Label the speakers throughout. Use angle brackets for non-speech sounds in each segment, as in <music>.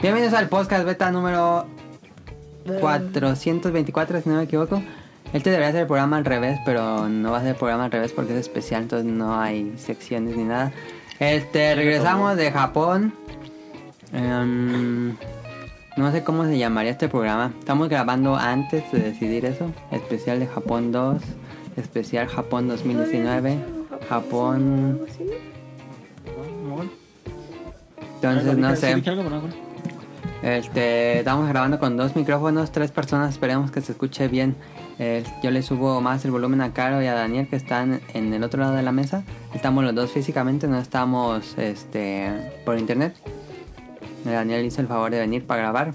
Speaker 1: Bienvenidos al podcast beta número 424, si no me equivoco. Este debería ser el programa al revés, pero no va a ser el programa al revés porque es especial, entonces no hay secciones ni nada. Este, regresamos de Japón. Em, no sé cómo se llamaría este programa. Estamos grabando antes de decidir eso. Especial de Japón 2, especial Japón 2019, Japón... Entonces no sé. Este, estamos grabando con dos micrófonos, tres personas, esperemos que se escuche bien. Eh, yo le subo más el volumen a Caro y a Daniel que están en el otro lado de la mesa. Estamos los dos físicamente, no estamos este, por internet. Eh, Daniel hizo el favor de venir para grabar.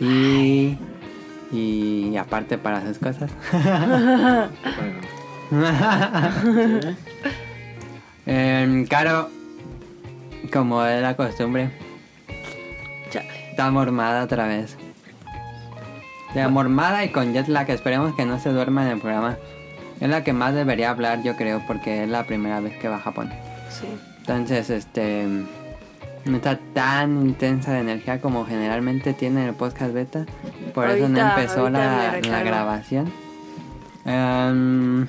Speaker 1: Y, y aparte para sus cosas. <laughs> Em, Caro, como es la costumbre,
Speaker 2: Chale.
Speaker 1: Está mormada otra vez. De mormada y con jet lag. Esperemos que no se duerma en el programa. Es la que más debería hablar, yo creo, porque es la primera vez que va a Japón.
Speaker 2: Sí.
Speaker 1: Entonces, este. No está tan intensa de energía como generalmente tiene el podcast beta. Por eso no
Speaker 2: Ahorita-
Speaker 1: empezó
Speaker 2: ahorita
Speaker 1: la,
Speaker 2: me
Speaker 1: la
Speaker 2: recargo.
Speaker 1: grabación. Em,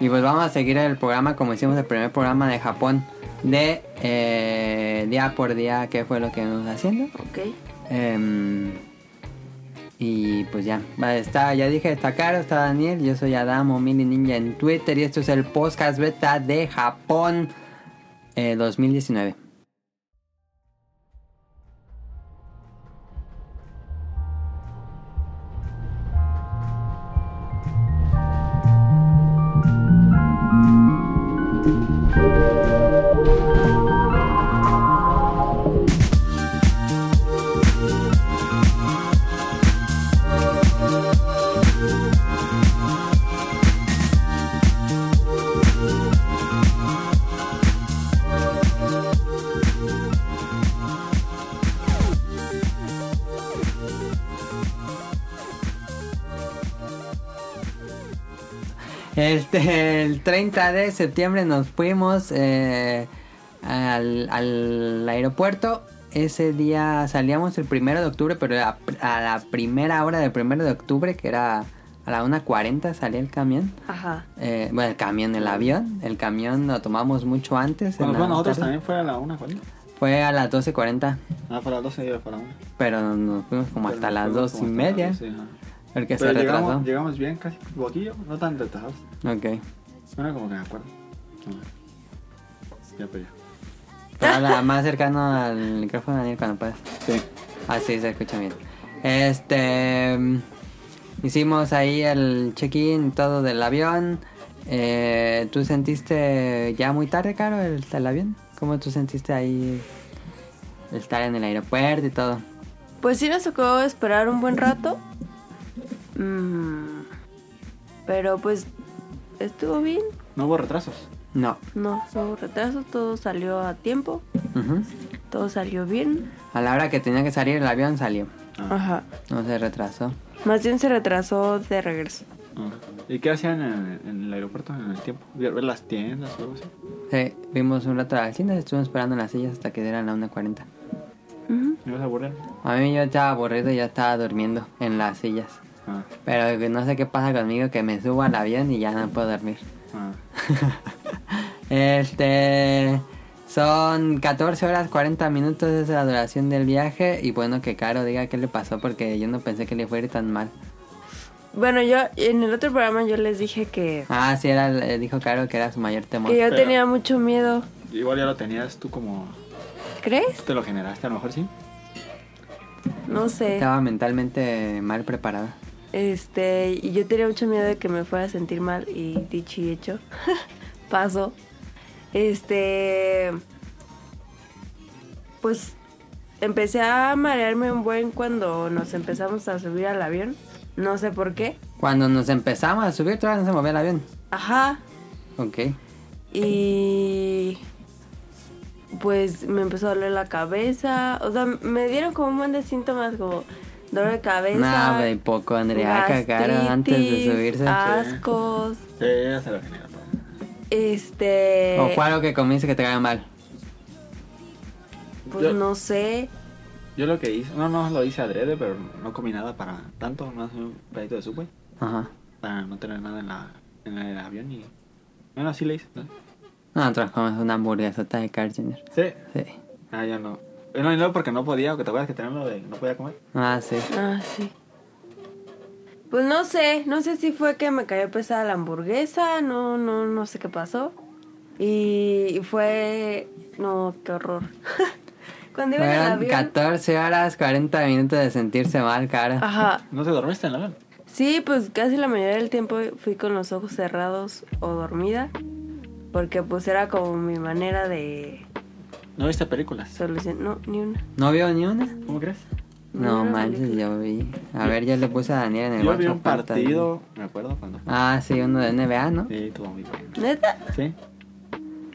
Speaker 1: y pues vamos a seguir el programa como hicimos el primer programa de Japón. De eh, día por día, qué fue lo que nos haciendo.
Speaker 2: Ok.
Speaker 1: Em, y pues ya, Va, está, ya dije, está Caro, está Daniel, yo soy Adamo Mini Ninja en Twitter y esto es el podcast beta de Japón eh, 2019. Este, el 30 de septiembre nos fuimos eh, al, al aeropuerto. Ese día salíamos el 1 de octubre, pero a, a la primera hora del 1 de octubre, que era a la 1.40, salía el camión.
Speaker 2: Ajá.
Speaker 1: Eh, bueno, el camión, el avión. El camión lo tomamos mucho antes.
Speaker 3: Cuando
Speaker 1: en
Speaker 3: fue
Speaker 1: la
Speaker 3: nosotros
Speaker 1: tarde.
Speaker 3: también fue a la 1.40.
Speaker 1: Fue a las 12.40,
Speaker 3: Ah, fue a las 12 y yo fue a la 1.
Speaker 1: pero nos fuimos como hasta las dos y media, porque
Speaker 3: Pero
Speaker 1: se
Speaker 3: llegamos,
Speaker 1: retrasó.
Speaker 3: llegamos bien, casi boquillo, no tan retrasados.
Speaker 1: Ok.
Speaker 3: Bueno, como que me acuerdo. No. Ya, pero ya.
Speaker 1: Pero habla más cercano al micrófono, Daniel, cuando puedas.
Speaker 3: Sí.
Speaker 1: Así se escucha bien. Este. mm, Hicimos ahí el check-in, todo del avión. Eh, ¿Tú sentiste ya muy tarde, Caro, el, el avión? ¿Cómo tú sentiste ahí estar en el aeropuerto y todo?
Speaker 2: Pues sí nos tocó esperar un buen rato. Mm, Pero pues estuvo bien.
Speaker 3: No hubo retrasos.
Speaker 1: No.
Speaker 2: No, no hubo retraso, todo salió a tiempo,
Speaker 1: Ujú.
Speaker 2: todo salió bien.
Speaker 1: A la hora que tenía que salir el avión salió.
Speaker 3: Ah.
Speaker 2: Ajá.
Speaker 1: No se retrasó.
Speaker 2: Más bien se retrasó de regreso.
Speaker 3: Ah. ¿Y qué hacían en, en el aeropuerto en el tiempo? ¿Ver ver las tiendas o algo así?
Speaker 1: Sí, vimos un rato al cine, estuvimos esperando en las sillas hasta que eran la 1.40.
Speaker 2: Ujú.
Speaker 3: ¿No se aburren?
Speaker 1: A mí yo estaba aburrido y ya estaba durmiendo en las sillas.
Speaker 3: Ah.
Speaker 1: Pero que no sé qué pasa conmigo que me subo al avión y ya no puedo dormir. <laughs>
Speaker 3: Ah.
Speaker 1: este... Son 14 horas 40 minutos es la duración del viaje y bueno que Caro diga qué le pasó porque yo no pensé que le fuera tan mal.
Speaker 2: Bueno, yo en el otro programa yo les dije que,
Speaker 1: Ah, sí, era, eh, dijo Caro que era su mayor temor.
Speaker 2: que yo
Speaker 3: Pero-
Speaker 2: tenía mucho miedo.
Speaker 3: Igual ya lo tenías tú como...
Speaker 2: ¿Crees?
Speaker 3: Te lo generaste, a lo mejor sí.
Speaker 2: No sé.
Speaker 1: Estaba mentalmente mal preparada.
Speaker 2: Este, y yo tenía mucho miedo de que me fuera a sentir mal y dicho y hecho, <laughs> pasó. Este, pues empecé a marearme un buen cuando nos empezamos a subir al avión. No sé por qué.
Speaker 1: Cuando nos empezamos a subir todavía no se movía el avión.
Speaker 2: Ajá.
Speaker 1: Ok.
Speaker 2: Y pues me empezó a doler la cabeza. O sea, me dieron como un montón de síntomas como dolor de cabeza.
Speaker 1: Nada de poco, Andrea, Caro antes de
Speaker 2: gastritis, ah,
Speaker 1: subirse.
Speaker 2: Ascos.
Speaker 3: Sí, ella se lo generó. todo.
Speaker 2: Este. eh.
Speaker 1: ¿O fue algo que comiste que te caiga mal?
Speaker 2: Pues
Speaker 3: Yo-
Speaker 2: no sé.
Speaker 3: Yo lo que hice, no, no lo hice adrede, pero no comí nada para tanto, más un pedacito de subway,
Speaker 1: Ajá.
Speaker 3: para no tener nada en, la, en el avión y... Bueno, así le hice, ¿no?
Speaker 1: No, nosotros comemos una hamburguesota de Carl Jr.
Speaker 3: Sí.
Speaker 1: Sí.
Speaker 3: Ah, yo no. Eh, No, y no, porque no podía, que te acuerdas que tenían lo de no podía comer.
Speaker 1: Ah, sí.
Speaker 2: Ah, sí. Pues no sé, no sé si fue que me cayó pesada la hamburguesa, no, no, no sé qué pasó. Y, y fue... No, qué horror. <laughs> Cuando iba en el
Speaker 1: Fueron
Speaker 2: avión...
Speaker 1: 14 horas, 40 minutos de sentirse mal, cara.
Speaker 2: Ajá.
Speaker 3: ¿No te dormiste en el avión?
Speaker 2: Sí, pues casi la mayoría del tiempo fui con los ojos cerrados o dormida, porque pues era como mi manera de
Speaker 3: ¿No viste películas?
Speaker 2: solucionar... No, ni una.
Speaker 1: ¿No vio ni una?
Speaker 3: ¿Cómo crees?
Speaker 1: No
Speaker 2: Ni una
Speaker 1: manches,
Speaker 2: película.
Speaker 1: yo vi. A ver, yo le puse a Daniel en el
Speaker 3: Yo vi
Speaker 1: WhatsApp
Speaker 3: un
Speaker 1: ahorita.
Speaker 3: partido, me acuerdo cuando...
Speaker 1: Ah, sí, uno de NBA, ¿no?
Speaker 3: Sí, todo muy bueno.
Speaker 2: ¿Neta?
Speaker 3: Sí.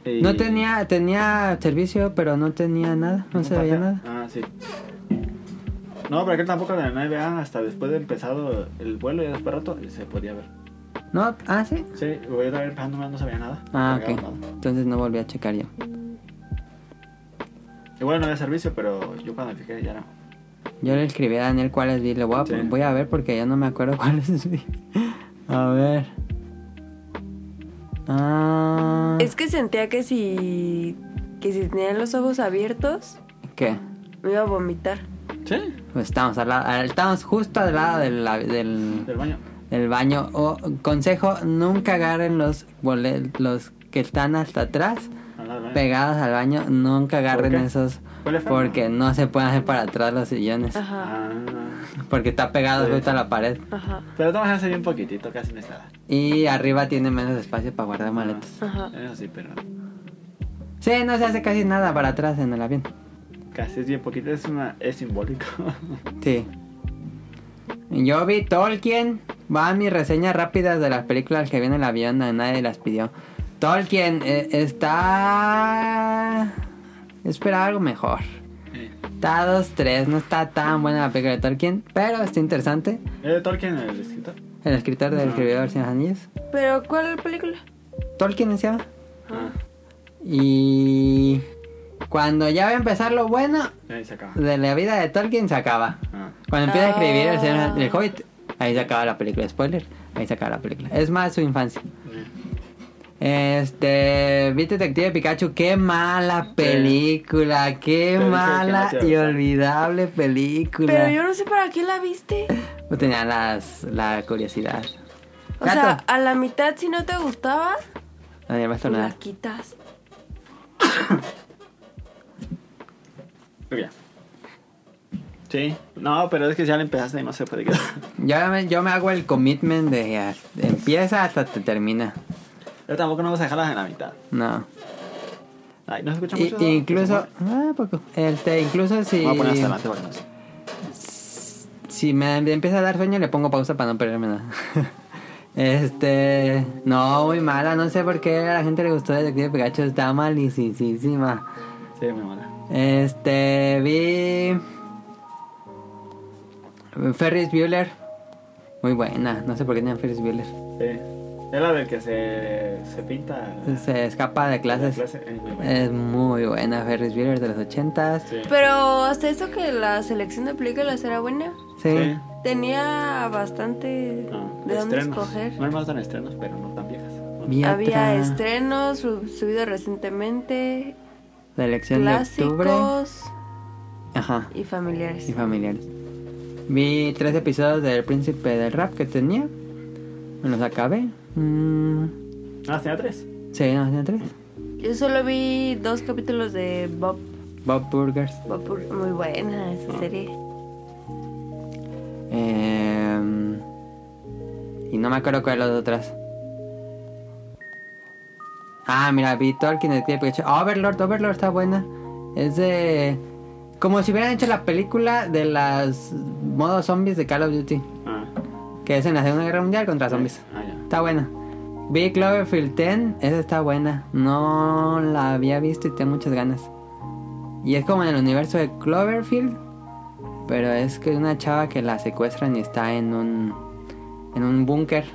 Speaker 3: Y-
Speaker 1: No tenía, tenía servicio, pero no tenía nada, no se veía nada.
Speaker 3: Ah, sí. No, pero que tampoco la NBA ah, hasta después de empezado el vuelo y después rato se podía ver.
Speaker 1: No, ah, sí.
Speaker 3: Sí, voy a ver empezando no se veía nada.
Speaker 1: Ah,
Speaker 3: No
Speaker 1: ok.
Speaker 3: cargaba nada.
Speaker 1: Entonces no volví a checar yo.
Speaker 3: Igual no había servicio, pero yo cuando llegué ya no.
Speaker 1: Yo le escribí a Daniel cuáles vi, le voy a,
Speaker 3: Sí.
Speaker 1: voy a ver porque ya no me acuerdo <laughs> cuáles vi. A ver. Ah,
Speaker 2: Es que sentía que si, que si tenía los ojos abiertos,
Speaker 1: ¿Qué?
Speaker 2: me iba a vomitar.
Speaker 3: Sí,
Speaker 1: Pues estamos, al lado- al- estamos justo al lado del, la- del,
Speaker 3: del baño.
Speaker 1: del baño. O, consejo, nunca agarren los, bole- los que están hasta atrás.
Speaker 3: Al lado del baño.
Speaker 1: pegadas al baño, nunca agarren
Speaker 3: qué?
Speaker 1: esos
Speaker 3: ¿Cuál es forma?
Speaker 1: porque no se pueden hacer para atrás los sillones.
Speaker 2: Ajá,
Speaker 3: Ah,
Speaker 1: Porque está pegado
Speaker 3: Sí.
Speaker 1: justo a la pared.
Speaker 2: ajá,
Speaker 3: pero te vas a hacer bien poquitito, casi no es nada.
Speaker 1: Y arriba tiene menos espacio para
Speaker 3: Ah.
Speaker 1: guardar maletas.
Speaker 2: ajá.
Speaker 3: Eso sí, pero
Speaker 1: Sí, no se hace casi nada para atrás en el avión.
Speaker 3: casi es bien poquito, es, una, es simbólico. <laughs>
Speaker 1: Sí. Yo vi Tolkien. Va mis reseñas rápidas de las películas que viene el avión, a nadie las pidió. Tolkien eh, está... Espera algo mejor.
Speaker 3: Eh,
Speaker 1: Está 2-3, no está tan buena la película de Tolkien, pero está interesante.
Speaker 3: ¿Es de Tolkien el escritor?
Speaker 1: El escritor del escribidor de los Anillos.
Speaker 2: ¿Pero cuál película?
Speaker 1: Tolkien se llama.
Speaker 3: Ah,
Speaker 1: Y cuando ya va a empezar lo bueno
Speaker 3: Ah, ahí se acaba.
Speaker 1: de la vida de Tolkien se acaba.
Speaker 3: Ah,
Speaker 1: Cuando empieza a escribir el,
Speaker 2: Ah.
Speaker 1: Señor del Hobbit, ahí se acaba la película. Spoiler, ahí se acaba la película. Es más su infancia.
Speaker 3: eh.
Speaker 1: Este, vi Detective Pikachu, qué mala película,
Speaker 3: Te
Speaker 1: qué
Speaker 3: dije que
Speaker 1: mala
Speaker 3: no te
Speaker 1: y
Speaker 3: iba a gustar.
Speaker 1: olvidable película.
Speaker 2: Pero yo no sé para qué la viste.
Speaker 1: Tenía las, la curiosidad.
Speaker 2: O sea,
Speaker 1: Gato.
Speaker 2: a la mitad si no te gustaba,
Speaker 1: Daniel, vas a
Speaker 2: tú la
Speaker 1: tornar.
Speaker 2: quitas.
Speaker 3: Muy bien. Sí, no, pero es que ya le empezaste y no se puede quedar. <laughs>
Speaker 1: Yo me, yo me hago el commitment de ah, empieza hasta te termina.
Speaker 3: Yo tampoco no vas a dejarlas en la mitad.
Speaker 1: No.
Speaker 3: Ay, no se escucha
Speaker 1: Y-
Speaker 3: mucho.
Speaker 1: incluso, ah, poco. Este, incluso si,
Speaker 3: Me voy a poner hasta adelante para que no se-
Speaker 1: si me empieza a dar sueño, le pongo pausa para no perderme nada. <laughs> este, no, muy mala. No sé por qué a la gente le gustó Detective Pikachu. Está malísima.
Speaker 3: Sí, mi mala.
Speaker 1: Este, vi. Ferris Bueller. Muy buena. No sé por qué tienen Ferris Bueller.
Speaker 3: Sí. Es la del que se, se pinta.
Speaker 1: Se escapa de
Speaker 3: la
Speaker 1: clases. Eh,
Speaker 3: clase. Es muy buena.
Speaker 1: Es muy buena Ferris Bueller de los 80s. Sí.
Speaker 3: Sí.
Speaker 2: Pero hasta eso que la selección de películas era buena,
Speaker 3: Sí.
Speaker 2: tenía bastante
Speaker 3: No,
Speaker 2: de dónde
Speaker 3: estrenos.
Speaker 2: escoger.
Speaker 3: No más tan estrenos, pero no tan viejas.
Speaker 1: Vi
Speaker 2: Había este
Speaker 1: otra
Speaker 2: estrenos sub- subido recientemente,
Speaker 1: Selección de octubre.
Speaker 2: clásicos
Speaker 1: Ajá.
Speaker 2: y familiares.
Speaker 1: Y familiares. Vi tres episodios del Príncipe del Rap que tenía. Me los acabé. Mm,
Speaker 3: Ah, tenía tres.
Speaker 1: sí, no, tenía tres.
Speaker 2: Yo solo vi dos capítulos de Bob,
Speaker 1: Bob Burgers.
Speaker 2: Bob Bur- muy buena esa
Speaker 1: Ah.
Speaker 2: serie.
Speaker 1: Em, y no me acuerdo cuál de las otras. Ah, mira, vi Tolkien de Detective Pikachu. Ah, Overlord, Overlord está buena. Es de. Como si hubieran hecho la película de las modos zombies de Call of Duty.
Speaker 3: Ah,
Speaker 1: Que es en la Segunda Guerra Mundial contra zombies.
Speaker 3: Ah, ya.
Speaker 1: Está buena. Vi Cloverfield 10, esa está buena. No la había visto y tengo muchas ganas. Y es como en el universo de Cloverfield, pero es que una chava que la secuestran y está en un en un búnker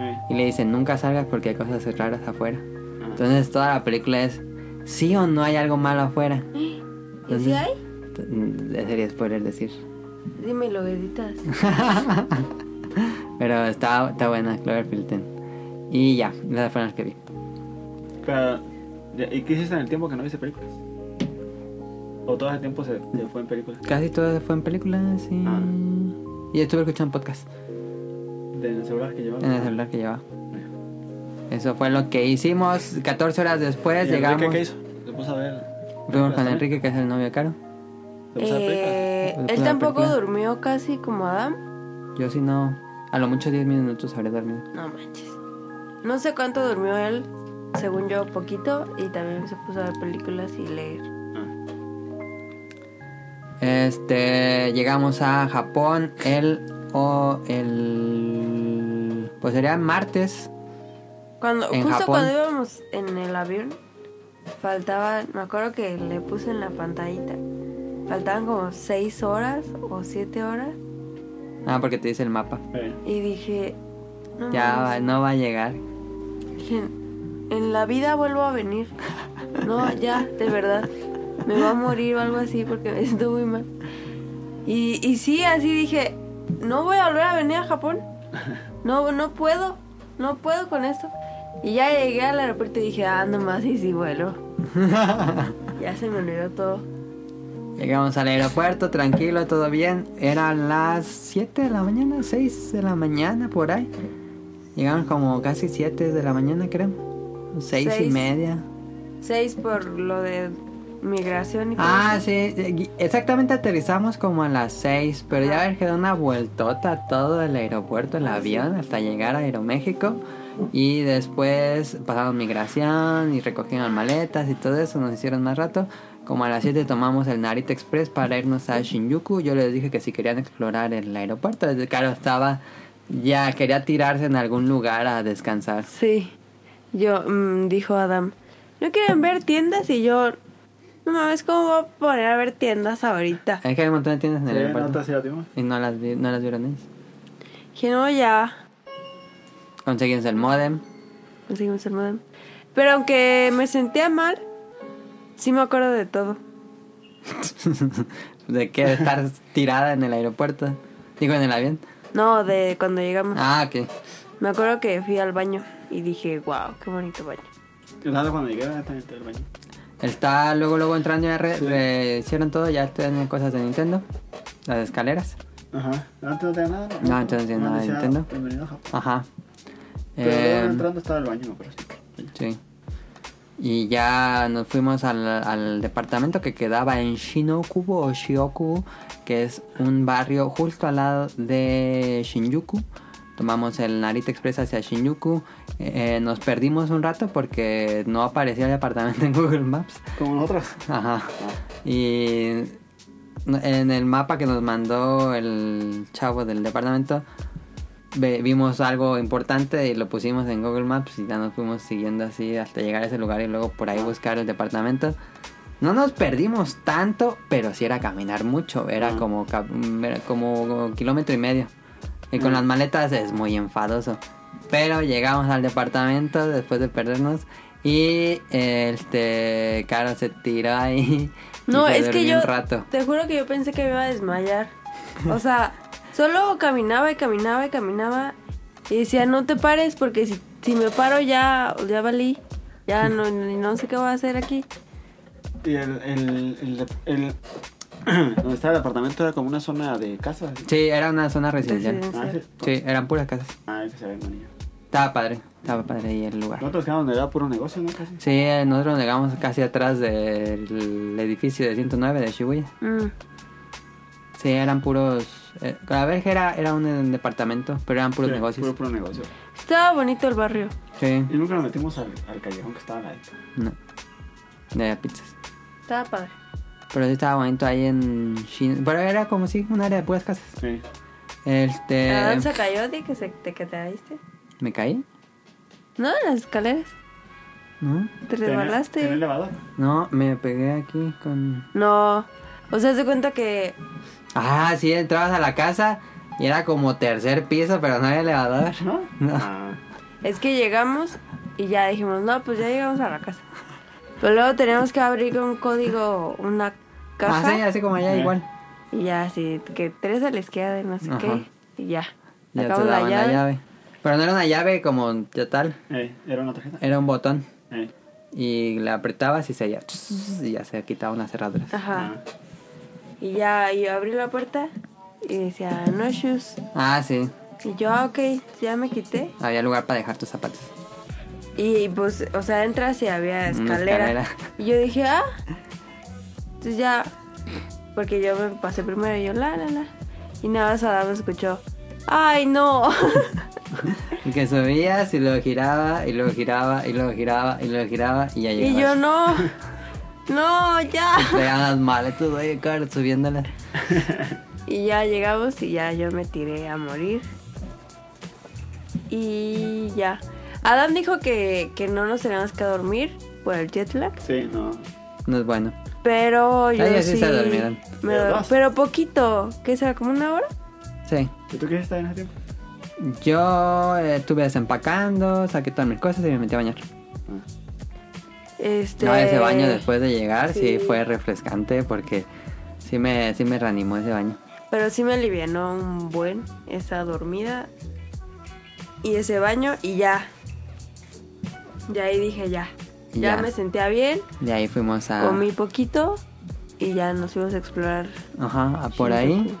Speaker 3: Eh,
Speaker 1: y le dicen nunca salgas porque hay cosas raras afuera.
Speaker 3: ah.
Speaker 1: Entonces toda la película es sí o no hay algo malo afuera.
Speaker 2: <gasps> ¿Y si hay?
Speaker 1: T- Sería spoiler decir.
Speaker 2: Dímelo, editas.
Speaker 1: <laughs> Pero está, está buena, Cloverfield 10. Y ya, esas fueron las que vi.
Speaker 3: Pero, ya, ¿Y qué hiciste en el tiempo que no viste películas? ¿O todo ese tiempo se, se fue en películas?
Speaker 1: Casi todo fue en películas y...
Speaker 3: Ah.
Speaker 1: Y estuve escuchando podcast
Speaker 3: ¿De los celulares que llevaba?
Speaker 1: en el celular que llevaba. Eso fue lo que hicimos. 14 horas después Pues llegamos.
Speaker 3: ¿Qué hizo? ¿Le puso a ver?
Speaker 1: Fuimos con Enrique, que es el novio de Caro.
Speaker 3: ¿Le puso a ver películas?
Speaker 2: Eh,
Speaker 1: películas?
Speaker 2: él tampoco
Speaker 1: Película.
Speaker 2: durmió casi como Adam.
Speaker 1: Yo si no, a lo mucho 10 minutos habré dormido.
Speaker 2: No manches. No sé cuánto durmió él, según yo, poquito. Y también se puso a ver películas y leer.
Speaker 3: Ah,
Speaker 1: Este, llegamos a Japón el o el pues sería martes.
Speaker 2: Cuando,
Speaker 1: En
Speaker 2: justo
Speaker 1: Japón.
Speaker 2: cuando íbamos en el avión, faltaba, me acuerdo que le puse en la pantallita, faltaban como seis horas o siete horas
Speaker 1: Ah, porque te dice el mapa.
Speaker 3: eh,
Speaker 2: y dije, no,
Speaker 1: Ya va-
Speaker 2: mames,
Speaker 1: no va a llegar.
Speaker 2: dije, en la vida vuelvo a venir. No, ya, de verdad, me va a morir o algo así porque me siento muy mal. Y, y sí, así dije, no voy a volver a venir a Japón. No, no puedo, no puedo con esto. Y ya llegué al aeropuerto y dije, ah, nomás y sí vuelo. ya se me olvidó todo.
Speaker 1: Llegamos al aeropuerto, tranquilo, todo bien. Eran las 7 de la mañana, 6 de la mañana por ahí. Llegamos como casi 7 de la mañana, creo. 6 y
Speaker 2: Seis.
Speaker 1: media.
Speaker 2: Seis por lo de migración y todo.
Speaker 1: Ah,
Speaker 2: eso.
Speaker 1: sí, sí, exactamente aterrizamos como a las 6, pero ya ver que da una vueltota todo el aeropuerto,
Speaker 3: Ah,
Speaker 1: el avión, hasta llegar a Aeroméxico. Y después pasaron migración y recogieron maletas y todo eso, nos hicieron más rato. Como a las 7 tomamos el Narita Express para irnos a Shinjuku. Yo les dije que si querían explorar el aeropuerto, desde Caro estaba ya, quería tirarse en algún lugar a descansar.
Speaker 2: Sí. Yo, mm, dijo Adam, ¿no quieren ver tiendas? Y yo, no mames, ¿cómo voy a poner a ver tiendas ahorita?
Speaker 1: Es que hay un montón de tiendas en el
Speaker 3: ¿Sí? ¿No te
Speaker 1: aeropuerto.
Speaker 3: hacía tiempo?
Speaker 1: Y no las, vi- no las vieron ellos.
Speaker 2: Dije, no, ya.
Speaker 1: Conseguimos el modem.
Speaker 2: Conseguimos el modem. Pero aunque me sentía mal, sí me acuerdo de todo.
Speaker 1: ¿De qué? ¿De
Speaker 3: <laughs>
Speaker 1: estar tirada en el aeropuerto? Digo, en el avión.
Speaker 2: No, de cuando llegamos.
Speaker 1: Ah, ok.
Speaker 2: Me acuerdo que fui al baño y dije, wow, qué bonito baño.
Speaker 3: Yo nada cuando llegué a el baño.
Speaker 1: Está luego, luego entrando ya re-
Speaker 3: Sí.
Speaker 1: re- hicieron todo, ya tienen cosas de Nintendo. Las escaleras.
Speaker 3: Ajá. ¿Antes no te da nada?
Speaker 1: No, antes no tenía nada de
Speaker 3: decía,
Speaker 1: Nintendo.
Speaker 3: Bienvenido a Japón.
Speaker 1: Ajá.
Speaker 3: Pero
Speaker 1: Eh,
Speaker 3: luego entrando estaba el baño, me parece.
Speaker 1: sí. Y ya nos fuimos al, al departamento que quedaba en Shinokubo o Shiokubo, que es un barrio justo al lado de Shinjuku. Tomamos el Narita Express hacia Shinjuku. Eh, eh, nos perdimos un rato porque no aparecía el departamento en Google Maps.
Speaker 3: Como nosotros.
Speaker 1: Ajá. Y no- en el mapa que nos mandó el chavo del departamento, ve- vimos algo importante y lo pusimos en Google Maps y ya nos fuimos siguiendo así hasta llegar a ese lugar y luego por ahí buscar el departamento. No nos perdimos tanto, pero sí era caminar mucho, era
Speaker 3: Ah.
Speaker 1: como, ca- era como kilómetro y medio. Y
Speaker 2: Mm.
Speaker 1: con las maletas es muy enfadoso. Pero llegamos al departamento después de perdernos y este Caro se tiró ahí. <laughs> y
Speaker 2: No,
Speaker 1: se
Speaker 2: es que
Speaker 1: durmió
Speaker 2: yo.
Speaker 1: un rato.
Speaker 2: Te juro que yo pensé que me iba a desmayar. O sea, solo caminaba y caminaba y caminaba. Y decía, no te pares porque si, si me paro ya, ya valí.
Speaker 1: <laughs>
Speaker 2: Ya no, no sé qué voy a hacer aquí.
Speaker 3: Y el, el, el, el- donde estaba el <clears throat> apartamento era como una zona de casas.
Speaker 1: Sí, era una zona residencial.
Speaker 2: Residencial.
Speaker 3: Ah, sí.
Speaker 1: Sí, eran puras casas.
Speaker 3: Ah, que se ve bonito.
Speaker 1: Estaba padre, estaba padre ahí el lugar.
Speaker 3: Nosotros quedamos donde era puro negocio, ¿no? Casi.
Speaker 1: Sí, eh, nosotros nos llegamos casi atrás del edificio de 109 de Shibuya.
Speaker 2: Mm.
Speaker 1: Sí, eran puros... eh, a ver, era, era un, eh, departamento, pero eran puros
Speaker 3: Sí,
Speaker 1: negocios.
Speaker 3: Puro, puro negocio.
Speaker 2: Estaba bonito el barrio.
Speaker 1: Sí,
Speaker 3: Y nunca nos metimos al, al callejón que estaba ahí.
Speaker 1: no. De pizzas.
Speaker 2: Estaba padre.
Speaker 1: Pero sí estaba bonito ahí en Shin... Pero era como si un área de puras casas.
Speaker 3: Sí.
Speaker 1: Este...
Speaker 2: Adam se cayó de que, se, de Ah, que te caíste.
Speaker 1: ¿Me caí?
Speaker 2: No, en las escaleras.
Speaker 1: ¿No?
Speaker 2: Te
Speaker 3: ¿Tenía- ¿Tenía
Speaker 2: resbalaste.
Speaker 3: elevador?
Speaker 1: No, me pegué aquí con...
Speaker 2: No. O sea, se cuenta que
Speaker 1: Ah, sí, entrabas a la casa y era como tercer piso, pero no había elevador.
Speaker 3: ¿No?
Speaker 1: No.
Speaker 3: Ah,
Speaker 2: Es que llegamos y ya dijimos, no, pues ya llegamos a la casa. Pero luego teníamos que abrir un código, una
Speaker 1: Ah,
Speaker 2: <laughs> caja.
Speaker 1: sí, así como allá
Speaker 3: Ya.
Speaker 1: igual.
Speaker 2: Y ya, así, que tres a la izquierda y no sé
Speaker 1: Ajá.
Speaker 2: qué. Y ya.
Speaker 1: Ya te
Speaker 2: Sacamos
Speaker 1: daban la llave. Pero no era una llave como de tal,
Speaker 3: Ey, era una tarjeta.
Speaker 1: era un botón.
Speaker 3: Ey,
Speaker 1: Y la apretabas y se ya, y ya se quitaban las cerraduras.
Speaker 2: Ajá.
Speaker 3: ah,
Speaker 2: Y ya, y yo abrí la puerta y decía, no shoes.
Speaker 1: Ah, sí.
Speaker 2: Y yo, ah, ok, ya me quité.
Speaker 1: Había lugar para dejar tus zapatos.
Speaker 2: Y pues, o sea, entras y había
Speaker 1: Una
Speaker 2: escalera.
Speaker 1: escalera.
Speaker 2: Y yo dije, ah. Entonces ya. Porque yo me pasé primero y yo, la, la, la. Y nada más Adam escuchó, ay,
Speaker 1: <laughs>
Speaker 2: no.
Speaker 1: Y que subías y luego giraba, y luego giraba, y luego giraba, y luego giraba, y ya
Speaker 2: y
Speaker 1: llegabas.
Speaker 2: yo,
Speaker 1: <laughs>
Speaker 2: no. No, ya.
Speaker 1: Traían las maletas, oye, car, subiéndolas.
Speaker 2: Y ya llegamos y ya yo me tiré a morir. Y ya. Adam dijo que, que no nos teníamos que dormir por el jet lag.
Speaker 3: Sí, no.
Speaker 1: No es bueno.
Speaker 2: Pero yo
Speaker 1: Ellos Ah, sí
Speaker 2: sí,
Speaker 1: se durmieron.
Speaker 2: me
Speaker 3: Pero
Speaker 2: dor-
Speaker 3: dos.
Speaker 2: pero poquito. ¿Qué será? ¿Como una hora?
Speaker 1: Sí.
Speaker 3: ¿Y tú qué hiciste en ese tiempo?
Speaker 1: Yo eh, estuve desempacando, saqué todas mis cosas y me metí a bañar.
Speaker 2: Este...
Speaker 1: No, ese baño después de llegar sí,
Speaker 2: Sí.
Speaker 1: fue refrescante porque sí me, sí me reanimó ese baño.
Speaker 2: Pero sí me alivianó un buen esa dormida y ese baño y ya. Ya ahí dije ya. Ya,
Speaker 1: Ya. Ah.
Speaker 2: me sentía bien,
Speaker 1: De ahí fuimos a...
Speaker 2: comí poquito y ya nos fuimos a explorar.
Speaker 1: Ajá, a por ahí.
Speaker 2: Shinjuku.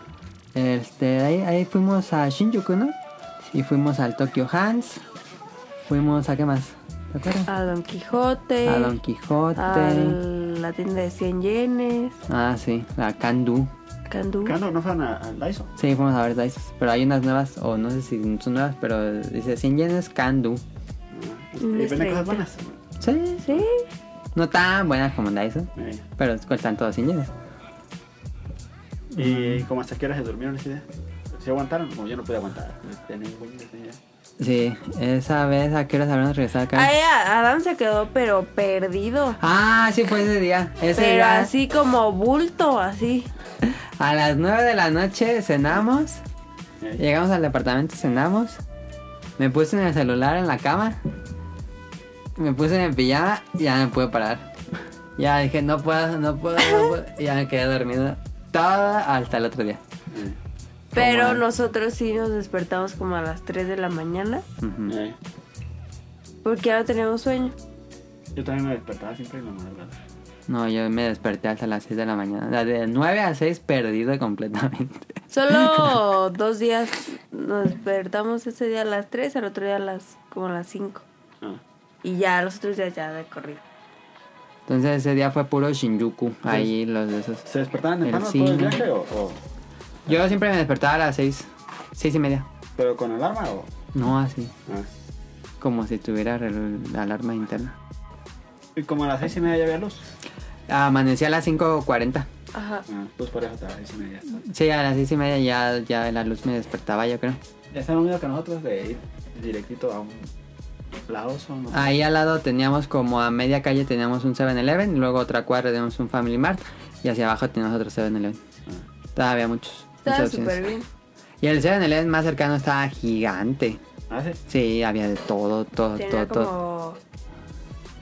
Speaker 1: Este, ahí, ahí fuimos a Shinjuku, ¿no? Y fuimos al Tokyo Hands. Fuimos a qué más? ¿Te acuerdas?
Speaker 2: A Don Quijote.
Speaker 1: A Don Quijote.
Speaker 2: a la tienda de 100 yenes.
Speaker 1: Ah, sí, la Kandu.
Speaker 2: Candú.
Speaker 3: ¿Qué onda? ¿No fueron a- al Daiso?
Speaker 1: Sí, fuimos a ver Dices. Pero hay unas nuevas, o no sé si son nuevas, pero dice 100 yenes Kandu.
Speaker 3: Ah,
Speaker 2: Un
Speaker 3: ¿Y venden
Speaker 2: estrellita.
Speaker 3: cosas buenas?
Speaker 1: Sí,
Speaker 2: Sí.
Speaker 1: no tan buenas como en Dices,
Speaker 3: Ey.
Speaker 1: pero cuestan todos 100 yenes.
Speaker 3: ¿Y como hasta qué hora se durmieron ese día? ¿Se aguantaron? Como yo no pude aguantar. Tenía un buen día.
Speaker 1: Sí, esa vez, ¿a qué horas habremos regresado acá?
Speaker 2: Ahí a- Adam se quedó pero perdido.
Speaker 1: Ah, sí, fue ese día. Ese
Speaker 2: pero
Speaker 1: día,
Speaker 2: así como bulto, así.
Speaker 1: a las 9 de la noche cenamos.
Speaker 3: Ey.
Speaker 1: Llegamos al departamento, cenamos. Me puse en el celular en la cama. Me puse en pijama y ya no pude parar. Ya dije, no puedo, no puedo, no puedo. Y ya me quedé dormido toda hasta el otro día.
Speaker 3: Ey.
Speaker 2: Pero
Speaker 1: Como-
Speaker 2: nosotros sí nos despertamos como a las 3 de la mañana
Speaker 1: Ujú.
Speaker 3: Ey.
Speaker 2: porque ya no teníamos sueño.
Speaker 3: Yo también me despertaba siempre en la madrugada.
Speaker 1: No, yo me desperté hasta las 6 de la mañana. O sea, De 9 a 6 perdido completamente.
Speaker 2: <laughs> Solo dos días nos despertamos ese día a las 3, al otro día a las como a las 5.
Speaker 3: Ah.
Speaker 2: Y ya los otros días ya de corrido.
Speaker 1: Entonces ese día fue puro Shinjuku. Ahí los de esos.
Speaker 3: ¿Se despertaban en
Speaker 1: El
Speaker 3: pano todo el
Speaker 1: cine.
Speaker 3: viaje o, o-
Speaker 1: Yo siempre me despertaba a las 6, 6 y media.
Speaker 3: pero con alarma o...?
Speaker 1: No así,
Speaker 3: Ah.
Speaker 1: como si tuviera reloj- la alarma interna.
Speaker 3: Y como a las seis y media ya había luz.
Speaker 1: Amanecí a las 5.40.
Speaker 2: Ajá.
Speaker 3: Ah, pues por eso hasta las seis y media. está.
Speaker 1: Sí, a las seis y media ya, ya la luz me despertaba, yo creo.
Speaker 3: Ya está unido que nosotros de ir directito a un Laos o no.
Speaker 1: Ahí al lado teníamos como a media calle teníamos un 7-Eleven, luego otra cuadra teníamos un Family Mart y hacia abajo teníamos otro 7-Eleven.
Speaker 3: Ah.
Speaker 1: Todavía muchos.
Speaker 2: Estaba
Speaker 1: muchas opciones.
Speaker 2: súper bien.
Speaker 1: Y el 7-Eleven más cercano estaba gigante.
Speaker 3: Ah, sí.
Speaker 1: Sí, había de todo, todo,
Speaker 2: Tenía
Speaker 1: todo, todo.
Speaker 2: como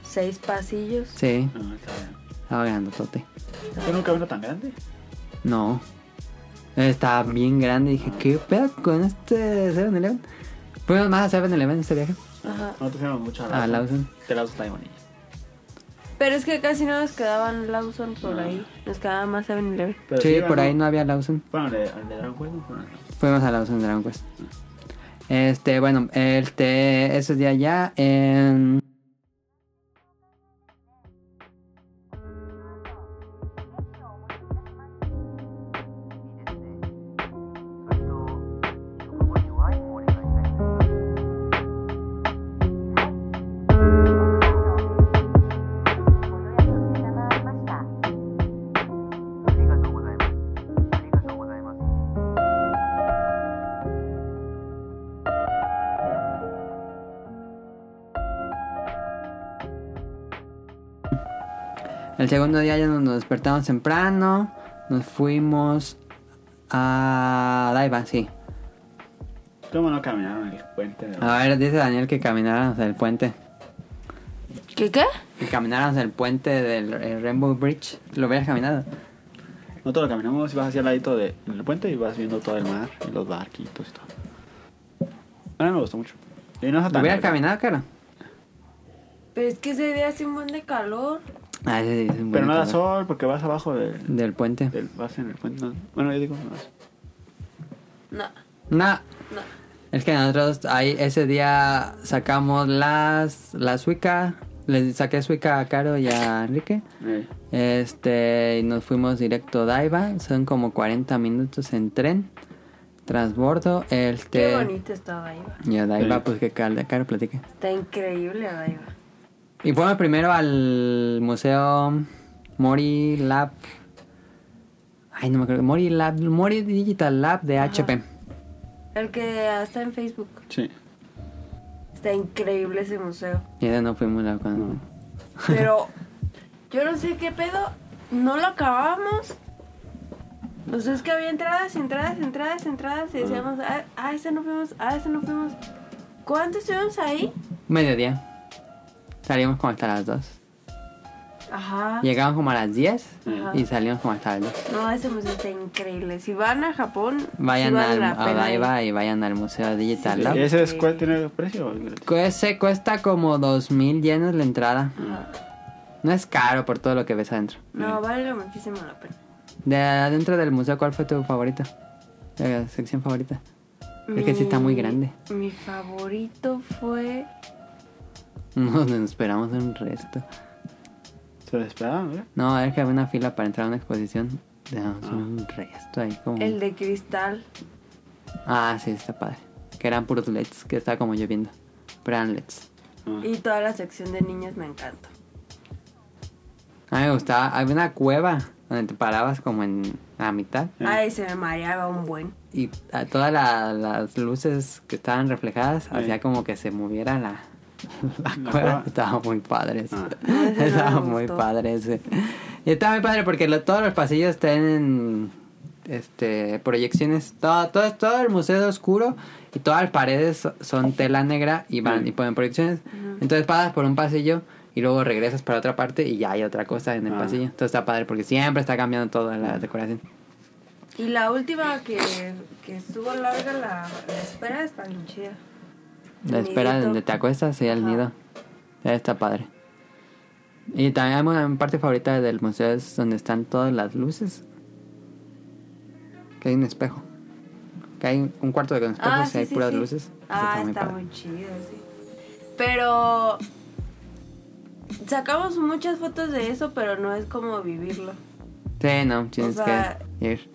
Speaker 2: seis pasillos.
Speaker 1: Sí,
Speaker 3: No, Ah, está bien.
Speaker 1: estaba grandotote. Ah.
Speaker 3: Yo nunca vino tan grande.
Speaker 1: No. Estaba bien grande. Dije, ¿qué pedo con este 7-Eleven? Fuimos más a 7-Eleven este viaje.
Speaker 2: Ajá.
Speaker 3: Nosotros fuimos mucho a Laos.
Speaker 1: A Lawson.
Speaker 3: Que Laos está bien bonito.
Speaker 2: Pero es que casi no nos quedaban Lawson por ahí. Nos quedaba más 7-Eleven.
Speaker 3: Pero
Speaker 1: sí, por
Speaker 3: bueno,
Speaker 1: ahí no había Lawson.
Speaker 3: Bueno, le, le dieron juego. pero no.
Speaker 1: Fuimos a la Ocean Dragon Quest. Este, bueno, este, esos días ya. En... El segundo día ya nos, nos despertamos temprano. Nos fuimos a Daiba, sí.
Speaker 3: ¿Cómo no caminaron el puente? de-
Speaker 1: A ver, dice Daniel que camináramos el puente.
Speaker 2: ¿Qué qué?
Speaker 1: Que camináramos el puente del eh, Rainbow Bridge. Lo hubieras caminado.
Speaker 3: Nosotros lo caminamos y vas hacia el ladito del puente y vas viendo todo el mar y los barquitos y todo. A mí me gustó mucho. Y no está tan
Speaker 1: ¿Hubieras
Speaker 3: largo.
Speaker 1: caminado, cara?
Speaker 2: Pero es que ese día hace un buen de calor.
Speaker 1: Ah, sí, sí, es un
Speaker 3: Pero Eh.
Speaker 1: buen
Speaker 3: no da
Speaker 1: calor.
Speaker 3: sol porque vas abajo del.
Speaker 1: Del puente.
Speaker 3: del- vas en el puente. no- bueno, yo digo, no.
Speaker 2: No,
Speaker 1: No,
Speaker 2: no.
Speaker 1: es que nosotros ahí ese día sacamos las. La suica. Le saqué suica a Caro y a Enrique.
Speaker 3: Eh,
Speaker 1: Este, y nos fuimos directo a Daiba. Son como 40 minutos en tren. Transbordo. Este.
Speaker 2: Qué bonito está Daiba.
Speaker 1: Y a Daiba,
Speaker 3: Sí.
Speaker 1: pues que Cal- Caro platique.
Speaker 2: Está increíble Daiba.
Speaker 1: Y fuimos primero al museo Mori Lab. Ay, no me acuerdo. Mori Lab, Mori Digital Lab de HP.
Speaker 2: El que está en Facebook.
Speaker 3: sí.
Speaker 2: Está increíble ese museo.
Speaker 1: Y ese no fuimos la cuando.
Speaker 3: No.
Speaker 1: <laughs>
Speaker 2: Pero yo no sé qué pedo. No lo acabamos. O sea, es que había entradas, entradas, entradas, entradas. Y decíamos, ah, ah esa no fuimos, ah, esa no fuimos. ¿Cuánto estuvimos ahí?
Speaker 1: Mediodía. Salimos como hasta las 2.
Speaker 2: Ajá.
Speaker 1: Llegamos como a las 10
Speaker 2: Ajá.
Speaker 1: y salimos como hasta las 2.
Speaker 2: No, ese museo está increíble. Si van a Japón,
Speaker 1: Vayan
Speaker 2: sí vale
Speaker 1: al,
Speaker 2: la
Speaker 1: a
Speaker 2: pena ir.
Speaker 1: Daiba y vayan al museo Digital Lab.
Speaker 3: ¿Ese es, cuál tiene precio? o es gratis?
Speaker 1: Ese cuesta como 2000 yenes la entrada.
Speaker 2: Ajá.
Speaker 1: No es caro por todo lo que ves adentro.
Speaker 2: No, vale muchísimo la pena.
Speaker 1: De adentro del museo, ¿cuál fue tu favorita? La sección favorita. Es que sí está muy
Speaker 2: Mi-
Speaker 1: grande. <laughs>
Speaker 2: Mi favorito fue.
Speaker 1: No, nos esperamos un resto.
Speaker 3: Se lo esperaban, ¿verdad?
Speaker 1: No, es que había una fila para entrar a una exposición. Dejamos un resto ahí como...
Speaker 2: Ah. El de cristal.
Speaker 1: Ah, sí, está padre. Que eran puros LEDs, que estaba como lloviendo. Pero eran LEDs.
Speaker 3: Ah.
Speaker 1: Mm.
Speaker 2: Y toda la sección de niños me encantó.
Speaker 1: A mí me gustaba. Había una cueva donde te parabas como en la mitad.
Speaker 3: Sí.
Speaker 2: Ay, se me mareaba un buen.
Speaker 1: Y a todas la- las luces que estaban reflejadas hacía como que se moviera la, <laughs> la
Speaker 3: La
Speaker 1: cueva.
Speaker 3: cueva.
Speaker 1: Estaba muy padre eso.
Speaker 3: Ah.
Speaker 2: ese no
Speaker 1: <laughs>
Speaker 2: me
Speaker 1: estaba muy
Speaker 2: gustó.
Speaker 1: padre ese. Y estaba muy padre porque lo- todos los pasillos tienen este, proyecciones. Todo, todo, todo el museo es oscuro y todas las paredes son tela negra y van
Speaker 3: Mm.
Speaker 1: y ponen proyecciones. Entonces pasas por un pasillo. Y luego regresas para otra parte y ya hay otra cosa en el
Speaker 3: Ah.
Speaker 1: pasillo. Entonces está padre porque siempre está cambiando toda la decoración.
Speaker 2: Y la última que, que estuvo larga, la, la espera está bien chida.
Speaker 1: La
Speaker 2: El
Speaker 1: espera
Speaker 2: nidito.
Speaker 1: donde te acuestas y el
Speaker 2: Ajá.
Speaker 1: nido. Está padre. Y también una- mi parte favorita del museo es donde están todas las luces. Que hay un espejo. Que hay un cuarto de con espejos
Speaker 2: Ah,
Speaker 1: y
Speaker 2: sí,
Speaker 1: hay
Speaker 2: sí,
Speaker 1: puras
Speaker 2: sí.
Speaker 1: luces. Eso
Speaker 2: Ah, está,
Speaker 1: padre.
Speaker 2: muy chido, sí. Pero. Sacamos muchas fotos de eso, pero no es como vivirlo.
Speaker 1: Sí, no, tienes
Speaker 2: sea,
Speaker 1: que ir.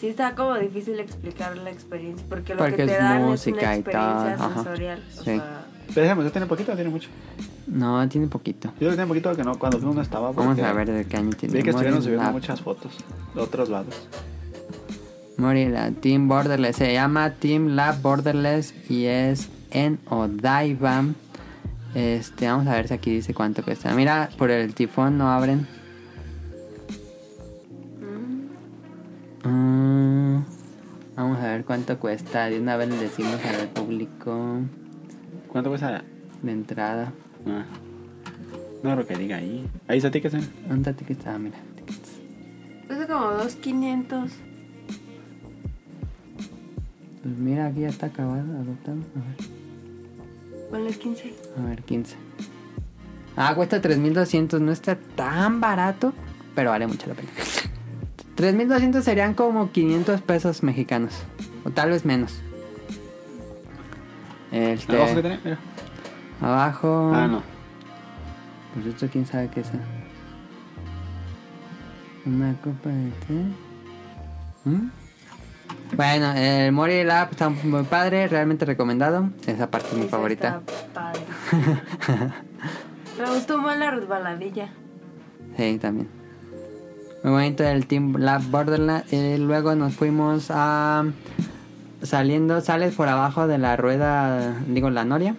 Speaker 2: Sí está como difícil explicar la experiencia, porque lo
Speaker 1: Porque
Speaker 2: que te
Speaker 1: es
Speaker 2: dan
Speaker 1: música y
Speaker 2: es una experiencia
Speaker 1: tal, ajá.
Speaker 2: sensorial. O
Speaker 1: Sí.
Speaker 2: sea,
Speaker 3: Pero ese museo tiene poquito o tiene mucho.
Speaker 1: No, tiene poquito.
Speaker 3: Yo creo que tiene poquito que no, cuando fuimos no estaba.
Speaker 1: Vamos
Speaker 3: porque
Speaker 1: a ver de qué año tiene.
Speaker 3: Vi que estuvieron
Speaker 1: Mori
Speaker 3: subiendo
Speaker 1: Lab.
Speaker 3: muchas fotos de otros lados.
Speaker 1: Mori Lab, Team Borderless. Se llama Team Lab Borderless y es en Odaiba. Este, vamos a ver si aquí dice cuánto cuesta. Mira, por el tifón no abren. Mm, vamos a ver cuánto cuesta. De una vez le decimos al público
Speaker 3: ¿Cuánto cuesta?
Speaker 1: de entrada.
Speaker 3: Ah. No creo que diga ahí. Ahí está tickets, ¿eh?
Speaker 1: ¿Dónde tickets? Ah, mira. tickets.
Speaker 2: Es como 2.500.
Speaker 1: Pues mira, aquí ya está acabado, agotado. A ver.
Speaker 2: Ponle 15.
Speaker 1: A ver, 15. Ah, cuesta 3200. No está tan barato, pero vale mucho la pena. 3200 serían como 500 pesos mexicanos. O tal vez menos. Este,
Speaker 3: ¿Abajo que tiene? Mira.
Speaker 1: Abajo.
Speaker 3: Ah, no.
Speaker 1: Pues esto quién sabe qué es. Una copa de té. ¿Mm? Bueno, el Mori Lab está muy padre, realmente recomendado. Esa parte es mi
Speaker 2: Esa
Speaker 1: favorita.
Speaker 2: está
Speaker 1: <laughs>
Speaker 2: padre. Me gustó más la resbaladilla.
Speaker 1: Sí, también. Muy bonito el Team Lab Borderland. Y luego nos fuimos a. Saliendo, sales por abajo de la rueda, digo, la noria.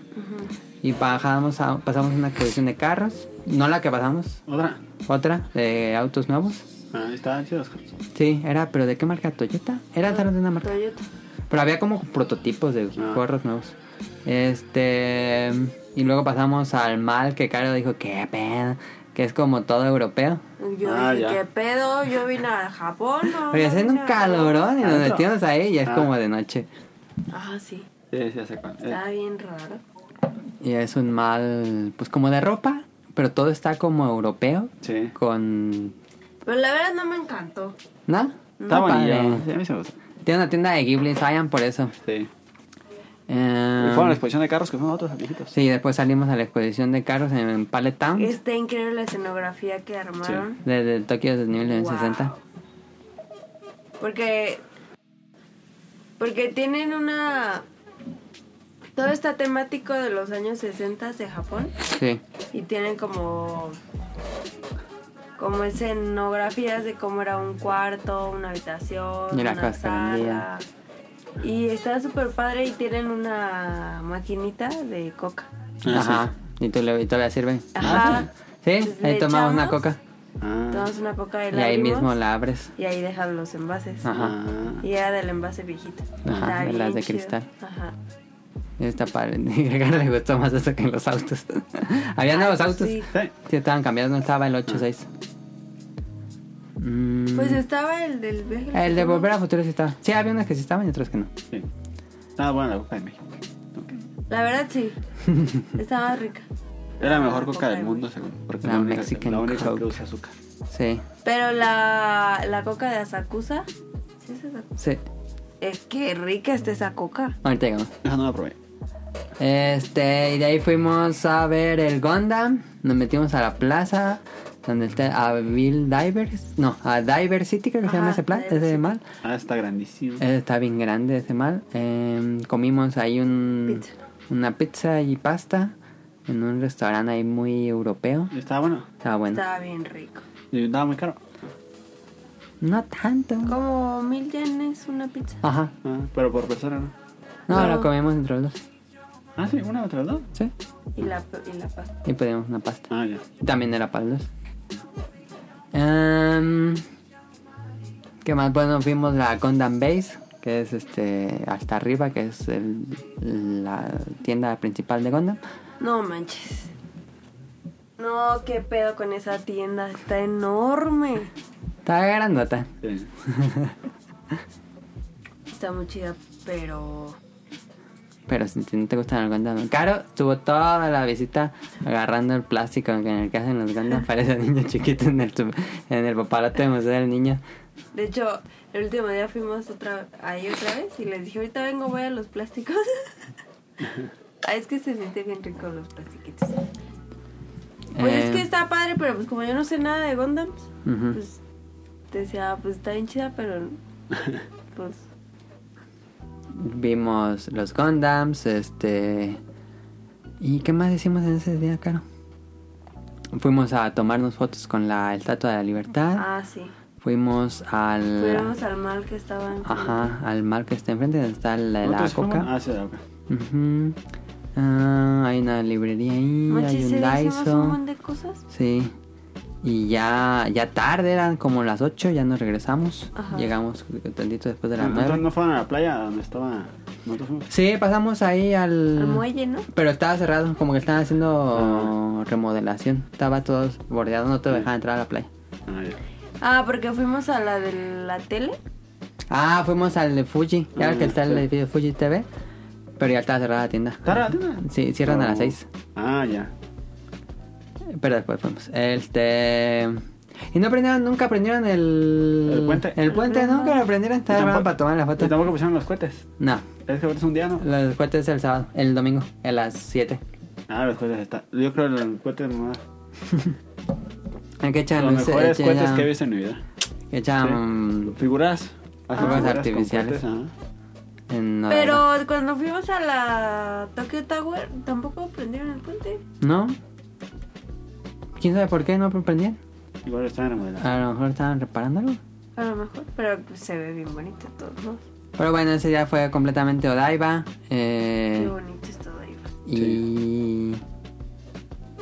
Speaker 1: Y bajamos a- pasamos una exposición de carros. No la que pasamos,
Speaker 3: ¿Otra?
Speaker 1: otra, de autos nuevos.
Speaker 3: Ah, estaban chidos. Carlos.
Speaker 1: Sí, era, pero ¿de qué marca? ¿Toyota? Era de una marca.
Speaker 2: Toyota.
Speaker 1: Pero había como prototipos de
Speaker 3: Ah.
Speaker 1: gorros nuevos. Este. Y luego pasamos al mal que Caro dijo, qué pena. que es como todo europeo.
Speaker 2: Yo
Speaker 3: Ah,
Speaker 2: dije,
Speaker 3: ya.
Speaker 2: ¿qué pedo? Yo vine a Japón, ¿no?
Speaker 1: Pero
Speaker 2: no
Speaker 1: haciendo
Speaker 2: vine
Speaker 1: un
Speaker 2: a-
Speaker 1: calorón y nos
Speaker 3: Adentro.
Speaker 1: metimos ahí y es
Speaker 3: Ah.
Speaker 1: como de noche.
Speaker 2: Ah, sí.
Speaker 3: Sí, sí, ya sé cuál. Eh,
Speaker 2: Está bien raro.
Speaker 1: Y es un mal, pues como de ropa, pero todo está como europeo.
Speaker 3: sí.
Speaker 1: Con...
Speaker 2: Pero la verdad no me encantó.
Speaker 1: ¿No?
Speaker 3: Está
Speaker 1: padre.
Speaker 3: bonito. Sí, a mí se me gusta.
Speaker 1: Tiene una tienda de Ghibli, vayan por eso.
Speaker 3: Sí.
Speaker 1: Eh,
Speaker 3: Y fueron a la exposición de carros que fueron otros viejitos.
Speaker 1: sí, después salimos a la exposición de carros en Pallet Town.
Speaker 2: Está increíble la escenografía que armaron.
Speaker 1: Desde Tokio desde 1960.
Speaker 2: Wow. Porque. Porque tienen una. Todo está temático de los años 60 de Japón.
Speaker 1: Sí.
Speaker 2: Y tienen como. Como escenografías de cómo era un cuarto, una habitación,
Speaker 1: Y la
Speaker 2: una
Speaker 1: cosa que vendía.
Speaker 2: sala. Y está súper padre y tienen una maquinita de coca.
Speaker 3: Ah,
Speaker 1: Ajá. Y tú le, y todavía sirve. Ah,
Speaker 2: Ajá.
Speaker 1: Sí,
Speaker 2: Pues
Speaker 1: ahí
Speaker 2: le
Speaker 1: tomamos una
Speaker 2: echamos.
Speaker 1: coca.
Speaker 3: Ah.
Speaker 2: Tomas una coca y
Speaker 1: Y
Speaker 2: la
Speaker 1: ahí
Speaker 2: abrimos,
Speaker 1: mismo la abres.
Speaker 2: Y ahí dejan los envases.
Speaker 1: Ajá.
Speaker 3: Ah.
Speaker 2: Y era del envase viejito.
Speaker 1: Ajá,
Speaker 2: Está
Speaker 1: de
Speaker 2: bien
Speaker 1: las de
Speaker 2: chido.
Speaker 1: cristal.
Speaker 2: Ajá.
Speaker 1: Está padre. <laughs> Y Ricardo le gustó más eso que los autos. <laughs> Había
Speaker 2: Ay,
Speaker 1: nuevos
Speaker 2: pues
Speaker 1: autos.
Speaker 2: sí. Ah.
Speaker 1: Sí.
Speaker 3: Sí.
Speaker 1: estaban cambiados. No estaba el 8-6. Mm, Ah,
Speaker 2: Pues estaba el del viaje. al
Speaker 1: el de
Speaker 2: futuro.
Speaker 1: Volver a Futuro sí estaba. Sí, había unos que sí estaban y otros que no.
Speaker 3: sí. Estaba buena la coca de México. Ok.
Speaker 2: La verdad
Speaker 1: <laughs>
Speaker 2: sí. Estaba rica.
Speaker 3: Era la
Speaker 2: Ah,
Speaker 3: mejor coca
Speaker 2: coca de
Speaker 3: del mundo, según. Porque
Speaker 1: La
Speaker 3: la, única,
Speaker 1: Mexican
Speaker 3: la única
Speaker 1: Coke.
Speaker 3: que usa azúcar.
Speaker 1: Sí,
Speaker 2: Pero la, la coca de Asakusa. ¿sí es, Asakusa?
Speaker 1: sí.
Speaker 2: es que rica está esa coca.
Speaker 1: Ahorita llegamos.
Speaker 3: Esa no la probé.
Speaker 1: Este, y de ahí fuimos a ver el Gundam. Nos metimos a la plaza. Donde está a Bill Divers. No, a Diver City, creo que se llama
Speaker 2: Ajá,
Speaker 1: ese plan.
Speaker 2: Diver
Speaker 1: Ese
Speaker 2: City.
Speaker 1: mal.
Speaker 3: Ah, está grandísimo.
Speaker 1: Ese está bien grande, ese mal. Eh, comimos ahí un,
Speaker 2: Pizza.
Speaker 1: una pizza y pasta. En un restaurante ahí muy europeo.
Speaker 3: Estaba bueno.
Speaker 1: Estaba bueno.
Speaker 2: Estaba bien rico.
Speaker 3: Y estaba muy caro.
Speaker 1: No tanto.
Speaker 2: Como mil yenes una pizza.
Speaker 1: Ajá.
Speaker 3: Ah, pero por persona no.
Speaker 1: No,
Speaker 2: No.
Speaker 1: lo comimos entre los dos.
Speaker 3: Ah, sí, una otra dos.
Speaker 1: Sí.
Speaker 2: Y la, y la pasta.
Speaker 1: Y pedimos una pasta.
Speaker 3: Ah, ya.
Speaker 1: También era para los dos. Em, ¿Qué más? Bueno, vimos la Gundam Base, que es este hasta arriba, que es el- la tienda principal de Gundam.
Speaker 2: No manches. No, qué pedo con esa tienda. Está enorme.
Speaker 1: Está grandota.
Speaker 3: Sí.
Speaker 2: Está muy chida, pero.
Speaker 1: Pero si no te gustan los Gundam. Caro estuvo toda la visita agarrando el plástico en el que hacen los Gundam. Parece niño <laughs> chiquito en el, sub- en el paparote de museo del niño.
Speaker 2: De hecho, el último día fuimos otra ahí otra vez y les dije, ahorita vengo, voy a los <laughs> plásticos. Ah, es que se siente bien rico los plastiquitos. Pues
Speaker 1: Eh,
Speaker 2: es que está padre, pero pues como yo no sé nada de Gundam, pues,
Speaker 1: ujú.
Speaker 2: pues decía, pues está bien chida, pero pues
Speaker 1: Vimos los Gundams, este... ¿Y qué más hicimos en ese día, Caro? Fuimos a tomarnos fotos con la Estatua de la Libertad.
Speaker 2: ah sí.
Speaker 1: Fuimos al...
Speaker 2: Fuimos al mal que estaba enfrente.
Speaker 1: Ah. Ajá, al mar que está enfrente, donde está la, de la
Speaker 3: ¿Otros
Speaker 1: coca.
Speaker 3: fuimos? Ah, sí, la coca.
Speaker 1: Ujú. Ah, hay una librería ahí, hay un
Speaker 2: Manches, sí, hicimos un
Speaker 1: Daiso.
Speaker 2: montón de cosas.
Speaker 1: Sí. Y ya, ya tarde, eran como las 8, ya nos regresamos.
Speaker 2: Ajá.
Speaker 1: Llegamos tantito después de las
Speaker 3: Nosotros
Speaker 1: 9.
Speaker 3: no fueron a la playa donde estaba. Nosotros fuimos.
Speaker 1: Sí, pasamos ahí al...
Speaker 2: Al muelle, ¿no?
Speaker 1: Pero estaba cerrado, como que estaban haciendo
Speaker 3: Ah.
Speaker 1: remodelación. Estaba todo bordeado, no te dejaban entrar a la playa.
Speaker 3: Ah, ya.
Speaker 2: Ah, porque fuimos a la de la tele.
Speaker 1: Ah, fuimos al de Fuji. Ya ves que
Speaker 3: Ah,
Speaker 1: está el
Speaker 3: sí.
Speaker 1: edificio Fuji TV. Pero ya estaba cerrada la tienda.
Speaker 3: ¿Está rara la tienda?
Speaker 1: Sí, cierran a
Speaker 3: Oh.
Speaker 1: las 6.
Speaker 3: Ah, ya.
Speaker 1: Pero Eh, después fuimos. Este. Y no aprendieron, nunca aprendieron el.
Speaker 3: El puente.
Speaker 1: El puente,
Speaker 2: No.
Speaker 1: nunca lo aprendieron. Estaba
Speaker 3: Y tampoco-
Speaker 1: para tomar la
Speaker 3: Y
Speaker 1: foto.
Speaker 3: tampoco pusieron los cohetes.
Speaker 1: No,
Speaker 3: Es que ahorita es un día, ¿no?
Speaker 1: los puentes es el sábado, el domingo, a las 7.
Speaker 3: Ah, los cohetes está. Yo creo que los cohetes más.
Speaker 1: Hay que echar
Speaker 3: Los
Speaker 1: luces,
Speaker 3: mejores
Speaker 1: echan-
Speaker 3: cohetes que he visto en mi vida.
Speaker 1: que echan
Speaker 3: Figuras.
Speaker 1: Ah. Fuegos
Speaker 3: Haz figuras con
Speaker 1: Ah, artificiales.
Speaker 3: cohetes,
Speaker 1: en Noruega.
Speaker 2: Pero cuando fuimos a la Tokyo Tower, tampoco prendieron el puente.
Speaker 1: ¿No? ¿Quién sabe por qué no aprendían?
Speaker 3: ajá. Igual están remodelados.
Speaker 1: A lo mejor estaban reparándolo.
Speaker 2: A lo mejor, pero pues, se ve bien bonito todo, ¿no?
Speaker 1: Pero bueno, ese día fue completamente Odaiba. eh,
Speaker 2: Qué bonito es todo ahí.
Speaker 1: y...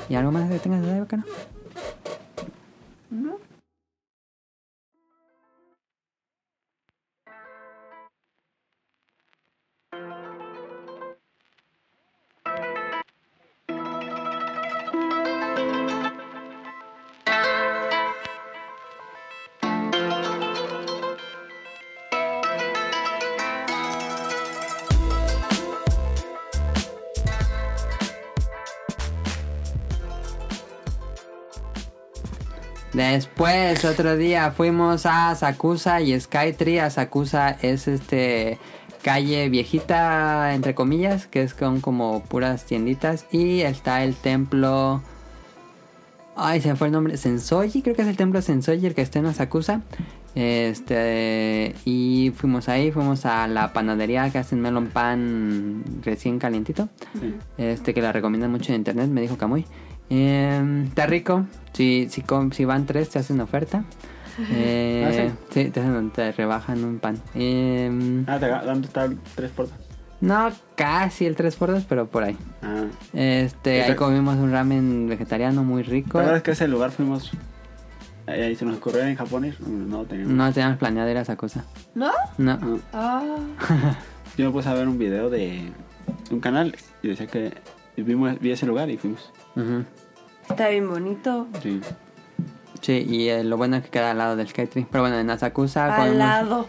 Speaker 1: ¿Y algo más que tengas de Odaiba, Caro?
Speaker 2: ¿No?
Speaker 1: Después, otro día, fuimos a Sakusa y Skytree. A Sakusa es este calle viejita, entre comillas, que es con como puras tienditas. Y está el templo... Ay, se me fue el nombre. Sensoji, creo que es el templo Sensoji, el que está en Asakusa. Este, y fuimos ahí, fuimos a la panadería que hacen melon pan recién calientito.
Speaker 3: Sí.
Speaker 1: Este, que la recomiendan mucho en internet, me dijo Kamui. Em, está rico. Si, si, com- si van tres, te hacen oferta. Eh,
Speaker 3: ¿Ah,
Speaker 1: sí, te, hacen- te rebajan un pan. Em,
Speaker 3: Ah, te dan total tres puertas.
Speaker 1: no casi el tres por dos, pero por ahí.
Speaker 3: Ah.
Speaker 1: Este, ahí
Speaker 3: Está-
Speaker 1: comimos un ramen vegetariano muy
Speaker 3: ¿Te
Speaker 1: rico.
Speaker 3: acuerdas que a ese lugar fuimos? Ahí ahí se nos ocurrió en Japón ir. No, teníamos.
Speaker 1: No teníamos planeado ir a Sakusa.
Speaker 2: ¿No?
Speaker 1: No.
Speaker 3: No.
Speaker 2: Ah.
Speaker 3: Yo me puse a ver un video de un canal y decía que vimos, vi ese lugar y fuimos.
Speaker 1: Ujú.
Speaker 2: Está bien bonito.
Speaker 3: Sí.
Speaker 1: Sí, y eh, lo bueno es que queda al lado del Skytree. Pero bueno, en Asakusa
Speaker 2: al
Speaker 1: comemos-
Speaker 2: lado.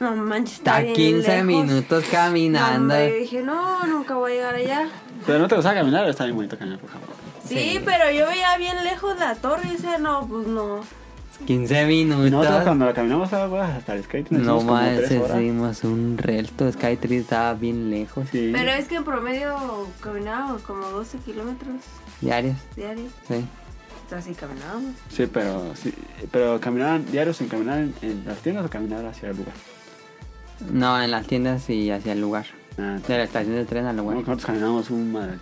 Speaker 2: No manches, está
Speaker 1: Está
Speaker 2: bien
Speaker 1: 15
Speaker 2: lejos.
Speaker 1: minutos caminando.
Speaker 2: No, hombre, yo dije, no, nunca voy a llegar allá.
Speaker 3: Pero no te gustaba caminar, pero está bien bonito caminar por Japón.
Speaker 2: Sí, pero yo veía bien lejos la torre y decía, no, pues no.
Speaker 1: 15
Speaker 3: Y nosotros
Speaker 1: minutos.
Speaker 3: cuando la caminamos a huevas, hasta el skate nos
Speaker 1: No
Speaker 3: hicimos como
Speaker 1: más,
Speaker 3: tres horas.
Speaker 1: hicimos un relto. Skytree estaba bien lejos.
Speaker 3: Sí.
Speaker 2: Pero es que en promedio caminábamos como 12 kilómetros
Speaker 1: Diarios,
Speaker 2: diarios.
Speaker 1: sí.
Speaker 2: O sea, sí caminábamos.
Speaker 3: Sí, pero, sí, pero caminaban diarios sin caminar en, en las tiendas o caminar hacia el lugar.
Speaker 1: No, en las tiendas y hacia el lugar.
Speaker 3: Ah,
Speaker 1: De la estación de tren al
Speaker 3: bueno,
Speaker 1: lugar.
Speaker 3: nosotros caminamos un madre.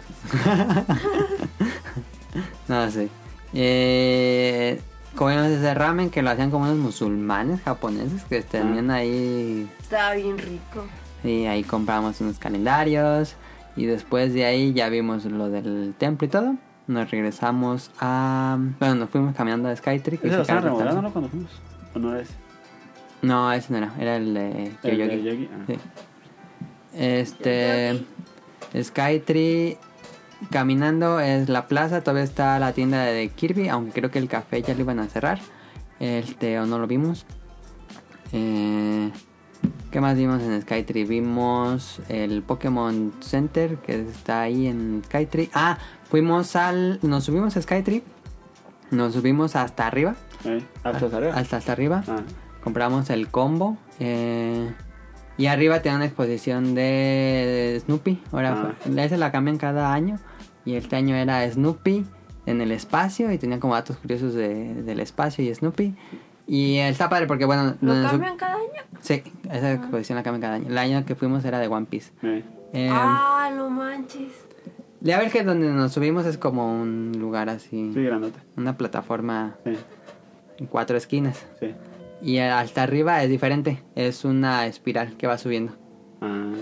Speaker 1: No sé. Eh, comimos ese ramen que lo hacían como unos musulmanes japoneses que tenían
Speaker 3: Ah.
Speaker 1: ahí
Speaker 2: Estaba bien rico.
Speaker 1: Y ahí compramos unos calendarios. Y después de ahí ya vimos lo del templo y todo. Nos regresamos a. Bueno, nos fuimos caminando a Skytree. que
Speaker 3: ¿Ese
Speaker 1: se
Speaker 3: lo estaban
Speaker 1: queda
Speaker 3: remodelando
Speaker 1: restaurante.
Speaker 3: ¿no? cuando fuimos? ¿O no es?
Speaker 1: No, ese no era. Era el de
Speaker 3: El de
Speaker 1: Yoyogi.
Speaker 3: Yoyogi, ah.
Speaker 1: Sí. Este. Skytree. Caminando es la plaza. Todavía está la tienda de Kirby. Aunque creo que el café ya lo iban a cerrar. Este, o no lo vimos. Eh, ¿Qué más vimos en Skytree? Vimos el Pokémon Center que está ahí en Skytree. Ah, fuimos al. Nos subimos a Skytree. Nos subimos hasta arriba.
Speaker 3: ¿Eh? ¿Hasta arriba?
Speaker 1: Hasta hasta arriba.
Speaker 3: Ah,
Speaker 1: Compramos el combo. eh, y arriba tiene una exposición de Snoopy. Ahora, pues,
Speaker 3: Ah.
Speaker 1: esa la cambian cada año. Y este año era Snoopy en el espacio. Y tenía como datos curiosos de- del espacio y Snoopy. Y está padre porque, bueno.
Speaker 2: ¿Lo
Speaker 1: nos-
Speaker 2: cambian Ah. cada año?
Speaker 1: Sí, esa exposición la cambian cada año. El año que fuimos era de One Piece.
Speaker 3: ¿eh?
Speaker 1: Eh,
Speaker 2: ah, no manches.
Speaker 1: Ya ver que donde nos subimos es como un lugar así.
Speaker 3: Sí, grandote.
Speaker 1: Una plataforma
Speaker 3: Sí,
Speaker 1: en cuatro esquinas.
Speaker 3: sí.
Speaker 1: Y hasta arriba es diferente. Es una espiral que va subiendo.
Speaker 3: Ah,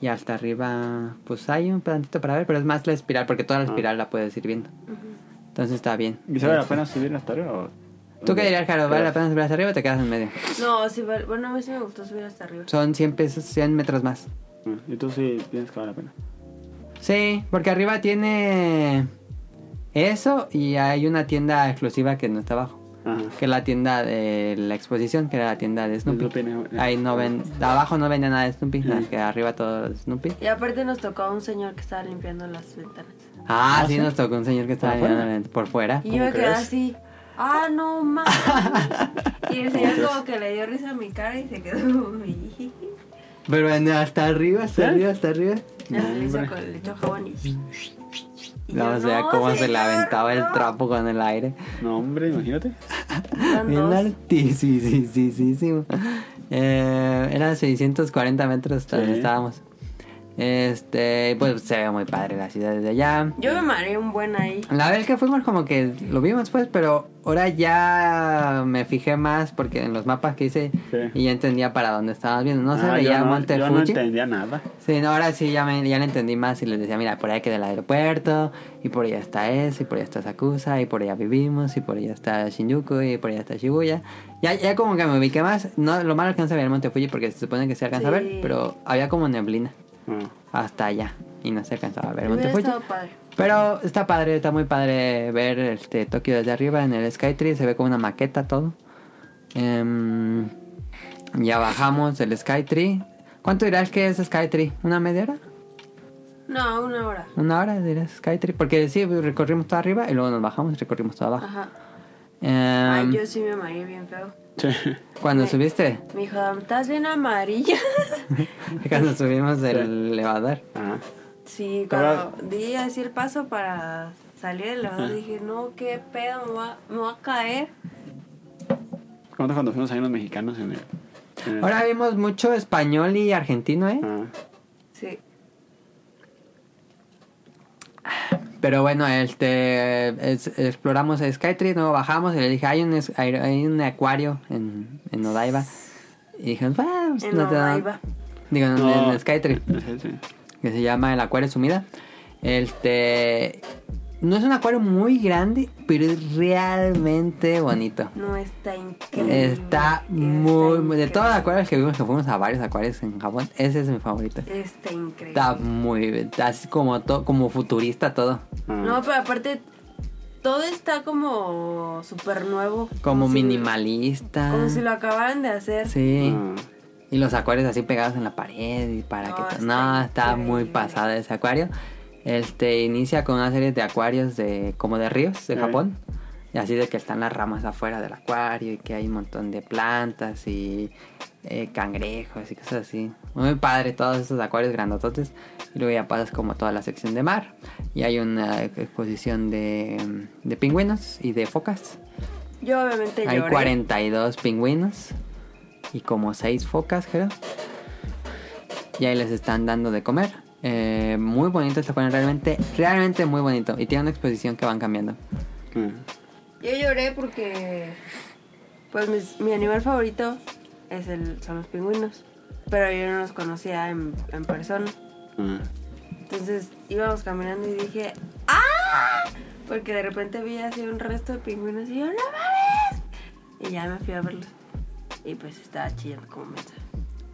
Speaker 1: Y hasta arriba, pues hay un plantito para ver, pero es más la espiral, porque toda la
Speaker 3: Ah.
Speaker 1: espiral la puedes ir viendo. Entonces está bien.
Speaker 3: ¿Y se vale la pena subir hasta arriba o...?
Speaker 1: Este. ¿Tú qué dirías, Jaro? ¿Vale la pena subir hasta arriba o te quedas en medio?
Speaker 2: No, sí, val- bueno, a mí sí me gustó subir hasta arriba.
Speaker 1: Son 100, pesos, 100 metros más.
Speaker 3: Ah, Y tú sí tienes que valer la pena.
Speaker 1: Sí, porque arriba tiene eso y hay una tienda exclusiva que no está abajo.
Speaker 3: Ajá.
Speaker 1: Que es la tienda de la exposición, que era la tienda de Snoopy.
Speaker 3: Snoopy, no, no.
Speaker 1: Ahí no ven, de abajo no venden nada de Snoopy, nada que arriba todo es Snoopy.
Speaker 2: Y aparte nos tocó a un señor que estaba limpiando las ventanas.
Speaker 1: Ah,
Speaker 3: Ah,
Speaker 1: sí,
Speaker 3: ¿sí?
Speaker 1: nos tocó un señor que estaba
Speaker 3: ¿Por fuera?
Speaker 1: mirando por fuera.
Speaker 2: Y
Speaker 3: ¿Cómo
Speaker 2: yo me quedé
Speaker 3: crees?
Speaker 2: así. Ah, no mames.
Speaker 1: <laughs>
Speaker 2: y el
Speaker 3: ¿Cómo
Speaker 2: señor
Speaker 3: crees?
Speaker 2: como que le dio risa a mi cara y se quedó como. "Ijiji".
Speaker 1: Pero en- hasta arriba, hasta
Speaker 3: ¿Sí?
Speaker 1: arriba, hasta arriba.
Speaker 2: Ya se le hizo
Speaker 3: Hombre.
Speaker 2: con- le echó jabón y. y yo,
Speaker 1: No, o sea, cómo se le
Speaker 2: señor,
Speaker 1: aventaba el
Speaker 2: no".
Speaker 1: trapo con el aire.
Speaker 3: No, hombre, imagínate.
Speaker 2: Eran
Speaker 1: Bien
Speaker 2: dos.
Speaker 1: altísimo. Eh, eran 640 metros donde
Speaker 3: Sí.
Speaker 1: estábamos. Este, pues se ve muy padre la ciudad desde allá.
Speaker 2: Yo me mareé un buen ahí.
Speaker 1: La vez que fuimos como que lo vimos pues, pero ahora ya me fijé más porque en los mapas que hice
Speaker 3: Sí.
Speaker 1: y ya entendía para dónde estábamos viendo. No se
Speaker 3: Ah, yo
Speaker 1: veía
Speaker 3: no-
Speaker 1: Monte
Speaker 3: Yo no
Speaker 1: Fuji.
Speaker 3: entendía nada.
Speaker 1: Sí, no, ahora sí ya, me, ya le entendí más y les decía, mira, por ahí queda el aeropuerto, y por allá está ese, y por allá está Sakusa, y por allá vivimos, y por allá está Shinjuku, y por allá está Shibuya. Ya, ya como que me ubiqué más, no, lo malo es que no se veía el Monte Fuji porque se supone que se alcanza a ver,
Speaker 2: Sí.
Speaker 1: pero había como neblina
Speaker 3: Ah,
Speaker 1: hasta allá y no se alcanzaba a ver el Monte
Speaker 2: Hubiera
Speaker 1: Fuji.
Speaker 2: estado padre.
Speaker 1: Pero está padre, está muy padre ver este Tokio desde arriba en el Skytree, se ve como una maqueta todo. Em, ya bajamos el Skytree. ¿Cuánto dirás que es Skytree? ¿Una media hora?
Speaker 2: No, una hora.
Speaker 1: Ah. Una hora dirás Skytree, porque sí, recorrimos todo arriba y luego nos bajamos y recorrimos todo abajo.
Speaker 2: Ajá.
Speaker 1: Em,
Speaker 2: Ah. Ay, yo sí me amaría bien feo.
Speaker 3: Sí. <laughs>
Speaker 1: Cuando
Speaker 2: me-
Speaker 1: subiste, <laughs>
Speaker 2: Me dijo, estás bien amarilla. <laughs>
Speaker 1: cuando subimos el elevador.
Speaker 3: Ajá.
Speaker 2: sí,
Speaker 3: Ahora-
Speaker 2: cuando di así el paso para salir del elevador,
Speaker 3: Ah.
Speaker 2: dije, no, qué pedo, me voy a, me voy a caer.
Speaker 3: ¿Cuánto cuando fuimos ahí los mexicanos en el. en el-
Speaker 1: Ahora vimos mucho español y argentino, ¿eh?
Speaker 3: Ah,
Speaker 2: Sí.
Speaker 1: Pero bueno, este es- exploramos Skytree, luego bajamos y le dije, hay un, es- hay, hay un acuario en, en Odaiba. Y dije, "Ah, pues,
Speaker 2: En
Speaker 1: no te da-".
Speaker 2: Odaiba.
Speaker 1: Digo, en-
Speaker 3: no.
Speaker 1: en Skytree.
Speaker 3: Sí, sí.
Speaker 1: que se llama el acuario sumida. Este no es un acuario muy grande, pero es realmente bonito.
Speaker 2: No, está increíble.
Speaker 1: Está muy, muy- de todos los acuarios que vimos, que fuimos a varios acuarios en Japón, ese es mi favorito.
Speaker 2: Está increíble.
Speaker 1: Está muy, está así como todo, como futurista todo,
Speaker 3: Ah.
Speaker 2: No, pero aparte, todo está como súper nuevo.
Speaker 1: como
Speaker 2: si-
Speaker 1: minimalista.
Speaker 2: Como si lo acabaran de hacer.
Speaker 1: Sí.
Speaker 3: Ah.
Speaker 1: Y los acuarios así pegados en la pared y para
Speaker 2: No,
Speaker 1: que... to-
Speaker 2: está
Speaker 1: No, está muy
Speaker 2: increíble.
Speaker 1: pasada ese acuario. Este inicia con una serie de acuarios de como de ríos de
Speaker 3: Eh.
Speaker 1: Japón. Y así de que están las ramas afuera del acuario y que hay un montón de plantas y eh, cangrejos y cosas así. Muy padre todos esos acuarios grandototes. Y luego ya pasas como toda la sección de mar. Y hay una exposición de, de pingüinos y de focas.
Speaker 2: Yo obviamente
Speaker 1: Hay
Speaker 2: lloré.
Speaker 1: 42 pingüinos y como 6 focas, creo. Y ahí les están dando de comer. Eh, muy bonito este acuario, realmente, realmente muy bonito. Y tiene una exposición que van cambiando.
Speaker 3: Ah.
Speaker 2: Yo lloré porque pues mis- mi animal favorito es el, son los pingüinos. Pero yo no los conocía en, en persona.
Speaker 3: Ah.
Speaker 2: Entonces íbamos caminando y dije ¡Ah! Porque de repente vi así un resto de pingüinos y yo ¡No mames! Y ya me fui a verlos. Y pues estaba chillando como mensa.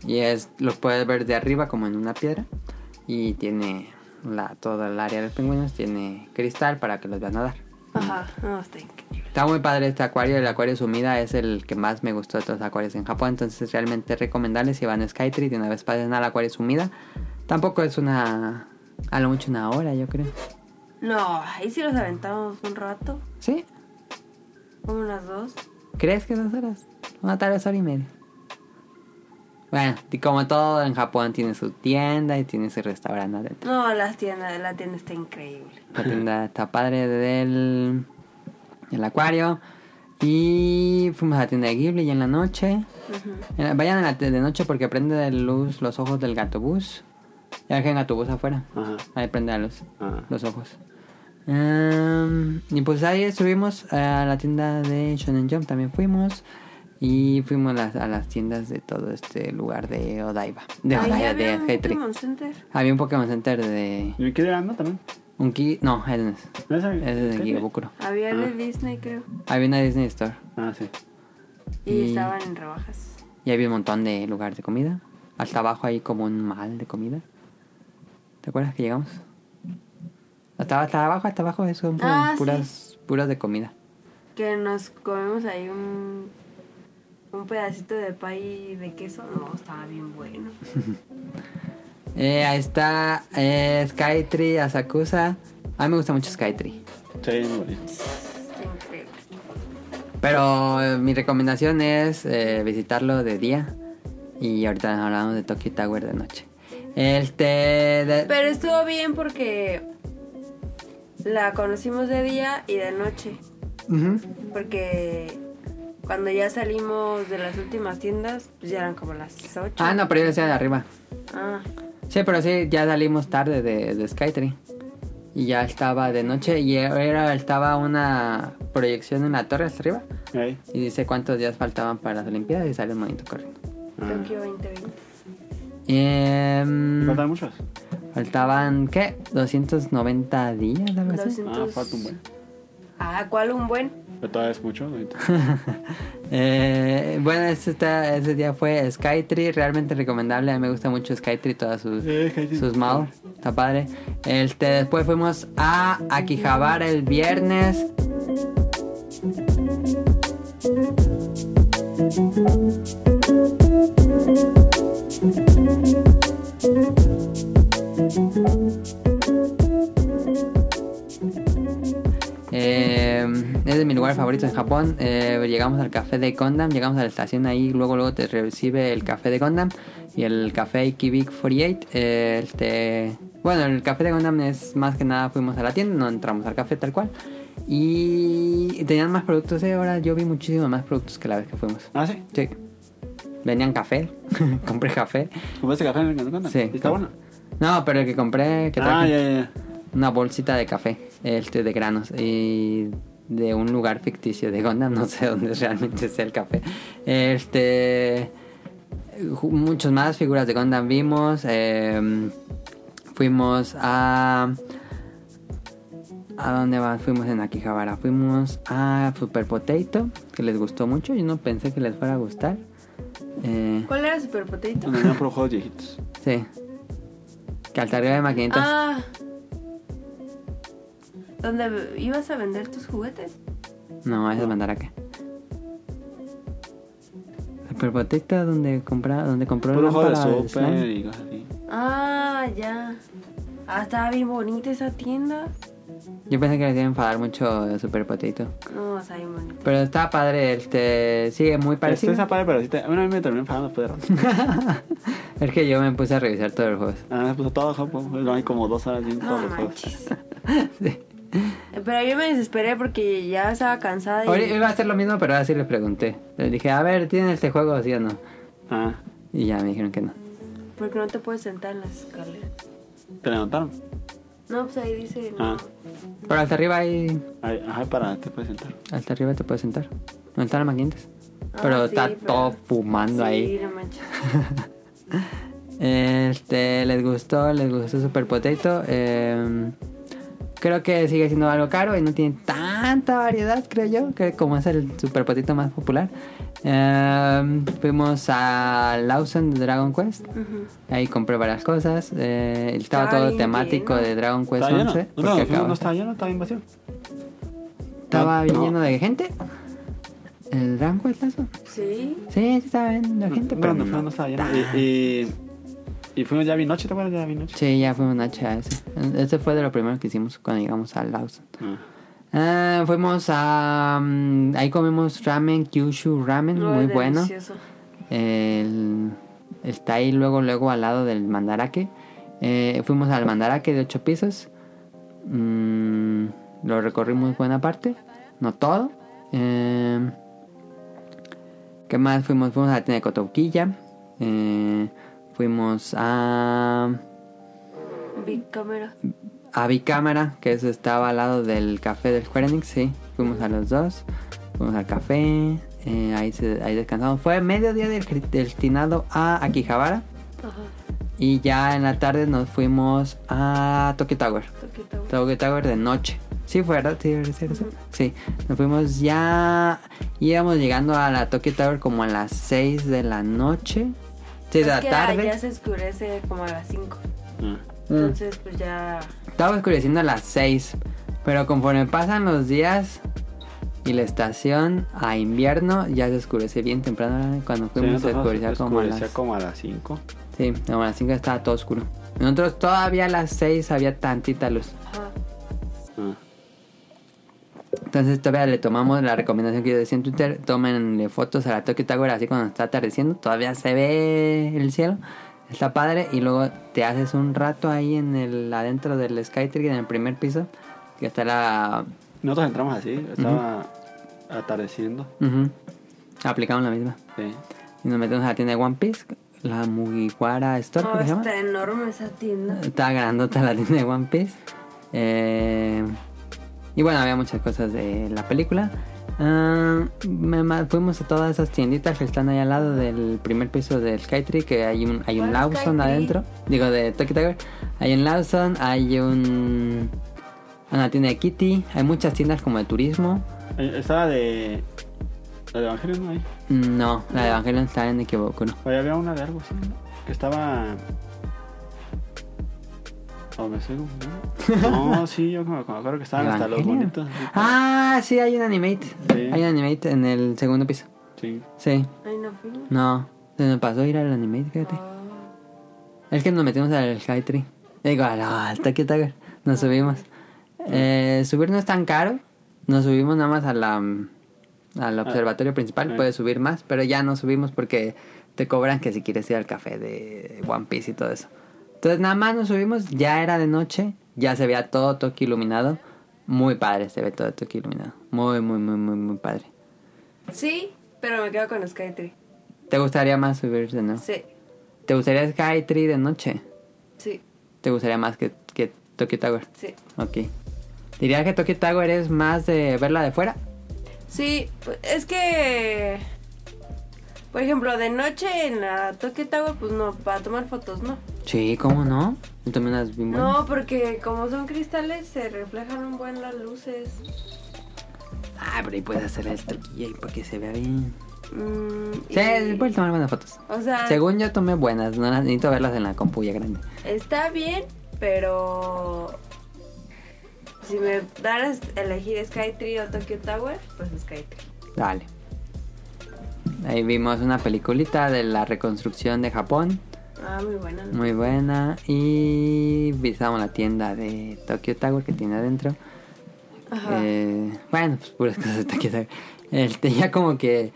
Speaker 1: Y es, los puedes ver de arriba como en una piedra. Y tiene la, todo el área de los pingüinos, tiene cristal para que los veas nadar.
Speaker 2: Ajá, no, está increíble.
Speaker 1: Está muy padre este acuario, el acuario sumida es el que más me gustó de todos los acuarios en Japón, entonces realmente es recomendable si van a Skytree de una vez pasen al acuario sumida. Tampoco es una... a lo mucho una hora yo creo.
Speaker 2: No, ahí sí los aventamos un rato,
Speaker 1: ¿Sí?
Speaker 2: como unas dos.
Speaker 1: ¿Crees que dos horas? Una tal vez hora y media. Bueno, y como todo en Japón tiene su tienda y tiene su restaurante adentro.
Speaker 2: No, las tiendas, la tienda está increíble.
Speaker 1: La tienda está padre del el acuario. Y fuimos a la tienda de Ghibli ya en la noche.
Speaker 2: Ujú.
Speaker 1: En la- Vayan a la de de noche porque prende de luz los ojos del gatobús. Ya dejen gatobús afuera.
Speaker 3: Ajá.
Speaker 1: Ahí prende la luz,
Speaker 3: Ah.
Speaker 1: los ojos. Em, y pues ahí subimos a la tienda de Shonen Jump, también fuimos. Y fuimos a las, a las tiendas de todo este lugar de Odaiba. De
Speaker 2: Ahí
Speaker 1: Odaiba,
Speaker 2: había
Speaker 1: de
Speaker 2: un
Speaker 1: G3.
Speaker 2: Pokémon Center.
Speaker 1: Había un Pokémon Center de...
Speaker 3: ¿Y me quedé dando también?
Speaker 1: Un ki... No, ese no es.
Speaker 3: ¿No es el-
Speaker 1: Ese es de
Speaker 3: qué?
Speaker 1: Kigabukuro.
Speaker 2: Había el de Disney, creo.
Speaker 1: Había una Disney Store.
Speaker 3: Ah, sí.
Speaker 2: Y,
Speaker 1: Y-
Speaker 2: estaban en rebajas.
Speaker 1: Y había un montón de lugares de comida. Hasta abajo hay como un mal de comida. ¿Te acuerdas que llegamos? Hasta, hasta abajo, hasta abajo es como
Speaker 2: Ah,
Speaker 1: puras, puras de comida.
Speaker 2: Que nos comemos ahí un, un pedacito de pay de queso. No, estaba bien bueno.
Speaker 1: Eh, ahí está eh, Skytree, Asakusa. A mí me gusta mucho Skytree.
Speaker 3: Sí, muy bonito.
Speaker 2: Está increíble.
Speaker 1: Pero eh, mi recomendación es eh, visitarlo de día. Y ahorita hablamos de Tokyo Tower de noche. Este. de-
Speaker 2: Pero estuvo bien porque la conocimos de día y de noche.
Speaker 1: Ujú.
Speaker 2: Porque cuando ya salimos de las últimas tiendas, pues ya eran como las 8.
Speaker 1: Ah, no, pero yo decía de arriba.
Speaker 2: Ah,
Speaker 1: Sí, pero sí, ya salimos tarde de, de Skytree. Y ya estaba de noche y era, estaba una proyección en la torre hasta arriba.
Speaker 3: Ahí.
Speaker 1: Y dice cuántos días faltaban para las Olimpiadas y sale un monito corriendo.
Speaker 3: Ah.
Speaker 2: Tokio 2020.
Speaker 1: Em,
Speaker 3: ¿Faltan muchos? Ah,
Speaker 1: faltaban, ¿qué? 290 días, algo así.
Speaker 2: 200.
Speaker 3: Ah, falta un buen.
Speaker 2: Ah, ¿cuál un buen?
Speaker 3: Pero todavía es mucho. ahorita. <laughs>
Speaker 1: Eh, bueno, ese, está- ese día fue Skytree, realmente recomendable. A mí me gusta mucho Skytree, todas sus,
Speaker 3: Eh, Skytree.
Speaker 1: sus malls. Está padre. Este, después fuimos a Akihabara el viernes. Eh, es es mi lugar favorito en Japón. Eh, llegamos al café de Condam, llegamos a la estación ahí, luego luego te recibe el café de Condam y el café Ikibik 48. eh, este, bueno, el café de Condam es más que nada fuimos a la tienda, no entramos al café tal cual. Y tenían más productos, eh, ahora yo vi muchísimo más productos que la vez que fuimos.
Speaker 3: Ah, sí.
Speaker 1: Sí. Vendían café, <laughs> compré café.
Speaker 3: ¿Compraste este café en el Canacana?
Speaker 1: Sí.
Speaker 3: ¿Está bueno?
Speaker 1: No, pero el que compré, que
Speaker 3: Ah,
Speaker 1: traje
Speaker 3: ya, ya,
Speaker 1: una bolsita de café, este de granos y de un lugar ficticio de Gondam, no sé dónde realmente sea el café. Este ju- muchos más figuras de Gondam vimos, eh, fuimos a ¿A dónde más Fuimos en Akihabara. Fuimos a Super Potato, que les gustó mucho. Yo no pensé que les fuera a gustar. Eh,
Speaker 2: ¿Cuál era Super Potato?
Speaker 3: ya. Donde habían puro
Speaker 1: <laughs>
Speaker 3: juegos viejitos.
Speaker 1: sí. Que al de maquinitas.
Speaker 2: Ah. ¿Dónde ibas a vender tus juguetes?
Speaker 1: No, esa es Mandarake. Super Potato donde compra, donde compró
Speaker 3: Puro juego de eh.
Speaker 1: lámpara de
Speaker 3: súper
Speaker 1: slime.
Speaker 3: y cosas así.
Speaker 2: Ah, ya. Ah, estaba bien bonita esa tienda.
Speaker 1: Yo pensé que les iba a enfadar mucho de Super Potato.
Speaker 2: No, está bien bonita.
Speaker 1: Pero está padre, este sí, es muy
Speaker 3: Parece
Speaker 1: parecido.
Speaker 3: esa padre, pero sí te... Bueno, a mí me terminó enfadando después de rato.
Speaker 1: <laughs> es que yo me puse a revisar todos los juegos. <laughs>
Speaker 3: Ah, me puso todo Japón. No hay como dos horas viendo
Speaker 2: No
Speaker 3: todos los juegos.
Speaker 2: manches. Eh, Pero yo me desesperé porque ya estaba cansada.
Speaker 1: Ahora
Speaker 2: Y...
Speaker 1: iba a hacer lo mismo, pero ahora sí les pregunté. Les dije, a ver, ¿tienen este juego sí o no?
Speaker 3: Ah,
Speaker 1: Y ya me dijeron que no.
Speaker 2: Porque no te puedes sentar en las escaleras.
Speaker 3: ¿te levantaron?
Speaker 2: No, pues ahí dice. no.
Speaker 3: Ah.
Speaker 1: Pero hasta arriba hay,
Speaker 3: Ay, Ajá, para, te puedes sentar.
Speaker 1: hasta arriba te puedes sentar. No están las maquinitas.
Speaker 2: Ah,
Speaker 1: Pero
Speaker 2: sí,
Speaker 1: está
Speaker 2: pero-
Speaker 1: todo fumando ahí.
Speaker 2: Sí, no manches.
Speaker 1: Este, les gustó, les gustó Super Potato. eh, creo que sigue siendo algo caro y no tiene tanta variedad, creo yo, que como es el Super Potato más popular. Eh, fuimos a Lawson de Dragon Quest.
Speaker 2: Ujú.
Speaker 1: Ahí compré varias cosas. eh, estaba
Speaker 2: Estaba
Speaker 1: todo
Speaker 2: bien
Speaker 1: temático
Speaker 2: lleno.
Speaker 1: de Dragon Quest
Speaker 3: ¿Estaba lleno?
Speaker 1: 11.
Speaker 3: No,
Speaker 1: Pues porque
Speaker 3: no,
Speaker 1: acaba-
Speaker 3: no estaba lleno, estaba bien vacío.
Speaker 1: estaba bien
Speaker 3: no.
Speaker 1: lleno de gente. ¿El Dragon Quest Lawson?
Speaker 2: Sí.
Speaker 1: Sí, sí estaba bien de gente, pero
Speaker 3: no, no,
Speaker 1: no.
Speaker 3: no estaba lleno. Y, y, y fuimos ya a noche, ¿te acuerdas de bien noche?
Speaker 1: Sí, ya fuimos a ese. Ese fue de lo primero que hicimos cuando llegamos a Lawson.
Speaker 3: Ah.
Speaker 1: Ah, fuimos a... mm, ahí comimos ramen, Kyushu ramen,
Speaker 2: No,
Speaker 1: muy
Speaker 2: es
Speaker 1: bueno.
Speaker 2: delicioso.
Speaker 1: El- está ahí luego, luego al lado del mandarake. Eh, fuimos al mandarake de ocho pisos. Mm, lo recorrimos buena parte, no todo. Eh, ¿Qué más? Fuimos, fuimos a la tienda de Cotoquilla. fuimos a...
Speaker 2: Big Camera.
Speaker 1: A Bicámara, que eso estaba al lado del café del Square Enix, sí. Fuimos a los dos, fuimos al café, eh, ahí, se- ahí descansamos. Fue mediodía del cri- destinado a Akihabara
Speaker 2: Ajá.
Speaker 1: y ya en la tarde nos fuimos a Tokyo Tower.
Speaker 2: Toquita.
Speaker 1: Tokyo Tower de noche. Sí, fue verdad, sí, sí, sí, sí. Sí, nos fuimos ya, íbamos llegando a la Tokyo Tower como a las 6 de la noche. 6 de
Speaker 2: Es
Speaker 1: la
Speaker 2: que ah,
Speaker 1: tarde. Mm.
Speaker 2: Ya se oscurece como a las 5.
Speaker 3: Ah.
Speaker 2: Entonces, pues ya.
Speaker 1: Estaba oscureciendo a las 6, pero conforme pasan los días y la estación a invierno ya se oscurece bien temprano. ¿verdad? Cuando
Speaker 3: Sí,
Speaker 1: fuimos se
Speaker 3: nosotros
Speaker 1: oscurecía como a
Speaker 3: oscurecía
Speaker 1: las...
Speaker 3: como a las 5.
Speaker 1: Sí, como a las 5 estaba todo oscuro. Nosotros todavía a las 6 había tantita luz.
Speaker 2: Ajá.
Speaker 3: Ah.
Speaker 1: Entonces todavía le tomamos la recomendación que yo decía en Twitter, tómenle fotos a la Tokyo Tower así cuando está atardeciendo, todavía se ve el cielo, está padre y luego te haces un rato ahí en el adentro del Skytree en el primer piso, que está la
Speaker 3: Nosotros entramos así, estaba atardeciendo.
Speaker 1: Ujú. Aplicamos la misma.
Speaker 3: Sí.
Speaker 1: Y nos metemos a la tienda de One Piece, la Mugiwara Store,
Speaker 2: No,
Speaker 1: ¿cómo se llama?
Speaker 2: Oh,
Speaker 1: Eh.
Speaker 2: está enorme esa tienda.
Speaker 1: Está grandota la tienda de One Piece. Eh, y bueno, había muchas cosas de la película. Ah, me ma- fuimos a todas esas tienditas que están ahí al lado del primer piso del Skytree, que hay un, hay un
Speaker 2: ¿Cuál
Speaker 1: Lawson
Speaker 2: Skytree?
Speaker 1: adentro. Digo, de Tokyo Tower. Hay un Lawson, hay un... Una tienda de Kitty, hay muchas tiendas como de turismo.
Speaker 3: Eh, Estaba de. La de Evangelion, ¿no? Ahí.
Speaker 1: Mm, No, la de Evangelion está en equivoco, ¿no?
Speaker 3: Oye, había una de algo así, ¿no? Que estaba. O me estoy confundiendo. No, sí, yo me me acuerdo que estaban hasta los
Speaker 1: Evangelion.
Speaker 3: bonitos. así.
Speaker 1: Ah, sí, hay un animate.
Speaker 3: Sí.
Speaker 1: Hay un animate en el segundo piso.
Speaker 3: Sí.
Speaker 1: Sí,
Speaker 2: Ay, no fui.
Speaker 1: no. Se me pasó ir al animate, fíjate.
Speaker 2: Ah.
Speaker 1: Es que nos metimos al Skytree. "Ah, Digo, al, al Tokyo Tower. Nos subimos. Eh, subir no es tan caro. Nos subimos nada más a la, mm, al observatorio principal,
Speaker 3: Ah.
Speaker 1: puedes subir más, pero ya no subimos porque te cobran que si quieres ir al café de One Piece y todo eso. Entonces nada más nos subimos, ya era de noche, ya se veía todo Tokio iluminado. Muy padre se ve todo Tokio iluminado. Muy, muy, muy, muy, muy padre.
Speaker 2: Sí, pero me quedo con Skytree.
Speaker 1: ¿Te gustaría más subir de noche?
Speaker 2: Sí,
Speaker 1: ¿Te gustaría Skytree de noche?
Speaker 2: sí,
Speaker 1: ¿Te gustaría más que, que Tokyo Tower?
Speaker 2: sí.
Speaker 1: Ok. ¿Dirías que Tokyo Tower es más de verla de fuera?
Speaker 2: Sí, pues, es que. Por ejemplo, de noche en la Tokyo Tower, pues no, para tomar fotos no.
Speaker 1: Sí, ¿cómo no? Yo también las vi buenas.
Speaker 2: No, porque como son cristales, se reflejan un buen las luces.
Speaker 1: Ah, pero ahí puedes hacer el truquillo ahí para que se vea bien.
Speaker 2: Mm,
Speaker 1: Sí,
Speaker 2: y-
Speaker 1: puedes tomar buenas fotos.
Speaker 2: O sea,
Speaker 1: Según yo tomé buenas, no las necesito verlas en la compuya grande.
Speaker 2: está bien, pero. Si me daras a elegir Skytree o Tokyo Tower, pues Skytree.
Speaker 1: Dale. Ahí vimos una peliculita de la reconstrucción de Japón,
Speaker 2: Ah, muy buena. ¿no?
Speaker 1: muy buena. Y visitamos la tienda de Tokyo Tower que tiene adentro.
Speaker 2: Ajá.
Speaker 1: Eh, bueno, pues puras cosas de Tokyo Tower. Este, ya como que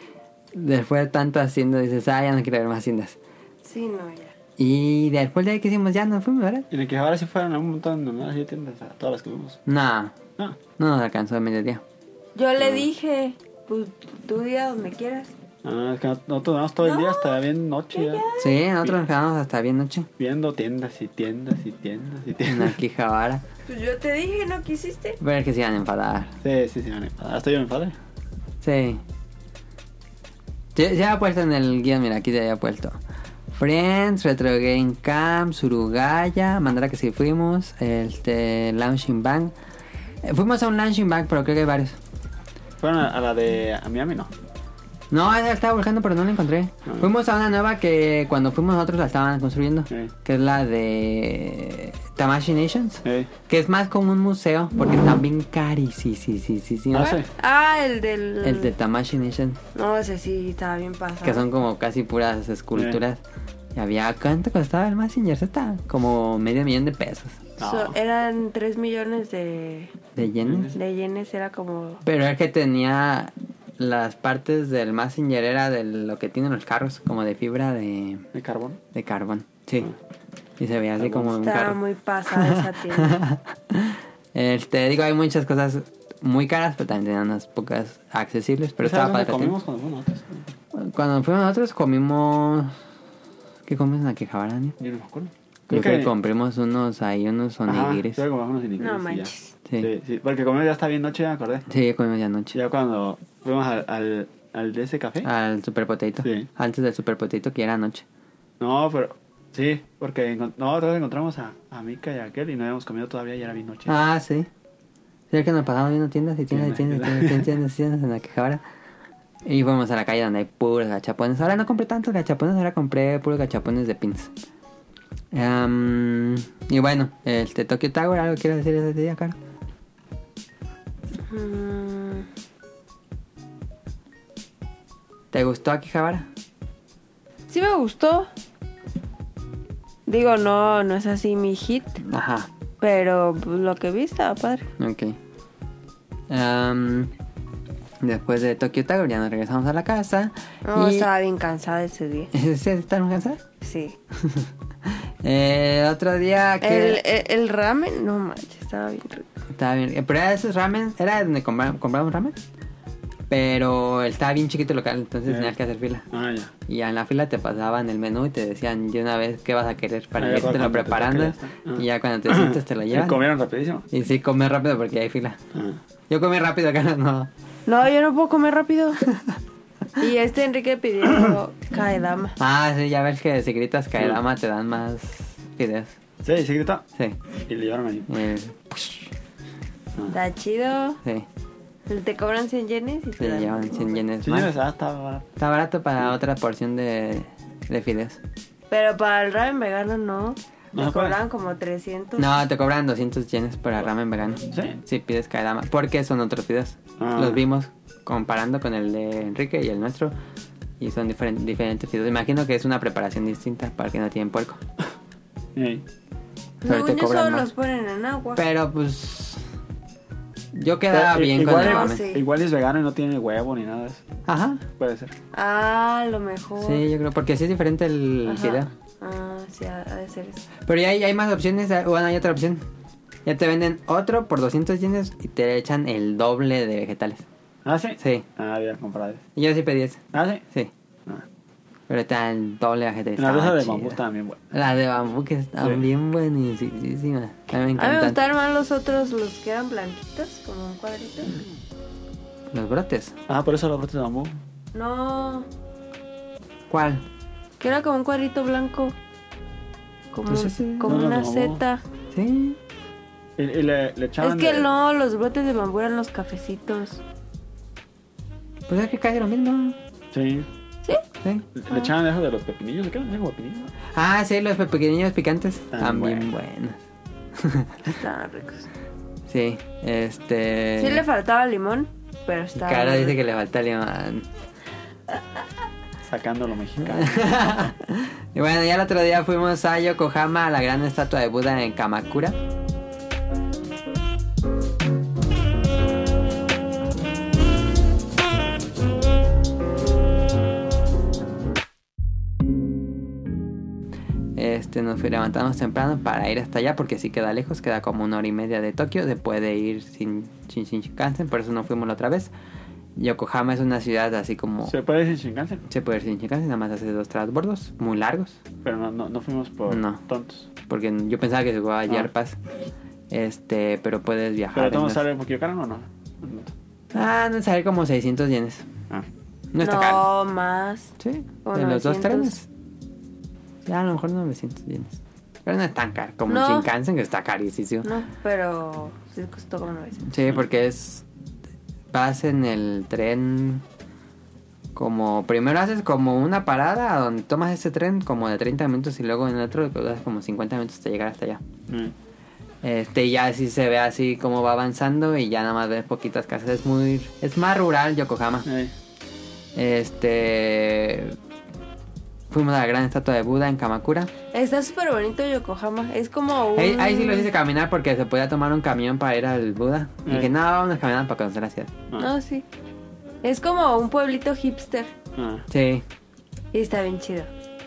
Speaker 1: después de tantas tiendas dices, ah, ya no quiero ver más tiendas.
Speaker 2: Sí, no, ya.
Speaker 1: Y después de ahí que hicimos, ya nos fuimos, ¿verdad?
Speaker 3: En el que ahora sí fueron a un montón de más de tiendas, a todas las que vimos.
Speaker 1: No,
Speaker 3: No.
Speaker 1: no nos alcanzó el mediodía.
Speaker 2: Yo le dije, pues tú día donde quieras.
Speaker 3: Ah, es que no- nosotros damos todo el día hasta bien noche ya.
Speaker 1: Sí, nosotros nos quedamos hasta bien noche.
Speaker 3: Viendo tiendas y tiendas y tiendas y
Speaker 1: En la
Speaker 3: tiendas.
Speaker 1: Quijabara.
Speaker 2: Pues yo te dije, ¿no quisiste?
Speaker 1: Pero es que se iban a enfadar.
Speaker 3: Sí, sí, sí, me enfadé. Hasta yo me enfadé.
Speaker 1: Sí. Se, se había puesto en el guión, mira, aquí se había puesto. Friends, Retro Game Camp, Surugaya, Mandara que sí fuimos, este, Launching Bank. Eh, fuimos a un Launching Bank, pero creo que hay varios.
Speaker 3: Fueron a, a la de a Miami, no.
Speaker 1: No, esa la estaba buscando, pero no la encontré.
Speaker 3: Ah.
Speaker 1: Fuimos a una nueva que cuando fuimos nosotros la estaban construyendo,
Speaker 3: Sí.
Speaker 1: que es la de Tamashi Nations.
Speaker 3: Eh,
Speaker 1: Que es más como un museo, porque están bien caris, sí, sí, sí, sí, sí.
Speaker 3: Ah, sí.
Speaker 2: Ah, el del.
Speaker 1: El de Tamashi Nation,
Speaker 2: No, ese sí estaba bien pasado.
Speaker 1: que son como casi puras esculturas. Y había, ¿cuánto costaba el Messenger Z? Como medio millón de pesos,
Speaker 2: So- eh,
Speaker 3: No.
Speaker 2: eran 3 millones de,
Speaker 1: de yenes.
Speaker 2: de yenes, era como.
Speaker 1: Pero es que tenía las partes del Messenger, era de lo que tienen los carros, como de fibra de,
Speaker 3: ¿De carbón?
Speaker 1: de carbón. Sí. Y se veía así como un
Speaker 2: Estaba
Speaker 1: carro.
Speaker 2: muy pasada
Speaker 1: <laughs>
Speaker 2: esa tienda.
Speaker 1: Este, digo, hay muchas cosas muy caras, pero también tenían unas pocas accesibles, pero
Speaker 3: ¿Sabes
Speaker 1: estaba padre.
Speaker 3: dónde
Speaker 1: la tienda.
Speaker 3: comimos cuando fuimos nosotros?
Speaker 1: Cuando fuimos nosotros comimos... ¿Qué comes en la quejabara, Dani?
Speaker 3: Yo no me acuerdo.
Speaker 1: Creo que compramos unos ahí, unos
Speaker 3: Ajá,
Speaker 1: onigiris.
Speaker 3: creo que compramos onigiris
Speaker 2: No
Speaker 3: y ya.
Speaker 2: manches.
Speaker 1: Sí.
Speaker 3: Sí. sí, porque comimos ya está bien noche, ya me acordé.
Speaker 1: Sí, comimos ya anoche.
Speaker 3: Ya cuando fuimos al, al, al de ese café.
Speaker 1: Al super potato.
Speaker 3: Sí.
Speaker 1: Antes del super potato, que era anoche.
Speaker 3: No, pero sí, porque encon- no, todavía encontramos a, a Mika y a aquel y no habíamos comido todavía y era bien noche.
Speaker 1: Ah, sí. Sí, es que nos pasamos viendo tiendas y tiendas y tiendas y
Speaker 3: Tiendas.
Speaker 1: tiendas, y tiendas, y tiendas en la quejabara. Y fuimos a la calle donde hay puros gachapones. Ahora no compré tantos gachapones, ahora compré puros gachapones de pins. Am, y bueno, este Tokyo Tower, ¿algo quieres decir ese día, Caro?
Speaker 2: Mm,
Speaker 1: ¿Te gustó Akihabara?
Speaker 2: sí, me gustó. Digo, no, no es así mi hit.
Speaker 1: Ajá,
Speaker 2: Pero pues, lo que vi estaba padre.
Speaker 1: ok. Am, después de Tokyo Tower ya nos regresamos a la casa.
Speaker 2: No,
Speaker 1: y...
Speaker 2: estaba bien cansada ese día.
Speaker 1: <laughs> ¿Sí ¿Están cansadas?
Speaker 2: Sí.
Speaker 1: <laughs> Eh, otro día que...
Speaker 2: El, el, el ramen, no manches, estaba bien rico.
Speaker 1: Estaba bien. eh, Pero era de esos ramen. Era donde compra- compramos ramen. Pero estaba bien chiquito el local, entonces
Speaker 3: Eh.
Speaker 1: tenías que hacer fila.
Speaker 3: Ah, ya.
Speaker 1: Y en la fila te pasaban el menú y te decían de una vez qué vas a querer para
Speaker 3: Ah, ya
Speaker 1: irte lo
Speaker 3: cuando te
Speaker 1: preparando.
Speaker 3: toque ya está.
Speaker 1: Y ya cuando te sientes
Speaker 3: <clears throat>
Speaker 1: te lo
Speaker 3: Ah. Se
Speaker 1: llevan.
Speaker 3: comieron rapidísimo.
Speaker 1: Y sí, comer rápido porque hay fila.
Speaker 3: Ah.
Speaker 1: Yo comí rápido <laughs> acá, no.
Speaker 2: No, yo no puedo comer rápido. <laughs> y este Enrique pidió caedama.
Speaker 1: Ah, sí, ya ves que si gritas Kaedama te dan más fideos.
Speaker 3: Sí, se gritó
Speaker 1: Sí.
Speaker 3: y le llevaron ahí.
Speaker 1: Eh,
Speaker 2: Está chido.
Speaker 1: sí.
Speaker 2: Te cobran 100 yenes y te
Speaker 1: Te
Speaker 2: dan
Speaker 1: llevan 100 yenes
Speaker 3: Señores,
Speaker 1: más.
Speaker 3: ah, estaba barato.
Speaker 1: Está barato para otra porción de, de fideos.
Speaker 2: Pero para el ramen vegano no. Me
Speaker 3: No, ¿cuál?
Speaker 2: cobraban como 300.
Speaker 1: No, te cobran 200 yenes para ramen vegano.
Speaker 3: ¿Sí?
Speaker 1: Si pides Kaedama. Porque son otros fideos.
Speaker 3: Ah.
Speaker 1: Los vimos comparando con el de Enrique y el nuestro. Y son diferen- diferentes fideos. Imagino que es una preparación distinta para que no tienen puerco.
Speaker 3: Sí.
Speaker 1: pero te
Speaker 2: Según yo
Speaker 1: cobran
Speaker 2: solo
Speaker 1: más.
Speaker 2: los ponen en agua.
Speaker 1: Pero pues. Yo quedaba bien
Speaker 3: Eh, igual,
Speaker 1: con el
Speaker 3: es-
Speaker 1: ramen.
Speaker 2: Sí.
Speaker 3: igual es vegano y no tiene huevo ni nada de eso.
Speaker 1: Ajá.
Speaker 3: Puede ser.
Speaker 2: Ah, a lo mejor.
Speaker 1: Sí, yo creo, porque sí es diferente el
Speaker 2: Ajá.
Speaker 1: video.
Speaker 2: Ah, sí, ha, ha de ser eso.
Speaker 1: Pero ya hay, hay más opciones, ah, bueno, hay otra opción. Ya te venden otro por 200 yenes y te echan el doble de vegetales.
Speaker 3: ¿Ah, sí?
Speaker 1: Sí.
Speaker 3: Ah, había comprado. ese.
Speaker 1: Y yo sí pedí esa,
Speaker 3: ¿Ah, sí?
Speaker 1: sí.
Speaker 3: Ah.
Speaker 1: Pero está el doble de vegetales.
Speaker 3: La
Speaker 1: estaba
Speaker 3: rosa de
Speaker 1: chida.
Speaker 3: bambú también buena.
Speaker 1: La de bambú que está
Speaker 3: Sí.
Speaker 1: bien buenísima. A mí me
Speaker 2: A mí
Speaker 1: encantan.
Speaker 2: me gustaron más los otros, los que eran blanquitos, como un cuadrito.
Speaker 1: Los brotes.
Speaker 3: Ah, por eso los brotes de bambú.
Speaker 2: No,
Speaker 1: ¿Cuál?
Speaker 2: que era como un cuadrito blanco. Como,
Speaker 1: Pues ese-
Speaker 2: como
Speaker 3: no lo
Speaker 2: una
Speaker 3: robó.
Speaker 2: seta.
Speaker 1: Sí.
Speaker 3: Y, y le, le echaban.
Speaker 2: Es que
Speaker 3: de-
Speaker 2: no, los brotes de bambú eran los cafecitos.
Speaker 1: Pues es que casi lo mismo.
Speaker 3: Sí.
Speaker 2: ¿Sí?
Speaker 1: Sí.
Speaker 3: Le,
Speaker 2: Ah.
Speaker 3: le echaban de eso de los pepinillos. ¿De qué eran pepinillos?
Speaker 1: Ah, sí, los pequeños picantes.
Speaker 3: Tan
Speaker 1: También buenos.
Speaker 2: Estaban ricos.
Speaker 1: Sí. Este.
Speaker 2: Sí le faltaba limón, pero estaba.
Speaker 1: Cara dice que le falta limón.
Speaker 3: Sacando lo
Speaker 1: <laughs>
Speaker 3: mexicano.
Speaker 1: Y bueno, ya el otro día fuimos a Yokohama a la gran estatua de Buda en Kamakura. Este, nos fui- levantamos temprano para ir hasta allá porque sí queda lejos, queda como una hora y media de Tokio, se puede ir sin, sin, sin Shinkansen, por eso no fuimos la otra vez. Yokohama es una ciudad así como...
Speaker 3: Se puede decir Shinkansen,
Speaker 1: Se puede ir sin Shinkansen, nada más hace dos transbordos muy largos,
Speaker 3: pero no, no, no fuimos por
Speaker 1: No.
Speaker 3: tontos.
Speaker 1: porque yo pensaba que se iba a
Speaker 3: Ah.
Speaker 1: Yarpas. Este, pero puedes viajar.
Speaker 3: Pero
Speaker 1: en
Speaker 3: todos
Speaker 1: dos-
Speaker 3: saben por qué caro o no.
Speaker 1: Ah, no sale como 600 yenes.
Speaker 3: Ah.
Speaker 1: No está caro.
Speaker 2: más.
Speaker 1: Sí,
Speaker 2: Como
Speaker 1: en los dos
Speaker 2: 900.
Speaker 1: trenes. Ya a lo mejor 900 yenes. Pero no es tan caro como
Speaker 2: No.
Speaker 1: un Shinkansen, que está carísimo.
Speaker 2: No, pero sí costó como una vez.
Speaker 1: Sí, porque es. Vas en el tren. Como. Primero haces como una parada donde tomas ese tren como de 30 minutos y luego en el otro pues, das como 50 minutos hasta llegar hasta allá.
Speaker 3: Mm.
Speaker 1: Este, ya así se ve así como va avanzando y ya nada más ves poquitas casas. Es muy... Es más rural Yokohama.
Speaker 3: Eh,
Speaker 1: Este... Fuimos a la gran estatua de Buda en Kamakura.
Speaker 2: Está súper bonito Yokohama. Es como un.
Speaker 1: Ahí, ahí sí lo hice caminar porque se podía tomar un camión para ir al Buda. Y
Speaker 3: Eh.
Speaker 1: dije, no, vamos a caminar para conocer la ciudad.
Speaker 3: ah,
Speaker 2: No, sí. Es como un pueblito hipster.
Speaker 3: ah,
Speaker 1: Sí,
Speaker 2: Y está bien chido.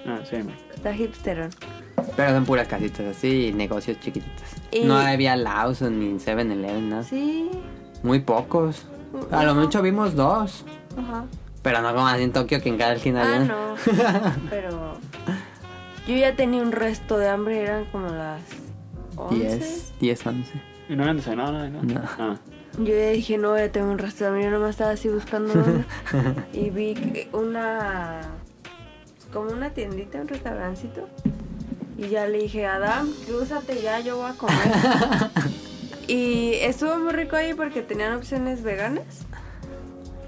Speaker 3: ah, sí, me-
Speaker 2: Está hipsterón.
Speaker 1: pero son puras casitas así y negocios chiquititos.
Speaker 2: Y-
Speaker 1: No había Lawson ni 7-Eleven, nada.
Speaker 2: Sí.
Speaker 1: Muy pocos. A lo mucho vimos dos.
Speaker 2: Ajá.
Speaker 1: Pero no como así en Tokio que en cada esquina había
Speaker 2: Ah,
Speaker 1: uno. <laughs>
Speaker 2: no. Pero. Yo ya tenía un resto de hambre. Eran como las.
Speaker 1: <laughs>
Speaker 2: 11.
Speaker 1: 10, 10, 11.
Speaker 3: ¿Y no habían desayunado nada? No.
Speaker 1: No.
Speaker 3: Ah,
Speaker 2: Yo ya dije, no, ya tengo un resto de hambre. Yo nomás estaba así
Speaker 1: <laughs>
Speaker 2: buscando. dónde. y vi que una. Como una tiendita, un restaurancito. Y ya le dije, Adam, crúzate ya, yo voy a comer.
Speaker 1: <laughs>
Speaker 2: y estuvo muy rico ahí porque tenían opciones veganas.
Speaker 1: <laughs>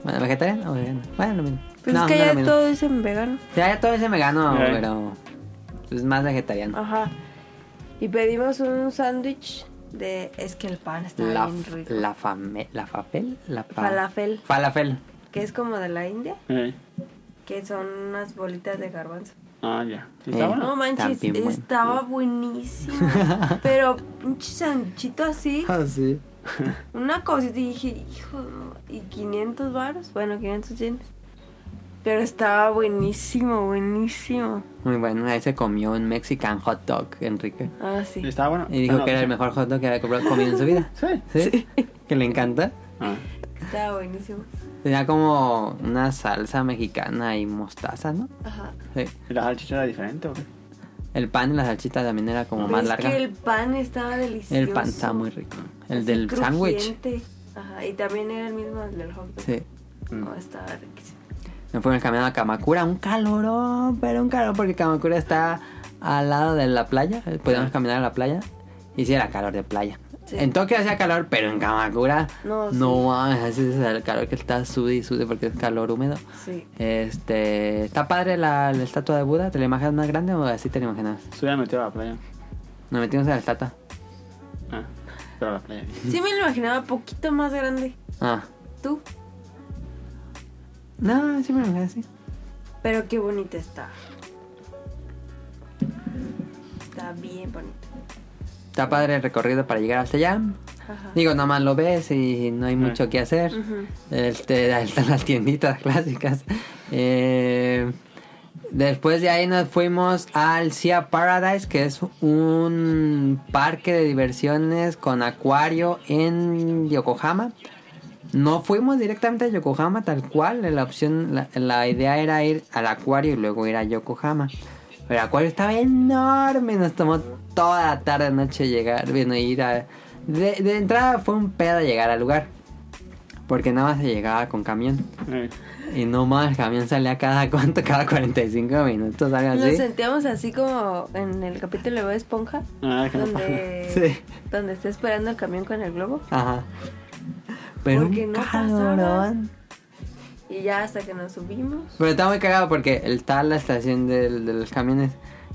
Speaker 1: Bueno, vegetariano o vegano. Bueno, lo mismo.
Speaker 2: Pues
Speaker 1: no,
Speaker 2: es que
Speaker 1: no
Speaker 2: ya
Speaker 1: lo mismo.
Speaker 2: todo es en vegano.
Speaker 1: Ya, ya todo ese vegano,
Speaker 3: Ya, ya.
Speaker 1: pero es más vegetariano.
Speaker 2: Ajá. Y pedimos un sándwich de. Es que el pan está
Speaker 1: La,
Speaker 2: bien
Speaker 1: f-
Speaker 2: rico.
Speaker 1: la, fame- la fafel, la fa-
Speaker 2: Falafel.
Speaker 1: Falafel.
Speaker 2: Que es como de la India.
Speaker 3: eh.
Speaker 2: Que son unas bolitas de garbanzo.
Speaker 3: ah ya. ¿Sí está
Speaker 1: Eh. <clears throat>
Speaker 3: bueno?
Speaker 2: No manches,
Speaker 1: también bueno.
Speaker 2: estaba buenísimo.
Speaker 1: <laughs>
Speaker 2: Pero un sanchito así,
Speaker 1: Ah, sí.
Speaker 2: una cosita y dije, hijo, y 500 varos, bueno, 500 yenes. Pero estaba buenísimo, buenísimo.
Speaker 1: Muy bueno, ahí se comió un Mexican hot dog, Enrique.
Speaker 2: Ah, sí.
Speaker 3: ¿Estaba bueno?
Speaker 1: Y dijo
Speaker 3: Ah, no,
Speaker 1: que era el
Speaker 3: sí.
Speaker 1: mejor hot dog que había comprado- comido en su vida.
Speaker 3: <laughs> Sí.
Speaker 1: ¿Sí? Que le encanta.
Speaker 3: Ah,
Speaker 2: Estaba buenísimo.
Speaker 1: Tenía como una salsa mexicana y mostaza, ¿no?
Speaker 2: Ajá.
Speaker 1: Sí.
Speaker 3: ¿Y la salchicha era diferente o qué?
Speaker 1: El pan y la salchita también era como más
Speaker 2: es
Speaker 1: larga.
Speaker 2: que el pan estaba delicioso.
Speaker 1: El pan está muy rico. El
Speaker 2: Así
Speaker 1: del sándwich.
Speaker 2: crujiente. Ajá, y también era el mismo del hot dog.
Speaker 1: Sí.
Speaker 3: Mm.
Speaker 2: No, estaba riquísimo.
Speaker 1: Nos fuimos caminando a Kamakura, un calorón, pero un calor porque Kamakura está al lado de la playa, eh, podíamos caminar a la playa y sí era calor de playa.
Speaker 2: Ah. Sí.
Speaker 1: En Tokio hacía calor, pero en Kamakura
Speaker 2: No,
Speaker 1: no,
Speaker 2: sí.
Speaker 1: mames, ese es el calor que está sude y sude porque es calor húmedo.
Speaker 2: Sí.
Speaker 1: Este, está padre la, la estatua de Buda, ¿te la imaginas más grande o así te la imaginas?
Speaker 3: Se hubiera metido a la playa.
Speaker 1: Nos metimos a la estatua.
Speaker 3: Ah, pero a la playa.
Speaker 2: Sí me lo imaginaba poquito más grande.
Speaker 1: Ah,
Speaker 2: Tú.
Speaker 1: no, sí me lo imaginé así.
Speaker 2: Pero qué bonita está. Está bien bonita.
Speaker 1: Está padre el recorrido para llegar hasta allá.
Speaker 2: Ajá.
Speaker 1: Digo, nada más lo ves y no hay mucho que hacer.
Speaker 2: Ah. Ujú.
Speaker 1: Este, ahí están las tienditas <laughs> clásicas. Eh, después de ahí nos fuimos al Sea Paradise, que es un parque de diversiones con acuario en Yokohama. No fuimos directamente a Yokohama tal cual, la opción, la, la idea era ir al acuario y luego ir a Yokohama. Pero el acuario estaba enorme, nos tomó toda la tarde noche llegar, bueno, ir a... De, de entrada fue un pedo llegar al lugar, porque nada más se llegaba con camión.
Speaker 3: Eh,
Speaker 1: Y no más, el camión salía cada cuánto, cada 45 minutos, algo
Speaker 2: Nos
Speaker 1: así.
Speaker 2: sentíamos así como en el capítulo de Bob Esponja,
Speaker 3: Ah, que no
Speaker 2: donde,
Speaker 1: Sí.
Speaker 2: donde está esperando el camión con el globo.
Speaker 1: Ajá. Pero
Speaker 2: Porque
Speaker 1: un
Speaker 2: no pasaba.
Speaker 1: calorón.
Speaker 2: Y ya hasta que nos subimos.
Speaker 1: Pero está muy cagado porque está la estación del- de los camiones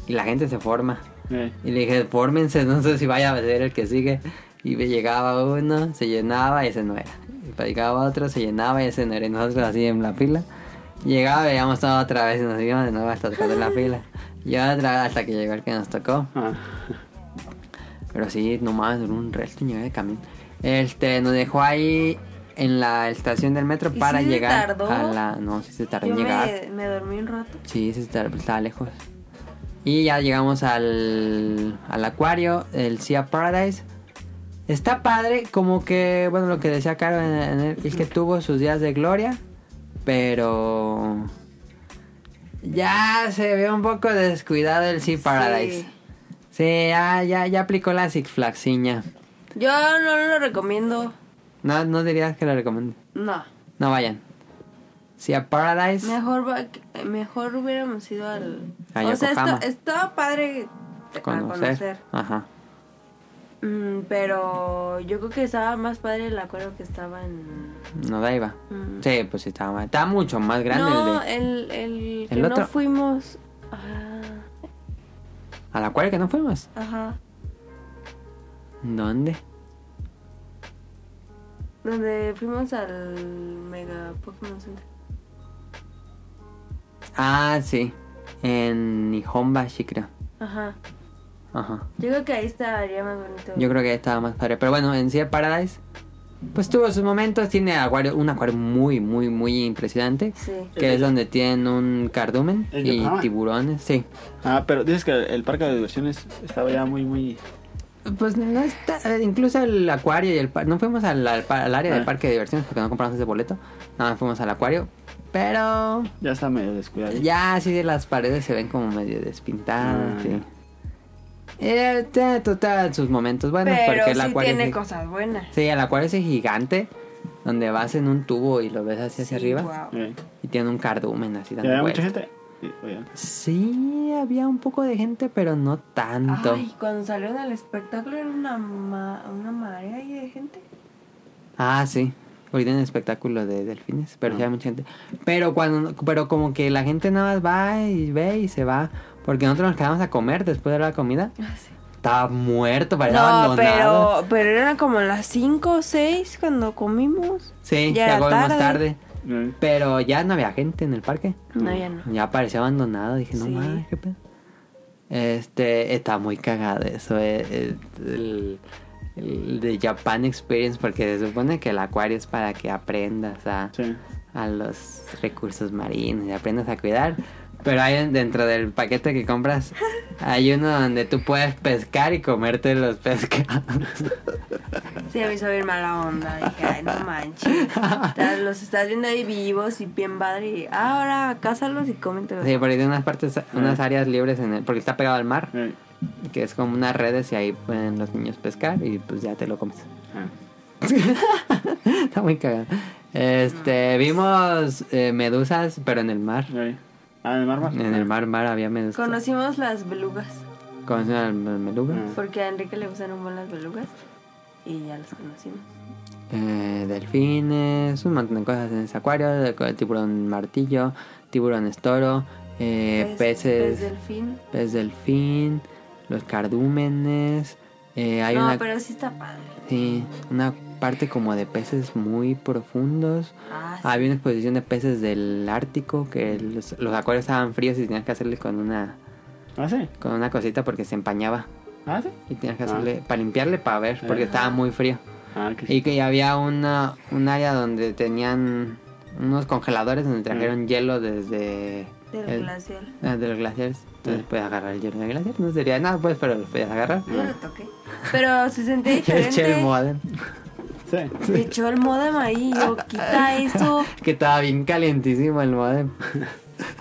Speaker 1: y la gente se forma.
Speaker 3: eh,
Speaker 1: Y le dije, fórmense, no sé si vaya a ser el que sigue. Y me llegaba uno, se llenaba y ese no era. Y llegaba otro, se llenaba y ese no era. Y nosotros así en la fila. Llegaba, veíamos todo otra vez y nos íbamos de nuevo hasta atrás de la fila. Y otra vez hasta que llegó el que nos tocó.
Speaker 3: ah,
Speaker 1: Pero sí, nomás duró un resto en llegar de camión. Este, nos dejó ahí en la estación del metro
Speaker 2: ¿Y
Speaker 1: para
Speaker 2: sí se
Speaker 1: llegar
Speaker 2: tardó?
Speaker 1: a la... No, sí se tardó
Speaker 2: Yo
Speaker 1: en llegar.
Speaker 2: me, me dormí un rato.
Speaker 1: Sí, sí está- estaba lejos. Y ya llegamos al, al acuario, el Sea Paradise. Está padre, como que, bueno, lo que decía Caro, en- en el- es que tuvo sus días de gloria, pero ya se ve un poco descuidado el Sea Paradise.
Speaker 2: Sí.
Speaker 1: Sí, ya, ya, ya aplicó la Six Flagsiña.
Speaker 2: Yo no lo recomiendo.
Speaker 1: No, no dirías que lo recomiendo.
Speaker 2: No.
Speaker 1: No vayan. Sea Paradise.
Speaker 2: Mejor, va- mejor hubiéramos ido al.
Speaker 1: A
Speaker 2: o sea,
Speaker 1: Yokohama.
Speaker 2: esto- estaba padre a conocer.
Speaker 1: Ajá.
Speaker 2: Mm, pero yo creo que estaba más padre el acuerdo que estaba en.
Speaker 1: No da iba.
Speaker 2: Mm.
Speaker 1: Sí, pues sí, estaba más. Estaba mucho más grande
Speaker 2: no,
Speaker 1: el de.
Speaker 2: el, el, que
Speaker 1: el
Speaker 2: no
Speaker 1: otro.
Speaker 2: fuimos. Ah,
Speaker 1: ¿A la cual que no fuimos?
Speaker 2: ajá.
Speaker 1: ¿Dónde?
Speaker 2: Donde fuimos al Mega Pokémon Center.
Speaker 1: Ah, sí. En Nihonbashi, creo.
Speaker 2: Ajá.
Speaker 1: Ajá.
Speaker 2: Yo creo que ahí estaría más bonito.
Speaker 1: Yo creo que estaba más padre. Pero bueno, en Sea Paradise. Pues tuvo sus momentos. Tiene acuario, un acuario muy, muy, muy impresionante.
Speaker 2: Sí.
Speaker 1: Que es donde tienen un cardumen
Speaker 3: ¿En
Speaker 1: y
Speaker 3: Yokohama?
Speaker 1: tiburones, sí.
Speaker 3: ah, pero dices que el parque de diversiones estaba ya muy, muy...
Speaker 1: Pues no está. eh, Incluso el acuario y el par- No fuimos al, al par- al área del
Speaker 3: Ah.
Speaker 1: parque de diversiones porque no compramos ese boleto. Nada, más fuimos al acuario. Pero.
Speaker 3: Ya está medio descuidado.
Speaker 1: Ya, sí, las paredes se ven como medio despintadas.
Speaker 3: Ah,
Speaker 1: sí. Eh, tiene total sus momentos buenos
Speaker 2: pero
Speaker 1: porque el
Speaker 2: sí
Speaker 1: acuario.
Speaker 2: tiene
Speaker 1: es-
Speaker 2: cosas buenas.
Speaker 1: sí, el acuario es gigante donde vas en un tubo y lo ves hacia, hacia
Speaker 2: Sí,
Speaker 1: arriba
Speaker 2: guau.
Speaker 3: Eh,
Speaker 1: y tiene un cardumen así
Speaker 3: ¿Ya
Speaker 1: dando
Speaker 3: había mucha
Speaker 1: vueltas.
Speaker 3: gente? Sí, oye.
Speaker 1: Sí, había un poco de gente, pero no tanto.
Speaker 2: Ay, cuando salió del espectáculo era una, ma- una marea ahí de gente.
Speaker 1: Ah, sí. Hoy tienen espectáculo de delfines, pero sí
Speaker 3: Ah.
Speaker 1: hay mucha gente. Pero cuando, pero como que la gente nada más va y ve y se va. Porque nosotros nos quedamos a comer después de la comida. Estaba muerto, parecía
Speaker 2: No,
Speaker 1: abandonado.
Speaker 2: pero, pero eran como las 5 o 6 cuando comimos.
Speaker 1: Sí,
Speaker 2: ya
Speaker 1: ya
Speaker 2: era
Speaker 1: comimos tarde.
Speaker 2: tarde.
Speaker 3: Eh,
Speaker 1: Pero ya no había gente en el parque.
Speaker 2: No, ya no.
Speaker 1: Ya parecía abandonado. Dije, no
Speaker 2: Sí.
Speaker 1: mames, qué pedo. Este, está muy cagado eso. eh, eh, el, el de Japan Experience, porque se supone que el acuario es para que aprendas a,
Speaker 3: Sí.
Speaker 1: a los recursos marinos y aprendas a cuidar. Pero hay dentro del paquete que
Speaker 2: <laughs>
Speaker 1: compras, hay uno donde tú puedes pescar y comerte los pescados.
Speaker 2: Sí, me hizo bien mala onda. Dije, ay, no manches.
Speaker 1: <laughs>
Speaker 2: Estás- Los estás viendo ahí vivos y bien padre. Y "Ah, ahora cásalos y cómetelos.
Speaker 1: Sí, porque tiene unas partes, unas
Speaker 2: Ah.
Speaker 1: áreas libres en el, porque está pegado al mar,
Speaker 3: Eh,
Speaker 1: que es como unas redes y ahí pueden los niños pescar y pues ya te lo comes. <laughs>
Speaker 3: ah.
Speaker 1: está muy cagado.
Speaker 2: Ah.
Speaker 1: Este, vimos eh, medusas, pero en el mar.
Speaker 3: Eh. Ah, en el mar, mar.
Speaker 1: En el mar, mar había medusas.
Speaker 2: Conocimos las belugas.
Speaker 1: Conocieron al mel- meluga.
Speaker 3: Mm.
Speaker 2: Porque a Enrique le gustan un buen las belugas. Y ya las conocimos.
Speaker 1: Eh, delfines, un montón de cosas en ese acuario. de- con El tiburón martillo, tiburón estoro, eh,
Speaker 2: Pez-
Speaker 1: peces,
Speaker 2: Pez delfín.
Speaker 1: pez delfín, los cardúmenes. eh, hay
Speaker 2: no,
Speaker 1: una
Speaker 2: pero sí está padre.
Speaker 1: Sí, una parte como de peces muy profundos.
Speaker 2: Ah, sí.
Speaker 1: Había una exposición de peces del Ártico que los, los acuarios estaban fríos y tenías que hacerle con una
Speaker 3: ¿Ah, sí?
Speaker 1: con una cosita porque se empañaba
Speaker 3: ¿Ah, sí?
Speaker 1: y tenías que
Speaker 3: Ah.
Speaker 1: hacerle para limpiarle para ver porque
Speaker 3: Ah.
Speaker 1: estaba muy frío.
Speaker 3: Ah, que sí.
Speaker 1: Y que había una, un área donde tenían unos congeladores donde
Speaker 3: Mm.
Speaker 1: trajeron hielo desde...
Speaker 2: Del
Speaker 1: el-
Speaker 2: glacial.
Speaker 1: ah, de los glaciares. Entonces
Speaker 3: Ah.
Speaker 1: puedes agarrar el hielo del glaciar. No sería nada, pues, pero lo podías agarrar.
Speaker 2: Yo lo toqué. Pero se sentía
Speaker 1: <laughs> El Cherry
Speaker 2: diferente.
Speaker 1: Modern. <laughs>
Speaker 2: <laughs>
Speaker 3: Sí.
Speaker 2: Me echó el modem ahí, yo quita eso.
Speaker 1: Que estaba bien calientísimo el modem.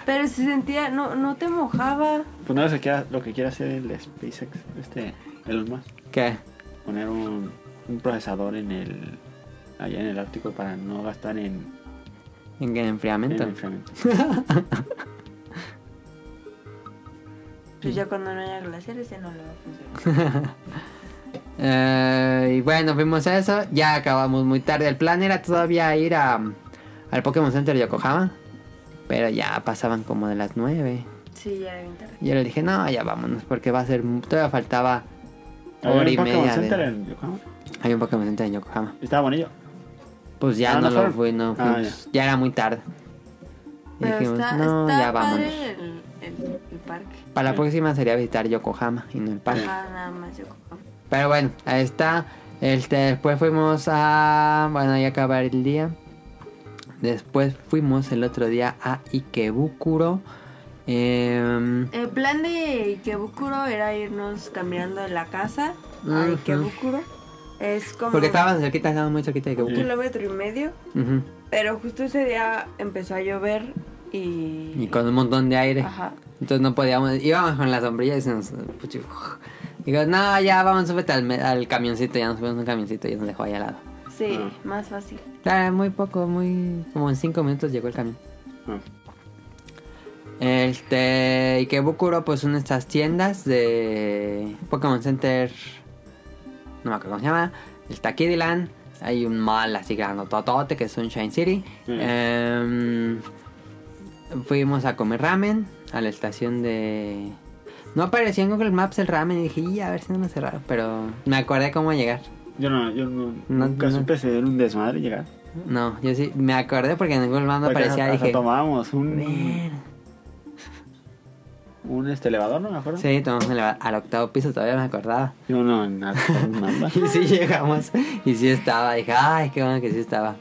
Speaker 2: Pero se sentía, no, no te mojaba.
Speaker 3: Pues nada, se queda- lo que quiere hacer el SpaceX, este, Elon Musk,
Speaker 1: ¿Qué?
Speaker 3: poner un, un procesador en el, allá en el Ártico para no gastar en,
Speaker 1: En en
Speaker 3: en
Speaker 1: enfriamiento. <laughs>
Speaker 3: enfriamiento.
Speaker 2: Pues ya cuando no haya glaciares ya no le va a funcionar.
Speaker 1: Eh, y bueno, vimos eso. Ya acabamos muy tarde. El plan era todavía ir a, al Pokémon Center de Yokohama. Pero ya pasaban como de las 9.
Speaker 2: Sí, ya era bien tarde.
Speaker 1: Y yo le dije, no, ya vámonos. Porque va a ser. Todavía faltaba
Speaker 3: Había
Speaker 1: hora
Speaker 3: un
Speaker 1: y
Speaker 3: Pokémon
Speaker 1: media.
Speaker 3: Center
Speaker 1: De...
Speaker 3: en Yokohama.
Speaker 1: Hay un Pokémon Center en Yokohama.
Speaker 3: Estaba bonito.
Speaker 1: Pues ya
Speaker 3: Ah,
Speaker 1: no,
Speaker 3: ¿no
Speaker 1: lo
Speaker 3: fueron?
Speaker 1: fui, no
Speaker 3: Ah,
Speaker 1: fuimos. ya. era muy tarde. Y
Speaker 2: Pero
Speaker 1: dijimos,
Speaker 2: está,
Speaker 1: no,
Speaker 2: está
Speaker 1: ya vámonos.
Speaker 2: padre el, el, el parque.
Speaker 1: Para la próxima sería visitar Yokohama y no el parque.
Speaker 2: Ah, nada más yo.
Speaker 1: Pero bueno, ahí está. Este, después fuimos a. Bueno, ya acabar el día. Después fuimos el otro día a Ikebukuro. Em,
Speaker 2: El plan de Ikebukuro era irnos caminando de la casa a
Speaker 1: Ujú.
Speaker 2: Ikebukuro. Es como
Speaker 1: porque estábamos cerquita, estábamos muy cerquita de
Speaker 2: un
Speaker 1: Ikebukuro.
Speaker 2: kilómetro y medio.
Speaker 1: Ujú.
Speaker 2: Pero justo ese día empezó a llover y...
Speaker 1: Y con un montón de aire.
Speaker 2: Ajá.
Speaker 1: Entonces no podíamos. Íbamos con la sombrilla y se nos. puchi- Digo, no, ya vamos, súbete al, me- al camioncito. Ya nos subimos a un camioncito y nos dejó ahí al lado.
Speaker 2: Sí,
Speaker 3: Ah.
Speaker 2: más fácil.
Speaker 1: Ah, muy poco, muy. Como en cinco minutos llegó el camión.
Speaker 3: Ah,
Speaker 1: Este, Ikebukuro, pues son estas tiendas de Pokémon Center. No me acuerdo cómo se llama. Está Kiddyland. Hay un mall así grandototote que es Sunshine City.
Speaker 3: Mm.
Speaker 1: Em, fuimos a comer ramen a la estación de. No apareció en Google Maps el ramen y dije, "Y, a ver si no me cerraron. Pero me acordé cómo llegar.
Speaker 3: Yo no, yo no,
Speaker 1: No,
Speaker 3: nunca
Speaker 1: no.
Speaker 3: supe si era un desmadre llegar.
Speaker 1: No, yo sí, me acordé porque en Google Maps no
Speaker 3: Porque
Speaker 1: aparecía.
Speaker 3: hasta, hasta
Speaker 1: dije,
Speaker 3: tomábamos un,
Speaker 1: "Ver".
Speaker 3: un este elevador, ¿no me acuerdo?
Speaker 1: Sí, tomamos el- al octavo piso, todavía me acordaba.
Speaker 3: Yo no,
Speaker 1: <laughs>
Speaker 3: nada, nada.
Speaker 1: Y sí llegamos y sí estaba. Dije, ay, qué bueno que sí estaba.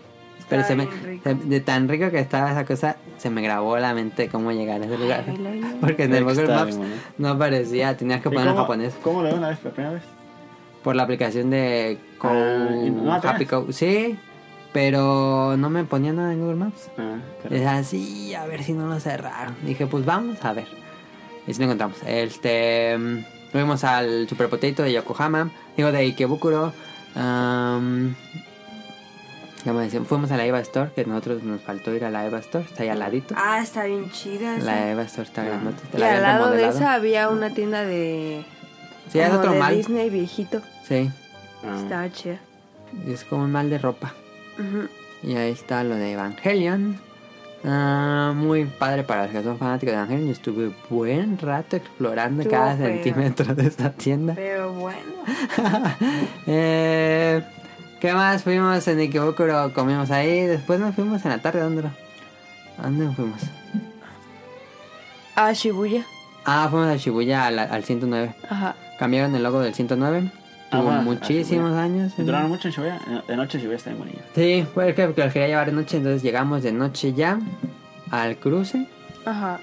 Speaker 1: Pero
Speaker 2: Estaba
Speaker 1: se me,
Speaker 2: bien rico.
Speaker 1: se- de tan rico que estaba esa cosa, se me grabó la mente cómo llegar a ese lugar. <laughs>
Speaker 2: Ay, la vida.
Speaker 1: Porque en el
Speaker 3: Es
Speaker 1: Google
Speaker 3: que estaba
Speaker 1: Maps
Speaker 3: bien bueno.
Speaker 1: no aparecía, tenías que
Speaker 3: ¿Y
Speaker 1: ponerlo en
Speaker 3: cómo-
Speaker 1: japonés.
Speaker 3: ¿Cómo lo veo una vez, la primera vez?
Speaker 1: Por la aplicación de Co-
Speaker 3: Ah, ¿y no atrás?
Speaker 1: Happy Co- Sí, pero no me ponía nada en Google Maps.
Speaker 3: Ah, pero-
Speaker 1: Es así, a ver si no lo cerraron. Dije, pues vamos a ver. Y si lo encontramos. Este. mm, Fuimos al Super Potato de Yokohama. Digo, de Ikebukuro. am, ¿Cómo decían? Fuimos a la Eva Store, que nosotros nos faltó ir a la Eva Store. Está ahí al ladito.
Speaker 2: Ah, está bien chida. esa.
Speaker 1: La Eva Store está grandota. te
Speaker 2: Y
Speaker 1: la
Speaker 2: al
Speaker 1: habían
Speaker 2: lado de
Speaker 1: remodelado.
Speaker 2: esa había una tienda de...
Speaker 1: Sí, es
Speaker 2: como
Speaker 1: otro
Speaker 2: de
Speaker 1: mal.
Speaker 2: Disney viejito.
Speaker 1: Sí,
Speaker 3: ah,
Speaker 2: Estaba chida.
Speaker 1: es como un mal de ropa.
Speaker 2: Ujú.
Speaker 1: Y ahí está lo de Evangelion. Ah, muy padre para los que son fanáticos de Evangelion. Yo estuve buen rato explorando
Speaker 2: Estuvo
Speaker 1: cada
Speaker 2: feo.
Speaker 1: centímetro de esta tienda.
Speaker 2: Pero bueno.
Speaker 1: <laughs> Eh, ¿Qué más? Fuimos en Ikebukuro, comimos ahí. Después nos fuimos en la tarde, ¿dónde? era? ¿A ¿Dónde nos fuimos?
Speaker 2: A Shibuya.
Speaker 1: Ah, fuimos a Shibuya al, al 109.
Speaker 2: Ajá.
Speaker 1: Cambiaron el logo del 109.
Speaker 3: Ah,
Speaker 1: Tuvo
Speaker 3: bueno, a
Speaker 1: muchísimos
Speaker 3: Shibuya.
Speaker 1: años. ¿eh? en-
Speaker 3: Duraron mucho en Shibuya. En- De noche Shibuya está bien bonito.
Speaker 1: Sí, fue que, que lo quería llevar de noche, entonces llegamos de noche ya al cruce.
Speaker 2: Ajá.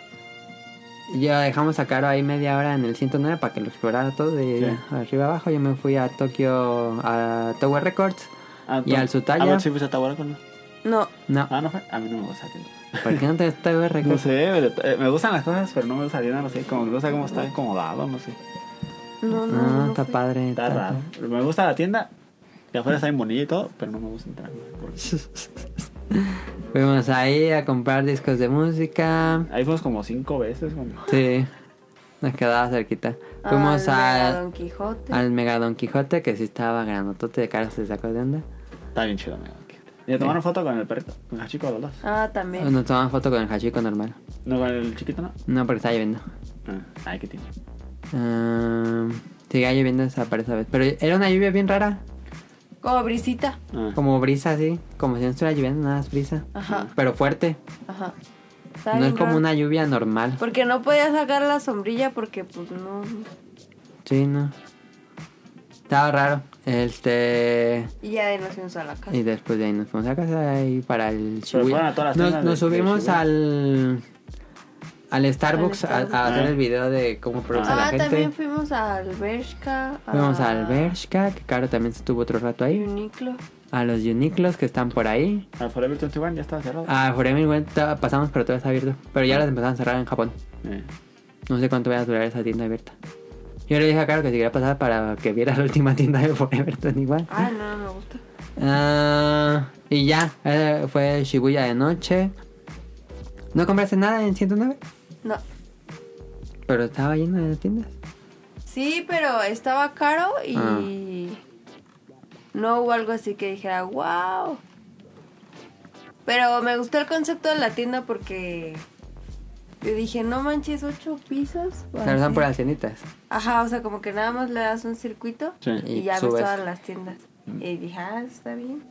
Speaker 1: Ya dejamos a Caro ahí media hora en el 109 para que lo explorara todo de
Speaker 3: Sí.
Speaker 1: arriba abajo. Yo me fui a Tokio, a Tower Records.
Speaker 3: Ah,
Speaker 1: ¿Y
Speaker 3: tú-
Speaker 1: al Tsutaya?
Speaker 3: Ah, ¿no? ¿Sí fuiste a Tahuara con
Speaker 2: No.
Speaker 1: No,
Speaker 3: Ah, no fue. A mí no me gusta. que-
Speaker 1: ¿por qué no te gusta Tower
Speaker 3: <laughs> No
Speaker 1: Records?
Speaker 3: sé, pero, eh, me gustan las cosas, pero no me gusta no sé. Como me gusta cómo está acomodado, no sé.
Speaker 2: No, no.
Speaker 1: No,
Speaker 2: no
Speaker 1: está
Speaker 2: fue.
Speaker 1: padre.
Speaker 3: Está raro. Pero Me gusta la tienda. Que afuera está bien bonita y todo, pero no me gusta entrar. porque-
Speaker 1: Fuimos ahí a comprar discos de música.
Speaker 3: Ahí fuimos como cinco veces. como-
Speaker 1: Sí, nos quedaba cerquita.
Speaker 2: Ah,
Speaker 1: Fuimos
Speaker 2: la
Speaker 1: al,
Speaker 2: Don Quijote.
Speaker 1: al Mega Don Quijote, que sí estaba grandotote de cara, se sacó de onda.
Speaker 3: Está bien chido, amigo. Y le tomaron foto con el perrito, con el chico de los dos.
Speaker 2: Ah, también.
Speaker 1: Nos tomaban foto con el Hachiko normal.
Speaker 3: No, con el chiquito, no.
Speaker 1: No, porque estaba lloviendo.
Speaker 3: Ah, ay, qué tiene.
Speaker 1: Ah, seguía lloviendo esa para esa vez. Pero era una lluvia bien rara.
Speaker 2: Como brisita.
Speaker 3: Ah,
Speaker 1: Como brisa, así. Como si no estuviera lloviendo, nada más brisa.
Speaker 2: Ajá.
Speaker 1: Pero fuerte.
Speaker 2: Ajá. Está
Speaker 1: No es
Speaker 2: bien
Speaker 1: como
Speaker 2: raro.
Speaker 1: una lluvia normal.
Speaker 2: Porque no podía sacar la sombrilla porque pues no...
Speaker 1: Sí, no. Estaba raro. Este.
Speaker 2: Y ya de nos fuimos a la casa.
Speaker 1: Y después de ahí nos fuimos a casa y para el
Speaker 3: Pero fueron a todas las
Speaker 1: nos,
Speaker 3: tiendas
Speaker 1: nos
Speaker 3: de- de
Speaker 1: subimos
Speaker 3: Shibuya.
Speaker 1: al. Al Starbucks a-
Speaker 2: Starbucks.
Speaker 1: A, hacer
Speaker 3: Ah.
Speaker 1: el video de cómo produce
Speaker 3: a
Speaker 1: la
Speaker 2: Ah,
Speaker 1: gente.
Speaker 2: también Ah. fuimos al Bershka. a-
Speaker 1: Fuimos al Bershka, que Caro también estuvo otro rato ahí.
Speaker 2: Uniqlo.
Speaker 1: A los Uniclos que están por ahí.
Speaker 3: Al Forever 21 ya estaba cerrado.
Speaker 1: A Ah, Forever 50 pasamos, pero todavía está abierto. Pero ya las empezaron a cerrar en Japón.
Speaker 3: Eh,
Speaker 1: No sé cuánto vaya a durar esa tienda abierta. Yo le dije a Caro que si quería pasar para que viera la <laughs> última tienda de Forever 21.
Speaker 2: Ah, no, me gusta.
Speaker 1: Ah, y ya, eh, fue Shibuya de noche. No compraste nada en 109,
Speaker 2: No.
Speaker 1: pero estaba lleno de tiendas.
Speaker 2: Sí, pero estaba caro y. No hubo algo así que dijera, wow. Pero me gustó el concepto de la tienda porque. Yo dije, no manches, ocho pisos. o
Speaker 1: Claro, están
Speaker 2: así.
Speaker 1: por las tienditas.
Speaker 2: Ajá, o sea, como que nada más le das un circuito
Speaker 3: Sí.
Speaker 2: y,
Speaker 1: Y
Speaker 2: ya ves
Speaker 1: subes.
Speaker 2: todas las tiendas. Y dije, ah, está bien.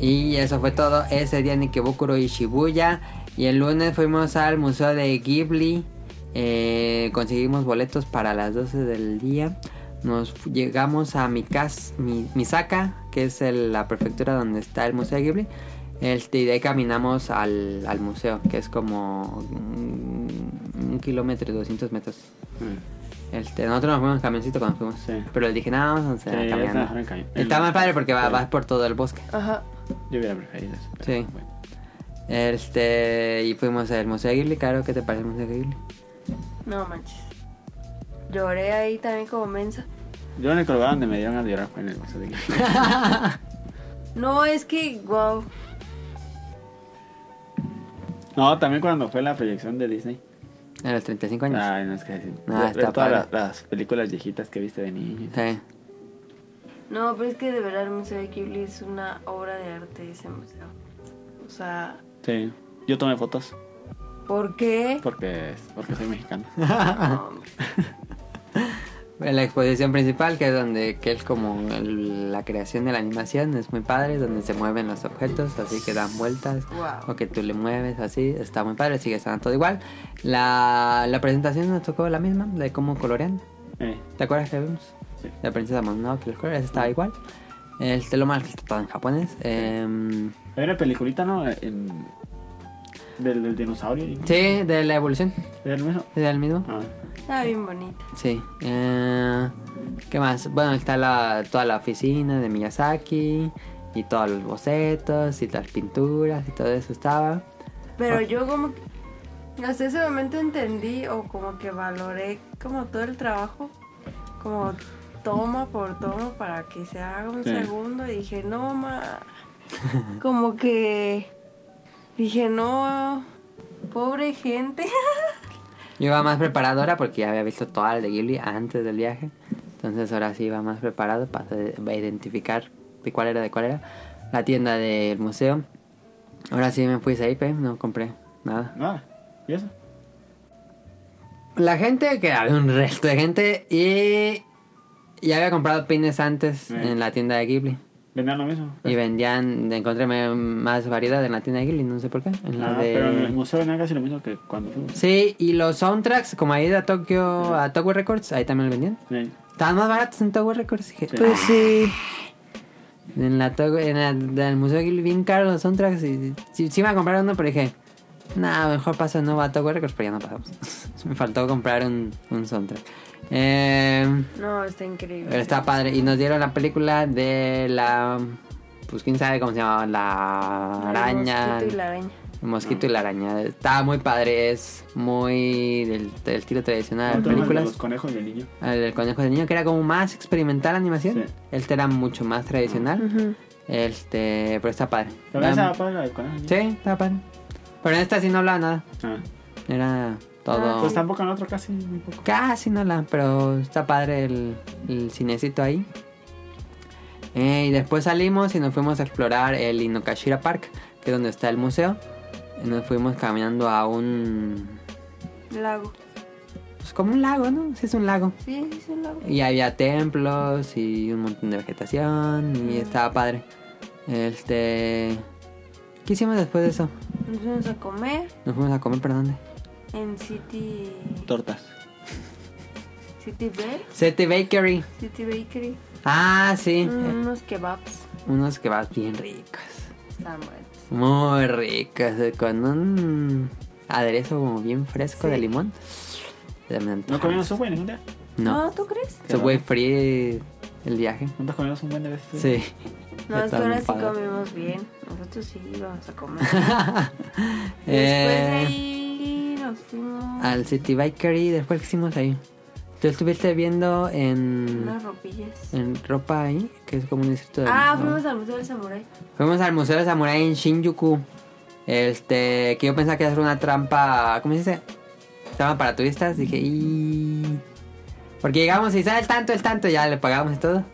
Speaker 1: Y eso fue todo ese día en Ikebukuro y Shibuya. Y el lunes fuimos al Museo de Ghibli. Eh, conseguimos boletos para las 12 del día. Nos fu- llegamos a Mikas- Mi- Misaka, que es el- la prefectura donde está el Museo de Ghibli. Este, y de ahí caminamos al, al museo, que es como mm, un kilómetro y 200 metros.
Speaker 3: eh.
Speaker 1: Este, nosotros nos fuimos en camioncito cuando fuimos.
Speaker 3: Sí.
Speaker 1: Pero le dije, no, vamos a
Speaker 3: Sí, es
Speaker 1: caminando.
Speaker 3: mejor en cami-
Speaker 1: Está más padre porque va-
Speaker 3: Sí.
Speaker 1: vas por todo el bosque.
Speaker 2: Ajá.
Speaker 3: Yo hubiera preferido eso. pero
Speaker 1: Sí.
Speaker 3: bueno.
Speaker 1: Este, y fuimos al Museo de Ghibli, claro, ¿qué te parece el Museo de Ghibli?
Speaker 2: No manches. Lloré ahí también como mensa.
Speaker 3: Yo en el lugar donde me dieron a llorar fue en el museo de Ghibli.
Speaker 1: <laughs>
Speaker 2: No, es que, wow.
Speaker 3: No, también cuando fue la proyección de Disney.
Speaker 1: A los 35 años.
Speaker 3: Ay, no es que decir.
Speaker 1: Ah,
Speaker 3: Ver
Speaker 1: está
Speaker 3: todas
Speaker 1: padre.
Speaker 3: las, las películas viejitas que viste de niño.
Speaker 1: Sí.
Speaker 2: No, pero es que de verdad el Museo de Ghibli es una obra de arte ese museo. O sea,
Speaker 3: Sí. Yo tomé fotos
Speaker 2: ¿por qué?
Speaker 3: porque, porque
Speaker 1: <laughs>
Speaker 3: soy mexicano.
Speaker 2: No, hombre.
Speaker 1: La exposición principal, que es donde que es como el- la creación de la animación, es muy padre, donde se mueven los objetos, así que dan vueltas,
Speaker 2: Wow.
Speaker 1: o que tú le mueves así, está muy padre, sigue estando todo igual. La, la presentación nos tocó la misma, la de cómo colorean.
Speaker 3: Eh,
Speaker 1: ¿Te acuerdas que vimos?
Speaker 3: sí.
Speaker 1: La princesa Mononoke, los colores, estaba igual. Este, lo mal que está todo en japonés. Em,
Speaker 3: Hay una peliculita, ¿no? En- del, del dinosaurio. ¿no?
Speaker 1: sí, de la evolución,
Speaker 3: ¿Era el mismo?
Speaker 1: es el mismo.
Speaker 3: Ah,
Speaker 2: Está bien bonita.
Speaker 1: Sí. eh, ¿Qué más? Bueno, está la, toda la oficina de Miyazaki y todos los bocetos y las pinturas y todo eso estaba.
Speaker 2: Pero yo como que hasta ese momento entendí o como que valoré como todo el trabajo, como toma por toma para que se haga un
Speaker 3: Sí.
Speaker 2: segundo y dije, no, ma, como que dije, no, pobre gente. <laughs>
Speaker 1: Yo iba más preparado ahora porque ya había visto toda la de Ghibli antes del viaje. Entonces ahora sí iba más preparado para de- para identificar de cuál era de cuál era la tienda del museo. Ahora sí me fui a IP, no compré nada.
Speaker 3: nada. ¿Y eso?
Speaker 1: La gente, que había un resto de gente y ya había comprado pines antes
Speaker 3: Sí.
Speaker 1: en la tienda de Ghibli.
Speaker 3: Vendían lo mismo.
Speaker 1: Y vendían, encontré me- más variedad en la tienda de Ghibli, no sé por qué. En la
Speaker 3: Ah,
Speaker 1: de-
Speaker 3: Pero en el museo vendían casi lo mismo que cuando fuimos.
Speaker 1: Sí, y los soundtracks, como ahí de Tokyo, a Tower Records, ahí también los vendían.
Speaker 3: Sí.
Speaker 1: Estaban más baratos en Tower Records. Dije,
Speaker 3: Sí. Ah.
Speaker 1: Pues sí. En, la Togo- en la- del Museo Ghibli, bien caros los soundtracks. Y, sí, sí me iba a comprar uno, pero dije, nada, mejor paso de nuevo a Tower Records, pero ya no pasamos. <laughs> me faltó comprar un, un soundtrack. Eh.
Speaker 2: No, está increíble.
Speaker 1: Pero está padre. Y nos dieron la película de la. Pues quién sabe cómo se llamaba. La araña.
Speaker 2: El mosquito y la araña.
Speaker 1: El mosquito y la araña. Está muy padre. Es muy del, del estilo tradicional de
Speaker 3: Otro más de
Speaker 1: Ah, películas.
Speaker 3: Los conejos del niño.
Speaker 1: El, del conejo de niño, que era como más experimental la animación.
Speaker 3: Sí.
Speaker 1: Este era mucho más tradicional.
Speaker 2: Ujú.
Speaker 1: Este. Pero está padre.
Speaker 3: ¿Pero esa
Speaker 1: Um,
Speaker 3: para la del conejo del niño?
Speaker 1: sí, está padre. Pero en esta sí no hablaba nada.
Speaker 3: Ah.
Speaker 1: Era
Speaker 2: Ah.
Speaker 1: todo.
Speaker 3: Pues tampoco en otro casi, muy poco.
Speaker 1: Casi no la, pero está padre el, el cinecito ahí. Eh, y después salimos y nos fuimos a explorar el Inokashira Park, que es donde está el museo. Y nos fuimos caminando a un...
Speaker 2: Lago.
Speaker 1: Pues como un lago, ¿no? Sí, es un lago.
Speaker 2: Sí, es un lago.
Speaker 1: Y había templos y un montón de vegetación y estaba padre. Este... ¿Qué hicimos después de eso?
Speaker 2: Nos fuimos a comer
Speaker 1: Nos fuimos a comer, perdón.
Speaker 2: en City.
Speaker 3: Tortas.
Speaker 2: City Bell.
Speaker 1: City Bakery.
Speaker 2: City Bakery. Mm,
Speaker 1: Ah, sí. Eh,
Speaker 2: Unos kebabs.
Speaker 1: Unos que vas bien ricos.
Speaker 2: Están buenos.
Speaker 1: Muy ricos. eh, Con un aderezo como bien fresco de
Speaker 2: Sí.
Speaker 1: limón. Se me
Speaker 3: ¿No
Speaker 1: antojaron.
Speaker 3: comimos un buen, Julia?
Speaker 1: No.
Speaker 2: ¿tú crees?
Speaker 1: Se fue frío el viaje.
Speaker 3: ¿Cuántas comimos un buen de veces?
Speaker 1: Sí.
Speaker 2: No, es
Speaker 1: <laughs>
Speaker 2: que
Speaker 1: Estaba
Speaker 2: ahora
Speaker 1: bien
Speaker 2: sí
Speaker 1: padre.
Speaker 2: comimos bien. Nosotros sí íbamos
Speaker 1: <laughs>
Speaker 2: a comer. <laughs> Después de
Speaker 1: Eh,
Speaker 2: ahí nos fuimos
Speaker 1: Al City Bakery. Después, ¿qué hicimos ahí? Tú estuviste viendo en,
Speaker 2: unas ropillas.
Speaker 1: en ropa ahí, que es como un distrito de.
Speaker 2: Ah,
Speaker 1: ¿no?
Speaker 2: fuimos al Museo del Samurai.
Speaker 1: Fuimos al Museo de Samurai en Shinjuku. Este, que yo pensaba que era una trampa. ¿Cómo se dice? Trampa para turistas. Dije, y. Porque llegamos y sale el tanto, el tanto, ya le pagamos y todo.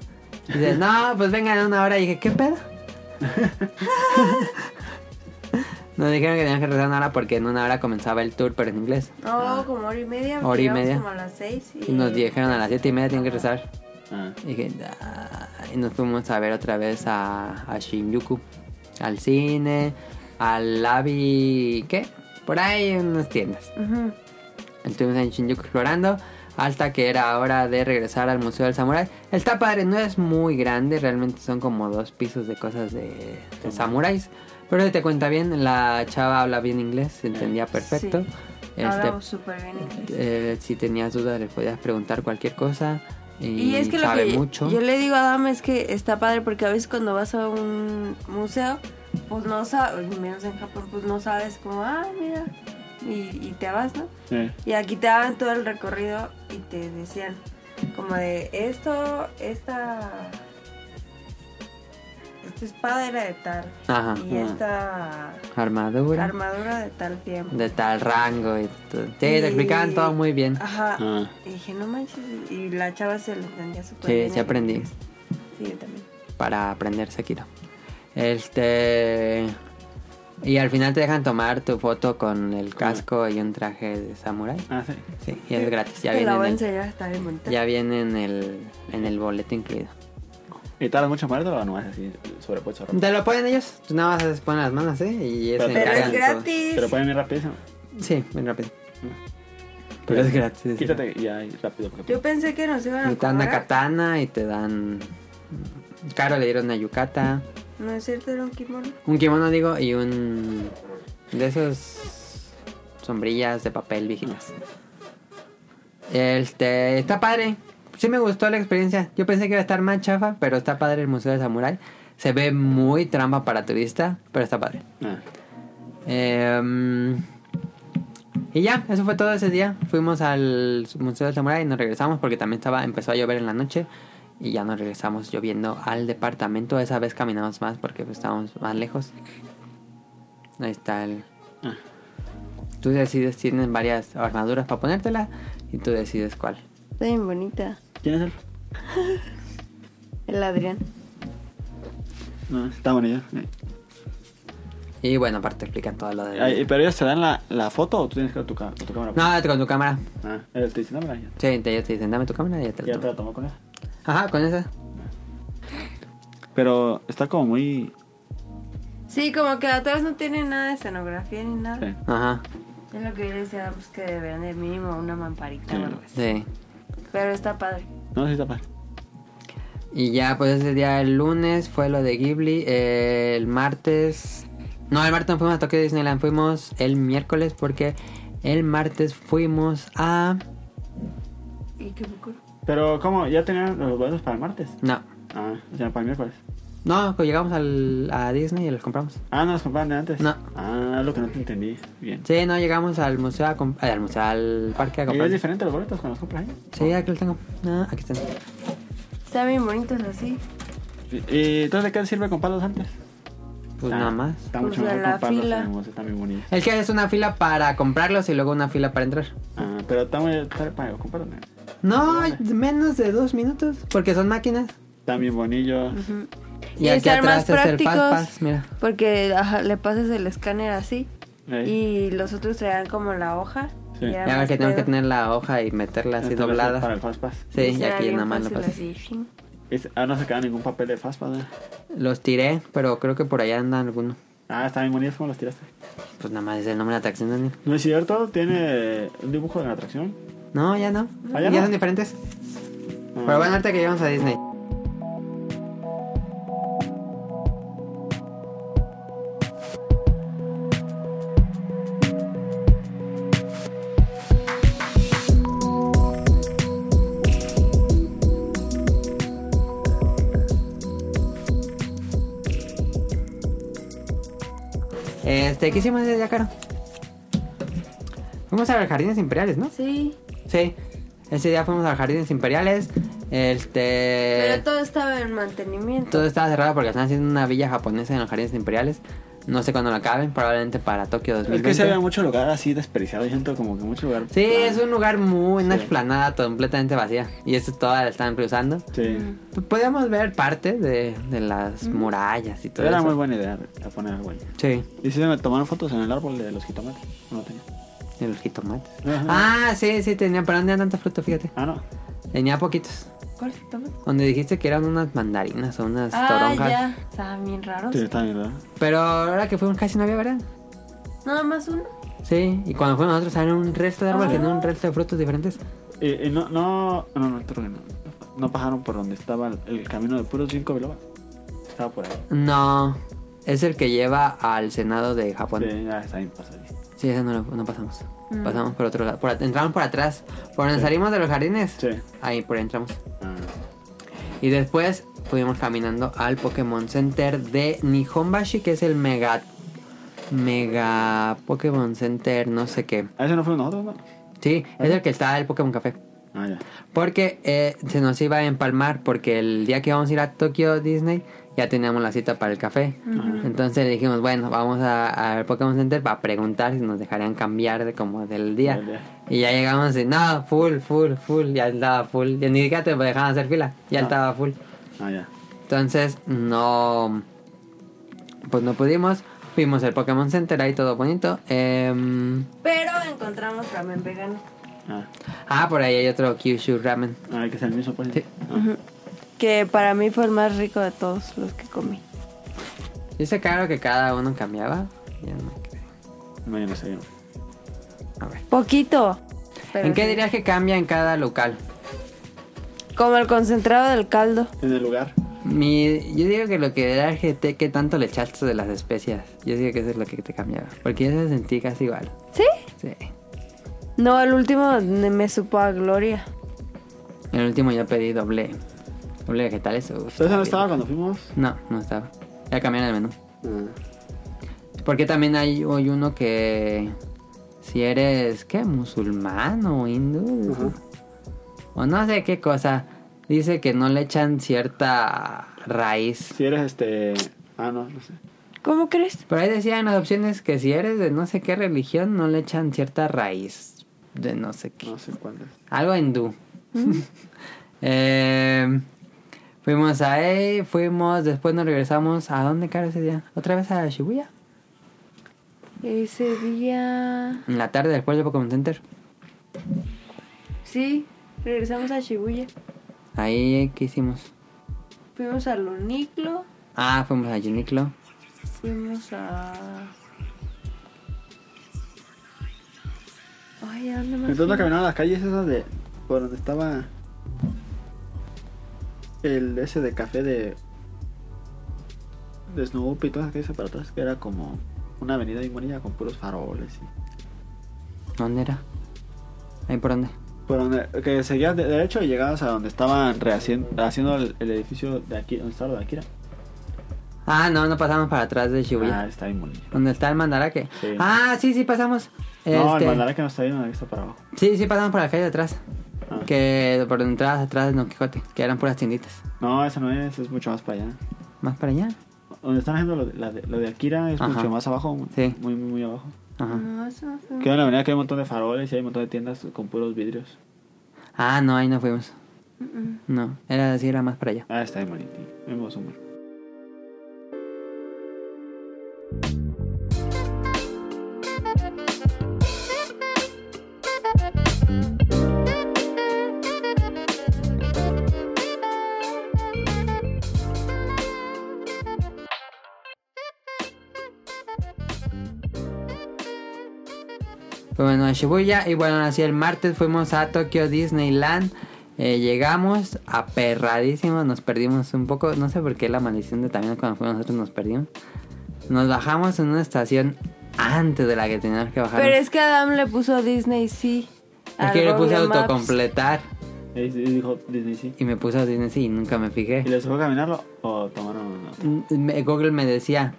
Speaker 1: Y dices, no, pues vengan en una hora. Y dije, ¿qué pedo? <laughs> Nos dijeron que teníamos que regresar una hora porque en una hora comenzaba el tour, pero en inglés.
Speaker 2: No, como hora y media.
Speaker 1: Ah. Hora y
Speaker 2: llegamos
Speaker 1: media.
Speaker 2: Como a las seis. Y,
Speaker 1: Y nos dijeron a las 7 y media tienen que regresar.
Speaker 3: Ah,
Speaker 1: Y dije, "Ah", y nos fuimos a ver otra vez a, a Shinjuku, al cine, al Labi, ¿qué? Por ahí en unas tiendas.
Speaker 2: Ujú.
Speaker 1: Estuvimos en Shinjuku explorando hasta que era hora de regresar al Museo del Samurai. Está padre, no es muy grande, realmente son como dos pisos de cosas de, de samuráis. Pero se te cuenta bien, la chava habla bien inglés, se entendía perfecto.
Speaker 2: Sí.
Speaker 1: Este,
Speaker 2: Hablamos súper bien inglés.
Speaker 1: eh, si tenías dudas le podías preguntar cualquier cosa. Y,
Speaker 2: Y es que lo
Speaker 1: sabe
Speaker 2: que
Speaker 1: mucho.
Speaker 2: yo le digo a Adam es que está padre porque a veces cuando vas a un museo, pues no sabes, menos en Japón, pues no sabes como, ah, mira, y, y te vas, ¿no?
Speaker 3: eh,
Speaker 2: Y aquí te daban todo el recorrido y te decían como de esto, esta, esta espada era de tal
Speaker 1: Ajá.
Speaker 2: y esta
Speaker 1: Armadura.
Speaker 2: armadura de tal tiempo.
Speaker 1: de tal rango. Y todo. Sí, te
Speaker 2: Y-
Speaker 1: explicaban todo muy bien.
Speaker 2: Ajá.
Speaker 3: ah.
Speaker 2: Y dije, no manches, y la chava se lo entendía súper
Speaker 1: Sí,
Speaker 2: bien.
Speaker 1: sí aprendí
Speaker 2: Sí, yo también.
Speaker 1: para aprender Sekiro. Este. Y al final te dejan tomar tu foto con el casco y un traje de samurai.
Speaker 3: Ah, sí.
Speaker 1: Sí, y es gratis. Ya
Speaker 2: Te
Speaker 1: viene,
Speaker 2: la voy a
Speaker 1: en el,
Speaker 2: enseñar, está bien bonita.
Speaker 1: ya viene en el, en el boleto incluido.
Speaker 3: ¿Y tardas mucho en ponértelo o no es así sobrepuesto rápido?
Speaker 1: Te lo ponen ellos, tú nada más les pones las manos, ¿eh? Y se
Speaker 3: Pero-
Speaker 2: Pero
Speaker 1: encargan
Speaker 2: es
Speaker 1: de todo.
Speaker 2: gratis.
Speaker 3: Te lo ponen bien rápido.
Speaker 1: Sí, bien rápido. Pero es gratis.
Speaker 3: Quítate ya y rápido. Porque...
Speaker 2: Yo pensé que nos iban
Speaker 1: Y
Speaker 2: a
Speaker 1: te dan una
Speaker 2: cobrar.
Speaker 1: katana y te dan. Caro le dieron una yukata.
Speaker 2: No es cierto, era un kimono.
Speaker 1: Un kimono, digo, y un. De esos. Sombrillas de papel viejitas. Este. Está padre. Sí me gustó la experiencia. Yo pensé que iba a estar más chafa, pero está padre el Museo de Samurai. Se ve muy trampa para turista, pero está padre.
Speaker 3: Ah,
Speaker 1: Eh, y ya, eso fue todo ese día. Fuimos al Museo del Samurai y nos regresamos porque también estaba empezó a llover en la noche. Y ya nos regresamos lloviendo al departamento. Esa vez caminamos más porque pues, estábamos más lejos. Ahí está el...
Speaker 3: ah.
Speaker 1: Tú decides, tienen varias armaduras para ponértela y tú decides cuál.
Speaker 2: Está bien bonita.
Speaker 3: ¿Quién es él?
Speaker 2: El Adrián.
Speaker 3: No, está bonito. Eh.
Speaker 1: Y bueno, aparte te explican todo lo de...
Speaker 3: Ay, eh. ¿Pero ellos te dan la, la foto o tú tienes que ir a tu, ca- a tu cámara? pues?
Speaker 1: No, con tu cámara.
Speaker 3: Ah, ellos te dicen, dámela ya.
Speaker 1: Sí, te, ellos te dicen, dame tu cámara y ya te la
Speaker 3: Ya te
Speaker 1: tomo".
Speaker 3: la tomó con ella.
Speaker 1: Ajá, con esa.
Speaker 3: Pero está como muy...
Speaker 2: Sí, como que atrás no tiene nada de escenografía ni nada.
Speaker 3: Sí.
Speaker 1: Ajá,
Speaker 2: Es lo que yo decía, pues que deberían de mínimo una mamparita
Speaker 3: Sí.
Speaker 2: o algo así.
Speaker 1: sí.
Speaker 2: Pero está padre.
Speaker 3: No, sí está padre.
Speaker 1: Y ya, pues ese día, el lunes, fue lo de Ghibli. eh, el martes. No, el martes no fuimos a Tokyo Disneyland. Fuimos el miércoles porque el martes fuimos a.
Speaker 2: Y qué bucuro.
Speaker 3: Pero, ¿cómo? ¿Ya tenían los boletos para el martes?
Speaker 1: No,
Speaker 3: Ah, o sea, para el miércoles.
Speaker 1: no, pues llegamos al, a Disney y los compramos.
Speaker 3: Ah, ¿no los compraron de antes?
Speaker 1: No.
Speaker 3: Ah, lo que no te entendí. Bien.
Speaker 1: Sí, no, llegamos al museo, a comp- eh, al, museo al parque a
Speaker 3: ¿Y es
Speaker 1: comprar.
Speaker 3: diferente los boletos cuando los compras ahí?
Speaker 1: Sí, aquí los tengo. Ah, aquí están.
Speaker 2: Está bien bonitos así.
Speaker 3: ¿Y entonces de qué sirve comprarlos antes?
Speaker 1: Pues
Speaker 3: Ah,
Speaker 1: nada más.
Speaker 3: Está
Speaker 2: Pues
Speaker 3: mucho
Speaker 2: de
Speaker 3: mejor
Speaker 2: la
Speaker 3: comprarlos
Speaker 2: fila.
Speaker 3: en el museo, está bien bonito.
Speaker 1: Es que es una fila para comprarlos y luego una fila para entrar.
Speaker 3: Ah, pero está muy... Está para comprarlos. ¿no?
Speaker 1: No, menos de dos minutos, porque son máquinas.
Speaker 3: También bonillos.
Speaker 1: Y aquí
Speaker 2: estar
Speaker 1: atrás
Speaker 2: más
Speaker 1: es el
Speaker 2: prácticos,
Speaker 1: Fastpass, mira.
Speaker 2: Porque ajá, le pasas el escáner así.
Speaker 3: Ey.
Speaker 2: Y los otros traían como la hoja.
Speaker 3: Sí.
Speaker 2: y
Speaker 1: Ya
Speaker 2: era
Speaker 1: ves
Speaker 2: más
Speaker 1: que tengo que
Speaker 2: pedo.
Speaker 1: tener la hoja y meterla así
Speaker 3: Entonces, Para
Speaker 1: doblada.
Speaker 3: el Fastpass.
Speaker 1: Sí,
Speaker 2: Entonces
Speaker 1: y
Speaker 2: era
Speaker 1: aquí
Speaker 2: bien
Speaker 1: nada más lo
Speaker 2: fácil
Speaker 1: pasas.
Speaker 2: así, shin.
Speaker 3: Es- Ah, no sacaban ningún papel de Fastpass. ¿eh?
Speaker 1: Los tiré, pero creo que por allá andan algunos.
Speaker 3: Ah, están bien bonitos como los tiraste.
Speaker 1: Pues nada más es el nombre de la atracción, Dani.
Speaker 3: No es cierto, tiene un dibujo de la atracción.
Speaker 1: No, ya no.
Speaker 3: Ah,
Speaker 1: ya
Speaker 3: ya no.
Speaker 1: son diferentes. Pero
Speaker 3: Ah.
Speaker 1: bueno, ahorita que llegamos a Disney. Este, ¿qué hicimos ese día, Caro? Fuimos a los jardines imperiales, ¿no?
Speaker 2: Sí.
Speaker 1: Sí, ese día fuimos a los Jardines Imperiales. Este.
Speaker 2: Pero todo estaba en mantenimiento.
Speaker 1: Todo estaba cerrado porque están haciendo una villa japonesa en los Jardines Imperiales. No sé cuándo la acaben, probablemente para Tokio
Speaker 3: Es que
Speaker 1: 2020.
Speaker 3: se había mucho lugar así desperdiciado, yo siento como que mucho lugar.
Speaker 1: Sí, es un lugar muy. Una
Speaker 3: Sí.
Speaker 1: explanada completamente vacía. Y esto toda la están reusando.
Speaker 3: Sí.
Speaker 1: Podíamos ver parte de, de las
Speaker 2: Mm.
Speaker 1: murallas y todo
Speaker 3: Era
Speaker 1: eso.
Speaker 3: muy buena idea de- de poner algo ahí.
Speaker 1: Sí,
Speaker 3: Y si se me tomaron fotos en el árbol de los jitomates. No tenía.
Speaker 1: y los jitomates.
Speaker 3: Ajá.
Speaker 1: Ah, sí, sí, tenía. Pero no tenía tanta fruta, fíjate.
Speaker 3: Ah, no.
Speaker 1: Tenía poquitos.
Speaker 2: ¿Cuál es el tomate?
Speaker 1: Donde dijiste que eran unas mandarinas o unas
Speaker 2: Ah,
Speaker 1: toronjas.
Speaker 2: ya. Estaban bien raros.
Speaker 3: Sí, está bien, ¿verdad?
Speaker 1: Pero ahora que fuimos casi no había, ¿verdad?
Speaker 2: Nada más uno.
Speaker 1: Sí, y cuando fuimos nosotros había un resto de árboles,
Speaker 2: Ajá.
Speaker 1: que tenían un resto de frutos diferentes.
Speaker 3: Y, y Eh, no, no, no, no, creo que no. No pasaron por donde estaba el, el camino de puros cinco bilobas. Estaba por ahí.
Speaker 1: No, es el que lleva al Senado de Japón. Sí,
Speaker 3: Sí, ya está bien pasadito.
Speaker 1: ese no, lo- no pasamos.
Speaker 2: Mm.
Speaker 1: Pasamos por otro lado. por at- entramos por atrás. Por donde
Speaker 3: Sí.
Speaker 1: salimos de los jardines.
Speaker 3: Sí.
Speaker 1: Ahí, por ahí entramos.
Speaker 3: Ah.
Speaker 1: Y después fuimos caminando al Pokémon Center de Nihonbashi, que es el mega... Mega Pokémon Center, no sé qué.
Speaker 3: ¿A eso no fuimos nosotros, no?
Speaker 1: Sí, es el que está el Pokémon Café.
Speaker 3: Ah, ya.
Speaker 1: Porque eh, se nos iba a empalmar porque el día que íbamos a ir a Tokio Disney ya teníamos la cita para el café. Entonces le dijimos, bueno, vamos a- al Pokémon Center para preguntar si nos dejarían cambiar de como del día.
Speaker 3: Del día.
Speaker 1: Y ya llegamos y no, full, full, full, ya estaba full. Ya ni siquiera te dejaban hacer fila, ya
Speaker 3: Ah.
Speaker 1: estaba full.
Speaker 3: Ah, ya.
Speaker 1: Entonces no, pues no pudimos. Vimos el Pokémon Center ahí todo bonito. Em,
Speaker 2: Pero encontramos ramen vegano.
Speaker 3: Ah,
Speaker 1: ah, por ahí hay otro Kyushu Ramen.
Speaker 3: ah que es el mismo, pues.
Speaker 1: Sí.
Speaker 3: Ah.
Speaker 2: Que para mí fue el más rico de todos los que comí.
Speaker 1: Dice claro que cada uno cambiaba. Ya no creo.
Speaker 3: No, yo no sé. yo no.
Speaker 1: A ver.
Speaker 2: Poquito. Pero
Speaker 1: ¿En qué
Speaker 2: sí.
Speaker 1: dirías que cambia en cada local?
Speaker 2: Como el concentrado del caldo.
Speaker 3: En el lugar.
Speaker 1: Mi, yo digo que lo que era que te- que tanto le echaste de las especias. Yo digo que eso es lo que te cambiaba. Porque yo se sentí casi igual.
Speaker 2: ¿Sí?
Speaker 1: Sí.
Speaker 2: No, el último me me supo a Gloria.
Speaker 1: En el último yo pedí doble. Doble vegetales. Uf,
Speaker 3: ¿Ustedes no
Speaker 1: bien.
Speaker 3: estaba cuando fuimos?
Speaker 1: No, no estaba. Ya cambiaron el menú.
Speaker 3: Ah.
Speaker 1: Porque también hay, hay uno que. Si eres, ¿qué? Musulmán o hindú.
Speaker 3: Ajá.
Speaker 1: O no sé qué cosa. Dice que no le echan cierta raíz.
Speaker 3: Si eres este. Ah, no, no sé.
Speaker 2: ¿Cómo crees?
Speaker 1: Por ahí decían las opciones que si eres de no sé qué religión, no le echan cierta raíz. De no sé qué.
Speaker 3: No sé Mm. cuál es.
Speaker 1: Algo hindú. <laughs> Eh, fuimos ahí, fuimos, después nos regresamos. ¿A dónde, cara, ese día? ¿Otra vez a Shibuya?
Speaker 2: Ese día...
Speaker 1: En la tarde después del Pokémon Center.
Speaker 2: Sí, regresamos a Shibuya.
Speaker 1: Ahí, ¿qué hicimos?
Speaker 2: Fuimos al Uniclo.
Speaker 1: Ah, fuimos a Uniqlo.
Speaker 2: Fuimos a... Ay, ¿a dónde
Speaker 3: Entonces
Speaker 2: más?
Speaker 3: no
Speaker 2: fuimos?
Speaker 3: caminaron las calles esas de. por donde estaba. el ese de café de. de Snoop y todas aquellas para atrás, que era como una avenida bien bonita con puros faroles. y-
Speaker 1: ¿Dónde era? ¿Ahí por dónde?
Speaker 3: por donde. que seguías de derecho y llegabas a donde estaban rehacien- haciendo el, el edificio de aquí, donde estaba lo de Akira.
Speaker 1: Ah, no, no pasamos para atrás de Shibuya.
Speaker 3: Ah, está bien bonito.
Speaker 1: ¿Dónde está el mandarake?
Speaker 3: Sí.
Speaker 1: Ah, sí, sí, pasamos.
Speaker 3: No,
Speaker 1: Este,
Speaker 3: el mandará que no está bien, el que está para abajo.
Speaker 1: Sí, sí, pasamos por la calle de atrás.
Speaker 3: Ah.
Speaker 1: Que por donde entrabas atrás de Don Quijote, que eran puras tienditas.
Speaker 3: No, esa no es, es mucho más para allá.
Speaker 1: Más para allá.
Speaker 3: Donde están haciendo lo de, la de- lo de Akira es
Speaker 1: Ajá.
Speaker 3: mucho más abajo,
Speaker 1: Sí.
Speaker 3: muy, muy, muy abajo.
Speaker 1: Ajá.
Speaker 2: No, eso no fuimos.
Speaker 3: Queda en la avenida que hay un montón de faroles y hay un montón de tiendas con puros vidrios.
Speaker 1: Ah, no, ahí no fuimos.
Speaker 2: mm,
Speaker 1: No, era así, era más para allá.
Speaker 3: Ah, está en Maritín. En Bozumel.
Speaker 1: Pues bueno, en Shibuya. Y bueno, así el martes fuimos a Tokio Disneyland. Eh, llegamos aperradísimos, nos perdimos un poco. No sé por qué la maldición de también cuando fuimos nosotros nos perdimos. Nos bajamos en una estación antes de la que teníamos que bajar.
Speaker 2: Pero es que Adam le puso Disney sí.
Speaker 1: es
Speaker 2: al
Speaker 1: que yo le puse
Speaker 2: Google Maps.
Speaker 1: autocompletar
Speaker 3: Y ahí dijo Disney sí.
Speaker 1: y me puse a Disney sí, y nunca me fijé.
Speaker 3: ¿Y les dejó caminarlo o tomaron nota?
Speaker 1: me- Google me decía.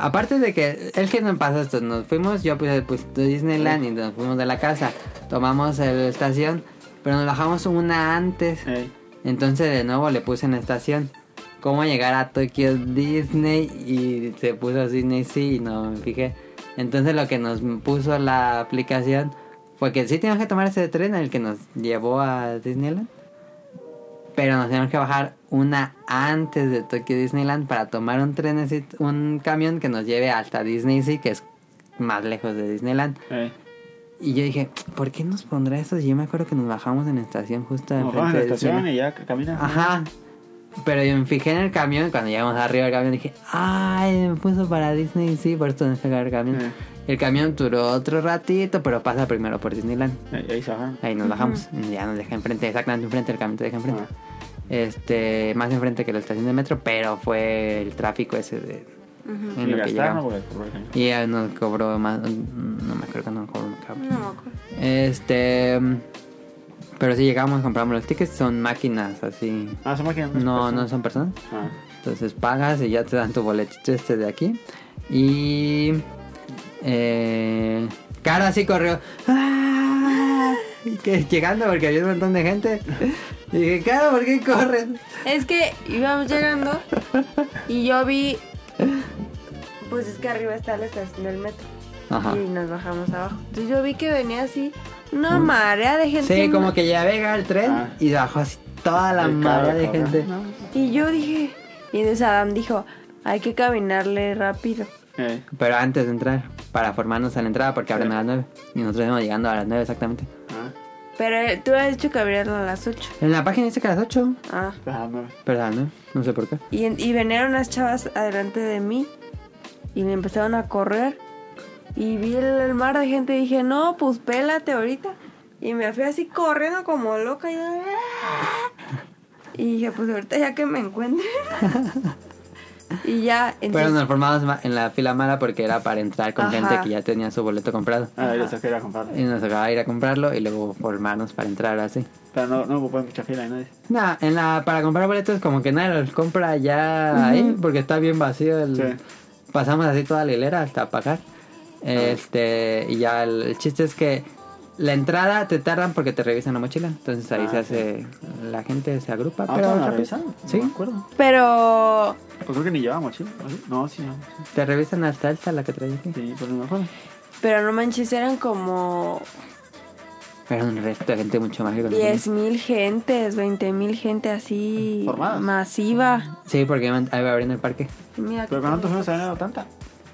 Speaker 1: Aparte de que el que nos pasó esto, nos fuimos, yo puse pues, de Disneyland y nos fuimos de la casa. Tomamos el- la estación, pero nos bajamos una antes.
Speaker 3: Ey,
Speaker 1: Entonces de nuevo le puse en la estación. ¿Cómo llegar a Tokio Disney? Y se puso Disney sí y no me fijé. Entonces lo que nos puso la aplicación fue que sí teníamos que tomar ese tren, el que nos llevó a Disneyland. Pero nos teníamos que bajar una antes de Tokio Disneyland para tomar un trenecito, un camión que nos lleve hasta Disney Sea, que es más lejos de Disneyland.
Speaker 3: ey.
Speaker 1: Y yo dije, ¿por qué nos pondrá eso? Si yo me acuerdo que nos bajamos en la estación justo
Speaker 3: Nos
Speaker 1: enfrente
Speaker 3: bajan en la
Speaker 1: de Disneyland".
Speaker 3: estación y ya caminan.
Speaker 1: Ajá. Pero yo me fijé en el camión. Cuando llegamos arriba del camión dije, ¡ay! Me puso para Disney. Sí, por eso no se agarra el camión.
Speaker 3: Eh.
Speaker 1: El camión duró otro ratito, pero pasa primero por Disneyland.
Speaker 3: Ey, ahí se bajan.
Speaker 1: Ahí nos bajamos. Ya nos deja enfrente, exactamente enfrente. El camión te deja enfrente.
Speaker 2: Ah.
Speaker 1: Este, más enfrente que la estación de metro, pero fue el tráfico ese de.
Speaker 3: Ah,
Speaker 1: en
Speaker 3: y
Speaker 1: lo que
Speaker 3: gastaron
Speaker 1: llegamos.
Speaker 3: por el por el camino.
Speaker 1: Y ya nos cobró más. No me acuerdo cuándo nos cobró. nos cobró.
Speaker 2: No me acuerdo.
Speaker 1: Este. Pero sí llegamos, compramos los tickets. Son máquinas así.
Speaker 3: Ah, son máquinas.
Speaker 1: No, no
Speaker 3: personas.
Speaker 1: son personas.
Speaker 3: Ah,
Speaker 1: Entonces pagas y ya te dan tu boletito este de aquí. Y. Eh, Cara así corrió. ¡Ah! Y que- Llegando porque había un montón de gente. Y dije, Cara, ¿por qué corres?
Speaker 2: Es que íbamos llegando y yo vi. Pues es que arriba está la estación del metro.
Speaker 1: Ajá.
Speaker 2: Y nos bajamos abajo. Entonces yo vi que venía así una marea de gente.
Speaker 1: Sí, como que ya llega el tren
Speaker 3: Ah.
Speaker 1: y bajó así toda la
Speaker 3: Sí,
Speaker 1: marea
Speaker 3: cara,
Speaker 1: de
Speaker 3: cabrón.
Speaker 1: gente.
Speaker 2: Y yo dije. Y entonces Adam dijo: hay que caminarle rápido.
Speaker 3: Ah, ey.
Speaker 1: Pero antes de entrar, para formarnos a la entrada porque abren
Speaker 3: Sí.
Speaker 1: a las 9. Y nosotros estamos llegando a las 9 exactamente.
Speaker 3: Ah,
Speaker 2: Pero eh, tú has dicho que abrieron a las 8.
Speaker 1: En la página dice que a las 8.
Speaker 2: Ah.
Speaker 3: ah, no.
Speaker 1: Perdón, ¿no? No sé por qué.
Speaker 2: Y, en- y venían unas chavas adelante de mí y le empezaron a correr. Y vi el, el mar de gente y dije, no, pues pélate ahorita. Y me fui así corriendo como loca. Y, yo, "Ah". Y dije, pues ahorita ya que
Speaker 3: <laughs>
Speaker 2: me encuentren. y ya,
Speaker 1: Pero
Speaker 2: entonces...
Speaker 1: nos formamos ma- en la fila mala porque era para entrar con
Speaker 2: Ajá.
Speaker 1: gente que ya tenía su boleto comprado.
Speaker 3: Ah, yo saqué a comprar.
Speaker 1: Y nos acaba de ir a comprarlo y luego formarnos para entrar así.
Speaker 3: Pero no, no ocupé mucha fila y nadie.
Speaker 1: Nah, en la, para comprar boletos como que nadie los compra ya ahí porque está bien vacío. el-
Speaker 3: Sí. Ah.
Speaker 1: Pasamos así toda la hilera hasta pagar. Este, y ya el, el chiste es que la entrada te tardan porque te revisan la mochila. Entonces ahí
Speaker 3: Ah,
Speaker 1: se hace, la gente se agrupa.
Speaker 3: Ah,
Speaker 1: pero
Speaker 3: ¿todos la
Speaker 1: rápido.
Speaker 3: revisaron? No
Speaker 1: Sí,
Speaker 3: me acuerdo.
Speaker 2: Pero...
Speaker 3: Pues creo que ni llevaba mochila. ¿o sí? No, sí, no.
Speaker 1: te revisan hasta esta la que traes aquí.
Speaker 3: Sí, pero no me acuerdo.
Speaker 2: Pero no manches, eran como
Speaker 1: Pero un resto de gente mucho más que con nosotros.
Speaker 2: 10.000 mil gentes, 20 mil gente así
Speaker 3: Formadas.
Speaker 2: masiva.
Speaker 1: Sí, porque iban- ahí va abriendo el parque.
Speaker 2: Y mira
Speaker 3: Pero
Speaker 2: qué
Speaker 3: con nosotros no se había dado tanta.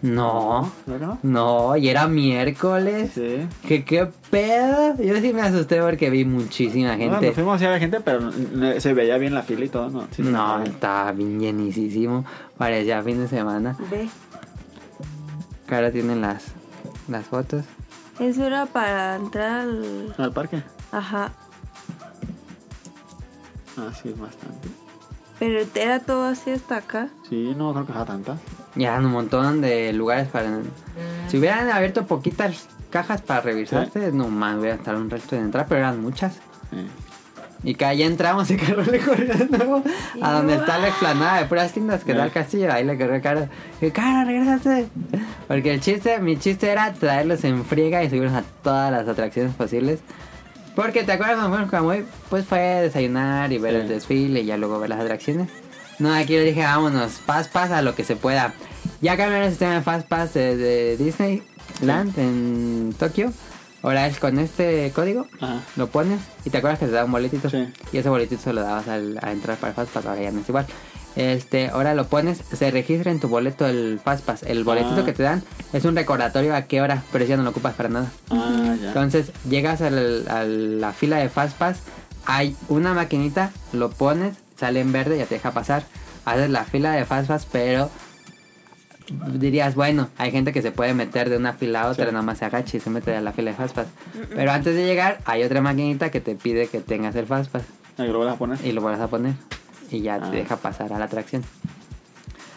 Speaker 1: No,
Speaker 3: ¿Verdad que no?
Speaker 1: no, y era miércoles.
Speaker 3: Sí.
Speaker 1: ¿Qué, qué pedo? Yo sí me asusté porque vi muchísima
Speaker 3: No, Cuando
Speaker 1: gente.
Speaker 3: Ah, fuimos sí había gente, pero n- se veía bien la fila y todo, ¿no? Sí,
Speaker 1: No, estaba bien llenísimo. Parecía fin de semana.
Speaker 2: Ve.
Speaker 1: Que ahora tienen las, las fotos.
Speaker 2: Eso era para entrar al...
Speaker 3: ¿Al parque?
Speaker 2: Ajá.
Speaker 3: Ah, sí, bastante.
Speaker 2: Pero era todo así hasta acá.
Speaker 3: Sí, no creo que sea tanta.
Speaker 1: Ya eran un montón de lugares para... Si hubieran abierto poquitas cajas para revisarse, no más hubiera estado un resto de entrar, pero eran muchas.
Speaker 3: Sí.
Speaker 1: Y que allá entramos y Carol le corrió de nuevo
Speaker 2: Y
Speaker 1: a donde
Speaker 2: yo,
Speaker 1: está la explanada de puras tiendas que da el
Speaker 3: Eh.
Speaker 1: castillo. Ahí le corrió Carol. Y Carol, regrésate. Porque el chiste, mi chiste era traerlos en friega y subirlos a todas las atracciones posibles. Porque te acuerdas cuando fuimos con Camuy, pues fue desayunar y ver
Speaker 3: Sí.
Speaker 1: el desfile y ya luego ver las atracciones. No, aquí le dije, vámonos, fast pass a lo que se pueda. Ya cambiaron el sistema de fast pass de, de Disneyland en Tokio Ahora es con este código,
Speaker 3: Ajá.
Speaker 1: lo pones y te acuerdas que te da un boletito.
Speaker 3: Sí.
Speaker 1: Y ese boletito se lo dabas al, a entrar para Fastpass, ahora ya no es igual. Este, ahora lo pones, se registra en tu boleto el Fastpass. El boletito
Speaker 3: Ah.
Speaker 1: que te dan es un recordatorio a qué hora, pero ya no lo ocupas para nada.
Speaker 3: Ah, ya.
Speaker 1: Entonces llegas al- a la fila de Fastpass, hay una maquinita, lo pones, sale en verde, ya te deja pasar. Haces la fila de Fastpass, pero dirías, bueno, hay gente que se puede meter de una fila a otra,
Speaker 3: Sí.
Speaker 1: nada más se agacha y se mete a la fila de Fastpass. Pero antes de llegar, hay otra maquinita que te pide que tengas el Fastpass
Speaker 3: Ahí lo vuelves a poner.
Speaker 1: y lo vuelves a poner y ya
Speaker 3: Ah.
Speaker 1: te deja pasar a la atracción.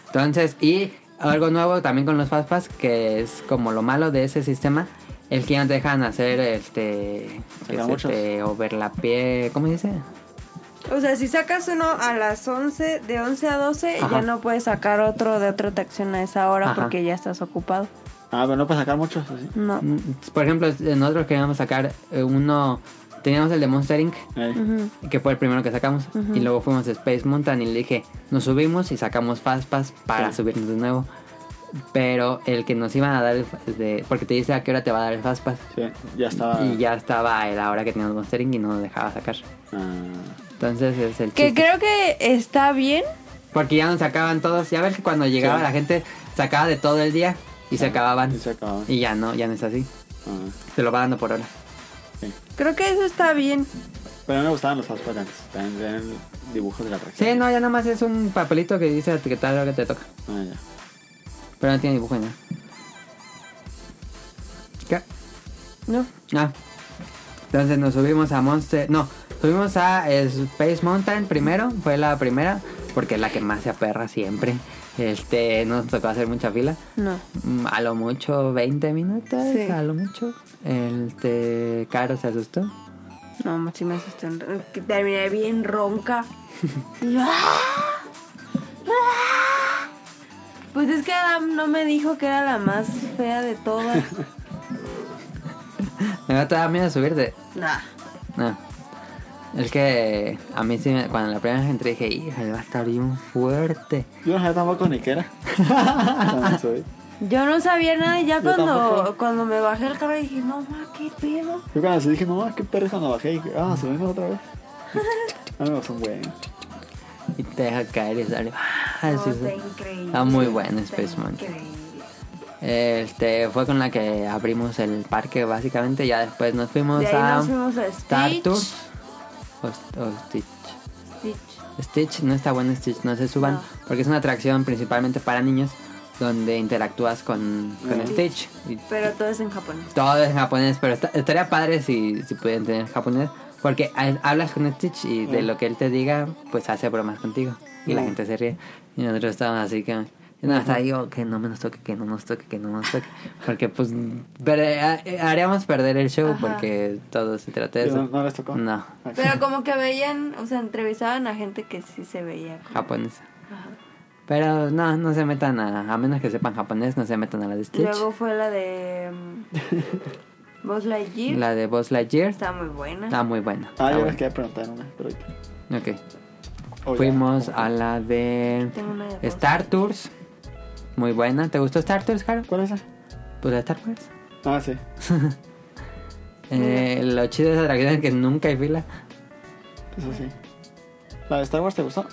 Speaker 1: Entonces, y algo nuevo también con los Fastpass, que es como lo malo de ese sistema, es que ya no te dejan hacer este que
Speaker 3: Sacar
Speaker 1: se
Speaker 3: muchos.
Speaker 1: te overlapee, ¿cómo se dice?
Speaker 2: O sea, si sacas uno a las 11, de 11 a 12,
Speaker 1: Ajá.
Speaker 2: ya no puedes sacar otro de otra atracción a esa hora
Speaker 1: Ajá.
Speaker 2: porque ya estás ocupado.
Speaker 3: Ah, pero no para sacar muchos. así.
Speaker 2: No.
Speaker 1: Mm, Por ejemplo, nosotros queríamos sacar eh, uno, teníamos el de Monster Inc.
Speaker 3: Ahí.
Speaker 2: Ujú.
Speaker 1: que fue el primero que sacamos. Y luego fuimos a Space Mountain y le dije, nos subimos y sacamos Fastpass para
Speaker 3: Sí.
Speaker 1: subirnos de nuevo. Pero el que nos iban a dar el, fa- el de- porque te dice a qué hora te va a dar el Fastpass.
Speaker 3: Sí, ya estaba.
Speaker 1: Y ya estaba la hora que teníamos Monster Inc. y no nos dejaba sacar.
Speaker 3: Ah,
Speaker 1: Entonces es el
Speaker 2: Que
Speaker 1: chiste.
Speaker 2: creo que está bien.
Speaker 1: Porque ya nos sacaban todos. Ya ves que cuando llegaba
Speaker 3: Sí.
Speaker 1: la gente sacaba de todo el día y se acababan.
Speaker 3: y se acababan.
Speaker 1: Y ya no, ya no es así.
Speaker 3: Ah,
Speaker 1: Te lo va dando por hora.
Speaker 3: sí.
Speaker 2: Creo que eso está bien.
Speaker 3: Pero me gustaban los Fastpass antes. También tenían dibujos de la atracción.
Speaker 1: Sí, no, ya nada más es un papelito que dice que tal hora que te toca.
Speaker 3: Ah, ya.
Speaker 1: Pero no tiene dibujo ni nada. ¿Qué?
Speaker 2: No.
Speaker 1: Ah. Entonces nos subimos a Monster. No, subimos a Space Mountain primero. Fue la primera. Porque es la que más se aperra siempre. Este, no nos tocó hacer mucha fila.
Speaker 2: No.
Speaker 1: Mm, A lo mucho 20 minutos.
Speaker 2: Sí.
Speaker 1: A lo mucho. Este, Caro se asustó.
Speaker 2: No, sí me asusté. un- que Terminé
Speaker 1: <laughs>
Speaker 2: bien ronca. Y yo, ¡ah! ¡Ah! Pues es que Adam no me dijo que era la más fea de
Speaker 1: <laughs>
Speaker 2: todas.
Speaker 1: Me da toda miedo subirte.
Speaker 2: Nah.
Speaker 1: No. Es que a mí sí, me- cuando la primera vez entré dije, híjole, va a estar bien fuerte.
Speaker 3: Yo no sabía tampoco ni
Speaker 1: <laughs>
Speaker 3: qué era. También soy.
Speaker 2: Yo no sabía nada y ya
Speaker 3: Yo
Speaker 2: cuando,
Speaker 3: tampoco.
Speaker 2: cuando me bajé el carro dije, no ma, qué pedo.
Speaker 3: Yo cuando se dije, no, qué perro cuando bajé. Dije, ah, subimos otra vez. <laughs> Ah, no, son buenos.
Speaker 1: Y te deja caer y sale. ¡ah!
Speaker 2: No,
Speaker 1: Sí, sí.
Speaker 2: está increíble.
Speaker 1: Está muy bueno
Speaker 2: Está
Speaker 1: Space Mountain.
Speaker 2: increíble.
Speaker 1: Este, fue con la que abrimos el parque básicamente. Ya después nos fuimos
Speaker 2: De ahí
Speaker 1: a
Speaker 2: nos fuimos a Stitch.
Speaker 1: Tartus. O, o Stitch.
Speaker 2: Stitch.
Speaker 1: Stitch no está bueno Stitch, no se suban.
Speaker 2: No.
Speaker 1: Porque es una atracción principalmente para niños donde interactúas con, con
Speaker 3: Ujú.
Speaker 1: Stitch. Y
Speaker 2: Pero todo es en japonés.
Speaker 1: todo es en japonés, pero esta- estaría padre si, si pudieran tener japonés. Porque ha- hablas con Stitch y de
Speaker 3: Ujú.
Speaker 1: lo que él te diga, pues hace bromas contigo. Y la
Speaker 3: Ujú.
Speaker 1: gente se ríe. Y nosotros estábamos así que... No, hasta ahí, oh, que no nos toque, que no nos toque, que no nos toque. Porque pues perde- ha- eh, haríamos perder el show
Speaker 2: Ajá.
Speaker 1: porque todo se trata de
Speaker 3: ¿No,
Speaker 1: eso.
Speaker 3: ¿No les tocó?
Speaker 1: No,
Speaker 3: Ah,
Speaker 2: Pero como que veían, o sea, entrevistaban a gente que sí se veía. como-
Speaker 1: japonés.
Speaker 2: Ajá.
Speaker 1: Pero no, no se metan a... A menos que sepan japonés, no se metan a la de Stitch.
Speaker 2: Luego fue
Speaker 1: <laughs>
Speaker 2: la de Voz Lightyear.
Speaker 1: la de Buzz Lightyear
Speaker 2: Está muy buena.
Speaker 1: está muy buena.
Speaker 3: Ah,
Speaker 1: está
Speaker 3: yo les
Speaker 1: buena.
Speaker 3: quería preguntar una, pero ahorita.
Speaker 1: Ok.
Speaker 3: Oh, ya.
Speaker 1: Fuimos a la de
Speaker 2: Tengo una de Buzz.
Speaker 1: Star Tours. Muy buena. ¿Te gustó Star Tours, Harold?
Speaker 3: ¿Cuál es esa?
Speaker 1: Pues la Star Wars.
Speaker 3: Ah, sí.
Speaker 1: Eh, lo chido de esa atracción es que nunca hay fila.
Speaker 3: Eso sí. ¿La de Star Wars te gustó?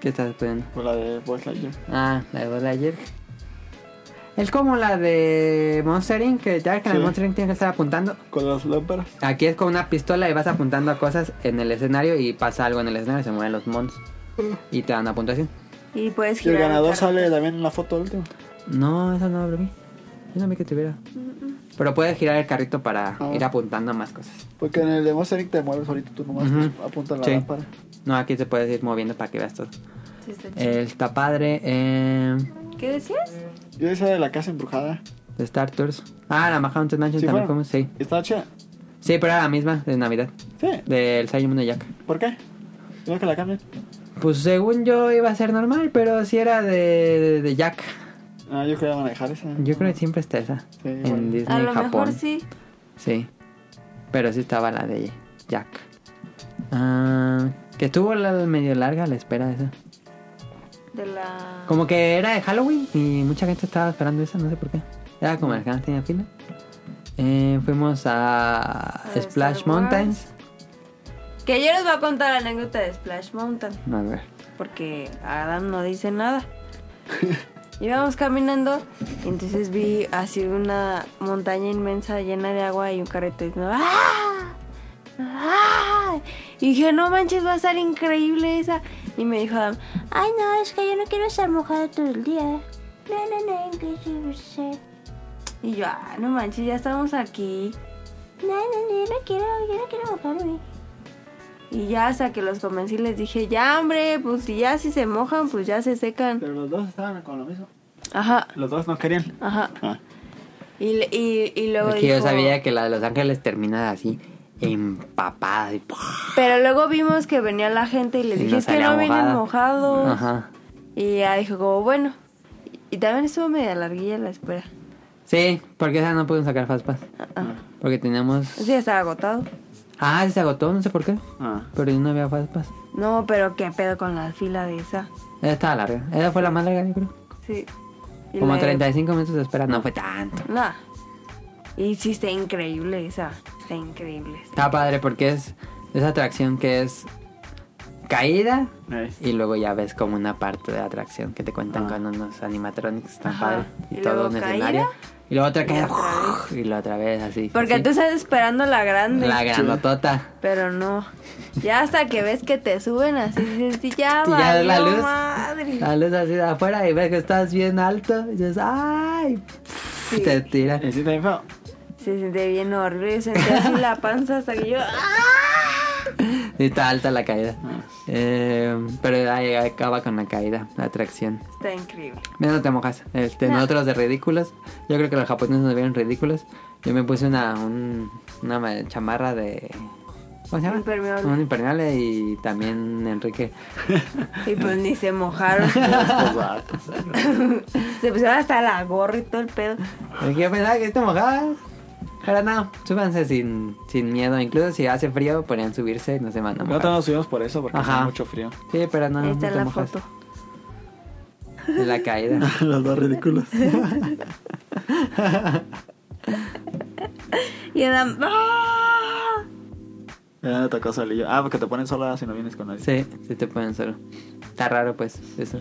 Speaker 1: ¿Qué estás poniendo?
Speaker 3: ¿O la de Voice Lightyear?
Speaker 1: Ah, la de Buzz Lightyear. Es como la de Monster Inc. Que ya ves que en la de
Speaker 3: Sí.
Speaker 1: Monster Inc. tienes que estar apuntando.
Speaker 3: Con los lámparas.
Speaker 1: Aquí es con una pistola y vas apuntando a cosas en el escenario y pasa algo en el escenario, se mueven los monos. Y te dan una puntuación.
Speaker 2: Y puedes
Speaker 3: Y el
Speaker 2: girar.
Speaker 3: ganador
Speaker 2: carro.
Speaker 3: sale también en la foto última.
Speaker 1: No, eso no lo vi. Yo no vi que tuviera. Pero puedes girar el carrito para
Speaker 3: Ah.
Speaker 1: ir apuntando a más cosas.
Speaker 3: Porque en el de Monster Inc. te mueves ahorita tú nomás
Speaker 1: Ujú.
Speaker 3: apuntas la
Speaker 1: Sí.
Speaker 3: lámpara.
Speaker 1: No, aquí te puedes ir moviendo para que veas todo.
Speaker 2: Sí, está chido.
Speaker 1: El está padre eh,
Speaker 2: ¿Qué decías?
Speaker 3: Yo esa de la casa embrujada.
Speaker 1: de Star Tours. Ah, la Haunted Mansion
Speaker 3: ¿Sí
Speaker 1: también
Speaker 3: fueron?
Speaker 1: fuimos, sí.
Speaker 3: ¿Está chida?
Speaker 1: Sí, pero era la misma de Navidad,
Speaker 3: Sí.
Speaker 1: del Simon de Jack.
Speaker 3: ¿Por qué? ¿No que la cambien?
Speaker 1: Pues según yo iba a ser normal, pero si era de, de- de Jack.
Speaker 3: Ah, yo quería manejar esa.
Speaker 1: Yo creo que siempre está esa.
Speaker 3: Sí,
Speaker 1: en
Speaker 3: igual.
Speaker 1: Disney,
Speaker 2: A lo
Speaker 1: Japón.
Speaker 2: mejor sí.
Speaker 1: Sí. Pero sí estaba la de Jack. Ah, que estuvo la, medio larga la espera de esa.
Speaker 2: De la.
Speaker 1: Como que era de Halloween y mucha gente estaba esperando esa, no sé por qué. Era como el canal tenía pila. Eh, fuimos a
Speaker 2: A Star
Speaker 1: Splash
Speaker 2: Wars.
Speaker 1: Mountains.
Speaker 2: Que yo les voy a contar la anécdota de Splash Mountain.
Speaker 1: A ver.
Speaker 2: porque Adam no dice nada. Íbamos caminando y entonces vi así una montaña inmensa llena de agua y un carrito diciendo ¡Ah! ¡Ah! Y dije, no manches, va a estar increíble esa. Y me dijo Adam, ay no, es que yo no quiero estar mojado todo el día. No, no, no, que sí, no sé". Y yo, ah, no manches, ya estamos aquí. No, no, no, yo no quiero, yo no quiero mojarme. Y ya hasta que los convencí les dije, ya hombre, pues si ya si se mojan, pues ya se secan.
Speaker 3: Pero los dos estaban con lo mismo.
Speaker 2: Ajá,
Speaker 3: Los dos no querían.
Speaker 2: ajá.
Speaker 3: Ah.
Speaker 2: Y, le- y, y luego...
Speaker 1: Es que yo
Speaker 2: dijo-
Speaker 1: sabía que la de Los Ángeles terminaba así, empapada. y ¡pah!
Speaker 2: Pero luego vimos que venía la gente y les
Speaker 1: Y
Speaker 2: dije,
Speaker 1: no
Speaker 2: es que
Speaker 1: salía
Speaker 2: no vienen
Speaker 1: mojada".
Speaker 2: mojados.
Speaker 1: Ajá.
Speaker 2: Y ya dijo, como bueno. Y también estuvo media larguilla la espera.
Speaker 1: Sí, porque esa no pudimos sacar Fastpass.
Speaker 2: Ah.
Speaker 1: Porque teníamos.
Speaker 2: Sí, estaba agotado.
Speaker 1: Ah, se agotó, no sé por qué.
Speaker 3: Ah.
Speaker 1: Pero yo no había Fastpass.
Speaker 2: No, pero qué pedo con la fila de esa.
Speaker 1: Esa estaba larga. Esa fue la más larga, yo creo.
Speaker 2: Sí. Y
Speaker 1: Como
Speaker 2: la-
Speaker 1: 35 minutos de espera. No fue tanto.
Speaker 2: Nah. Y sí, está increíble esa. Está increíble.
Speaker 1: Está padre porque es esa atracción que es caída
Speaker 3: Ahí.
Speaker 1: y luego ya ves como una parte de la atracción que te cuentan
Speaker 3: Ah.
Speaker 1: con unos animatronics tan
Speaker 2: Ajá.
Speaker 1: padre y,
Speaker 2: Y
Speaker 1: todo
Speaker 2: luego
Speaker 1: un
Speaker 2: caída.
Speaker 1: escenario. Y luego otra
Speaker 2: Y
Speaker 1: caída
Speaker 2: otra
Speaker 1: y la otra vez así.
Speaker 2: Porque
Speaker 1: así.
Speaker 2: tú estás esperando la grande.
Speaker 1: La grandotota.
Speaker 2: Pero no. Ya hasta que ves que te suben así, dices, "Sí, ya,
Speaker 1: Y <laughs> ya ves la
Speaker 2: valió
Speaker 1: luz. Ah,
Speaker 2: madre.
Speaker 1: La luz así de afuera y ves que estás bien alto y dices, ¡ay!
Speaker 2: Sí.
Speaker 1: Te tira.
Speaker 3: ¿Y sí te feo?
Speaker 2: Se siente bien horrible, sentí así la panza hasta que yo... ¡ah!
Speaker 1: Y <laughs> está alta la caída.
Speaker 3: Ah.
Speaker 1: Eh, pero ahí acaba con la caída, la atracción.
Speaker 2: Está increíble.
Speaker 1: Mira, no te mojas. Este,
Speaker 2: No.
Speaker 1: Nosotros de ridículos. Yo creo que los japoneses nos vieron ridículos. Yo me puse una, un- una ma- chamarra de... ¿Cómo se llama?
Speaker 2: Impermeable.
Speaker 1: Un impermeable y también Enrique.
Speaker 2: Y pues ni
Speaker 1: <laughs>
Speaker 2: se mojaron.
Speaker 3: Estos vatos.
Speaker 2: se pusieron hasta la gorra y todo el pedo.
Speaker 1: Enrique, yo pensaba que te mojabas. Pero no, súbanse sin, sin miedo. Incluso si hace frío, podrían subirse y no se van a mojar.
Speaker 3: Nosotros nos subimos por eso, porque
Speaker 1: Ajá.
Speaker 3: hace mucho frío.
Speaker 1: Sí, pero no,
Speaker 2: Ahí
Speaker 1: no
Speaker 2: está
Speaker 1: te
Speaker 2: la
Speaker 1: mojas.
Speaker 2: foto.
Speaker 1: De
Speaker 2: <laughs>
Speaker 1: la caída.
Speaker 3: <laughs> los dos ridículos.
Speaker 2: Y Adam... ¡ah!
Speaker 3: <laughs> Ya me tocó solillo. Ah, porque te ponen sola si no vienes con nadie.
Speaker 1: Sí, sí te ponen solo. Está raro, pues, eso.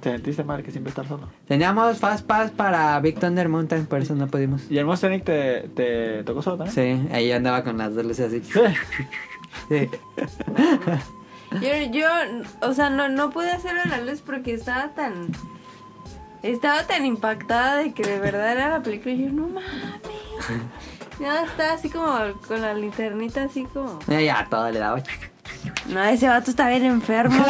Speaker 3: ¿Te sentiste mal que siempre estar solo?
Speaker 1: Teníamos Fast Pass para Big Thunder Mountain, por eso no pudimos.
Speaker 3: ¿Y el Monster Inc. te, te tocó solo también?
Speaker 1: Sí, ahí andaba con las dos luces así. Sí.
Speaker 2: Yo, yo, o sea, no, no pude hacerlo a la luz porque estaba tan... Estaba tan impactada de que de verdad era la película. Y yo, no mames. Ya estaba así como con la linternita así como...
Speaker 1: Mira, ya todo le daba.
Speaker 2: No, ese vato está bien
Speaker 1: <laughs>
Speaker 2: enfermo.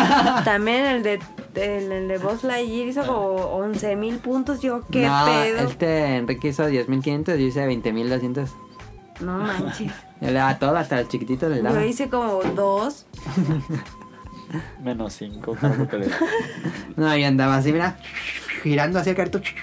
Speaker 2: También el de, el, el de Buzz Lightyear hizo como 11 mil puntos. Yo, qué
Speaker 1: no,
Speaker 2: pedo.
Speaker 1: Este Enrique hizo 10.500, yo hice 20.200. <laughs>
Speaker 2: No manches.
Speaker 1: Yo le daba todo, hasta el chiquitito le daba.
Speaker 2: Yo hice como dos.
Speaker 3: <laughs> Menos 5, creo que le <laughs>
Speaker 1: No, y andaba así, mira, girando hacia el <laughs> cartucho.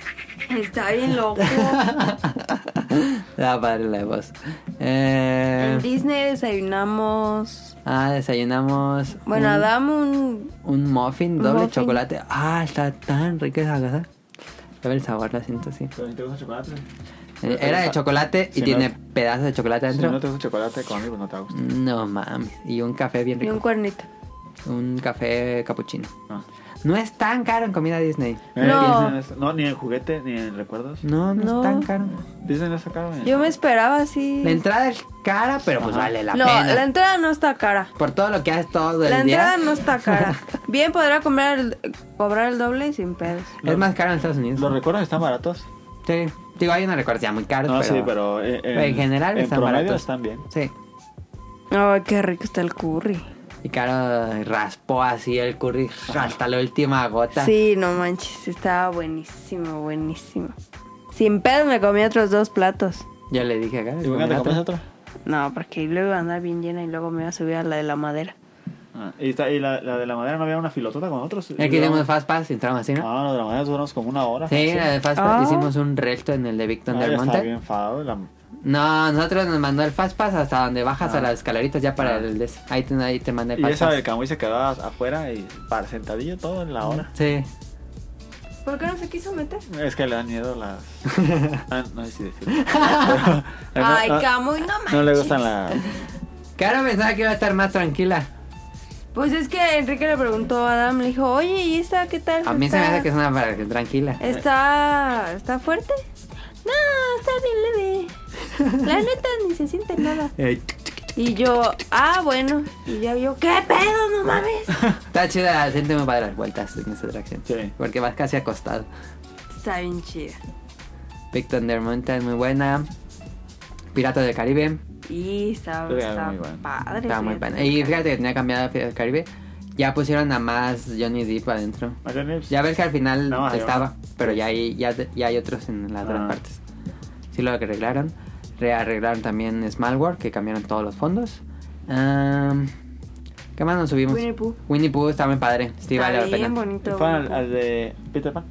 Speaker 2: Está
Speaker 1: <laughs>
Speaker 2: bien loco.
Speaker 1: Estaba padre la de voz. Eh,
Speaker 2: En Disney desayunamos.
Speaker 1: ah, desayunamos.
Speaker 2: Bueno,
Speaker 1: un-
Speaker 2: Adam un.
Speaker 1: Un muffin
Speaker 2: Un
Speaker 1: doble
Speaker 2: muffin.
Speaker 1: chocolate. Ah, está tan rica esa cosa. Sabe el sabor, la siento así.
Speaker 3: ¿También te gusta chocolate?
Speaker 1: Eh, Era de chocolate y
Speaker 3: Si no-
Speaker 1: tiene pedazos de chocolate
Speaker 3: Si
Speaker 1: adentro.
Speaker 3: no te gusta chocolate conmigo, no te gusta.
Speaker 1: No mames. Y un café bien
Speaker 2: Y un
Speaker 1: rico.
Speaker 2: cuernito.
Speaker 1: Un café capuchino. No es tan caro en comida Disney.
Speaker 3: Eh.
Speaker 2: No.
Speaker 3: no. no, ni en juguete, ni en recuerdos.
Speaker 1: No, no,
Speaker 2: No.
Speaker 1: es tan caro.
Speaker 3: Disney no está caro. ¿eh?
Speaker 2: Yo me esperaba así.
Speaker 1: La entrada es cara, pero pues
Speaker 3: Ajá.
Speaker 1: vale la
Speaker 2: no,
Speaker 1: pena.
Speaker 2: la entrada no está cara.
Speaker 1: Por todo lo que haces todo el
Speaker 2: La
Speaker 1: día.
Speaker 2: entrada no está
Speaker 1: <laughs>
Speaker 2: cara. Bien podrá comer el- cobrar el doble sin pedos.
Speaker 1: Es más caro en Estados Unidos.
Speaker 3: Los recuerdos están baratos.
Speaker 1: Sí. Digo, hay una recortilla muy cara.
Speaker 3: No,
Speaker 1: pero...
Speaker 3: sí, pero eh,
Speaker 1: pero en general
Speaker 3: en
Speaker 1: están
Speaker 3: promedio
Speaker 1: baratos.
Speaker 3: están bien.
Speaker 1: Sí.
Speaker 2: Ay, qué rico está el curry.
Speaker 1: Y Caro raspó así el curry hasta la última gota.
Speaker 2: Sí, no manches, estaba buenísimo, buenísimo. Sin pedo me comí otros dos platos.
Speaker 1: Yo le dije a Caro.
Speaker 3: ¿Y por qué no te
Speaker 1: "Mira,
Speaker 3: comes otro?
Speaker 2: No, porque luego iba a andar bien llena y luego me iba a subir a la de la madera.
Speaker 3: Ah, ¿Y, está- y la, la de la madera no había una filotota con otros?
Speaker 1: El que hicimos Fast Pass, entramos así, ¿no?
Speaker 3: Ah, la de la madera duramos como una hora.
Speaker 1: ¿Mm? Sí, eh, la de Fast Pass
Speaker 2: Ah.
Speaker 1: hicimos un resto en el de Big
Speaker 3: Ah,
Speaker 1: Thunder
Speaker 3: ya estaba
Speaker 1: Mountain.
Speaker 3: bien enfadado. La...
Speaker 1: No, nosotros nos mandó el Fast Pass hasta donde bajas a
Speaker 3: Ah.
Speaker 1: las escaleritas ya para
Speaker 3: Ah.
Speaker 1: el des- ahí te, ahí te manda el
Speaker 3: Y
Speaker 1: Fast
Speaker 3: esa
Speaker 1: Pass.
Speaker 3: del Camuy se quedaba afuera y para sentadillo todo en la hora.
Speaker 1: Sí.
Speaker 2: ¿Por qué no se quiso meter?
Speaker 3: Es que le dan miedo las.
Speaker 1: <laughs>
Speaker 3: Ah, no sé si decirlo. Pero-
Speaker 2: Ay,
Speaker 3: no-
Speaker 2: Camuy, no manches.
Speaker 3: No le gustan las.
Speaker 1: Cara pensaba que iba a estar más tranquila.
Speaker 2: Pues es que Enrique le preguntó a Adam, le dijo, oye, ¿y esta qué tal?
Speaker 1: A mí se me
Speaker 2: Está-
Speaker 1: hace que es una para- tranquila.
Speaker 2: ¿Está, ¿Está fuerte? No, está bien leve. La neta ni se siente nada.
Speaker 1: Eh,
Speaker 2: Y yo, ah, bueno. Y ya yo, ¿qué pedo? No mames.
Speaker 1: Está chida el séptimo para las vueltas en esta atracción.
Speaker 3: Sí.
Speaker 1: Porque vas casi acostado.
Speaker 2: Está bien chida.
Speaker 1: Big Thunder Mountain es muy buena. Pirata del Caribe.
Speaker 2: Y estaba,
Speaker 3: Era
Speaker 2: estaba
Speaker 3: muy bueno.
Speaker 2: padre.
Speaker 1: Estaba muy
Speaker 2: fíjate.
Speaker 1: buena. Y fíjate que tenía cambiado a Pirata del Caribe. Ya pusieron a más Johnny Depp adentro. Ya ves que al final
Speaker 3: No, ahí
Speaker 1: estaba,
Speaker 3: va.
Speaker 1: pero ya hay, ya, ya hay otros en las
Speaker 3: Ah.
Speaker 1: otras partes. Sí lo arreglaron. Rearreglaron también Small World, que cambiaron todos los fondos. Am, ¿Qué más nos subimos?
Speaker 2: Winnie Pooh.
Speaker 1: Winnie Pooh está muy padre. Sí,
Speaker 2: Está
Speaker 1: vale la
Speaker 2: bien
Speaker 1: pena.
Speaker 2: bonito.
Speaker 3: ¿Fueron al,
Speaker 2: bonito.
Speaker 3: al de Peter Pan?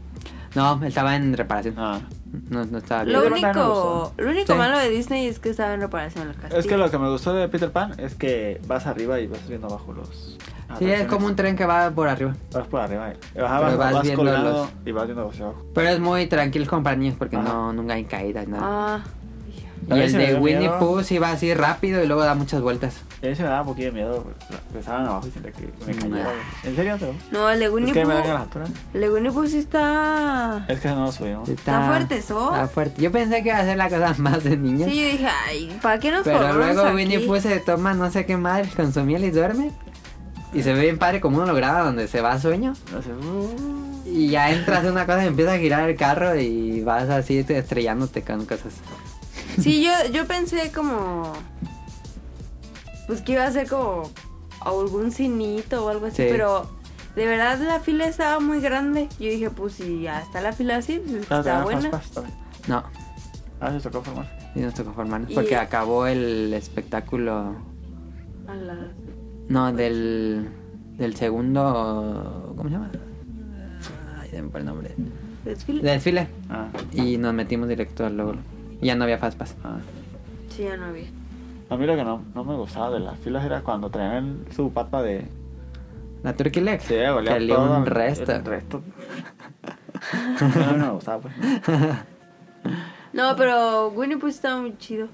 Speaker 1: No, estaba en reparación.
Speaker 3: No.
Speaker 1: No, no estaba
Speaker 2: Lo
Speaker 3: Yo creo que no me
Speaker 2: único, lo único
Speaker 1: Sí.
Speaker 2: malo de Disney es que estaba en reparación los castillos.
Speaker 3: Es que lo que me gustó de Peter Pan es que vas arriba y vas subiendo abajo los.
Speaker 1: Sí, es como un tren que va por arriba.
Speaker 3: Vas por arriba. y Bajabas,
Speaker 1: Pero vas
Speaker 3: vas,
Speaker 1: viendo
Speaker 3: colgado
Speaker 1: los-
Speaker 3: y vas viendo hacia abajo.
Speaker 1: Pero es muy tranquilo con para niños porque
Speaker 3: Ajá.
Speaker 1: no nunca hay caídas, nada.
Speaker 2: Ah,
Speaker 1: y el
Speaker 3: También Ah. se me
Speaker 1: de
Speaker 3: dio
Speaker 1: Winnie
Speaker 3: miedo.
Speaker 1: Pooh sí va así rápido y luego da muchas vueltas.
Speaker 3: Y a mí se me daba un poquito de miedo. porque Estaban abajo y sentía que
Speaker 1: Mm,
Speaker 3: me cayera. ¿En serio? ¿Te
Speaker 2: no, el de
Speaker 3: Es
Speaker 2: Winnie
Speaker 3: que me dan las
Speaker 2: Pooh.
Speaker 3: alturas.
Speaker 2: El de Winnie Pooh sí está.
Speaker 3: Es que no lo subimos.
Speaker 1: Está,
Speaker 2: fuerte, ¿so?
Speaker 1: Está fuerte. Yo pensé que iba a ser la cosa más de niños.
Speaker 2: Sí, yo dije, ay, ¿para qué nos
Speaker 1: Pero
Speaker 2: formamos
Speaker 1: luego
Speaker 2: aquí?
Speaker 1: Winnie Pooh se toma no sé qué madre con su miel y duerme. Y se ve bien padre como uno lo graba donde se va a sueño.
Speaker 3: No sé. uh,
Speaker 1: Y ya entras en una cosa y empieza a girar el carro y vas así te- estrellándote con cosas.
Speaker 2: Sí, yo, yo pensé como. Pues que iba a ser como algún cinito o algo así,
Speaker 1: Sí.
Speaker 2: pero de verdad la fila estaba muy grande. Yo dije, pues si ya está la fila así, pues
Speaker 3: no,
Speaker 2: está
Speaker 3: Ah, no,
Speaker 2: buena.
Speaker 3: pas, pas, también.
Speaker 1: No,
Speaker 3: Ah, se tocó formar.
Speaker 1: y nos tocó formarnos
Speaker 2: Y-
Speaker 1: porque acabó el espectáculo.
Speaker 2: A la-
Speaker 1: No, del, del segundo. ¿Cómo se llama? Ay, se me fue el nombre.
Speaker 2: desfile.
Speaker 1: Desfile.
Speaker 3: Ah,
Speaker 1: Y nos metimos directo al logro. Ya no había Fastpass.
Speaker 3: ah.
Speaker 2: Sí, ya no había.
Speaker 3: A mí lo que no, no me gustaba de las filas era cuando traían su pata de.
Speaker 1: La Turkey Leg.
Speaker 3: Sí, olía
Speaker 1: Salió
Speaker 3: todo
Speaker 1: un
Speaker 3: el-
Speaker 1: resto.
Speaker 3: el resto. <laughs> no, no me gustaba, pues.
Speaker 2: No, pero Winnie Pooh estaba muy chido.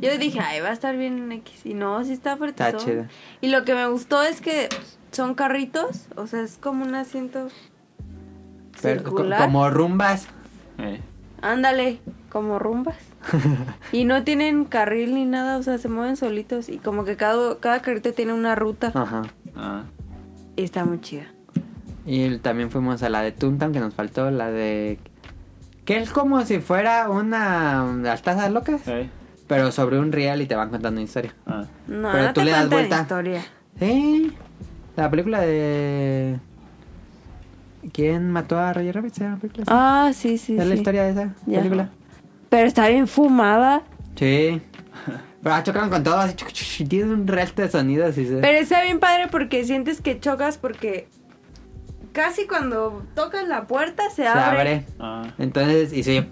Speaker 2: Yo dije, ay, va a estar bien en X. Y no, sí está fuerte.
Speaker 1: Está chido.
Speaker 2: Y lo que me gustó es que son carritos, o sea, es como un asiento
Speaker 1: Pero co-
Speaker 2: circular.
Speaker 1: como
Speaker 2: <laughs>
Speaker 1: rumbas.
Speaker 3: Eh,
Speaker 2: Ándale, como rumbas. y no tienen carril ni nada, o sea, se mueven solitos. Y como que cada, cada carrito tiene una ruta.
Speaker 1: Ajá.
Speaker 3: ah.
Speaker 2: Y está muy chida.
Speaker 1: Y el- también fuimos a la de Toontown que nos faltó, la de... Que es como si fuera una... Las tazas locas.
Speaker 3: eh,
Speaker 1: Pero sobre un riel y te van contando una historia.
Speaker 3: ah.
Speaker 2: No,
Speaker 1: Pero
Speaker 2: no
Speaker 1: tú
Speaker 2: te
Speaker 1: le das
Speaker 2: cuentan
Speaker 1: vuelta.
Speaker 2: historia.
Speaker 1: Sí. La película de... ¿Quién mató a Roger Rabbit? ¿Se llama la película? así?
Speaker 2: Ah, sí, sí.
Speaker 1: es la
Speaker 2: sí.
Speaker 1: historia de esa
Speaker 2: Ya.
Speaker 1: película.
Speaker 2: Pero está bien fumada.
Speaker 1: Sí. Pero chocan con todo así. <laughs> chuc, chuc, y Tiene un resto de sonidos. Y se...
Speaker 2: Pero está bien padre porque sientes que chocas porque casi cuando tocas la puerta se,
Speaker 1: se
Speaker 2: abre.
Speaker 1: abre.
Speaker 3: Ah,
Speaker 1: Entonces, y se oye,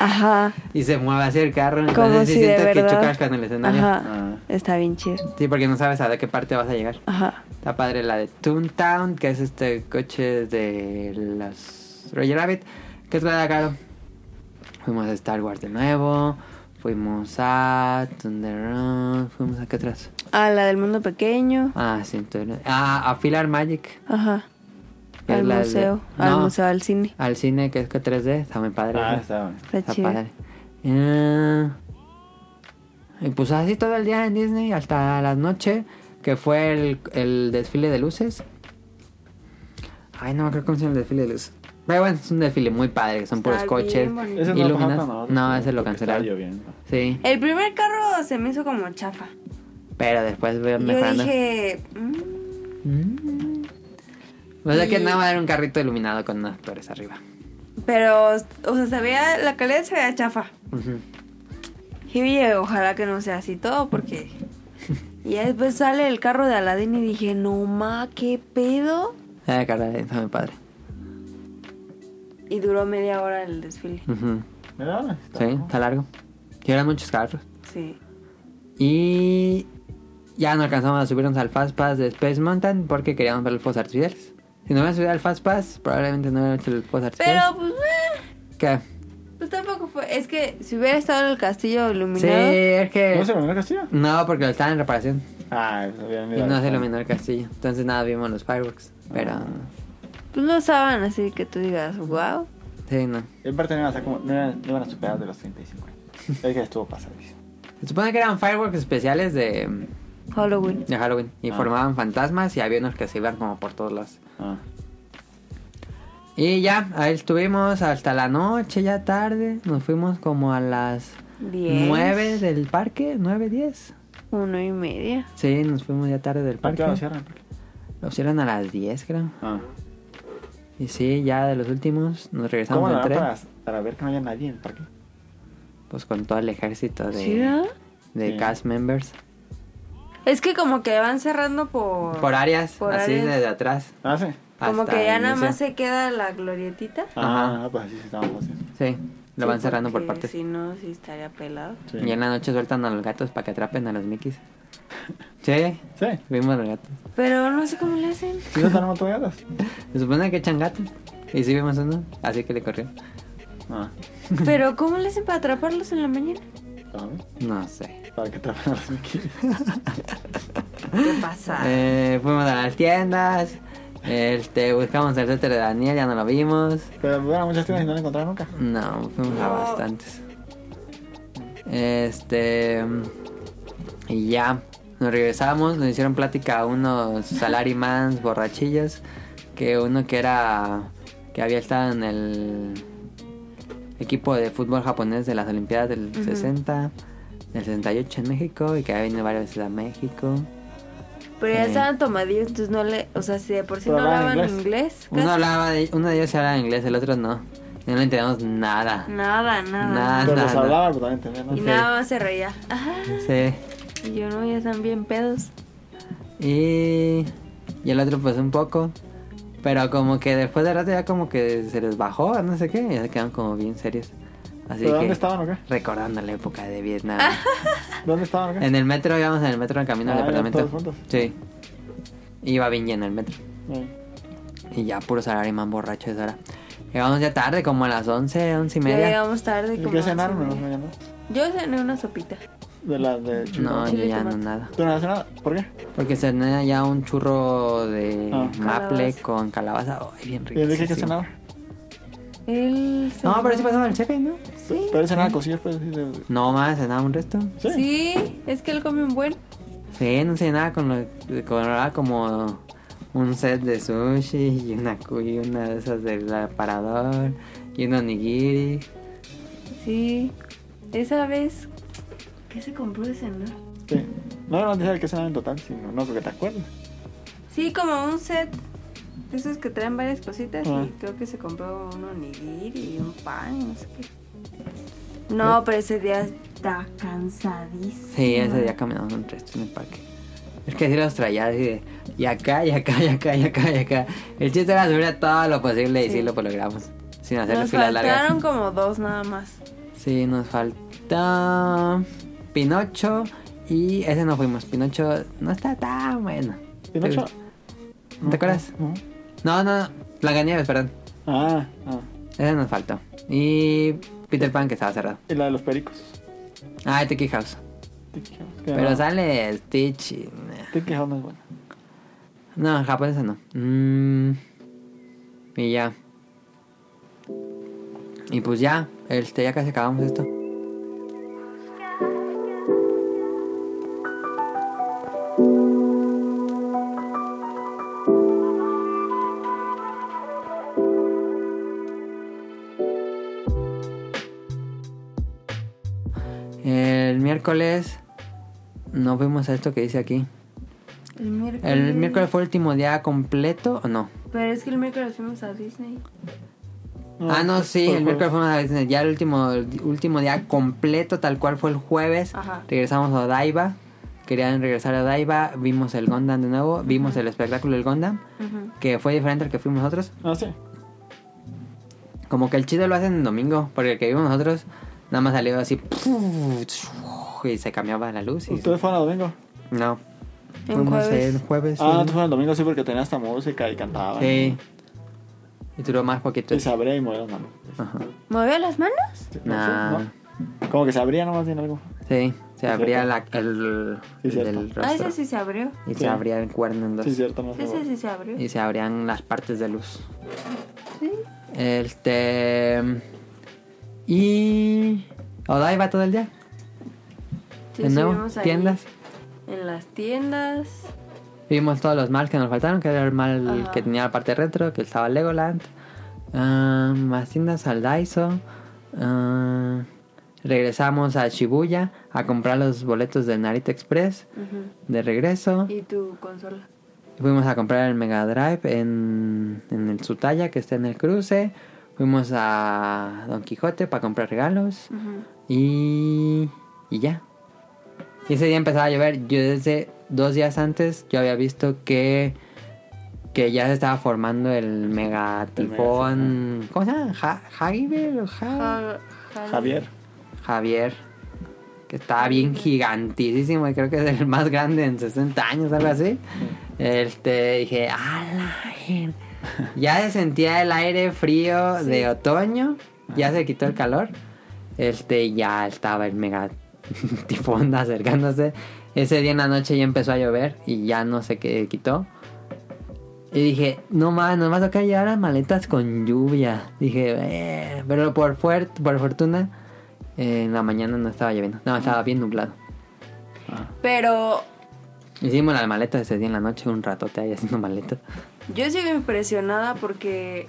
Speaker 2: Ajá.
Speaker 1: Y se mueve hacia el carro. Entonces,
Speaker 2: Como
Speaker 1: sí
Speaker 2: si de
Speaker 1: sientes que
Speaker 2: verdad.
Speaker 1: chocas con el escenario.
Speaker 2: Ajá.
Speaker 3: ah.
Speaker 2: Está bien chido.
Speaker 1: Sí, porque no sabes a qué parte vas a llegar.
Speaker 2: Ajá.
Speaker 1: Está padre la de Toontown, que es este coche de los Roger Rabbit, que es la caro. Fuimos a Star Wars de nuevo, fuimos a Thunder Run, fuimos a qué atrás.
Speaker 2: A la del mundo pequeño.
Speaker 1: Ah, sí, entonces- ah, a Filar Magic.
Speaker 2: Ajá.
Speaker 1: que es
Speaker 2: Al
Speaker 1: la de-
Speaker 2: museo. Al
Speaker 1: no,
Speaker 2: museo, al cine.
Speaker 1: Al cine, que es que 3D, está muy padre.
Speaker 3: Ah,
Speaker 1: ¿no?
Speaker 3: está bueno.
Speaker 2: Está, chido.
Speaker 1: padre. Eh, y pues así todo el día en Disney hasta la noche, que fue el, el desfile de luces. Ay, no me acuerdo cómo se llama el desfile de luces. Pero bueno, es un desfile muy padre, que son
Speaker 2: Está
Speaker 1: puros
Speaker 2: bien
Speaker 1: coches.
Speaker 2: bonito.
Speaker 3: Ese no,
Speaker 1: iluminados.
Speaker 3: lo bajaron,
Speaker 1: no, ese lo
Speaker 3: Porque estaba
Speaker 1: cancelaron.
Speaker 3: lloviendo.
Speaker 1: Sí,
Speaker 2: El primer carro se me hizo como chafa.
Speaker 1: pero después veo
Speaker 2: Yo
Speaker 1: mejorando.
Speaker 2: dije, mm,
Speaker 1: Mm. O sea que
Speaker 2: Y-
Speaker 1: nada va a dar un carrito iluminado con unos actores arriba.
Speaker 2: pero, o sea, se veía, la calidad se veía chafa.
Speaker 1: Ujú.
Speaker 2: Y oye, ojalá que no sea así todo,
Speaker 1: <laughs>
Speaker 2: porque. Y ya después sale el carro de Aladdin y dije, no ma, qué pedo.
Speaker 1: Ah, caray, está muy padre.
Speaker 2: Y duró media hora el desfile.
Speaker 1: Ujú.
Speaker 3: Mira,
Speaker 1: Sí, está largo. Y eran muchos carros.
Speaker 2: Sí.
Speaker 1: Y ya no alcanzamos a subirnos al Fast Pass de Space Mountain porque queríamos ver los fuegos artificiales. Si no me hubiera subido al Fastpass, probablemente no hubiera hecho el podcast.
Speaker 2: Pero, pues, eh,
Speaker 1: ¿Qué?
Speaker 2: pues tampoco fue. Es que si hubiera estado en el castillo
Speaker 1: Sí,
Speaker 2: iluminado.
Speaker 1: es
Speaker 3: ¿No se
Speaker 1: que...
Speaker 3: iluminó el castillo?
Speaker 1: No, porque estaba en reparación.
Speaker 3: Ah, pues habían
Speaker 1: Y
Speaker 3: mirado.
Speaker 1: no se iluminó el castillo. Entonces nada, vimos los fireworks. Pero...
Speaker 2: Pues no estaban así que tú digas, wow.
Speaker 1: Sí, no.
Speaker 3: En parte no iban a, ser como- no iban- no iban a superar de los
Speaker 1: <laughs>
Speaker 3: 35. Es que estuvo pasadísimo.
Speaker 1: Se supone que eran fireworks especiales de,
Speaker 2: Halloween.
Speaker 1: de Halloween. Y
Speaker 3: Ah.
Speaker 1: formaban fantasmas y había unos que se iban como por todos lados.
Speaker 3: Ah.
Speaker 1: Y ya, ahí estuvimos hasta la noche, ya tarde. Nos fuimos como a las
Speaker 2: Diez.
Speaker 1: 9 del parque, 9, 10.
Speaker 2: Uno y media.
Speaker 1: Sí, nos fuimos ya tarde del
Speaker 3: ¿Para qué
Speaker 1: parque.
Speaker 3: hora cierran?
Speaker 1: Lo cierran a las 10, creo.
Speaker 3: Ah.
Speaker 1: Y sí, ya de los últimos nos
Speaker 3: ¿Cómo
Speaker 1: regresamos
Speaker 3: lo
Speaker 1: del
Speaker 3: harán
Speaker 1: tren.
Speaker 3: para, para ver que no haya nadie en el parque?
Speaker 1: Pues con todo el ejército de,
Speaker 2: ¿Sí, verdad?
Speaker 1: de
Speaker 3: Sí.
Speaker 1: cast members.
Speaker 2: Es que como que van cerrando por.
Speaker 1: Por áreas,
Speaker 2: Por
Speaker 1: así
Speaker 2: áreas.
Speaker 1: desde atrás.
Speaker 3: Ah, sí.
Speaker 2: Como
Speaker 1: hasta
Speaker 2: que ya
Speaker 1: el
Speaker 2: nada
Speaker 1: inicio.
Speaker 2: más se queda la glorietita.
Speaker 1: Ajá.
Speaker 3: Ah, pues así sí estaba fácil.
Speaker 1: Sí, lo
Speaker 2: Sí,
Speaker 1: van cerrando por
Speaker 2: porque
Speaker 1: partes.
Speaker 2: Si no, sí estaría pelado.
Speaker 3: Sí.
Speaker 1: Y en la noche sueltan a los gatos para que atrapen a los
Speaker 3: <laughs>
Speaker 1: mickeys. Sí,
Speaker 3: Sí.
Speaker 1: vimos los gatos.
Speaker 2: Pero no sé cómo le hacen.
Speaker 3: ¿Sí no están motogadas?
Speaker 1: Se supone que echan gatos. Y sí vimos uno, así que le corrió.
Speaker 3: Ah.
Speaker 2: Pero ¿cómo le hacen para atraparlos en la mañana?
Speaker 3: ¿Sabes?
Speaker 1: No sé.
Speaker 3: Para que tapen a los Mickey.
Speaker 2: ¿Qué pasa?
Speaker 1: Eh, fuimos a las tiendas. Este, buscamos el suéter de Daniel, ya no lo vimos.
Speaker 3: Pero bueno, muchas tiendas y no lo encontraron nunca.
Speaker 1: No, fuimos a
Speaker 2: No.
Speaker 1: bastantes. Este. Y ya. Nos regresamos, nos hicieron plática a unos salarimans borrachillos. Que uno que era. que había estado en el equipo de fútbol japonés de las Olimpiadas del 60, del 68 en México y que había venido varias veces a México.
Speaker 2: Pero ya
Speaker 1: eh.
Speaker 2: estaban tomadillos, entonces no le... O sea, si de por sí
Speaker 3: Pero
Speaker 2: no
Speaker 3: hablaban
Speaker 2: hablaban inglés,
Speaker 3: inglés.
Speaker 2: casi-
Speaker 1: Uno hablaba de, uno de ellos hablaba inglés, el otro no. No le entendíamos nada.
Speaker 2: Nada, nada.
Speaker 1: Ah, Nada.
Speaker 3: Pero los
Speaker 1: no.
Speaker 3: hablaba, pero también entendían, ¿no?
Speaker 2: Y
Speaker 1: Sí.
Speaker 2: nada más se reía. Ajá.
Speaker 1: Sí.
Speaker 2: Y yo no, ya están bien pedos.
Speaker 1: Y, y el otro pues un poco. Pero como que después de rato ya como que se les bajó, no sé qué, y ya se quedan como bien serios. Así
Speaker 3: ¿Pero
Speaker 1: que
Speaker 3: dónde estaban o qué?
Speaker 1: recordando la época de Vietnam.
Speaker 2: Ah.
Speaker 3: ¿Dónde estaban o qué?
Speaker 1: en el metro, íbamos en el metro en camino al
Speaker 3: Ah, iban
Speaker 1: departamento.
Speaker 3: todos juntos.
Speaker 1: Sí. Iba bien lleno el metro.
Speaker 3: Eh,
Speaker 1: Y ya puro salarimán borracho esa hora. Llegamos ya tarde, como a las 11, 11 y
Speaker 2: Ya
Speaker 1: media.
Speaker 2: llegamos tarde.
Speaker 3: ¿Y
Speaker 2: como
Speaker 3: qué
Speaker 2: once y
Speaker 3: cenaron o no?
Speaker 2: media.
Speaker 3: no?
Speaker 2: Yo cené una sopita.
Speaker 3: De las
Speaker 1: No,
Speaker 3: de churros.
Speaker 1: yo
Speaker 2: Chile y
Speaker 1: ya no
Speaker 2: tomate.
Speaker 1: nada.
Speaker 3: ¿Tú no has cenado? ¿Por qué?
Speaker 1: Porque cené ya un churro de
Speaker 3: Ah.
Speaker 1: maple
Speaker 2: Calabaza.
Speaker 1: con calabaza. Ay, bien
Speaker 3: ¿Y
Speaker 1: rico.
Speaker 3: Enrique qué cenaba?
Speaker 2: Él
Speaker 1: No,
Speaker 2: cenó-
Speaker 1: pero sí pasaba el chefe, ¿no?
Speaker 2: Sí.
Speaker 3: Pero él cenaba cosillas, pues. así de-
Speaker 1: No más, cenaba un resto.
Speaker 3: Sí.
Speaker 2: Sí, es que él come un buen.
Speaker 1: Sí, no sé nada con lo con era como un set de sushi y una cu- y una de esas del aparador y un onigiri.
Speaker 2: Sí. Esa vez... ¿Qué se compró de cenar?
Speaker 3: sí. No, no dice que cenaban en total, sino no creo que te acuerdes.
Speaker 2: Sí, como un set. de Esos que traen varias cositas
Speaker 3: Ah.
Speaker 2: y creo que se compró un onigiri y un pan, no sé qué. No, pero ese día está cansadísimo.
Speaker 1: Sí, ese día caminamos un resto en el parque. Es que así los traía así de y acá, y acá, y acá, y acá, y acá. El chiste era subir a todo lo posible y
Speaker 2: Sí.
Speaker 1: sí lo logramos. Sin hacer
Speaker 2: Nos
Speaker 1: filas largas.
Speaker 2: faltaron como dos nada más.
Speaker 1: Sí, nos falta Pinocho y ese no fuimos. Pinocho no está tan bueno.
Speaker 3: ¿Pinocho?
Speaker 1: ¿Te acuerdas?
Speaker 3: No.
Speaker 1: No, no, no. Blancanieves, perdón.
Speaker 3: Ah, ah.
Speaker 1: Esa nos faltó. Y Peter Pan que estaba cerrado.
Speaker 3: Y la de los pericos.
Speaker 1: Ah, y Tiki House.
Speaker 3: Tiki House. que
Speaker 1: Pero
Speaker 3: no,
Speaker 1: sale Stitch. y-
Speaker 3: Tiki House no es bueno.
Speaker 1: No, japonesa no. Mm, y ya. Y pues ya, este, ya casi acabamos esto. El miércoles no vimos esto que dice aquí.
Speaker 2: El miércoles.
Speaker 1: ¿El miércoles fue el último día completo o no?
Speaker 2: Pero es que el miércoles fuimos a Disney.
Speaker 1: ah, no, sí,
Speaker 3: por
Speaker 1: el
Speaker 3: jueves.
Speaker 1: miércoles fuimos a Disney. Ya el último, el último día completo, tal cual fue el jueves.
Speaker 2: Ajá.
Speaker 1: Regresamos a Odaiba. Querían regresar a Odaiba. Vimos el Gondam de nuevo. Vimos el espectáculo del Gondam,
Speaker 2: Ujú.
Speaker 1: que fue diferente al que fuimos nosotros.
Speaker 3: Ah, sí.
Speaker 1: Como que el chido lo hacen en domingo, porque el que vimos nosotros nada más salió así. Y se cambiaba la luz. Y...
Speaker 3: ¿Ustedes fueron a domingo?
Speaker 1: No.
Speaker 2: En
Speaker 1: Fuimos
Speaker 2: jueves.
Speaker 1: el jueves.
Speaker 3: Ah,
Speaker 1: sí.
Speaker 3: tú fue el domingo sí porque tenía hasta música y cantaba.
Speaker 1: Sí. Y duró más poquito.
Speaker 3: Y se abría y movía las manos.
Speaker 1: Ajá.
Speaker 2: ¿Movió las manos?
Speaker 3: No
Speaker 1: Nah.
Speaker 3: sé, ¿no? Como que se abría nomás bien algo.
Speaker 1: Sí, se abría la, el,
Speaker 3: Sí,
Speaker 1: el
Speaker 3: cierto.
Speaker 1: del
Speaker 2: Ah, ese
Speaker 1: rostro.
Speaker 2: sí se abrió.
Speaker 1: Y
Speaker 3: Sí.
Speaker 1: se abría el cuerno en dos.
Speaker 3: Sí, cierto, no sé.
Speaker 2: Ese sí se abrió.
Speaker 1: Y se abrían las partes de luz.
Speaker 2: Sí.
Speaker 1: Este. Y. Odai va todo el día.
Speaker 2: Sí,
Speaker 1: de nuevo,
Speaker 2: estuvimos ahí
Speaker 1: tiendas.
Speaker 2: En las tiendas.
Speaker 1: Vimos todos los males que nos faltaron, que era el mal
Speaker 2: Ajá.
Speaker 1: que tenía la parte retro, que estaba Legoland. Ah, más tiendas al Daiso. Ah, regresamos a Shibuya a comprar los boletos del Narita Express
Speaker 2: Ujú.
Speaker 1: de regreso.
Speaker 2: Y tu consola.
Speaker 1: Fuimos a comprar el Mega Drive en, en el Sutaya, que está en el cruce. Fuimos a Don Quijote para comprar regalos.
Speaker 2: Ujú.
Speaker 1: Y, y ya. Y ese día empezaba a llover. Yo desde dos días antes yo había visto que, que ya se estaba formando el mega tifón. ¿Cómo se llama? Ja, Jagibe o Ja-
Speaker 2: Ja- Javi-
Speaker 3: Javier.
Speaker 1: Javier. Que estaba bien gigantísimo y creo que es el más grande en 60 años, algo así. Este, dije, ¡ala! gen". Ya se sentía el aire frío de otoño, ya se quitó el calor. Este, ya estaba el mega <laughs> tifón acercándose. Ese día en la noche ya empezó a llover y ya no se que- quitó. Y dije, no más, nos va a tocar llevar las maletas con lluvia. Dije, "Eh", pero por, fuert- por fortuna, eh, en la mañana no estaba lloviendo, no, estaba bien nublado.
Speaker 2: Pero
Speaker 1: Hicimos las maletas ese día en la noche, un ratote ahí haciendo maletas.
Speaker 2: yo sigo impresionada porque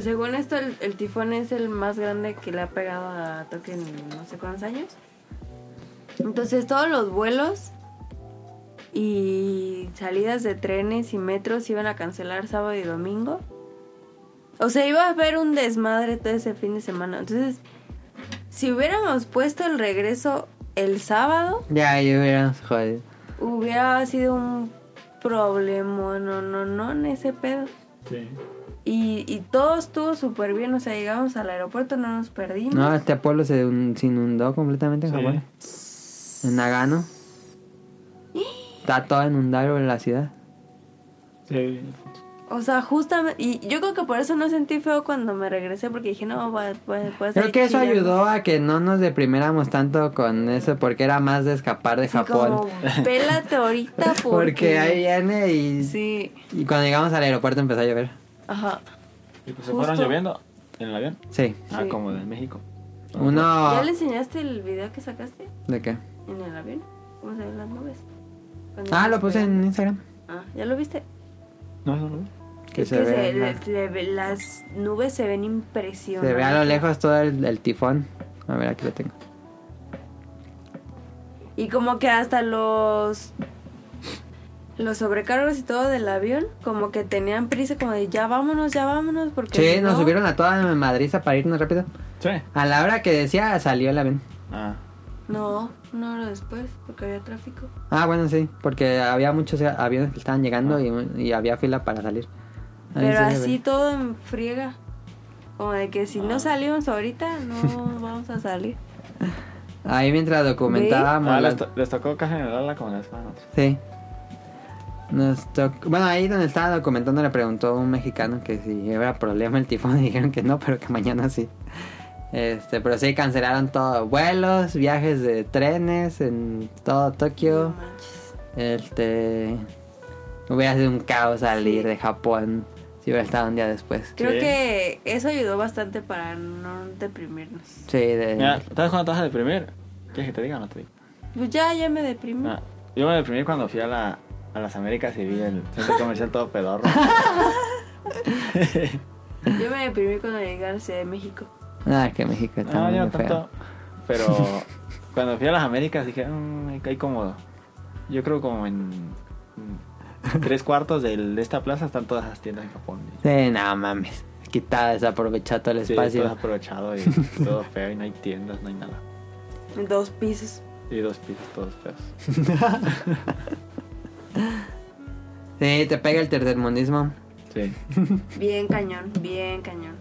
Speaker 2: según esto el, el tifón es el más grande que le ha pegado a Tokio en no sé cuántos años. Entonces todos los vuelos y salidas de trenes y metros iban a cancelar sábado y domingo. O sea, iba a haber un desmadre todo ese fin de semana. Entonces, si hubiéramos puesto el regreso el sábado,
Speaker 1: Ya, yo hubiera jodido.
Speaker 2: hubiera sido un problema, no, no, no, en ese pedo.
Speaker 3: Sí.
Speaker 2: Y, y todo estuvo súper bien, o sea, llegamos al aeropuerto, no nos perdimos.
Speaker 1: No, este pueblo se, un- se inundó completamente en
Speaker 3: Sí.
Speaker 1: Japón. En Nagano. Está todo inundado en la ciudad.
Speaker 3: Sí.
Speaker 2: O sea, justamente, y yo creo que por eso no sentí feo cuando me regresé, porque dije, no, voy a- voy a- voy a
Speaker 1: Creo
Speaker 2: seguir
Speaker 1: que eso
Speaker 2: chillando.
Speaker 1: ayudó a que no nos deprimiéramos tanto con eso, porque era más de escapar de
Speaker 2: Así
Speaker 1: Japón.
Speaker 2: como, pélate ahorita porque...
Speaker 1: <laughs> Porque ahí viene y,
Speaker 2: Sí,
Speaker 1: y cuando llegamos al aeropuerto empezó a llover.
Speaker 2: ajá.
Speaker 3: ¿Y pues se
Speaker 2: Justo.
Speaker 3: fueron lloviendo en el avión?
Speaker 1: Sí.
Speaker 3: Ah,
Speaker 2: Sí.
Speaker 3: como de México.
Speaker 1: Uno.
Speaker 2: ¿Ya le enseñaste el video que sacaste
Speaker 1: ¿De qué?
Speaker 2: en el avión? ¿Cómo se ven las nubes? Cuando
Speaker 1: Ah,
Speaker 2: nos
Speaker 1: lo puse
Speaker 2: pegamos.
Speaker 1: en Instagram.
Speaker 2: Ah, ¿ya lo viste?
Speaker 3: No, eso no.
Speaker 1: Que
Speaker 2: Es
Speaker 1: se ve. ajá.
Speaker 2: le- le- le- las nubes se ven impresionantes.
Speaker 1: Se ve a lo lejos todo el, el tifón. A ver, aquí lo tengo.
Speaker 2: Y como que hasta los los sobrecargos y todo del avión, como que tenían prisa, como de ya vámonos, ya vámonos, porque
Speaker 1: Sí,
Speaker 2: si
Speaker 1: nos
Speaker 2: no-
Speaker 1: subieron a toda la madriza para irnos rápido.
Speaker 3: Sí.
Speaker 1: A la hora que decía salió el avión.
Speaker 3: Ah.
Speaker 2: No, una hora después, porque había tráfico.
Speaker 1: Ah, bueno, sí, porque había muchos aviones que estaban llegando y, y había fila para salir. Ahí
Speaker 2: Ah. Pero
Speaker 1: sí se
Speaker 2: así
Speaker 1: ve.
Speaker 2: todo en friega. Como de que si
Speaker 1: Ah.
Speaker 2: no salimos ahorita,
Speaker 1: <laughs>
Speaker 2: no vamos a salir.
Speaker 1: Ahí mientras documentábamos.
Speaker 3: Ah,
Speaker 1: las-
Speaker 3: les, to- les tocó casi en el ala como les estaban otros.
Speaker 1: Sí. Nos toc- Bueno, ahí donde estaba documentando le preguntó un mexicano que si era problema el tifón. <laughs> Y dijeron que no, pero que mañana sí. Este, pero sí cancelaron todo. Vuelos, viajes de trenes en todo
Speaker 2: No
Speaker 1: Tokio.
Speaker 2: manches.
Speaker 1: Este. Hubiera sido un caos salir de Japón si hubiera estado un día después.
Speaker 2: Creo
Speaker 3: Sí.
Speaker 2: que eso ayudó bastante para no deprimirnos.
Speaker 1: Sí, de.
Speaker 3: Mira, ¿sabes cuándo te vas a deprimir? ¿Quieres que te diga o no te digo?
Speaker 2: Pues ya, ya me deprimí.
Speaker 3: Ah, yo me deprimí cuando fui a, la, a las Américas y vi el centro comercial todo pedorro.
Speaker 2: Yo me deprimí cuando llegué a la Ciudad de México.
Speaker 1: Ah, que México está
Speaker 3: no,
Speaker 1: muy
Speaker 3: yo no
Speaker 1: feo.
Speaker 3: tanto. Pero cuando fui a las Américas dije, "Mm, hay- hay cómodo. Yo creo como en en tres cuartos del- de esta plaza están todas las tiendas en Japón.
Speaker 1: <laughs> Sí, no mames. Aquí está desaprovechado todo el
Speaker 3: Sí,
Speaker 1: espacio.
Speaker 3: todo aprovechado y todo feo y no hay tiendas, no hay nada.
Speaker 2: En dos pisos.
Speaker 3: Y dos pisos todos feos.
Speaker 1: Sí, te pega el tercermundismo.
Speaker 3: Sí.
Speaker 2: Bien cañón, bien cañón.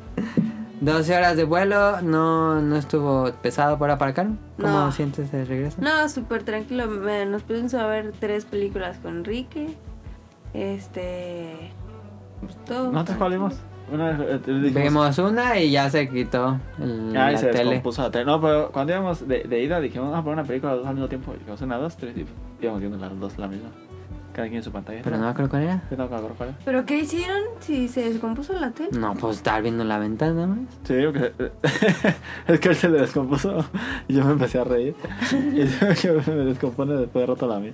Speaker 1: 12 horas de vuelo, no, no estuvo pesado para aparcar. ¿Cómo
Speaker 2: No.
Speaker 1: sientes el regreso?
Speaker 2: No, súper tranquilo. Me- nos pusimos a ver tres películas con Enrique. Este. pues, todo
Speaker 3: ¿Nosotros cuál vimos? Una vez, eh, dijimos-
Speaker 1: Vimos una y ya se quitó el-
Speaker 3: Ay,
Speaker 1: la
Speaker 3: se
Speaker 1: tele.
Speaker 3: descompuso la tele. No, pero cuando íbamos de, de ida dijimos, vamos a poner una película las dos al mismo tiempo. Y dijimos una, dos, tres, y íbamos viendo las dos la misma. Cada quien en su pantalla.
Speaker 1: Pero no me acuerdo cuál era.
Speaker 3: Yo no me acuerdo cuál era.
Speaker 2: ¿Pero qué hicieron si se descompuso la tele?
Speaker 1: No, pues estar viendo la ventana más.
Speaker 3: Sí, digo que <laughs> es que él se le descompuso y yo me empecé a reír. Y yo, <laughs> yo me descompone después de rato la mía.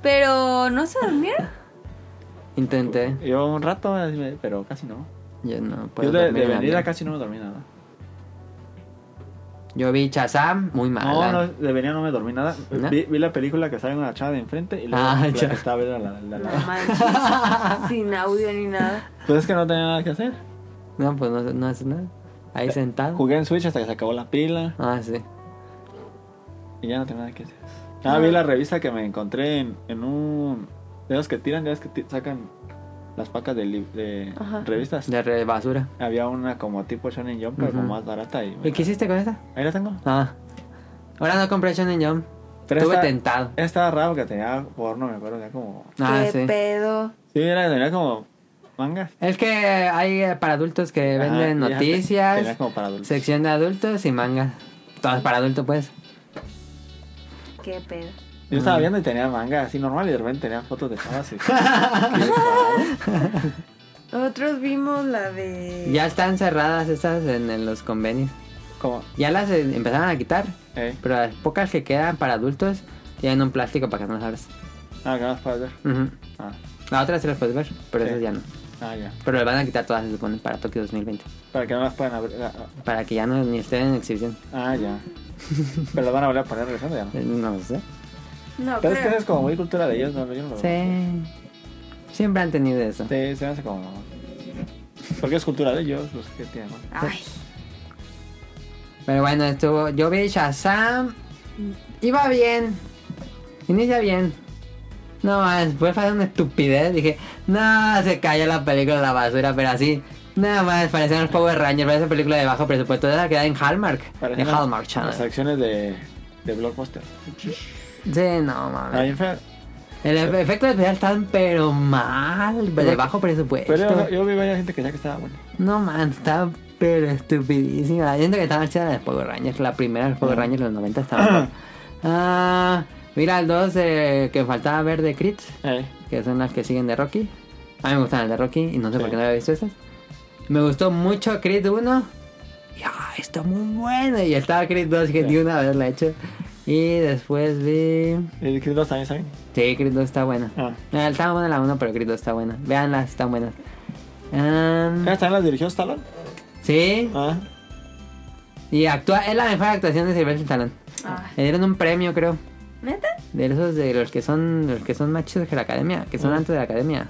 Speaker 2: ¿Pero no se
Speaker 1: <laughs>
Speaker 2: durmieron?
Speaker 1: Intenté.
Speaker 3: Yo un rato, así me- pero casi no.
Speaker 1: Yo no puedo
Speaker 3: Yo de,
Speaker 1: dormir
Speaker 3: de
Speaker 1: en
Speaker 3: venida
Speaker 1: avión.
Speaker 3: casi no me dormí nada.
Speaker 1: Yo vi Chazam muy mal.
Speaker 3: No, no, de venida no me dormí nada.
Speaker 1: ¿No?
Speaker 3: Vi, vi la película que sale una chava de enfrente y luego
Speaker 1: Ah,
Speaker 3: la
Speaker 1: ya.
Speaker 3: que estaba era la, la,
Speaker 2: No
Speaker 3: la-
Speaker 2: manches. Sin audio ni nada.
Speaker 3: Pues es que no tenía nada que hacer.
Speaker 1: No, pues no, no hace nada.
Speaker 3: Eh,
Speaker 1: Ahí sentado.
Speaker 3: Jugué en Switch hasta que se acabó la pila
Speaker 1: Ah, sí.
Speaker 3: y ya no tenía nada que hacer. Ah, vi la revista que me encontré en, en un... De los que tiran, de los que ti- sacan las pacas de, li- de
Speaker 2: Ajá.
Speaker 3: revistas.
Speaker 1: De re- basura.
Speaker 3: Había una como tipo Shonen Jump, pero
Speaker 1: Ujú.
Speaker 3: como más barata. Y me-
Speaker 1: ¿Y qué hiciste con esta?
Speaker 3: Ahí la tengo.
Speaker 1: Ah. Ahora no compré Shonen Jump.
Speaker 3: Pero
Speaker 1: Estuve
Speaker 3: esta-
Speaker 1: tentado.
Speaker 3: Estaba raro que tenía porno, me acuerdo. Tenía como...
Speaker 1: <laughs> Ah,
Speaker 2: ¿Qué
Speaker 1: sí.
Speaker 2: pedo?
Speaker 3: Sí, era, tenía como mangas.
Speaker 1: Es que hay eh, para adultos que
Speaker 3: Ajá,
Speaker 1: venden
Speaker 3: y ya te-
Speaker 1: noticias,
Speaker 3: tenía como para adultos.
Speaker 1: sección de adultos y manga. Todas para adultos, pues.
Speaker 2: ¿Qué pedo?
Speaker 3: Yo
Speaker 1: mm.
Speaker 3: estaba viendo y tenía manga así normal y de repente tenía fotos de chavas.
Speaker 1: <laughs>
Speaker 3: y- Qué raro.
Speaker 2: Nosotros vimos la de.
Speaker 1: Ya están cerradas esas en, en los convenios.
Speaker 3: como...
Speaker 1: Ya las eh, empezaron a quitar,
Speaker 3: Eh,
Speaker 1: pero las pocas que quedan para adultos tienen un plástico para que no las abras.
Speaker 3: ah, que no las puedes ver.
Speaker 1: Ujú.
Speaker 3: Ah,
Speaker 1: La otra sí las puedes ver, pero
Speaker 3: Sí.
Speaker 1: esas ya no.
Speaker 3: ah, ya.
Speaker 1: Pero las van a quitar todas, se supone, para Tokio 2020.
Speaker 3: Para que no las puedan abrir. Ah, ah.
Speaker 1: Para que ya no ni estén en exhibición.
Speaker 3: Ah, ya. Pero las van a volver a poner regresando ya, ¿no?
Speaker 1: Eh, No sé.
Speaker 2: No,
Speaker 3: Pero es que
Speaker 2: creo.
Speaker 3: eso es como muy cultura de ellos, ¿no? Yo no lo
Speaker 1: Sí. Siempre han tenido eso.
Speaker 3: Sí, se me hace como... Porque es cultura de ellos, los que tienen. ¿no?
Speaker 2: Ay.
Speaker 1: Pero bueno, estuvo. Yo vi Shazam. Iba bien. Inicia bien. No, después fue una estupidez. Dije, no, se cayó la película a la basura, pero así. Nada más, parecían los Power Rangers, parece una película de bajo presupuesto. Esa queda en Hallmark.
Speaker 3: Parecen
Speaker 1: en
Speaker 3: las-
Speaker 1: Hallmark Channel.
Speaker 3: Las acciones de, de Blockbuster.
Speaker 1: Sí, no, mames.
Speaker 3: Ahí en fe-
Speaker 1: El efe- efecto especial están pero mal, de bajo presupuesto.
Speaker 3: Pero pues yo, yo vi varias gente que decía que estaba bueno.
Speaker 1: No, man, está pero estupidísima. Yo siento que estaba chida la de Power Rangers. La primera de
Speaker 3: Ah.
Speaker 1: Power Rangers de los 90 estaba mejor.
Speaker 3: <clears throat>
Speaker 1: Ah, mira el 2 eh, que faltaba ver de Crits,
Speaker 3: Eh,
Speaker 1: que son las que siguen de Rocky. A mí me gustan las de Rocky y no sé
Speaker 3: Sí.
Speaker 1: por qué no había visto esas. Me gustó mucho Crit 1. Y ah, está muy bueno. Y estaba Crit 2 que
Speaker 3: Sí.
Speaker 1: ni una vez la he hecho. Y después vi.
Speaker 3: ¿Y Eh, que los también saben?
Speaker 1: Sí, Crit 2 está buena.
Speaker 3: Ah.
Speaker 1: No, estaba buena la 1, pero Crit 2 está buena. Veanlas, están buenas. Ah,
Speaker 3: ¿Ellas también las dirigió Stallone?
Speaker 1: sí.
Speaker 3: Ah.
Speaker 1: Y actúa, es la mejor actuación de Sylvester Stallone.
Speaker 2: Ah.
Speaker 1: Le dieron un premio, creo.
Speaker 2: ¿Neta?
Speaker 1: De esos de los que son los que son más chidos que la academia, que son
Speaker 3: Ah.
Speaker 1: antes de la academia.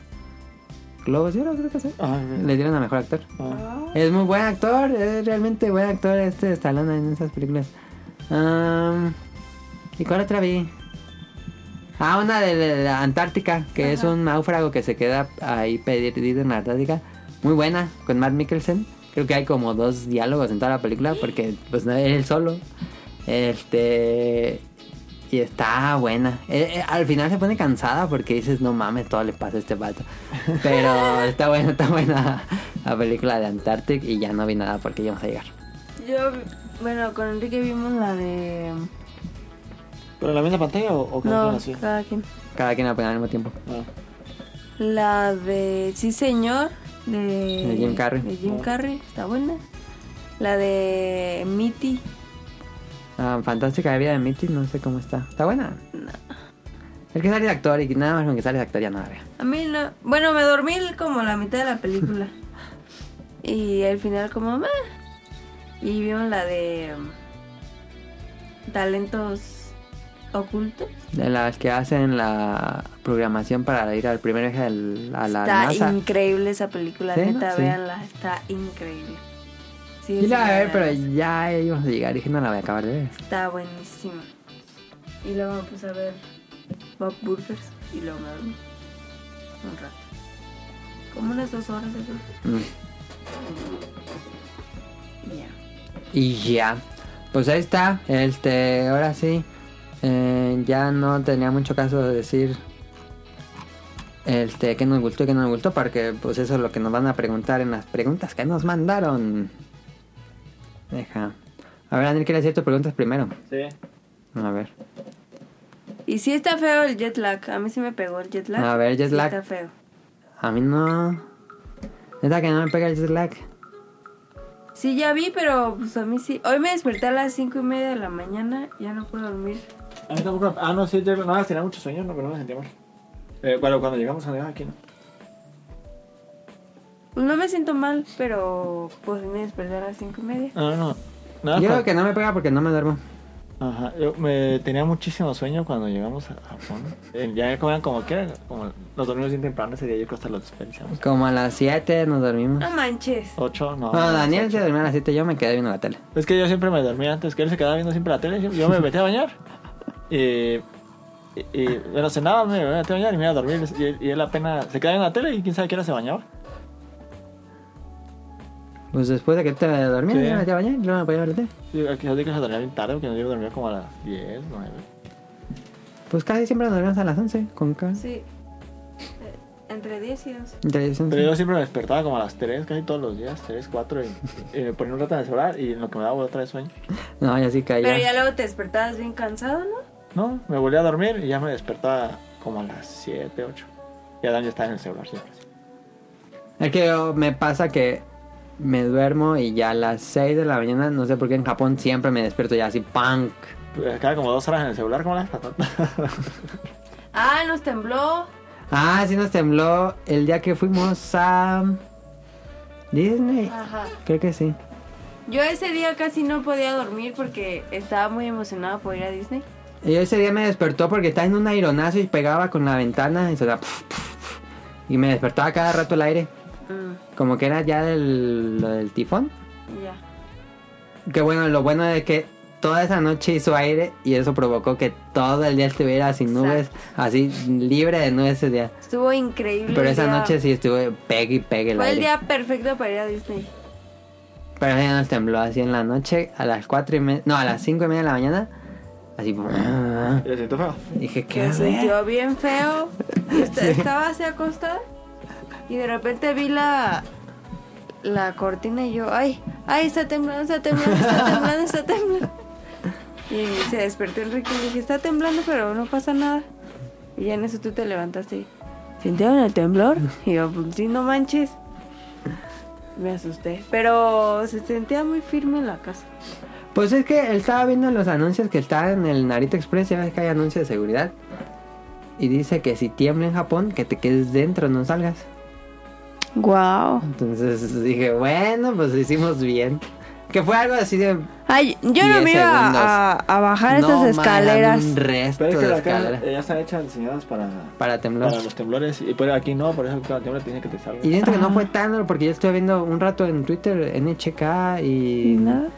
Speaker 1: Globos de Oro, creo que sí.
Speaker 3: Ah,
Speaker 1: Le dieron a mejor actor.
Speaker 3: ah.
Speaker 1: Es muy buen actor, es realmente buen actor este Stallone en esas películas. Am, ¿Y cuál otra vi? Ah, una de la- la Antártica, que es un náufrago que se queda ahí perdido en la Antártica. Muy buena, con Matt Mikkelsen. Creo que hay como dos diálogos en toda la película, porque pues no es él solo. Este. Y está buena. Eh, eh, al final se pone cansada porque dices, no mames, todo le pasa a este vato.
Speaker 2: <laughs>
Speaker 1: Pero está buena, está buena la película de Antarctic y ya no vi nada porque íbamos a llegar.
Speaker 2: Yo, vi- bueno, con Enrique vimos la de.
Speaker 3: ¿Pero en la misma pantalla o, o cada
Speaker 2: No,
Speaker 3: quien así?
Speaker 2: cada quien.
Speaker 1: Cada quien la pone al mismo tiempo.
Speaker 3: Ah.
Speaker 2: La de Sí Señor de,
Speaker 1: De Jim Carrey.
Speaker 2: de Jim Carrey, está buena. La de Mitty.
Speaker 1: Ah, fantástica vida de Mitty, no sé cómo está. ¿Está buena? El que sale de actor y nada más con que sale de actor ya no la veo.
Speaker 2: A mí no. Bueno, me dormí como la mitad de la película.
Speaker 1: <laughs>
Speaker 2: y al final como "Meh". Y vimos la de um, talentos ocultos.
Speaker 1: De las que hacen la programación para ir al primer eje del- a la
Speaker 2: está
Speaker 1: NASA.
Speaker 2: increíble esa película,
Speaker 1: Sí, ¿no?
Speaker 2: neta,
Speaker 1: Sí.
Speaker 2: véanla, está increíble. Sí,
Speaker 1: Y la
Speaker 2: sí,
Speaker 1: voy a ver, pero
Speaker 2: véanla.
Speaker 1: ya íbamos a llegar y dije, no la voy a acabar de ver.
Speaker 2: Está buenísima. Y luego me puse a ver Bob Burgers y luego me dormí. Un rato. Como unas dos horas de
Speaker 1: Mm. Y ya. Pues ahí está. Este, ahora sí. eh, ya no tenía mucho caso de decir este que nos gustó y que no nos gustó, porque pues eso es lo que nos van a preguntar en las preguntas que nos mandaron. Deja. A ver, Daniel, ¿quieres hacer tus preguntas primero?
Speaker 3: Sí.
Speaker 1: A ver.
Speaker 2: Y sí está feo el jet lag. A mí sí me pegó el jet lag.
Speaker 1: A ver, jet
Speaker 2: Sí
Speaker 1: lag.
Speaker 2: Está feo.
Speaker 1: A mí no. Neta que no me pega el jet lag.
Speaker 2: Sí, ya vi, pero pues a mí sí. Hoy me desperté a las cinco y media de la mañana. Ya no puedo dormir.
Speaker 3: A mí tampoco. Ah, no, sí, yo no, tenía mucho sueño, no, pero no me sentía mal. Eh, bueno, cuando llegamos a Nueva aquí, ¿no?
Speaker 2: Pues no me siento mal, pero pues me desperté a las cinco y media.
Speaker 3: Ah, No, no. Nada,
Speaker 1: Yo
Speaker 3: cuando-
Speaker 1: creo que no me pega porque no me duermo.
Speaker 3: Ajá, yo me tenía muchísimo sueño cuando llegamos a Japón. Eh, ya comían como que era, como nos dormimos bien temprano ese día, yo creo que hasta los desperdiciamos.
Speaker 1: Como a las 7 nos dormimos.
Speaker 2: No manches.
Speaker 3: Ocho, no.
Speaker 1: Bueno,
Speaker 3: no,
Speaker 1: Daniel
Speaker 3: ocho.
Speaker 1: se durmió a las 7, yo me quedé viendo la tele.
Speaker 3: Es que yo siempre me dormía antes, que él se quedaba viendo siempre la tele, yo- yo me metí a bañar. Y, y, y- bueno, cenaba, me metí a bañar y me iba a dormir. Y, él- y él apenas se quedaba viendo la tele y quién sabe qué hora se bañaba.
Speaker 1: Pues después de que te dormí,
Speaker 3: Sí.
Speaker 1: yo me metí a bañar y luego me podía ver la tele.
Speaker 3: Y Quizás de que se dormía bien tarde, porque yo dormía como a las 10, 9.
Speaker 1: Pues casi siempre nos dormimos a las 11 con K.
Speaker 2: Sí. Eh, Entre 10 y 11.
Speaker 1: Interesante.
Speaker 3: Pero yo siempre me despertaba como a las 3, casi todos los días, 3, 4, y, y me ponía un rato en el celular y en lo que me daba otra vez sueño.
Speaker 1: No, ya sí caía.
Speaker 2: Pero ya luego te despertabas bien cansado, ¿no?
Speaker 3: No, me volví a dormir y ya me despertaba como a las 7, 8. Y Adán ya estaba en el celular siempre. así.
Speaker 1: Es que yo- me pasa que me duermo y ya a las 6 de la mañana, no sé por qué en Japón siempre me despierto ya así, punk.
Speaker 3: Pues, Cada como dos horas en el celular, como las patatas. <laughs>
Speaker 2: Ah, nos tembló.
Speaker 1: Ah, sí nos tembló el día que fuimos a Disney.
Speaker 2: Ajá.
Speaker 1: Creo que sí.
Speaker 2: Yo ese día casi no podía dormir porque estaba muy emocionada por ir a Disney.
Speaker 1: Y ese día me despertó porque estaba en un aironazo y pegaba con la ventana y se Y me despertaba cada rato el aire.
Speaker 2: Mm,
Speaker 1: Como que era ya del, lo del tifón.
Speaker 2: ya.
Speaker 1: Que bueno, lo bueno es que toda esa noche hizo aire y eso provocó que todo el día estuviera sin nubes, así libre de nubes ese día.
Speaker 2: Estuvo increíble.
Speaker 1: Pero
Speaker 2: el
Speaker 1: esa
Speaker 2: día.
Speaker 1: noche sí estuve pegue y pegue el
Speaker 2: Fue el
Speaker 1: aire.
Speaker 2: día perfecto para ir a Disney.
Speaker 1: Pero ese día nos tembló así en la noche, a las cuatro y media, no, a las cinco y media de la mañana. Así, <laughs>
Speaker 3: ¿Te siento feo?
Speaker 1: dije, ¿qué
Speaker 2: Me
Speaker 1: hacer?
Speaker 2: sintió bien <laughs> feo. Est- Estaba así acostada y de repente vi la la cortina y yo, ay, ay, está temblando, está temblando, <laughs> está temblando, está temblando. Y se despertó Enrique y le dije, está temblando, pero no pasa nada. Y ya en eso tú te levantaste y, ¿sintieron el temblor? Y yo, "Pues sí, no manches. Me asusté, pero se sentía muy firme en la casa.
Speaker 1: Pues es que él estaba viendo los anuncios que estaban en el Narita Express, ya ves que hay anuncios de seguridad. Y dice que si tiembla en Japón, que te quedes dentro, no salgas.
Speaker 2: Wow.
Speaker 1: Entonces dije, bueno, pues hicimos bien. Que fue algo así de...
Speaker 2: Ay, yo
Speaker 1: Diez
Speaker 2: no me iba
Speaker 1: segundos.
Speaker 2: a, a bajar
Speaker 1: no,
Speaker 2: esas
Speaker 1: man,
Speaker 2: escaleras.
Speaker 1: un resto
Speaker 3: Pero es que
Speaker 1: de
Speaker 3: la casa
Speaker 1: escaleras
Speaker 3: eh, ya están hechas diseñadas para,
Speaker 1: para temblar.
Speaker 3: para los temblores. Y por aquí no, por eso cuando tiembla te dicen que te salgas.
Speaker 1: Y siento que no fue
Speaker 2: Ah.
Speaker 1: tan duro porque yo estuve viendo un rato en Twitter, NHK y
Speaker 2: Nada.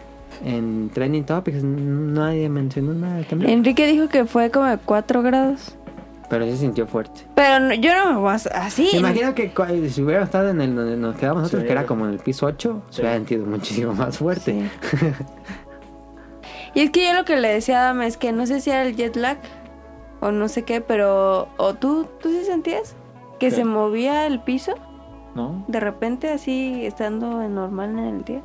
Speaker 1: en Trending Topics. Nadie mencionó nada de temblar.
Speaker 2: Enrique dijo que fue como de 4 grados.
Speaker 1: Pero sí sintió fuerte.
Speaker 2: Pero no- yo no me voy a hacer así.
Speaker 1: Me imagino que cu- si hubiera estado en el donde nos quedamos nosotros,
Speaker 3: Sí.
Speaker 1: que era como en el piso 8, se
Speaker 3: Sí.
Speaker 1: hubiera sentido muchísimo más fuerte. <laughs>
Speaker 2: Y es que yo lo que le decía a Dama es que no sé si era el jet lag o no sé qué, pero. ¿O tú, tú sí sentías? Que
Speaker 3: ¿Qué?
Speaker 2: se movía el piso
Speaker 3: ¿No?
Speaker 2: de repente, así estando en normal en el día.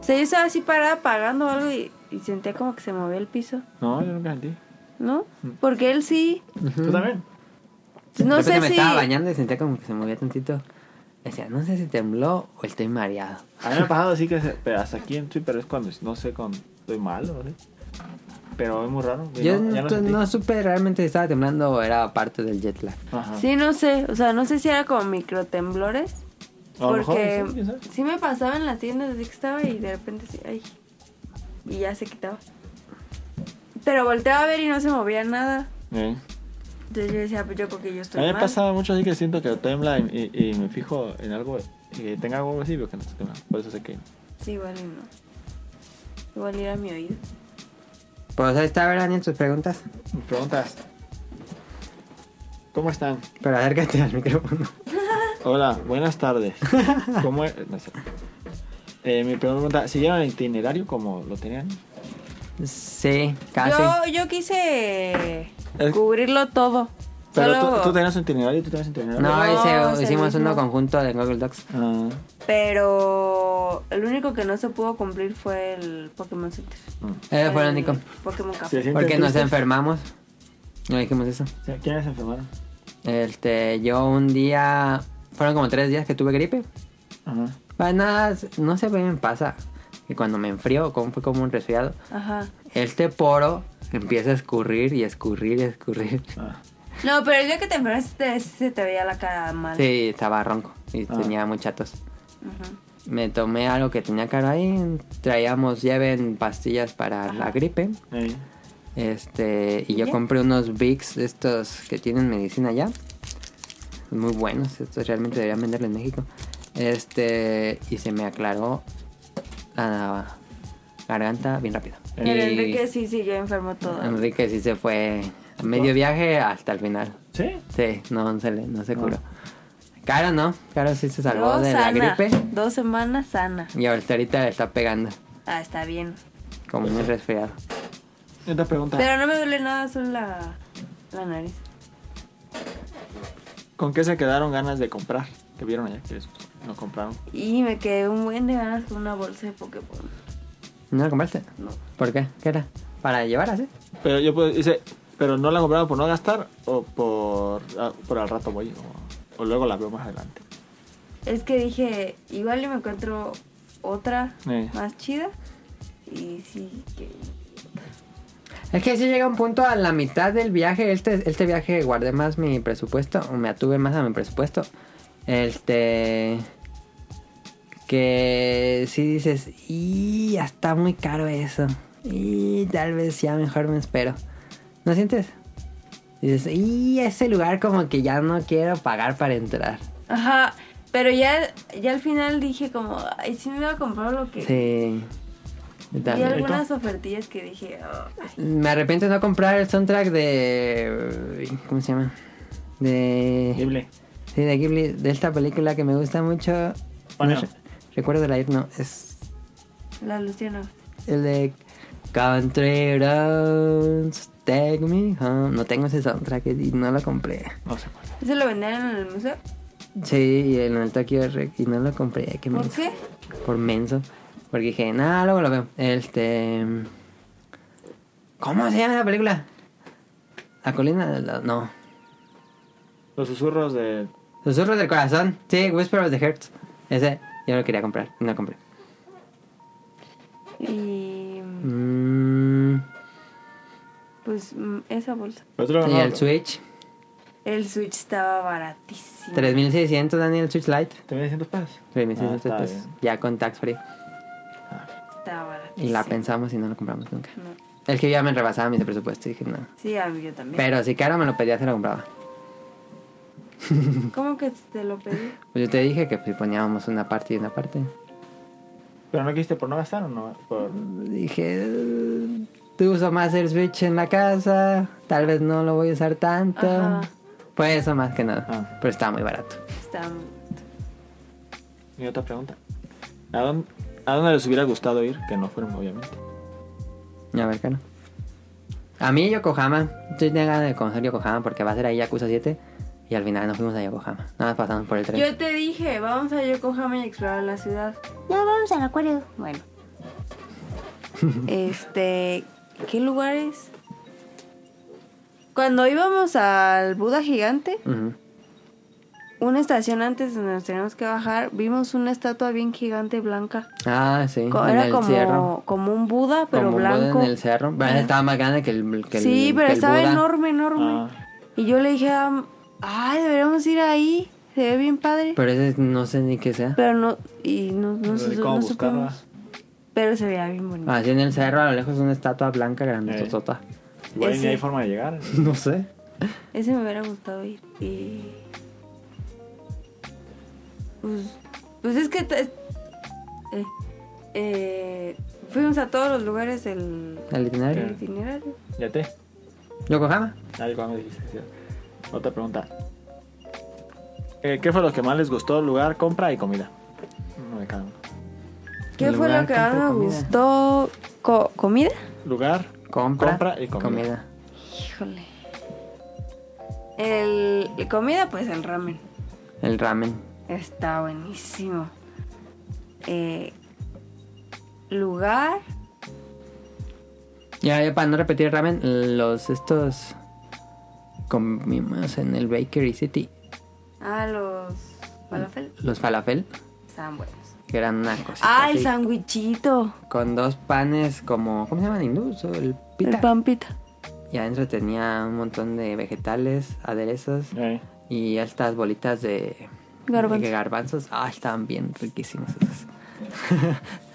Speaker 2: O sea, yo estaba así parada pagando algo y, y sentía como que se movía el piso,
Speaker 3: No, yo nunca sentí.
Speaker 2: ¿no? Porque él sí.
Speaker 3: ¿Tú también?
Speaker 1: Mm. De
Speaker 2: No
Speaker 1: repente
Speaker 2: sé
Speaker 1: me
Speaker 2: si.
Speaker 1: estaba bañando y sentía como que se movía tantito. Decía, no sé si tembló o estoy mareado.
Speaker 3: A mí me ha pasado así que se- pero hasta aquí en Twitter es cuando, no sé, cuando estoy mal o así. Pero es muy raro. y
Speaker 1: Yo
Speaker 3: no- ya
Speaker 1: no,
Speaker 3: no sentí.
Speaker 1: no supe realmente si estaba temblando o era parte del jet lag.
Speaker 3: Ajá.
Speaker 2: Sí, no sé, o sea, no sé si era como microtemblores.
Speaker 3: A lo mejor,
Speaker 2: Porque
Speaker 3: sí, quién sabe.
Speaker 2: sí me pasaba en las tiendas así que estaba y de repente así, ay, y ya se quitaba. Pero volteaba a ver y no se movía nada.
Speaker 3: Eh.
Speaker 2: Entonces yo decía, pues yo creo que yo
Speaker 3: A mí
Speaker 2: estoy
Speaker 3: me
Speaker 2: mal.
Speaker 3: pasa mucho así que siento que tembla y, y- y me fijo en algo y que tenga algo así, pero que no está temblando. Por eso sé que.
Speaker 2: Sí, igual y no. Igual era mi oído.
Speaker 1: Pues ahí está, ver, Daniel, tus preguntas.
Speaker 3: Me preguntas. ¿Cómo están?
Speaker 1: Pero acércate al micrófono.
Speaker 3: Hola, buenas
Speaker 2: <laughs>
Speaker 3: tardes. ¿Cómo es? no sé. Eh, mi pregunta, ¿siguieron el itinerario como lo tenían?
Speaker 1: Sí, casi.
Speaker 2: Yo, yo quise
Speaker 3: Es-
Speaker 2: cubrirlo todo.
Speaker 3: Eh, Pero
Speaker 2: Solo-
Speaker 3: tú, tú tenías un itinerario, tú tenías un itinerario.
Speaker 1: No,
Speaker 2: No,
Speaker 1: hice-
Speaker 2: es el
Speaker 1: hicimos
Speaker 2: mismo.
Speaker 1: uno conjunto de Google Docs.
Speaker 3: Ah,
Speaker 2: Pero el único que no se pudo cumplir fue el Pokémon Center.
Speaker 3: ah.
Speaker 1: Ese Eh, fue el
Speaker 2: El
Speaker 1: único.
Speaker 2: Pokémon Café.
Speaker 3: ¿se sienten
Speaker 1: Porque nos
Speaker 3: tristes?
Speaker 1: enfermamos. No dijimos eso.
Speaker 3: ¿Sí? ¿Quiénes se enfermaron?
Speaker 1: Este, yo un día. Fueron como tres días que tuve gripe.
Speaker 3: Ajá.
Speaker 1: Pues nada, no sé qué me pasa. Que cuando me enfrío, como fue como un resfriado,
Speaker 2: Ajá.
Speaker 1: este poro empieza a escurrir y escurrir y escurrir.
Speaker 3: Ah.
Speaker 2: No, pero el día que te enfermaste se te veía la cara mal.
Speaker 1: Sí, estaba ronco y
Speaker 3: Ah.
Speaker 1: tenía mucha tos.
Speaker 2: Ajá.
Speaker 1: Me tomé algo que tenía caro ahí. Traíamos, lleven pastillas para la gripe.
Speaker 3: Ahí.
Speaker 1: Este, y yo
Speaker 2: ¿Ya?
Speaker 1: compré unos Vicks de estos que tienen medicina ya. Muy buenos, estos realmente deberían venderlo en México. Este, y se me aclaró la garganta bien rápido.
Speaker 2: El
Speaker 1: Y
Speaker 2: Enrique sí siguió enfermo todo.
Speaker 1: Enrique sí se fue a medio viaje hasta el final.
Speaker 3: ¿Sí?
Speaker 1: Sí, no se, le- no se
Speaker 3: No.
Speaker 1: curó. Caro no, Caro sí se salvó
Speaker 2: Luego
Speaker 1: de la
Speaker 2: sana.
Speaker 1: gripe.
Speaker 2: Dos semanas sana.
Speaker 1: Y ahorita, ahorita le está pegando,
Speaker 2: Ah, está bien.
Speaker 1: como muy resfriado.
Speaker 3: Otra
Speaker 1: Ah.
Speaker 3: pregunta.
Speaker 2: Pero no me duele nada, solo la, la nariz.
Speaker 3: ¿Con qué se quedaron ganas de comprar? Que vieron allá que les- no compraron.
Speaker 2: Y me quedé un buen de ganas con una bolsa de Pokémon.
Speaker 1: ¿No lo compraste?
Speaker 2: No.
Speaker 1: ¿Por qué? ¿Qué era? ¿Para llevar así?
Speaker 3: Pero yo pues, dice, pero no la compraron por no gastar o por, ah, por al rato voy o, o luego la veo más adelante.
Speaker 2: Es que dije, igual y me encuentro otra
Speaker 3: Eh.
Speaker 2: más chida. Y sí, que...
Speaker 1: Es que si llega un punto a la mitad del viaje, este, este viaje guardé más mi presupuesto, o me atuve más a mi presupuesto. Este. Que si dices, y ya está muy caro eso. Y tal vez ya mejor me espero. ¿No sientes? Dices, y ese lugar como que ya no quiero pagar para entrar.
Speaker 2: Ajá, pero ya, ya al final dije como, ay, sí me iba a comprar lo que...
Speaker 1: Sí. Yo
Speaker 2: Y
Speaker 1: también.
Speaker 2: algunas ofertillas que dije, "Ah".
Speaker 1: Me arrepiento de no comprar el soundtrack de. ¿Cómo se llama? De.
Speaker 3: Horrible.
Speaker 1: Sí, de Ghibli, de esta película que me gusta mucho.
Speaker 3: Bueno.
Speaker 1: No sé, recuerdo el ayer, no, es
Speaker 2: la Luciana.
Speaker 1: el de Country Roads, Take Me Home. No tengo ese soundtrack y no lo compré.
Speaker 3: No sé cuál.
Speaker 2: ¿Eso lo vendieron en el museo?
Speaker 1: Sí, y en el Tokyo Rec y no lo compré. Qué
Speaker 2: ¿Por
Speaker 1: menso.
Speaker 2: qué?
Speaker 1: Por menso. Porque dije, nada, luego lo veo. Este. ¿Cómo se llama la película? La colina de la- No.
Speaker 3: Los susurros de...
Speaker 1: Susurros del corazón. Sí, Whisper of the Heart. Ese yo lo quería comprar. No lo compré.
Speaker 2: Y
Speaker 1: Mmm.
Speaker 2: pues mm, esa bolsa.
Speaker 3: Pero tú luego
Speaker 1: Y
Speaker 3: no-
Speaker 1: el Switch,
Speaker 2: El Switch estaba baratísimo.
Speaker 1: 3600 Daniel Switch Lite,
Speaker 3: ¿También 100 pesos?
Speaker 1: 3600
Speaker 3: Ah, está
Speaker 1: pesos,
Speaker 3: bien.
Speaker 1: ya con tax free.
Speaker 2: Estaba baratísimo.
Speaker 1: Y la pensamos y no lo compramos nunca.
Speaker 2: No.
Speaker 1: El que yo ya me rebasaba mi presupuesto y dije, no.
Speaker 2: Sí, a mí yo también.
Speaker 1: Pero si Caro me lo pedía, se lo compraba.
Speaker 2: ¿Cómo que te lo pedí?
Speaker 1: Pues yo te dije que pues, poníamos una parte y una parte.
Speaker 3: ¿Pero no quisiste por no gastar o no? Por...
Speaker 1: Mm. Dije, eh, tú uso más el Switch en la casa, tal vez no lo voy a usar tanto.
Speaker 2: Ajá.
Speaker 1: Pues eso más que nada.
Speaker 3: Ah.
Speaker 1: Pero estaba muy barato.
Speaker 2: Estaba muy-
Speaker 3: Y otra pregunta. ¿A dónde, ¿A dónde les hubiera gustado ir? Que no fueron, obviamente.
Speaker 1: A ver, Caro. A mí Yokohama. Estoy tengo ganas de conocer Yokohama porque va a ser ahí Yakuza 7 y al final nos fuimos a Yokohama. Nada más pasamos por el tren.
Speaker 2: Yo te dije, vamos a Yokohama y explorar la ciudad.
Speaker 4: No, vamos al acuario.
Speaker 1: <laughs>
Speaker 2: Bueno. este, ¿qué lugares? Cuando íbamos al Buda gigante,
Speaker 1: Ujú.
Speaker 2: una estación antes de nos teníamos que bajar, vimos una estatua bien gigante blanca.
Speaker 1: Ah, sí.
Speaker 2: Co-
Speaker 1: en
Speaker 2: Era
Speaker 1: el cerro.
Speaker 2: como, como un Buda, pero
Speaker 1: Como un Buda
Speaker 2: blanco.
Speaker 1: en el cerro. Pero estaba más grande que el que el-
Speaker 2: sí, pero
Speaker 1: que el
Speaker 2: estaba
Speaker 1: Buda.
Speaker 2: enorme, enorme.
Speaker 3: Ah.
Speaker 2: Y yo le dije, a- ay, deberíamos ir ahí, se ve bien padre.
Speaker 1: Pero ese no sé ni qué sea.
Speaker 2: Pero no, y no, no,
Speaker 3: No
Speaker 2: su-
Speaker 3: sé
Speaker 2: no
Speaker 3: cómo buscarla.
Speaker 2: supimos. Pero se veía bien bonito.
Speaker 1: Así en el cerro, a lo lejos, una estatua blanca
Speaker 3: Eh.
Speaker 1: grandotota.
Speaker 3: Igual ni
Speaker 2: Ese.
Speaker 3: hay forma de llegar.
Speaker 1: <laughs> No sé.
Speaker 2: Ese me hubiera gustado ir. Y... Pues, pues es que... te- eh, eh, fuimos a todos los lugares del
Speaker 1: El
Speaker 2: del
Speaker 3: Eh.
Speaker 1: itinerario.
Speaker 2: itinerario.
Speaker 3: Ya te.
Speaker 1: Yokohama.
Speaker 3: Algo me dijiste. sí. Otra pregunta. eh, ¿qué fue lo que más les gustó? Lugar, compra y comida. Uno de cada uno.
Speaker 2: ¿Qué fue
Speaker 1: Lugar,
Speaker 2: lo que
Speaker 1: compra
Speaker 2: más
Speaker 1: y
Speaker 2: me
Speaker 1: comida.
Speaker 2: gustó? Co- ¿Comida?
Speaker 3: Lugar,
Speaker 1: Compra,
Speaker 3: Compra y
Speaker 1: y
Speaker 3: comida.
Speaker 1: comida.
Speaker 2: Híjole. El, el comida, pues el ramen.
Speaker 1: El ramen.
Speaker 2: Está buenísimo. Eh, lugar.
Speaker 1: Ya, ya para no repetir el ramen, los estos comimos en el Bakery City.
Speaker 2: Ah, los falafel.
Speaker 1: Los falafel,
Speaker 2: Estaban buenos.
Speaker 1: que eran una cosa.
Speaker 2: Ah, el sandwichito.
Speaker 1: Con dos panes como... ¿Cómo se llaman hindús? ¿O El pita.
Speaker 2: El pampita.
Speaker 1: Y adentro tenía un montón de vegetales, aderezos
Speaker 3: eh,
Speaker 1: y estas bolitas de
Speaker 2: Garbanzos.
Speaker 1: de garbanzos. Ah, estaban bien riquísimos esos.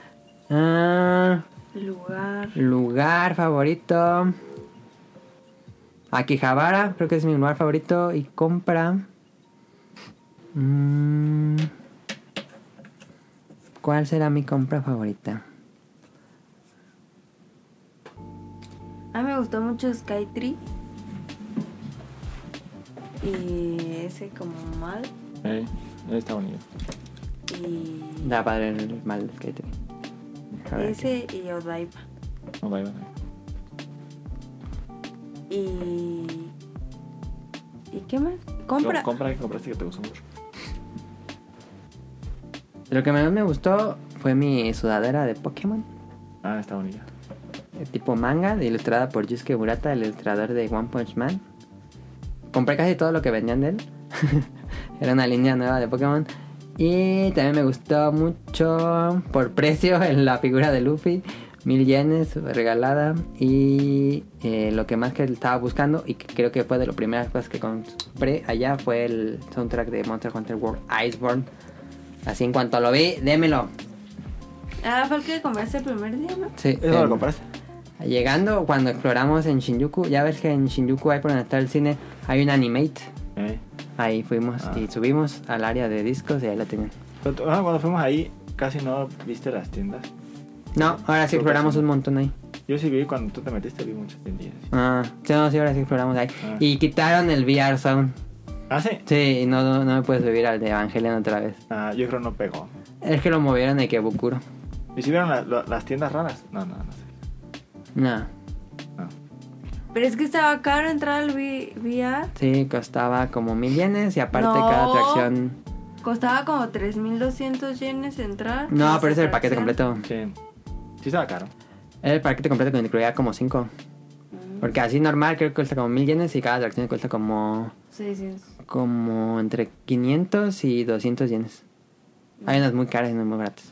Speaker 1: <laughs> Ah,
Speaker 2: Lugar.
Speaker 1: lugar favorito. Akihabara, creo que es mi lugar favorito. Y compra. Mm, ¿Cuál será mi compra favorita?
Speaker 2: A mí me gustó mucho Skytree. Y ese como mal.
Speaker 3: eh, está bonito.
Speaker 2: Y
Speaker 1: Da padre el mal del catering. A ver,
Speaker 2: ese y Odaiba.
Speaker 3: No, va, va, va.
Speaker 2: Y. ¿Y qué más? Compra.
Speaker 3: Luego, compra que compraste que te gustó mucho.
Speaker 1: Lo que más me gustó fue mi sudadera de Pokémon.
Speaker 3: Ah, está bonita.
Speaker 1: de eh, tipo manga, de ilustrada por Yusuke Murata, el ilustrador de One Punch Man. Compré casi todo lo que vendían de él. <laughs> Era una línea nueva de Pokémon. Y también me gustó mucho por precio <laughs> en la figura de Luffy. Mil yenes regalada. Y eh, lo que más que estaba buscando y que creo que fue de las primeras cosas que compré allá fue el soundtrack de Monster Hunter World Iceborne. Así en cuanto lo vi, démelo.
Speaker 2: Ah, fue el que compraste el primer día, ¿no?
Speaker 1: Sí,
Speaker 3: ¿Eso
Speaker 1: em,
Speaker 3: lo compraste?
Speaker 1: Llegando, cuando exploramos en Shinjuku, ya ves que en Shinjuku hay por donde está el cine, hay un animate.
Speaker 3: Eh.
Speaker 1: Ahí fuimos
Speaker 3: Ah.
Speaker 1: y subimos al área de discos y ahí lo tenían.
Speaker 3: Pero tú- ah, cuando fuimos ahí, casi no viste las tiendas.
Speaker 1: No, ahora sí
Speaker 3: Creo que
Speaker 1: exploramos
Speaker 3: sí.
Speaker 1: un montón ahí.
Speaker 3: Yo sí vi cuando tú te metiste, vi muchas tiendas.
Speaker 1: Ah, sí, no, sí, ahora sí exploramos ahí.
Speaker 3: Ah.
Speaker 1: Y quitaron el VR Sound.
Speaker 3: Ah, sí.
Speaker 1: Sí, y no, no, no me puedes subir al de Evangelion otra vez.
Speaker 3: Ah, yo creo no pegó.
Speaker 1: Es que lo movieron de Kebukuro.
Speaker 3: ¿Y si vieron la- la- las tiendas raras? No, no, no sé.
Speaker 1: No,
Speaker 3: No.
Speaker 2: Pero es que estaba caro entrar al vi- VR.
Speaker 1: sí, costaba como mil yenes y aparte
Speaker 2: No.
Speaker 1: cada atracción.
Speaker 2: Costaba como 3.200 yenes entrar.
Speaker 1: No,
Speaker 2: Más
Speaker 1: pero es el paquete
Speaker 2: atracción.
Speaker 1: completo.
Speaker 3: Sí. Sí estaba caro.
Speaker 1: El paquete completo que incluía como cinco.
Speaker 2: Mm,
Speaker 1: Porque así normal creo que cuesta como mil yenes y cada atracción cuesta como
Speaker 2: 600.
Speaker 1: como entre 500 y 200 yenes. Hay unas muy caras y unas muy baratas.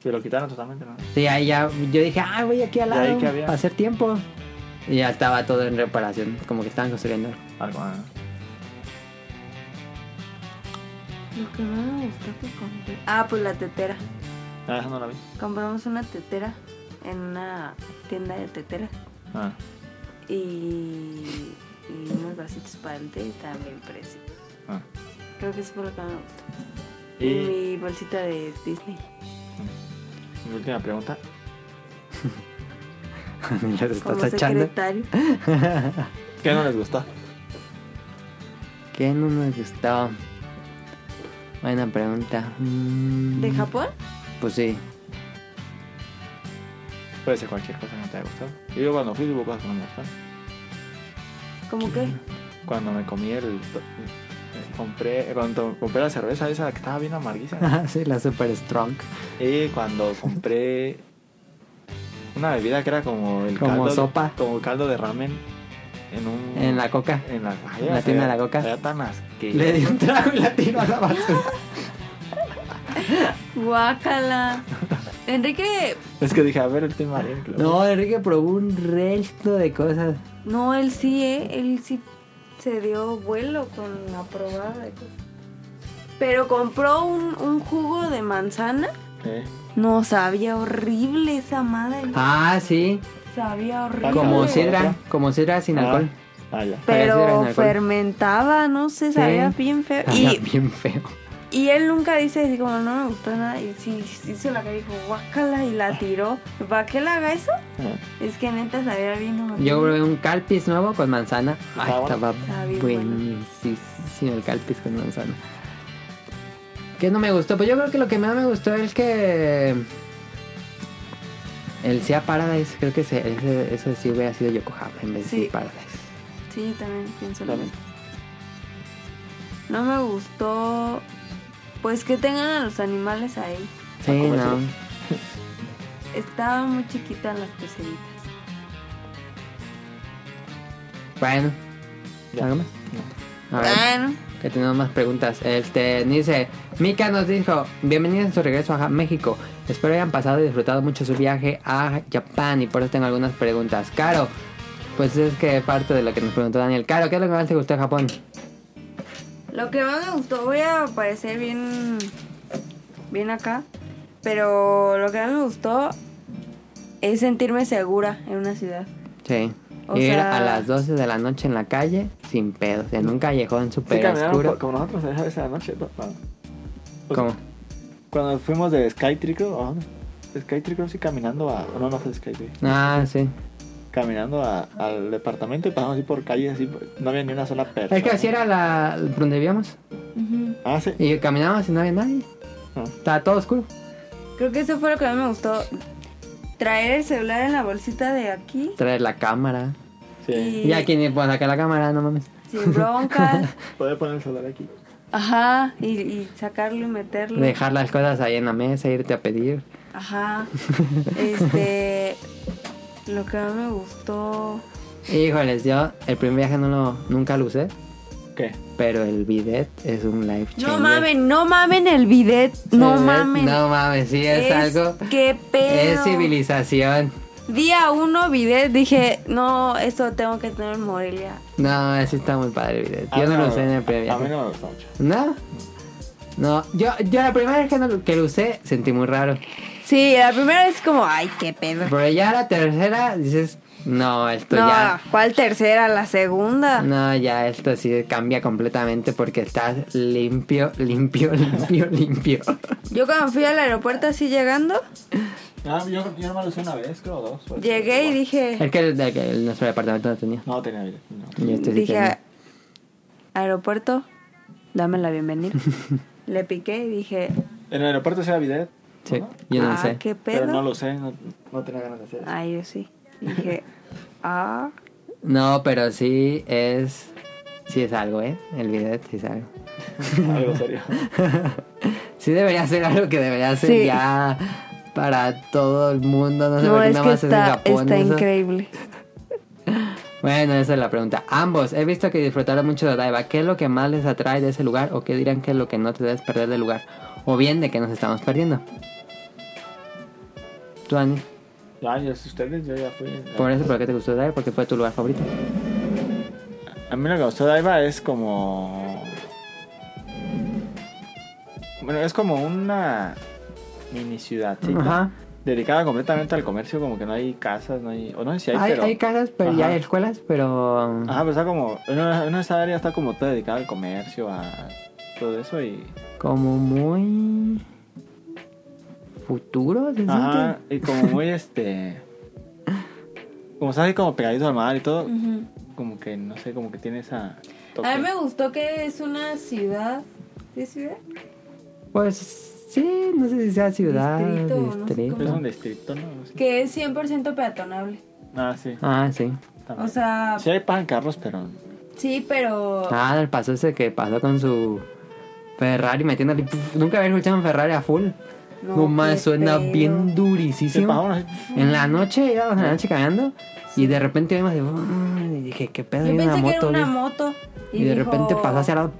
Speaker 3: Que lo quitaron totalmente, ¿no?
Speaker 1: Sí, ahí ya yo dije, ah, voy aquí al
Speaker 3: ¿Y ahí
Speaker 1: lado
Speaker 3: qué había?
Speaker 1: para hacer tiempo. Y ya estaba todo en reparación, como que estaban construyendo. <laughs>
Speaker 3: Algo. ah.
Speaker 2: Lo que más me gustó que compré. Ah, pues la tetera.
Speaker 3: Ah, esa no la vi.
Speaker 2: Compramos una tetera en una tienda de teteras.
Speaker 3: Ah.
Speaker 2: Y, y unos vasitos para el té también precio.
Speaker 3: ah.
Speaker 2: Creo que eso fue lo que más me gustó. Y,
Speaker 3: Y
Speaker 2: mi bolsita de Disney.
Speaker 3: mi última pregunta.
Speaker 1: Los
Speaker 2: Como
Speaker 1: estás echando.
Speaker 2: secretario.
Speaker 3: ¿Qué no les gustó?
Speaker 1: ¿Qué no nos gustó? Buena pregunta. Mm,
Speaker 2: ¿De Japón?
Speaker 1: Pues sí. <laughs>
Speaker 3: Puede ser cualquier cosa que no te haya gustado. Y yo cuando fui hubo cosas que no me gustaron.
Speaker 2: ¿Cómo qué?
Speaker 3: Cuando me comí el... eh, Compré, cuando compré la cerveza esa que estaba
Speaker 1: <laughs>
Speaker 3: bien amarguísima.
Speaker 1: Ah, sí, la super strong.
Speaker 3: y cuando compré una bebida que era como el
Speaker 1: Como
Speaker 3: caldo,
Speaker 1: sopa.
Speaker 3: Como caldo de ramen en un...
Speaker 1: En la coca.
Speaker 3: En la, ay,
Speaker 1: En la
Speaker 3: o
Speaker 1: tienda
Speaker 3: sea,
Speaker 1: de la coca.
Speaker 3: Era tan asqueroso.
Speaker 1: Le di un trago y la tiró a la basura. <laughs>
Speaker 2: Guácala. Enrique,
Speaker 3: Es que dije, a ver, el tema bien. claro.
Speaker 1: No, Enrique probó un resto de cosas.
Speaker 2: no, él sí, ¿eh? Él sí se dio vuelo con la probada. de cosas. Pero compró un, un jugo de manzana.
Speaker 3: Eh,
Speaker 2: No, sabía horrible esa madre.
Speaker 1: Ah, sí.
Speaker 2: Sabía horrible.
Speaker 3: Ah,
Speaker 1: Como
Speaker 3: no.
Speaker 1: sidra. Como sidra sin
Speaker 3: ah,
Speaker 1: alcohol.
Speaker 3: Ah,
Speaker 1: Pareciera
Speaker 3: ya.
Speaker 1: en
Speaker 2: Pero
Speaker 1: alcohol.
Speaker 2: fermentaba, no sé, sabía
Speaker 1: Sí.
Speaker 2: bien feo.
Speaker 1: Sabía
Speaker 2: Y,
Speaker 1: bien feo.
Speaker 2: y él nunca dice así como no me gustó nada. Y sí, sí hizo la que dijo guácala y la tiró. ¿Para qué la haga eso?
Speaker 3: Eh,
Speaker 2: Es que neta sabía bien. horrible.
Speaker 1: Yo probé un calpis nuevo con manzana. Ay,
Speaker 3: Estaba
Speaker 1: estaba
Speaker 2: Estaba bien
Speaker 1: buenísimo el calpis con manzana. ¿Qué no me gustó? Pues yo creo que lo que más me gustó es que. El Sea Paradise, creo que ese, ese, ese sí hubiera sido Yokohama en vez de
Speaker 2: Sí.
Speaker 1: Sea Paradise.
Speaker 2: Sí, también pienso lo
Speaker 3: También.
Speaker 2: mismo. No me gustó. Pues que tengan a los animales ahí.
Speaker 1: Sí,
Speaker 3: comer
Speaker 1: no.
Speaker 3: solo.
Speaker 2: Estaban muy chiquitas las peceritas.
Speaker 1: Bueno,
Speaker 3: Ya.
Speaker 1: ¿algo más? A ver.
Speaker 2: Bueno,
Speaker 1: Que tenemos más preguntas. Este, dice, Mika nos dijo, bienvenidos en su regreso a Ja- México. Espero hayan pasado y disfrutado mucho su viaje a Japón y por eso tengo algunas preguntas. Caro, pues es que parte de lo que nos preguntó Daniel. Caro, ¿qué es lo que más te gustó de Japón?
Speaker 2: lo que más me gustó, voy a parecer bien. bien acá. Pero lo que más me gustó es sentirme segura en una ciudad.
Speaker 1: Sí.
Speaker 2: O
Speaker 1: Ir
Speaker 2: sea-
Speaker 1: a las 12 de la noche en la calle sin pedos, en un callejón
Speaker 3: Sí,
Speaker 1: súper
Speaker 3: caminaron
Speaker 1: oscuro.
Speaker 3: co- como nosotros esa vez a la noche. ¿no? Ah. Pues,
Speaker 1: ¿Cómo?
Speaker 3: Cuando fuimos de Sky Trico, ¿a dónde? Sky Trico, sí, caminando a. No, no fue Sky Tree.
Speaker 1: Ah, sí.
Speaker 3: Caminando a- al departamento y pasamos así por calles, así. pues, No había ni una sola persona.
Speaker 1: Es que así era la donde vivíamos.
Speaker 3: Ah, sí.
Speaker 1: Y caminábamos y no había nadie.
Speaker 3: Ah.
Speaker 1: Estaba todo oscuro.
Speaker 2: Creo que eso fue lo que más me gustó. Traer el celular en la bolsita de aquí.
Speaker 1: Traer la cámara.
Speaker 3: Sí.
Speaker 1: Y aquí ni por acá la cámara, no mames.
Speaker 2: Sin broncas.
Speaker 1: <laughs>
Speaker 3: Poder poner el celular aquí.
Speaker 2: Ajá. Y, y sacarlo y meterlo.
Speaker 1: Dejar las cosas ahí en la mesa, irte a pedir. <laughs>
Speaker 2: Ajá. Este. Lo que más me gustó.
Speaker 1: Híjoles, yo el primer viaje no lo, nunca lo usé,
Speaker 3: ¿Qué?
Speaker 1: pero el bidet es un life changer.
Speaker 2: No mamen, no mamen el bidet. No
Speaker 1: El bidet-
Speaker 2: mamen.
Speaker 1: No mames, sí, es, algo.
Speaker 2: Qué pedo.
Speaker 1: Es civilización.
Speaker 2: Día uno bidet. Dije, no, esto tengo que tener en Morelia.
Speaker 1: No, así está muy padre el bidet.
Speaker 3: Ah,
Speaker 1: Yo no, lo usé en el primer
Speaker 3: A mí
Speaker 1: viaje.
Speaker 3: no me gustó mucho.
Speaker 1: No. No, yo, yo la primera vez que, no lo- que lo usé sentí muy raro.
Speaker 2: Sí, la primera es como, ay, qué pedo.
Speaker 1: Pero ya la tercera dices, no, esto
Speaker 2: No,
Speaker 1: ya.
Speaker 2: ¿cuál tercera? La segunda.
Speaker 1: No, ya esto sí cambia completamente porque estás limpio, limpio, <laughs> limpio, limpio.
Speaker 2: Yo cuando fui al aeropuerto así llegando,
Speaker 3: Ah, yo, yo nomás lo usé una vez, creo, dos. o-
Speaker 2: llegué y dije,
Speaker 1: Es que el, el- el- nuestro departamento no tenía.
Speaker 3: No, tenía vida. No.
Speaker 1: Y este sí
Speaker 2: dije,
Speaker 1: tenía.
Speaker 2: aeropuerto, dame
Speaker 1: <laughs>
Speaker 2: la bienvenida. Le piqué y dije,
Speaker 3: En el aeropuerto se bidet.
Speaker 1: Sí,
Speaker 3: ¿no?
Speaker 1: yo no
Speaker 2: ah,
Speaker 1: sé.
Speaker 2: qué pedo.
Speaker 3: Pero no lo usé, no, no tenía ganas de hacer eso.
Speaker 2: Ah, yo sí. Dije, <laughs> ah,
Speaker 1: No, pero sí es. Sí es algo, ¿eh? El bidet sí es algo. <laughs>
Speaker 3: <laughs> Algo serio.
Speaker 1: Sí debería ser algo que debería ser
Speaker 2: Sí.
Speaker 1: ya para todo el mundo. No sé
Speaker 2: no,
Speaker 1: por qué
Speaker 2: es
Speaker 1: nada
Speaker 2: que
Speaker 1: más es en
Speaker 2: está,
Speaker 1: Japón.
Speaker 2: está
Speaker 1: eso.
Speaker 2: increíble.
Speaker 1: Bueno, esa es la pregunta. Ambos, he visto que disfrutaron mucho de Odaiba. ¿Qué es lo que más les atrae de ese lugar? ¿O qué dirán que es lo que no te debes perder del lugar? ¿O bien de que nos estamos perdiendo? Tú, Dani,
Speaker 3: Ya, yo ustedes, yo ya fui. Ya.
Speaker 1: por eso, ¿por qué te gustó Odaiba? Porque fue tu lugar favorito.
Speaker 3: A mí lo que me gustó de Aiba es como. Bueno, es como una mini ciudad,
Speaker 1: Ajá.
Speaker 3: Dedicada completamente al comercio, como que no hay casas, no hay. O no sé si hay,
Speaker 1: Hay,
Speaker 3: pero.
Speaker 1: hay casas, pero ya
Speaker 3: Ajá. Ah.
Speaker 1: hay escuelas, pero...
Speaker 3: Ajá, pero está como. En una, en esa área está como toda dedicada al comercio, a todo eso y.
Speaker 1: Como muy... Futuro, ¿se
Speaker 3: Ajá,
Speaker 1: siente?
Speaker 3: y como muy este. Como está así como pegadito al mar y todo, como que no sé, como que tiene esa. toque.
Speaker 2: A mí me gustó que es una ciudad. ¿Sí es ciudad?
Speaker 1: Pues sí, no sé si sea ciudad,
Speaker 2: Distrito, no sé
Speaker 1: distrito.
Speaker 2: cómo.
Speaker 3: Es un distrito, ¿no? No sé.
Speaker 2: Que es 100% peatonable.
Speaker 3: Ah, sí.
Speaker 1: Ah, sí.
Speaker 3: también.
Speaker 2: O sea,
Speaker 3: Sí hay pasan carros, pero...
Speaker 2: sí, pero...
Speaker 1: Ah, el paso ese que pasó con su Ferrari metiéndole. puf, nunca había escuchado un Ferrari a full.
Speaker 2: No,
Speaker 1: No, más
Speaker 2: qué
Speaker 1: suena
Speaker 2: pedo.
Speaker 1: bien
Speaker 3: Sí,
Speaker 1: durísimo.
Speaker 3: pasaron así.
Speaker 1: En la noche, íbamos en la noche caminando y de repente vimos de, "Mm", y dije, ¿qué pedo?
Speaker 2: Yo
Speaker 1: hay una
Speaker 2: pensé que
Speaker 1: moto,
Speaker 2: era una
Speaker 1: güey".
Speaker 2: moto.
Speaker 1: Y,
Speaker 2: Y,
Speaker 1: de
Speaker 2: dijo,
Speaker 1: repente pasó hacia la un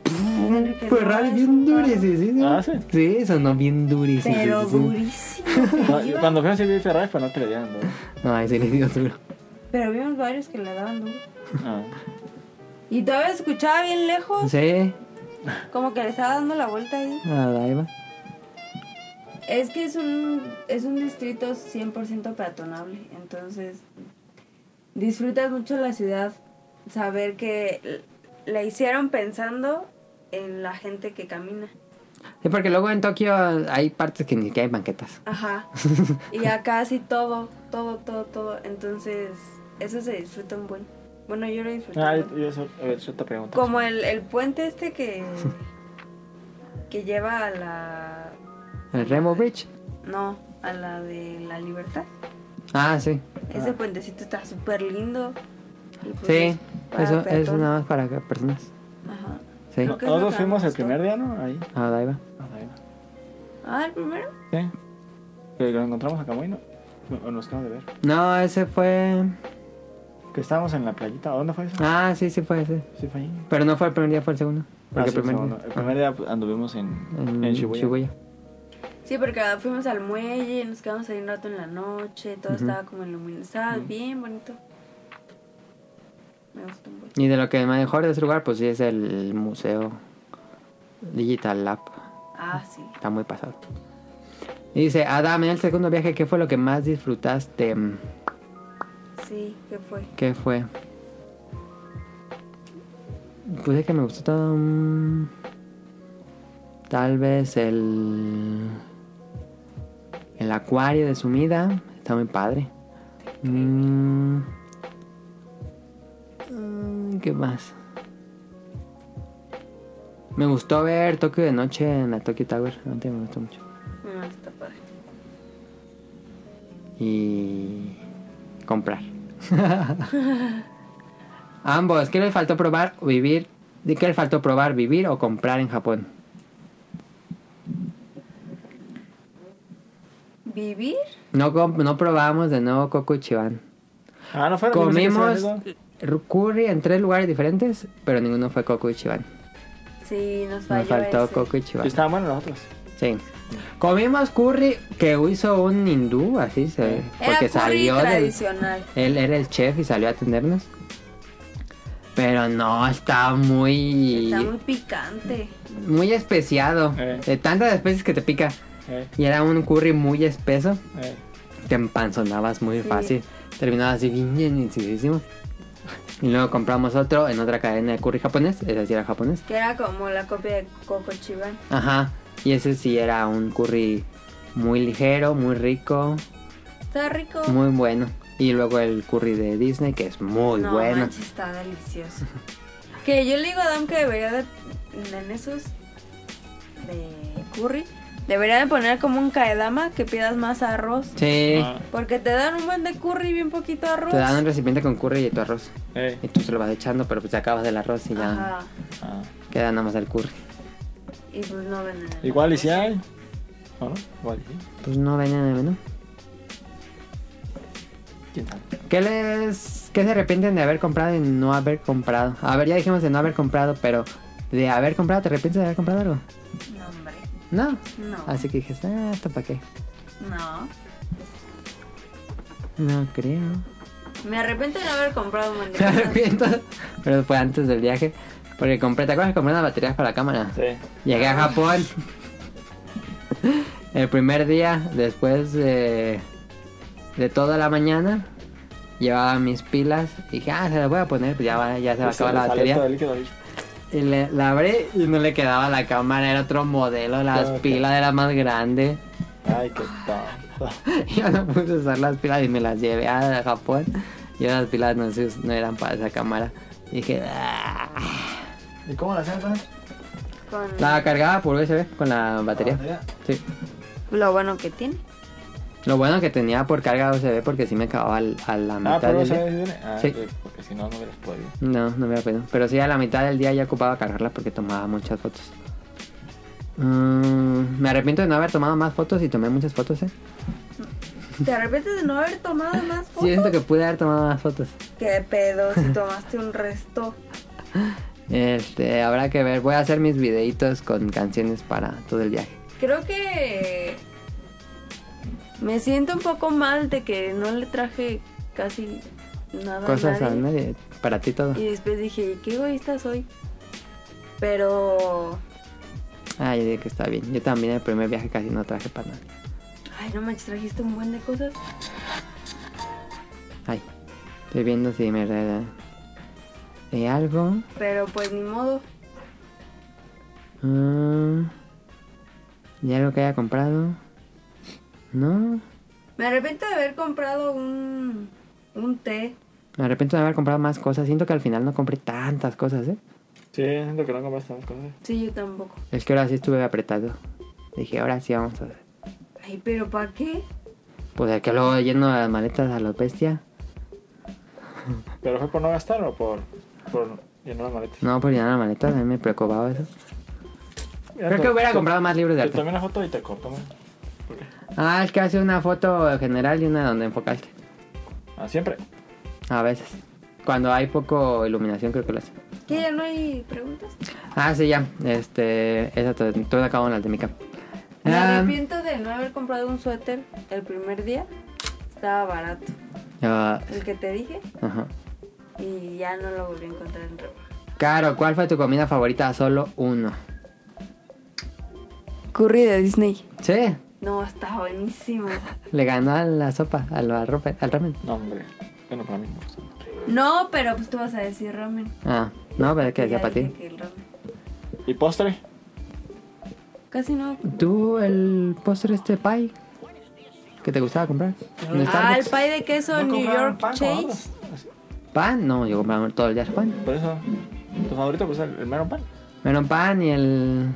Speaker 2: que no,
Speaker 1: Ferrari
Speaker 2: es
Speaker 1: bien
Speaker 2: un carro.
Speaker 1: durísimo.
Speaker 3: Ah, sí.
Speaker 1: Sí, sonó bien durísimo.
Speaker 2: Pero
Speaker 1: sí, sí, sí.
Speaker 2: durísimo.
Speaker 1: <laughs>
Speaker 3: No,
Speaker 2: <laughs> que
Speaker 3: yo
Speaker 2: iba.
Speaker 3: cuando fui a servir Ferrari, pues no te le
Speaker 2: <laughs>
Speaker 3: dieron, ¿no?
Speaker 1: No, ahí sí le dio duro.
Speaker 2: Pero vimos varios que le daban duro.
Speaker 3: Ah.
Speaker 2: Y todavía se escuchaba bien lejos,
Speaker 1: Sí,
Speaker 2: como que le estaba dando la vuelta ahí.
Speaker 1: nada, ahí va.
Speaker 2: Es que es un, es un distrito 100% peatonable, entonces disfrutas mucho la ciudad, saber que l- la hicieron pensando en la gente que camina.
Speaker 1: Sí, porque luego en Tokio hay partes que ni siquiera hay banquetas.
Speaker 2: Ajá. Y acá sí todo, todo, todo, todo. Entonces, eso se disfruta un buen. Bueno, yo lo disfruté.
Speaker 3: Ah,
Speaker 2: un
Speaker 3: yo,
Speaker 2: buen.
Speaker 3: yo eso- a ver, yo te pregunto.
Speaker 2: Como el, el puente este que... que lleva a la.
Speaker 1: ¿El Remo Bridge?
Speaker 2: No, a la de la libertad.
Speaker 1: Ah, sí.
Speaker 2: Ese puentecito está súper lindo. Y pues
Speaker 1: Sí,
Speaker 2: para
Speaker 1: eso es
Speaker 2: peatón.
Speaker 1: nada más para que- personas.
Speaker 2: Ajá.
Speaker 1: Sí.
Speaker 2: Creo que es lo
Speaker 3: Nosotros
Speaker 2: que
Speaker 3: fuimos
Speaker 2: más
Speaker 3: el primer día, ¿no? Ahí.
Speaker 1: Ah, ahí va.
Speaker 3: Ah, ahí va.
Speaker 2: Ah, el primero.
Speaker 3: Sí. Que lo encontramos acá, bueno. O nos acabamos de ver.
Speaker 1: No, ese fue.
Speaker 3: Que estábamos en la playita. ¿A ¿Dónde fue eso?
Speaker 1: Ah, sí, sí fue ese.
Speaker 3: Sí, fue ahí.
Speaker 1: Pero no fue el primer día, fue el segundo.
Speaker 3: Ah,
Speaker 1: Porque
Speaker 3: sí,
Speaker 1: el primer
Speaker 3: segundo.
Speaker 1: día.
Speaker 3: El primer día pues, anduvimos en,
Speaker 1: ah,
Speaker 3: en, Shibuya.
Speaker 2: Sí, porque fuimos al muelle, nos quedamos ahí un rato en la noche, todo estaba como iluminado. Estaba bien bonito. Me gustó un buen.
Speaker 1: Y de lo que mejor de ese lugar, pues sí es el museo Digital Lab.
Speaker 2: Ah, sí.
Speaker 1: Está muy pasado. Y dice, Adam, en el segundo viaje, ¿qué fue lo que más disfrutaste?
Speaker 2: Sí, ¿qué fue?
Speaker 1: ¿Qué fue? Pues es que me gustó todo. mm, Tal vez el. El acuario de sumida. Está muy padre. Mm, mm, ¿Qué más? Me gustó ver Tokio de noche en la Tokyo Tower. Antes me gustó mucho.
Speaker 2: No, está padre.
Speaker 1: y comprar. <laughs> Ambos, ¿qué les faltó probar o vivir? ¿De qué les faltó probar, vivir o comprar en Japón?
Speaker 2: ¿Vivir?
Speaker 1: No, com- no probamos de nuevo Kokuchiban.
Speaker 3: Ah, no fue
Speaker 1: Comimos r- curry en tres lugares diferentes, pero ninguno fue Kokuchiban.
Speaker 2: Sí, nos falló
Speaker 1: Nos faltó
Speaker 2: ese.
Speaker 1: Kokuchiban.
Speaker 3: Estaban buenos los otros.
Speaker 1: Sí. Comimos curry que hizo un hindú, así se ve.
Speaker 2: Era
Speaker 1: Porque
Speaker 2: curry
Speaker 1: salió del,
Speaker 2: tradicional.
Speaker 1: Él era el chef y salió a atendernos. Pero no, está muy.
Speaker 2: Está muy picante.
Speaker 1: Muy especiado.
Speaker 3: Eh.
Speaker 1: De tantas especies que te pica.
Speaker 3: Eh,
Speaker 1: Y era un curry muy espeso.
Speaker 3: eh.
Speaker 1: Te empanzonabas muy
Speaker 2: Sí.
Speaker 1: fácil. Terminabas así bien llenidísimo. Y luego compramos otro en otra cadena de curry japonés. Ese sí era japonés.
Speaker 2: Que era como la copia de Coco Chiban.
Speaker 1: Ajá. Y ese sí era un curry muy ligero, muy rico,
Speaker 2: Está rico.
Speaker 1: muy bueno. Y luego el curry de Disney, que es muy
Speaker 2: no,
Speaker 1: bueno.
Speaker 2: manches,
Speaker 1: <laughs>
Speaker 2: está delicioso. que yo le digo a Adam que debería de, en esos de curry, debería de poner como un kaedama que pidas más arroz.
Speaker 1: Sí.
Speaker 3: Ah,
Speaker 2: Porque te dan un buen de curry y bien poquito arroz.
Speaker 1: Te dan un recipiente con curry y tu arroz.
Speaker 3: eh.
Speaker 1: Y tú se lo vas echando, pero pues te acabas del arroz y ya
Speaker 2: Ajá.
Speaker 3: Ah.
Speaker 1: queda nada más el curry.
Speaker 2: Y pues no venden. el
Speaker 3: Igual y
Speaker 2: arroz.
Speaker 3: si hay. ¿O no? Igual y sí.
Speaker 1: Pues no ven en el menú.
Speaker 3: ¿Quién sabe?
Speaker 1: ¿Qué les. ¿Qué se arrepienten de haber comprado y no haber comprado? A ver, ya dijimos de no haber comprado, pero de haber comprado, ¿te arrepientes de haber comprado algo?
Speaker 2: No, hombre.
Speaker 1: No.
Speaker 2: No.
Speaker 1: Así que dije, ah, ¿esto para qué?
Speaker 2: No.
Speaker 1: No creo. <laughs>
Speaker 2: Me arrepiento de no haber comprado un buen de
Speaker 1: Me
Speaker 2: cosas.
Speaker 1: arrepiento. Pero fue antes del viaje. Porque compré, ¿te acuerdas que compré unas baterías para la cámara?
Speaker 3: Sí.
Speaker 1: Llegué a Japón. <laughs> El primer día, después de, de toda la mañana, llevaba mis pilas. Y dije, ah, se las voy a poner, pues ya, va- ya se va a acabar la
Speaker 3: sale todo el
Speaker 1: batería.
Speaker 3: líquido ahí.
Speaker 1: Y le- la abrí y no le quedaba la cámara, era otro modelo, las
Speaker 3: Claro,
Speaker 1: pilas eran más grandes.
Speaker 3: Ay, qué tonto.
Speaker 1: <laughs> Yo no pude usar las pilas y me las llevé a Japón. Y las pilas no, se us- no eran para esa cámara. Y dije, "Ah".
Speaker 3: ¿Y cómo la hacen?
Speaker 2: Con
Speaker 1: la cargaba por USB con la batería.
Speaker 3: Ah,
Speaker 1: Sí.
Speaker 2: lo bueno que
Speaker 1: <laughs>
Speaker 2: tiene.
Speaker 1: Lo bueno que tenía por carga USB porque si me acababa al- a la mitad
Speaker 3: Ah, pero
Speaker 1: del
Speaker 3: se
Speaker 1: día.
Speaker 3: viene. Ah,
Speaker 1: Sí.
Speaker 3: eh, porque si no, no hubieras podido.
Speaker 1: No, no me da pena. Pero sí, a la mitad del día ya ocupaba cargarla porque tomaba muchas fotos. Mm, me arrepiento de no haber tomado más fotos y tomé muchas fotos, ¿eh?
Speaker 2: ¿Te arrepientes de no haber tomado más fotos?
Speaker 1: Siento que pude haber tomado más fotos.
Speaker 2: ¿Qué pedo si tomaste un resto?
Speaker 1: Este, habrá que ver. Voy a hacer mis videitos con canciones para todo el viaje.
Speaker 2: Creo que me siento un poco mal de que no le traje casi nada
Speaker 1: Cosas
Speaker 2: a
Speaker 1: a
Speaker 2: nadie.
Speaker 1: nadie. Para ti todo.
Speaker 2: Y después dije, qué egoísta soy. Pero,
Speaker 1: Ah, yo dije que está bien. Yo también el primer viaje casi no traje para nadie.
Speaker 2: ay, no manches, trajiste un buen de cosas.
Speaker 1: Ay, estoy viendo si me... re- De algo...
Speaker 2: Pero pues ni modo.
Speaker 1: Ah, ¿Y algo que haya comprado? No.
Speaker 2: Me arrepiento de haber comprado un, un té.
Speaker 1: Me arrepiento de haber comprado más cosas. Siento que al final no compré tantas cosas, ¿eh?
Speaker 3: Sí, siento que no compraste más cosas.
Speaker 2: Sí, yo tampoco.
Speaker 1: Es que ahora sí estuve apretado. Dije, ahora sí vamos a hacer.
Speaker 2: Ay, pero ¿para qué?
Speaker 1: Pues aquí luego lleno las maletas a los bestia.
Speaker 3: ¿Pero fue por no gastar o por, por llenar las maletas?
Speaker 1: No, pues llenar las maletas, a mí me preocupaba eso.
Speaker 3: Mira,
Speaker 1: Creo
Speaker 3: te-
Speaker 1: que hubiera
Speaker 3: te-
Speaker 1: comprado más libros de
Speaker 3: Te
Speaker 1: arte.
Speaker 3: tomé una foto y te corto, man. ¿Por qué?
Speaker 1: Ah, es que hace una foto general y una donde enfocaste.
Speaker 3: Ah, siempre.
Speaker 1: A veces. Cuando hay poco iluminación creo que lo hace.
Speaker 2: ¿Qué? ¿Ya no hay preguntas?
Speaker 1: Ah, sí, ya. Este, esa te, tú la acabo en la de mi cama.
Speaker 2: Me
Speaker 1: Ah,
Speaker 2: arrepiento de no haber comprado un suéter el primer día. Estaba barato.
Speaker 1: ah,
Speaker 2: El que te dije.
Speaker 1: ajá.
Speaker 2: Y ya no lo volví a encontrar en rebaja.
Speaker 1: Caro, ¿cuál fue tu comida favorita? Solo uno.
Speaker 2: Curry de Disney.
Speaker 1: Sí,
Speaker 2: No,
Speaker 1: <laughs>
Speaker 2: está buenísimo.
Speaker 1: le ganó a la sopa, al, la ropa- al ramen.
Speaker 3: No, hombre. Bueno, para mí no. pues, hombre.
Speaker 2: No, pero pues tú vas a decir ramen.
Speaker 1: Ah, no, pero es que
Speaker 2: Ya
Speaker 1: decía para
Speaker 2: dije
Speaker 1: ti.
Speaker 2: que el ramen.
Speaker 3: ¿Y postre?
Speaker 2: Casi no.
Speaker 1: ¿Tú el postre este pie que te gustaba comprar? ¿En
Speaker 2: Ah, el
Speaker 1: Starbucks?
Speaker 2: pie de queso New
Speaker 3: compraron
Speaker 2: York
Speaker 3: pan con
Speaker 2: Chase.
Speaker 3: otros. Así.
Speaker 1: ¿Pan? No, yo compraba todo el día pan.
Speaker 3: Por eso, tu favorito pues el, el mero pan.
Speaker 1: Melon pan y el...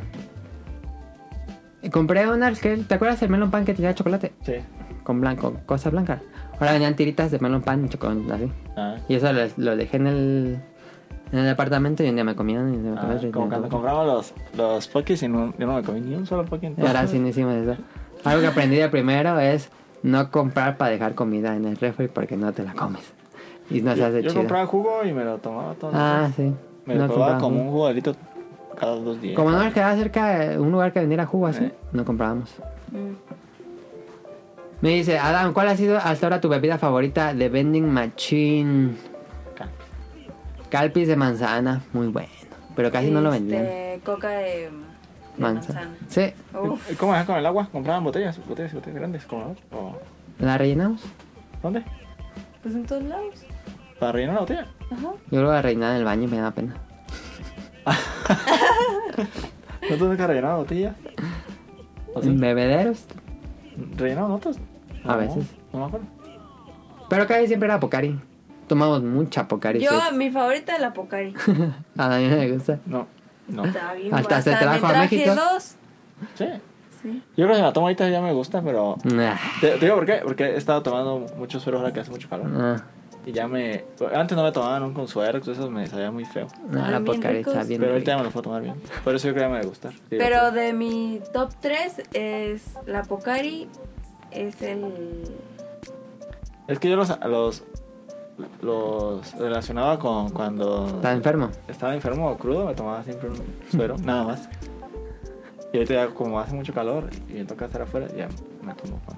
Speaker 1: y Compré una que... ¿Te acuerdas el melon pan que tenía chocolate?
Speaker 3: Sí.
Speaker 1: Con blanco, cosa blanca. Ahora venían tiritas de melon pan y chocolate, así.
Speaker 3: Ah,
Speaker 1: Y eso lo, lo dejé en el, en el apartamento y un día me comían y un día me comían.
Speaker 3: ah,
Speaker 1: otro día
Speaker 3: como
Speaker 1: me
Speaker 3: cuando
Speaker 1: comían.
Speaker 3: compramos los, los pokés y no, yo no me comí ni un solo poke en todo.
Speaker 1: Ahora sí no hicimos eso. Algo que aprendí de primero es no comprar para dejar comida en el refri porque no te la comes. Y no se
Speaker 3: Yo-
Speaker 1: hace
Speaker 3: Yo
Speaker 1: chido.
Speaker 3: compraba jugo y me lo tomaba todo.
Speaker 1: Ah, sí.
Speaker 3: me
Speaker 1: No
Speaker 3: lo tomaba
Speaker 1: compraba
Speaker 3: como
Speaker 1: jugo.
Speaker 3: un jugadito cada dos días.
Speaker 1: Como no nos quedaba cerca de un lugar que vendiera jugo así,
Speaker 3: Eh.
Speaker 1: no comprábamos.
Speaker 2: Mm.
Speaker 1: Me dice, Adam, ¿cuál ha sido hasta ahora tu bebida favorita de vending machine?
Speaker 3: Acá.
Speaker 1: Calpis de manzana, muy bueno. Pero casi no lo vendían.
Speaker 2: Este, Coca de, de manzana.
Speaker 1: Manzana. Sí,
Speaker 2: Uf,
Speaker 3: ¿Y Eh, cómo es con el agua? ¿Compraban botellas? ¿Botellas y botellas grandes? ¿Cómo no? ¿O
Speaker 1: la rellenamos.
Speaker 3: ¿Dónde?
Speaker 2: pues en todos lados.
Speaker 3: ¿Para rellenar la botella?
Speaker 2: Ajá.
Speaker 1: Yo lo rellenaba en el baño, me daba pena.
Speaker 3: ¿No tú nunca rellenado botellas? ¿O ¿Ah, sí?
Speaker 1: En bebederos.
Speaker 3: ¿Rellenado notas?
Speaker 1: A veces.
Speaker 3: No me acuerdo.
Speaker 1: Pero casi siempre era Pocari. Tomamos mucha Pocari.
Speaker 2: Yo,
Speaker 1: sí.
Speaker 2: mi favorita es la
Speaker 1: <laughs>
Speaker 2: Pocari.
Speaker 1: A Daniel le gusta.
Speaker 3: No, no.
Speaker 2: Está bien
Speaker 1: Hasta
Speaker 2: buena.
Speaker 1: se trajo
Speaker 2: me
Speaker 1: a
Speaker 2: traje
Speaker 1: México.
Speaker 2: dos.
Speaker 3: Sí.
Speaker 2: Sí.
Speaker 3: Yo creo que si la tomo ahorita ya me gusta, pero
Speaker 1: Ah,
Speaker 3: Te, te digo por qué, porque he estado tomando muchos sueros ahora que hace mucho calor.
Speaker 1: ah,
Speaker 3: Y ya me. Antes no me tomaban un con sueros, eso me sabía muy feo.
Speaker 1: no, la
Speaker 2: bien
Speaker 1: Pocari
Speaker 2: ricos.
Speaker 1: está bien.
Speaker 3: pero ahorita
Speaker 1: rica.
Speaker 3: ya me lo puedo tomar bien. Por eso yo creo que me va a gustar. Sí,
Speaker 2: Pero de mi top 3 es la Pocari, es el...
Speaker 3: Es que yo los, los, los relacionaba con cuando
Speaker 1: Está enfermo.
Speaker 3: estaba enfermo o crudo, me tomaba siempre un suero, nada más. Y ahorita ya como hace mucho calor y me toca estar afuera, ya me tomo pan.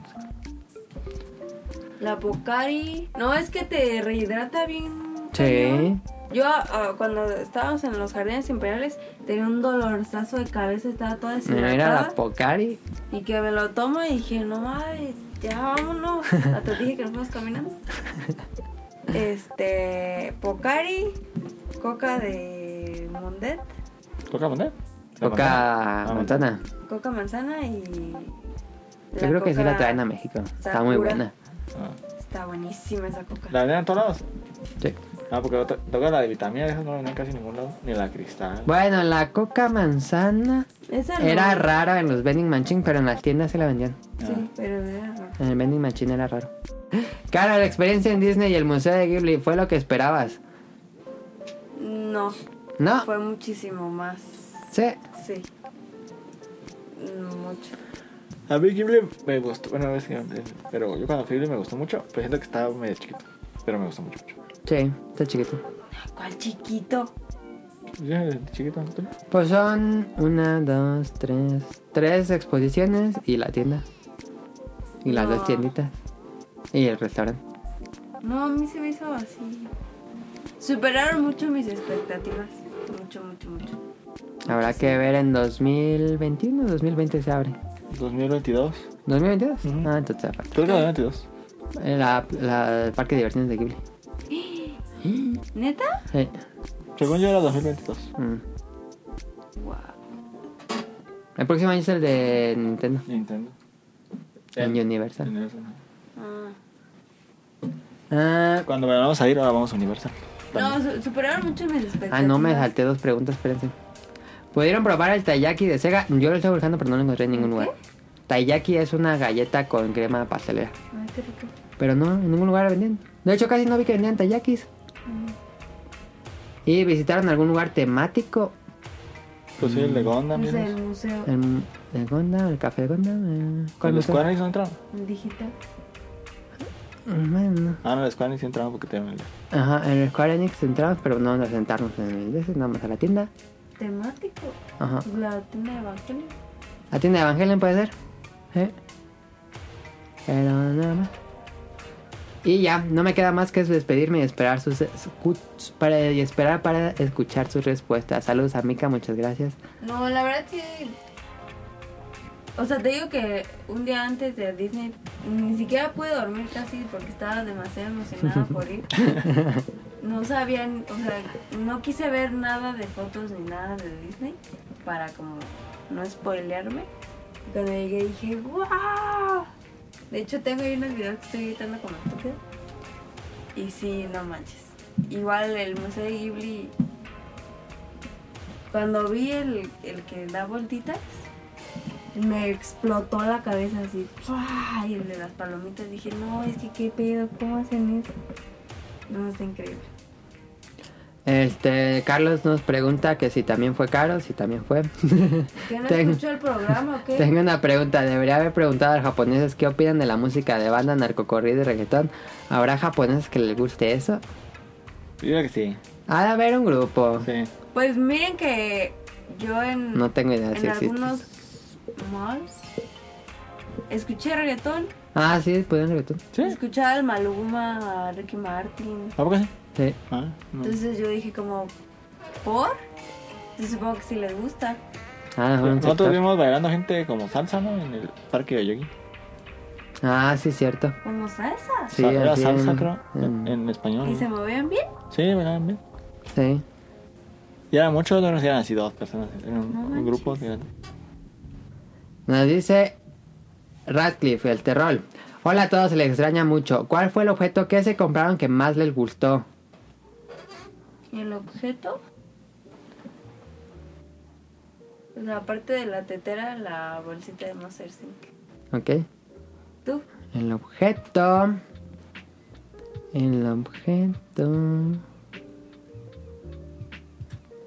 Speaker 2: La Pocari... No, es que te rehidrata bien.
Speaker 1: Sí.
Speaker 2: cañón. Yo ah, cuando estábamos en los jardines imperiales tenía un dolorzazo de cabeza, estaba toda
Speaker 1: Mira la
Speaker 2: deshidratada.
Speaker 1: Pocari.
Speaker 2: Y que me lo tomo y dije, no mames, ya
Speaker 1: <laughs>
Speaker 2: vámonos. Hasta te dije que nos fuimos caminando. Este, Pocari, coca de Mondet,
Speaker 3: ¿Coca poner?
Speaker 1: Coca Montana.
Speaker 2: coca manzana y...
Speaker 1: Yo
Speaker 2: la
Speaker 1: creo que sí la
Speaker 2: coca-
Speaker 1: traen a México. Está muy
Speaker 2: Sakura.
Speaker 1: buena.
Speaker 2: Está buenísima esa coca.
Speaker 3: Ah. ¿La vendían en todos lados?
Speaker 1: Sí.
Speaker 3: Ah, porque otra- toca la de vitamina, esa no la vendían casi en ningún lado. Ni la cristal.
Speaker 1: Bueno, la Coca Manzana
Speaker 2: Esa no-
Speaker 1: era rara en los vending machine, pero en las tiendas se la vendían.
Speaker 2: Sí, pero era rara.
Speaker 1: En el vending machine era raro. <gasps> Cara, la experiencia en Disney y el Museo de Ghibli fue lo que esperabas.
Speaker 2: No,
Speaker 1: No,
Speaker 2: fue muchísimo más.
Speaker 1: sí.
Speaker 2: Sí. Mucho.
Speaker 3: A mí Ghibli me gustó, bueno, es que, pero yo cuando fui a Ghibli me gustó mucho, pero siento que estaba medio chiquito, pero me gustó mucho. mucho.
Speaker 1: Sí, está chiquito.
Speaker 2: ¿Cuál chiquito?
Speaker 3: Ya, desde chiquito, ¿tú?
Speaker 1: Pues son una, dos, tres, tres exposiciones y la tienda. Y las
Speaker 2: No.
Speaker 1: dos tienditas. Y el restaurante.
Speaker 2: No, a mí se me hizo así. Superaron mucho mis expectativas. Mucho, mucho, mucho.
Speaker 1: Habrá que ver en 2021 o 2020 se abre.
Speaker 3: 2022.
Speaker 1: ¿2022?
Speaker 3: Ujú.
Speaker 1: Ah, entonces falta.
Speaker 3: Creo que 2022.
Speaker 1: La, la- el parque de diversiones de Ghibli.
Speaker 2: ¿Neta?
Speaker 1: Sí.
Speaker 3: Según yo era 2022.
Speaker 1: Mm.
Speaker 2: Wow.
Speaker 1: El próximo año es el de Nintendo.
Speaker 3: Nintendo.
Speaker 1: En Universal.
Speaker 3: Universal.
Speaker 2: Ah,
Speaker 1: Ah,
Speaker 3: Cuando vamos a ir, ahora vamos a Universal.
Speaker 2: No,
Speaker 3: también.
Speaker 2: su- superaron mucho mis expectativas.
Speaker 1: Ah, no, me salté dos preguntas, espérense. ¿Pudieron probar el taiyaki de Sega? Yo lo estoy buscando, pero no lo encontré en ningún lugar. Taiyaki es una galleta con crema pastelera.
Speaker 2: Ay, qué rico.
Speaker 1: Pero no, en ningún lugar la vendían. De hecho, casi no vi que vendían taiyakis. ¿Y visitaron algún lugar temático?
Speaker 3: Pues sí, el de Gondam.
Speaker 2: Es el
Speaker 3: El
Speaker 2: museo
Speaker 1: ¿El, el Gundam, el café de Gondam? ¿Cuál
Speaker 3: de
Speaker 1: me
Speaker 3: Square Enix no entraron.
Speaker 2: digital.
Speaker 1: Bueno,
Speaker 3: Ah, no, el Square Enix sí entraron porque tenían el.
Speaker 1: Ajá, en el Square Enix entramos, pero no nos sentarnos en el de ese, nada más a la tienda.
Speaker 2: Temático. pues,
Speaker 1: Ajá.
Speaker 2: La tienda de Evangelio.
Speaker 1: ¿La tienda de Evangelion puede ser? ¿Eh? Pero nada más. Y ya, no me queda más que despedirme y esperar sus escu- para, y esperar para escuchar sus respuestas. Saludos a Mika, muchas gracias.
Speaker 2: No, la verdad sí. O sea, te digo que un día antes de Disney ni siquiera pude dormir casi porque estaba demasiado emocionada por ir. No sabían, o sea, no quise ver nada de fotos ni nada de Disney para como no spoilearme. Y Cuando llegué dije, ¡Wow! De hecho, tengo ahí unos videos que estoy gritando como estúpida. Y sí, no manches. Igual el Museo de Ghibli cuando vi el, el que da vueltitas, me explotó la cabeza así. ¡fua! Y el de las palomitas dije, no, es que qué pedo, ¿cómo hacen eso? No, está increíble.
Speaker 1: Este, Carlos nos pregunta que si también fue caro, si también fue.
Speaker 2: ¿Qué no
Speaker 1: Ten-
Speaker 2: escuchó el programa o qué?
Speaker 1: Tengo una pregunta, debería haber preguntado a los japoneses qué opinan de la música de banda, narcocorrido y reggaetón. ¿Habrá japoneses que les guste eso?
Speaker 3: Yo creo que sí.
Speaker 1: Ha de haber un grupo.
Speaker 3: Sí.
Speaker 2: Pues miren que yo en,
Speaker 1: No tengo idea
Speaker 2: en
Speaker 1: si existe.
Speaker 2: algunos malls escuché reggaetón,
Speaker 1: Ah, sí, ponen reggaetón.
Speaker 3: ¿Sí?
Speaker 2: escuchaba al Maluma, a Ricky Martin.
Speaker 3: ¿A poco sí?
Speaker 1: Sí.
Speaker 3: Ah, no.
Speaker 2: Entonces yo dije como, ¿por? Entonces supongo que sí les gusta.
Speaker 1: Ah, no, fue un
Speaker 3: Nosotros
Speaker 1: sector.
Speaker 3: vimos bailando gente como salsa, ¿no? En el parque de Yogi.
Speaker 1: Ah, sí, cierto.
Speaker 2: Como salsa.
Speaker 1: Sí,
Speaker 3: Sa- era
Speaker 1: así
Speaker 3: salsa,
Speaker 1: en-
Speaker 3: creo. En,
Speaker 1: en-
Speaker 3: en español.
Speaker 2: ¿Y se movían bien?
Speaker 3: Sí, bailaban bien.
Speaker 1: Sí.
Speaker 3: Y eran muchos, no eran así dos personas. Era un,
Speaker 2: No
Speaker 3: un
Speaker 2: manches.
Speaker 3: grupo grande.
Speaker 1: Nos dice Radcliffe, el terror. Hola a todos, se les extraña mucho. ¿Cuál fue el objeto que se compraron que más les gustó?
Speaker 2: ¿Y el objeto? La parte de la tetera, la bolsita de Monster Inc.
Speaker 1: Ok.
Speaker 2: ¿Tú?
Speaker 1: El objeto. El objeto.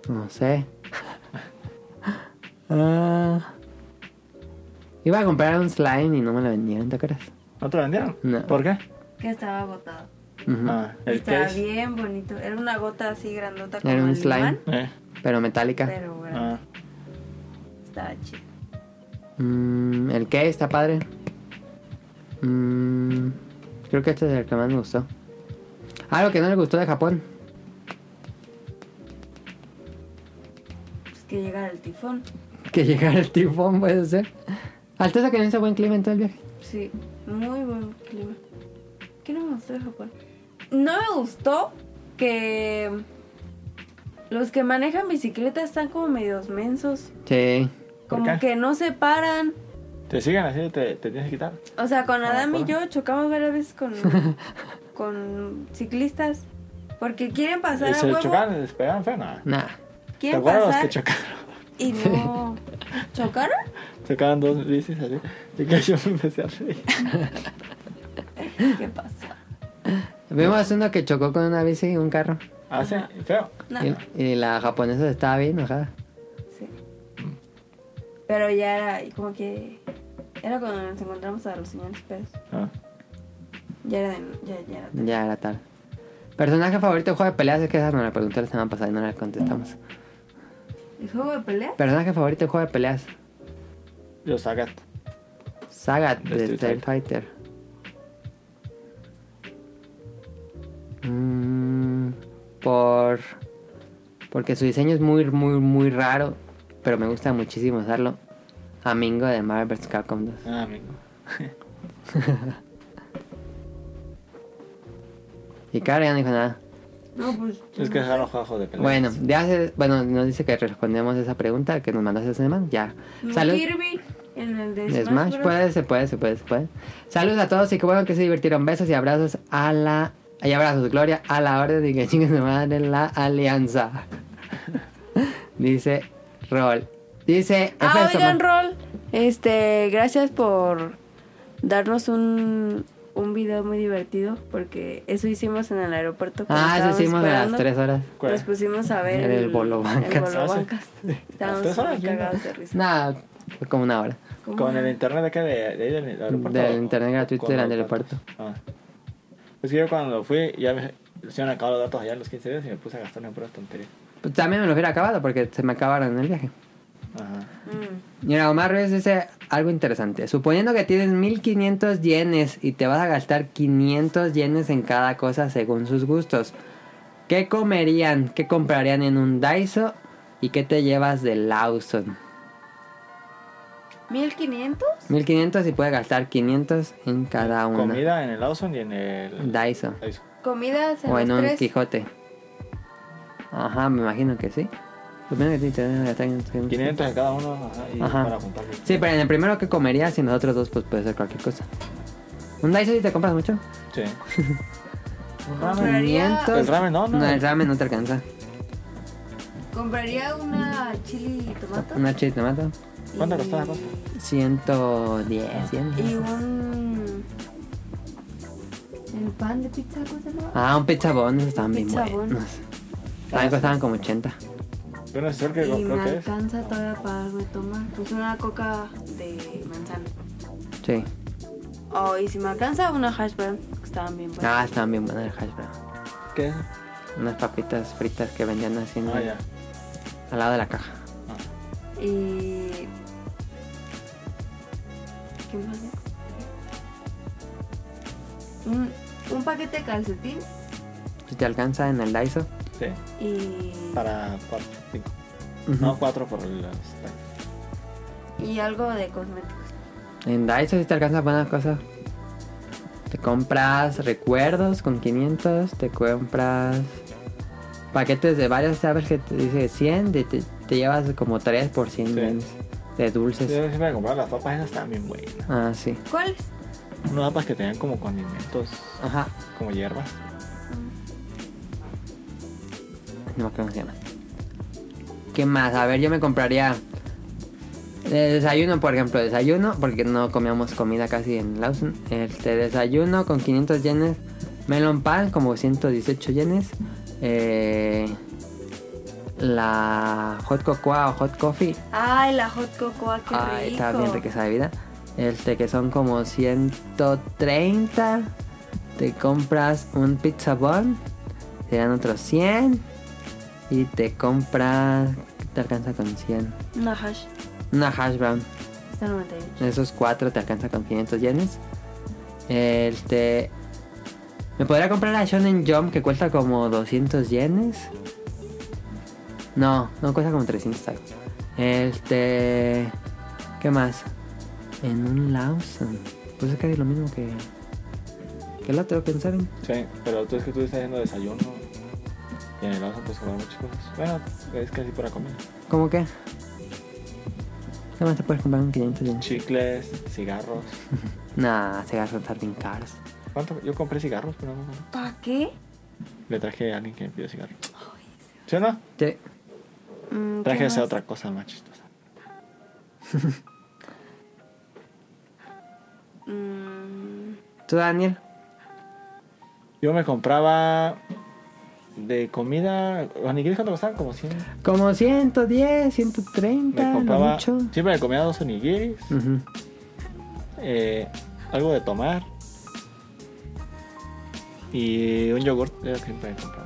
Speaker 1: No sé. Ah. iba a comprar un slime y no me lo vendieron, ¿te acuerdas?
Speaker 3: ¿No te lo vendieron?
Speaker 1: No.
Speaker 3: ¿Por qué?
Speaker 2: Que estaba agotado.
Speaker 1: Ujú.
Speaker 3: Ah, el
Speaker 2: Estaba
Speaker 3: case.
Speaker 2: bien bonito. Era una gota así grandota como
Speaker 1: Era un
Speaker 2: el
Speaker 1: slime.
Speaker 2: limón,
Speaker 3: Eh,
Speaker 1: Pero metálica.
Speaker 2: pero grande.
Speaker 3: ah.
Speaker 2: Estaba chido.
Speaker 1: Mm, el que está padre. Mm, creo que este es el que más me gustó. Ah, lo que no le gustó de Japón. <laughs>
Speaker 2: Pues que llegara el tifón.
Speaker 1: Que llegara el tifón, puede ser. Alteza que no hizo buen clima en todo el viaje.
Speaker 2: Sí, muy buen clima. ¿Qué no me gustó de Japón? No me gustó que los que manejan bicicleta están como medios mensos.
Speaker 1: Sí.
Speaker 3: ¿Por
Speaker 2: Como
Speaker 3: qué?
Speaker 2: que no se paran.
Speaker 3: Te siguen así, te, te tienes que quitar.
Speaker 2: O sea, con
Speaker 3: Ah,
Speaker 2: Adam y
Speaker 3: bueno.
Speaker 2: yo chocamos varias veces con,
Speaker 3: <laughs>
Speaker 2: con ciclistas. Porque quieren pasar
Speaker 3: Y
Speaker 2: a
Speaker 3: se
Speaker 2: huevo.
Speaker 3: chocaron y les pegaron feo, nada.
Speaker 1: Nada.
Speaker 3: ¿Te
Speaker 2: Quieren
Speaker 3: acuerdas los
Speaker 2: pasar
Speaker 3: que <laughs> chocaron?
Speaker 2: y
Speaker 3: <laughs>
Speaker 2: no. ¿Chocaron?
Speaker 3: Chocaron dos bicis así. Y que yo me empecé a reír.
Speaker 2: ¿Qué pasa?
Speaker 1: Vimos uno que chocó con una bici y un carro.
Speaker 3: Ah, sí, feo.
Speaker 2: No.
Speaker 1: Y, y la japonesa estaba bien enojada.
Speaker 2: Sí. Pero ya era y como que. Era cuando nos encontramos a los señores pedos.
Speaker 3: Ah.
Speaker 2: Ya era de. Ya, ya era.
Speaker 1: Ya era tarde. Personaje favorito de juego de peleas es que esa nos la pregunté la semana pasada y no la contestamos.
Speaker 2: ¿El juego de pelea?
Speaker 1: Personaje favorito de juego de peleas.
Speaker 3: Yo sagat.
Speaker 1: Saga
Speaker 3: De
Speaker 1: de
Speaker 3: Street
Speaker 1: Street Fighter. Mm, por. Porque su diseño es muy, muy, muy raro. Pero me gusta muchísimo usarlo. Amingo de Marvel vs. Capcom 2.
Speaker 3: Ah, amigo.
Speaker 1: Y claro, ya no dijo nada.
Speaker 2: No, pues.
Speaker 3: Es que dejaron juegos de pelea.
Speaker 1: Bueno, ya hace, bueno, nos dice que respondemos esa pregunta que nos mandaste esta semana. Ya.
Speaker 2: no,
Speaker 1: Salud.
Speaker 2: Kirby en el de
Speaker 1: De
Speaker 2: Smash,
Speaker 1: Smash,
Speaker 3: pues.
Speaker 2: Bros.
Speaker 1: puede, se puede, se puede, se puede. Saludos a todos y qué bueno que se divirtieron. Besos y abrazos a la Allá habrá sus gloria a la orden de que chingue su madre la alianza. <laughs> Dice Rol. Dice
Speaker 2: Ah,
Speaker 1: Efeso
Speaker 2: oigan,
Speaker 1: Ma-
Speaker 2: Rol. Este, gracias por darnos un, un video muy divertido. Porque eso hicimos en el aeropuerto. cuando
Speaker 1: Ah, eso
Speaker 2: estábamos
Speaker 1: hicimos a las
Speaker 2: esperando.
Speaker 1: 3 horas.
Speaker 3: ¿Cuál?
Speaker 2: Nos pusimos a ver
Speaker 1: Era el bolo
Speaker 2: El
Speaker 1: bancas.
Speaker 2: bolo bancas.
Speaker 3: Las
Speaker 2: Estábamos
Speaker 3: tres horas, ¿no?
Speaker 2: cagados de risa.
Speaker 1: Nada, fue como una hora.
Speaker 2: ¿Cómo?
Speaker 3: Con el internet acá de, de ahí del aeropuerto.
Speaker 1: Del
Speaker 3: ¿o?
Speaker 1: internet gratuito
Speaker 3: Con
Speaker 1: del
Speaker 3: los
Speaker 1: aeropuerto.
Speaker 3: datos. Ah. Es que yo cuando fui, ya me se me han acabado los datos allá en los 15 días y me puse a gastar en puras tonterías.
Speaker 1: Pues también me lo hubiera acabado porque se me acabaron en el viaje.
Speaker 3: Ajá.
Speaker 2: Mm.
Speaker 1: Mira, Omar Ruiz dice algo interesante. Suponiendo que tienes 1500 yenes y te vas a gastar 500 yenes en cada cosa según sus gustos, ¿qué comerían? ¿Qué comprarían en un Daiso? ¿Y qué te llevas de Lawson?
Speaker 2: ¿1500?
Speaker 1: 1500 y puedes gastar 500 en cada una.
Speaker 3: Comida en el Lawson y en el.
Speaker 1: Daiso.
Speaker 3: Daiso.
Speaker 2: Comidas en
Speaker 1: O en
Speaker 2: los
Speaker 1: un
Speaker 2: tres.
Speaker 1: Quijote. Ajá, me imagino que sí. Suponiendo que te vas a gastar 500.
Speaker 3: 500 de cada uno ajá, y
Speaker 1: Ajá.
Speaker 3: para juntarlo.
Speaker 1: Sí, pero en el primero que comerías y en los otros dos pues puede ser cualquier cosa. ¿Un Daiso si te compras mucho?
Speaker 3: Sí.
Speaker 2: Compraría,
Speaker 1: 500.
Speaker 3: El ramen no, no.
Speaker 1: No, el ramen no te alcanza.
Speaker 2: compraría una chili y tomate.
Speaker 1: Una chile de tomate.
Speaker 3: ¿Cuánto
Speaker 2: y-
Speaker 3: costaba, costa?
Speaker 1: 110, 100.
Speaker 2: Y un. El pan de pizza, ¿cómo se llama?
Speaker 1: Ah, un pizza bon, esos estaban bien
Speaker 2: Pizza bon.
Speaker 1: buenos. También costaban como 80.
Speaker 3: Yo no sé qué
Speaker 2: Y me
Speaker 3: creo que es.
Speaker 2: alcanza todavía para darme tomar. Pues una coca de manzana.
Speaker 1: Sí.
Speaker 2: Oh, y si me alcanza una hash brown, que estaban bien buenas.
Speaker 1: Ah, estaban bien buenas el hash brown.
Speaker 3: ¿Qué es?
Speaker 1: Unas papitas fritas que vendían así en-
Speaker 3: Ah, ya.
Speaker 1: al lado de la caja.
Speaker 3: Ah.
Speaker 2: Y. ¿Qué más? Un, un paquete de calcetín
Speaker 1: Si te alcanza en el Daiso.
Speaker 3: Sí.
Speaker 2: y.
Speaker 3: Para 4, 5.
Speaker 1: Ujú.
Speaker 3: No, 4 por los.
Speaker 2: Y algo de cosméticos.
Speaker 1: En Daiso si te alcanza buenas cosas. Te compras recuerdos con 500, te compras paquetes de varios sabes que te dice 100, de- te, te llevas como 3 por 100
Speaker 3: Sí.
Speaker 1: yenes de
Speaker 3: Yo
Speaker 1: dulces.
Speaker 3: siempre me compraba las papas, esas estaban bien buenas.
Speaker 1: Ah, sí.
Speaker 2: ¿Cuáles?
Speaker 3: Unas papas que tenían como condimentos,
Speaker 1: Ajá.
Speaker 3: como hierbas.
Speaker 1: No me acuerdo cómo se llama. ¿Qué más? A ver, yo me compraría eh, desayuno, por ejemplo, desayuno, porque no comíamos comida casi en Lawson. Este desayuno con 500 yenes, melon pan como 118 yenes, eh, la hot cocoa o hot coffee,
Speaker 2: Ay, la hot cocoa, qué
Speaker 1: ah,
Speaker 2: rico.
Speaker 1: está bien rica esa bebida, este que son como 130, te compras un pizza bun, serán otros 100 y te compras, te alcanza con 100,
Speaker 2: Una hash.
Speaker 1: una hash brown.
Speaker 2: Está 98.
Speaker 1: Esos cuatro te alcanza con 500 yenes. Este. Me podría comprar a Shonen Jump que cuesta como 200 yenes. No, no cuesta como 300. tal. Este. ¿Qué más? En un Lawson. Pues es casi lo mismo que. que el otro, que saben.
Speaker 3: Sí, pero tú es que tú estás haciendo desayuno. Y en el almuerzo pues comer muchas cosas. Bueno, es casi para comer.
Speaker 1: ¿Cómo que? ¿Qué más te puedes comprar con 500 yenes?
Speaker 3: Chicles, cigarros.
Speaker 1: Nah, se gastan estar bien caros.
Speaker 3: ¿Cuánto? Yo compré cigarros, pero no.
Speaker 2: ¿Para qué?
Speaker 3: Le traje a alguien que me pidió cigarros. ¿Sí o no?
Speaker 1: Te-
Speaker 2: Mm, ¿qué
Speaker 3: Traje esa
Speaker 2: más?
Speaker 3: otra cosa más chistosa.
Speaker 2: Mm,
Speaker 1: ¿Tú, Daniel?
Speaker 3: Yo me compraba de comida. ¿Los niquiles cuánto costaban? Como 100.
Speaker 1: Como 110, 130,
Speaker 3: Me
Speaker 1: lo
Speaker 3: compraba.
Speaker 1: mucho.
Speaker 3: Siempre me comía dos onigiris.
Speaker 1: Ujú.
Speaker 3: eh, algo de tomar. Y un yogur. Era lo que siempre me compraba.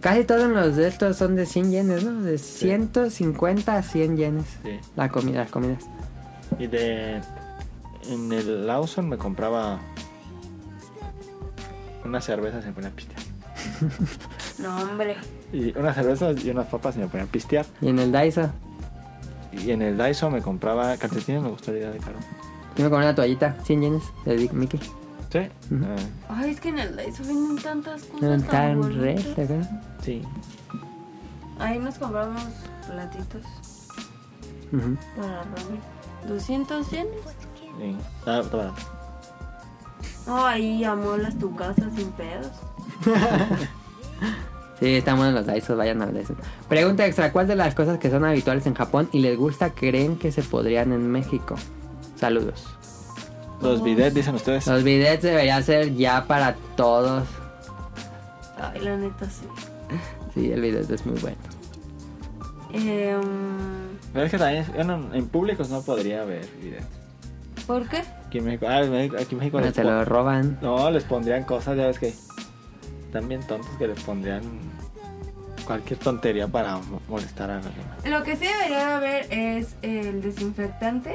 Speaker 1: Casi todos los de estos son de 100 yenes, ¿no? De 150 a 100 yenes.
Speaker 3: Sí.
Speaker 1: La comida, las comidas.
Speaker 3: Y de. En el Lawson me compraba. Unas cervezas y me ponía a pistear.
Speaker 2: no, hombre.
Speaker 3: Y unas cervezas y unas papas y me ponía a pistear.
Speaker 1: Y en el Daiso,
Speaker 3: Y en el Daiso me compraba calcetines, me gustó la idea de caro.
Speaker 1: yo me compré una toallita, 100 yenes, de Big Mickey.
Speaker 3: Sí.
Speaker 1: Ujú.
Speaker 3: Ah,
Speaker 2: Ay, es que en el Daiso venden tantas cosas.
Speaker 1: No
Speaker 2: tan
Speaker 1: tan re,
Speaker 2: bonitas.
Speaker 1: ¿te acuerdas?
Speaker 3: sí.
Speaker 2: Ahí nos compramos platitos
Speaker 1: Ujú.
Speaker 2: para ramen. 200 yenes.
Speaker 3: sí. Ah, está barato.
Speaker 2: Ay, amó las tu casa sin pedos.
Speaker 1: Sí, están buenos los Daisos, vayan a los Daisos. Pregunta extra, ¿cuál de las cosas que son habituales en Japón y les gusta creen que se podrían en México? Saludos.
Speaker 3: Los bidets, dicen ustedes.
Speaker 1: Los bidets debería ser ya para todos.
Speaker 5: Ay, la neta sí.
Speaker 1: Sí, el bidet es muy bueno.
Speaker 5: Eh,
Speaker 2: Em,
Speaker 5: mm,
Speaker 3: Pero es que también, bueno, en públicos no podría haber bidets.
Speaker 5: ¿Por qué?
Speaker 3: Aquí en México, ah, en México- aquí en México
Speaker 1: Bueno,
Speaker 3: les
Speaker 1: se
Speaker 3: pon-
Speaker 1: lo roban.
Speaker 3: No, les pondrían cosas, ya ves que están bien tontos que les pondrían cualquier tontería para mo- molestar a alguien.
Speaker 2: Lo que sí debería haber es el desinfectante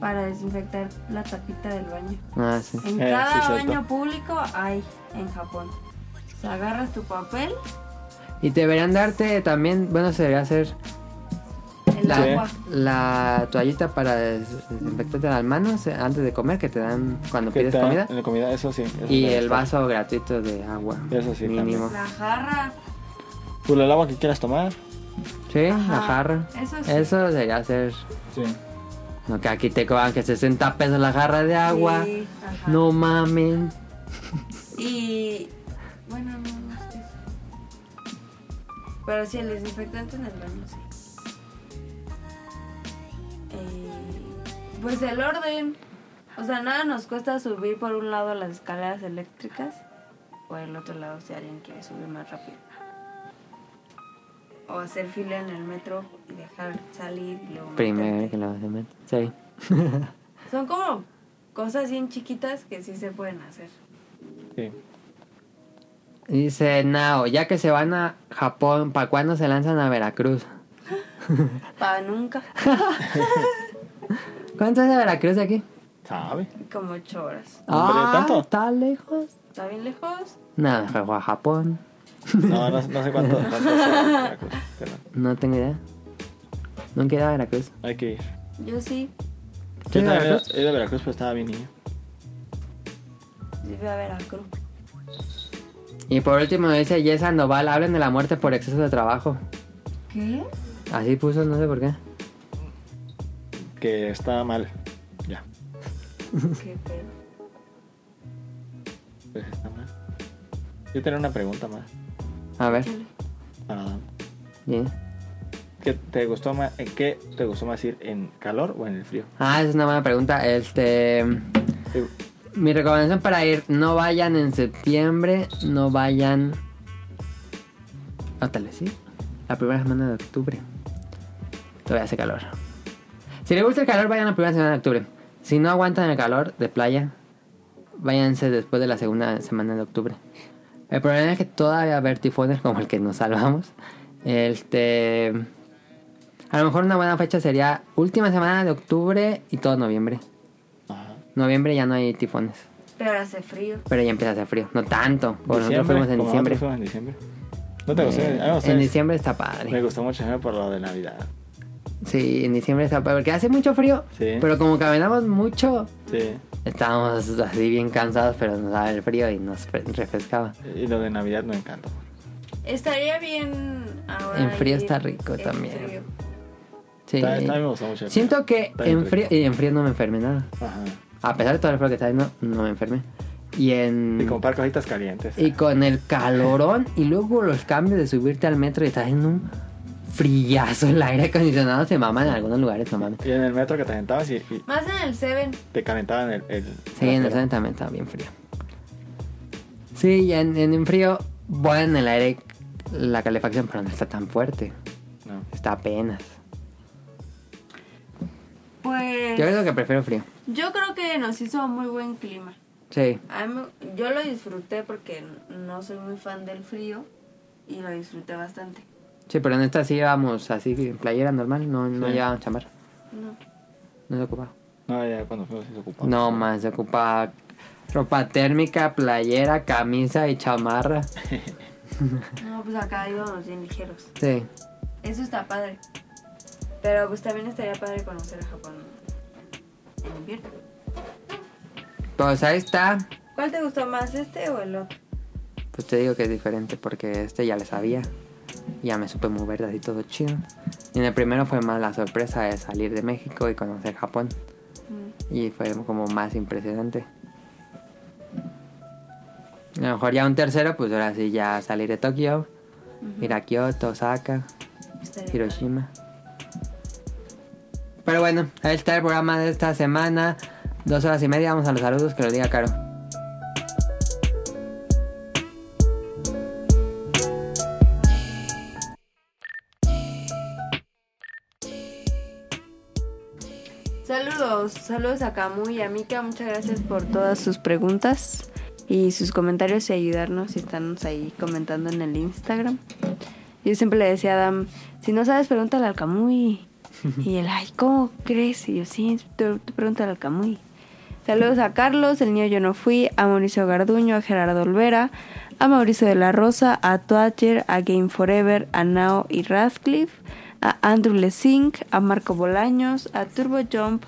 Speaker 2: para desinfectar la tapita del baño.
Speaker 1: Ah, sí.
Speaker 2: En
Speaker 3: Eh,
Speaker 2: cada
Speaker 3: sí, cierto.
Speaker 2: baño público hay en Japón. O sea, agarras tu papel,
Speaker 1: Y deberían darte también, bueno, se debería hacer
Speaker 2: el
Speaker 1: la,
Speaker 3: Sí.
Speaker 2: agua.
Speaker 1: la toallita para des- desinfectarte las manos eh, antes de comer que te dan cuando
Speaker 3: ¿Qué
Speaker 1: pides
Speaker 3: tal?
Speaker 1: comida.
Speaker 3: En la comida, eso sí. eso
Speaker 1: Y
Speaker 3: sí.
Speaker 1: el vaso gratuito de agua.
Speaker 3: Eso sí,
Speaker 1: mínimo.
Speaker 2: La jarra.
Speaker 3: Pues el agua que quieras tomar.
Speaker 1: Sí, la
Speaker 2: Ajá.
Speaker 1: jarra.
Speaker 2: Eso sí.
Speaker 1: Eso debería hacer.
Speaker 3: Sí.
Speaker 1: No, que aquí te cobran que 60 pesos la jarra de agua.
Speaker 2: Sí, ajá.
Speaker 1: No mamen.
Speaker 2: Y. Bueno, no, no sé. Pero sí, el desinfectante en el baño, sí. Eh, pues el orden. O sea, nada nos cuesta subir por un lado las escaleras eléctricas o el otro lado si alguien quiere subir más rápido. O hacer fila en el metro y dejar salir y luego.
Speaker 1: Primero
Speaker 2: meterte.
Speaker 1: que la vas a meter. Sí.
Speaker 2: Son como cosas bien chiquitas que sí se pueden hacer.
Speaker 3: Sí.
Speaker 1: Dice Nao, ya que se van a Japón, ¿para cuándo se lanzan a Veracruz?
Speaker 2: Para nunca.
Speaker 1: ¿Cuánto es de Veracruz de aquí? <laughs>
Speaker 3: ¿Sabe?
Speaker 2: Como ocho horas.
Speaker 3: Hombre, ¿tanto?
Speaker 1: Ah, ¿Está lejos?
Speaker 2: ¿Está bien lejos?
Speaker 1: Nada, mejor voy a Japón.
Speaker 3: No, no, no sé cuánto. cuánto sea Veracruz, pero
Speaker 1: No tengo idea. Nunca he ido a Veracruz.
Speaker 3: hay que ir.
Speaker 2: Yo sí.
Speaker 1: ¿Sí,
Speaker 3: Yo también
Speaker 1: Veracruz?
Speaker 3: era- era de Veracruz, pero estaba bien niño.
Speaker 2: Sí, voy a Veracruz.
Speaker 1: Y por último dice Jess Sandoval, hablen de la muerte por exceso de trabajo.
Speaker 2: ¿Qué?
Speaker 1: Así puso, no sé por qué.
Speaker 3: Que estaba mal. Ya.
Speaker 2: ¿Qué pedo?
Speaker 3: Pues está mal. Yo tenía una pregunta más
Speaker 1: A ver.
Speaker 3: para Adam.
Speaker 1: sí.
Speaker 3: ¿Qué te gustó más, eh, ¿Qué te gustó más ir en calor o en el frío?
Speaker 1: Ah, es una buena pregunta. Este.
Speaker 3: Sí.
Speaker 1: Mi recomendación para ir: no vayan en septiembre, no vayan. O tal vez sí. La primera semana de octubre. Todavía hace calor. Si les gusta el calor, vayan la primera semana de octubre. Si no aguantan el calor de playa, váyanse después de la segunda semana de octubre. El problema es que todavía va a haber tifones como el que nos salvamos. Este. A lo mejor una buena fecha sería última semana de octubre y todo noviembre.
Speaker 3: Ajá.
Speaker 1: Noviembre ya no hay tifones,
Speaker 2: Pero hace frío.
Speaker 1: pero ya empieza a hacer frío. No tanto, porque nosotros
Speaker 3: Diciembre,
Speaker 1: fuimos en
Speaker 3: como
Speaker 1: diciembre.
Speaker 3: nosotros fuimos en diciembre. ¿No te gustó?
Speaker 1: Eh,
Speaker 3: Ah, ustedes-
Speaker 1: en diciembre está
Speaker 3: Me
Speaker 1: padre.
Speaker 3: gustó mucho eh, por lo de Navidad.
Speaker 1: Sí, en diciembre está padre, porque hace mucho frío,
Speaker 3: Sí.
Speaker 1: pero como caminamos mucho,
Speaker 3: Sí.
Speaker 1: estábamos así bien cansados, pero nos daba el frío y nos fre- refrescaba.
Speaker 3: Y lo de Navidad me encanta.
Speaker 2: Estaría bien ahora.
Speaker 1: En frío
Speaker 2: ir
Speaker 1: está rico
Speaker 2: en
Speaker 1: también.
Speaker 2: frío.
Speaker 1: Sí.
Speaker 3: También, también me gustó mucho. el
Speaker 1: Siento
Speaker 3: frío.
Speaker 1: que
Speaker 3: También
Speaker 1: en frío, y en frío no me enfermé nada.
Speaker 3: Ajá.
Speaker 1: A pesar de todo el frío que está haciendo, no me enfermé. Y en...
Speaker 3: Y comprar cositas calientes.
Speaker 1: Mm. Y con el calorón y luego los cambios de subirte al metro y estás en un frillazo. El aire acondicionado se mama en algunos lugares, no mames.
Speaker 3: Y en el metro que te sentabas y, y
Speaker 2: Más en el Seven.
Speaker 3: te calentaban el. el
Speaker 1: Sí, en el
Speaker 3: el
Speaker 1: centro también estaba bien frío. Sí, y en, en frío, bueno, en el aire la calefacción, pero no está tan fuerte.
Speaker 3: No.
Speaker 1: Está apenas.
Speaker 2: Pues.
Speaker 1: Yo creo que prefiero frío.
Speaker 2: Yo creo que nos hizo muy buen clima.
Speaker 1: Sí.
Speaker 2: A mí me- yo lo disfruté porque no soy muy fan del frío y lo disfruté bastante.
Speaker 1: Sí, pero en esta sí íbamos así, en playera normal, no, no
Speaker 3: Sí.
Speaker 1: llevábamos chamarra.
Speaker 2: No.
Speaker 1: No se ocupaba.
Speaker 3: No, ya cuando fuimos se ocupaba.
Speaker 1: No, más se ocupaba ropa térmica, playera, camisa y chamarra.
Speaker 2: No, pues acá íbamos bien ligeros.
Speaker 1: Sí.
Speaker 2: Eso está padre. Pero pues también estaría padre conocer a Japón en invierno.
Speaker 1: Pues ahí está.
Speaker 2: ¿Cuál te gustó más, este o el otro?
Speaker 1: Pues te digo que es diferente porque este ya le sabía. Ya me supe mover así todo chido. Y en el primero fue más la sorpresa de salir de México y conocer Japón.
Speaker 2: Mm.
Speaker 1: Y fue como más impresionante. A lo mejor ya un tercero, pues ahora sí ya salir de Tokio, ir a Kioto, Osaka,
Speaker 2: Estaría
Speaker 1: Hiroshima. Pero bueno, ahí está el programa de esta semana. Dos horas y media, vamos a los saludos, que lo diga Caro.
Speaker 2: Saludos, saludos a Camu y a Mika, muchas gracias por todas sus preguntas y sus comentarios y ayudarnos y estarnos ahí comentando en el Instagram. Yo siempre le decía a Adam, si no sabes, pregúntale al Camu y, y él, ay, ¿cómo crees? Y yo, sí, tú, tú pregúntale al Camu. y". Saludos a Carlos, el niño yo no fui, a Mauricio Garduño, a Gerardo Olvera, a Mauricio de la Rosa, a Twatcher, a Game Forever, a Nao y Radcliffe, a Andrew Lesink, a Marco Bolaños, a Turbo Jump.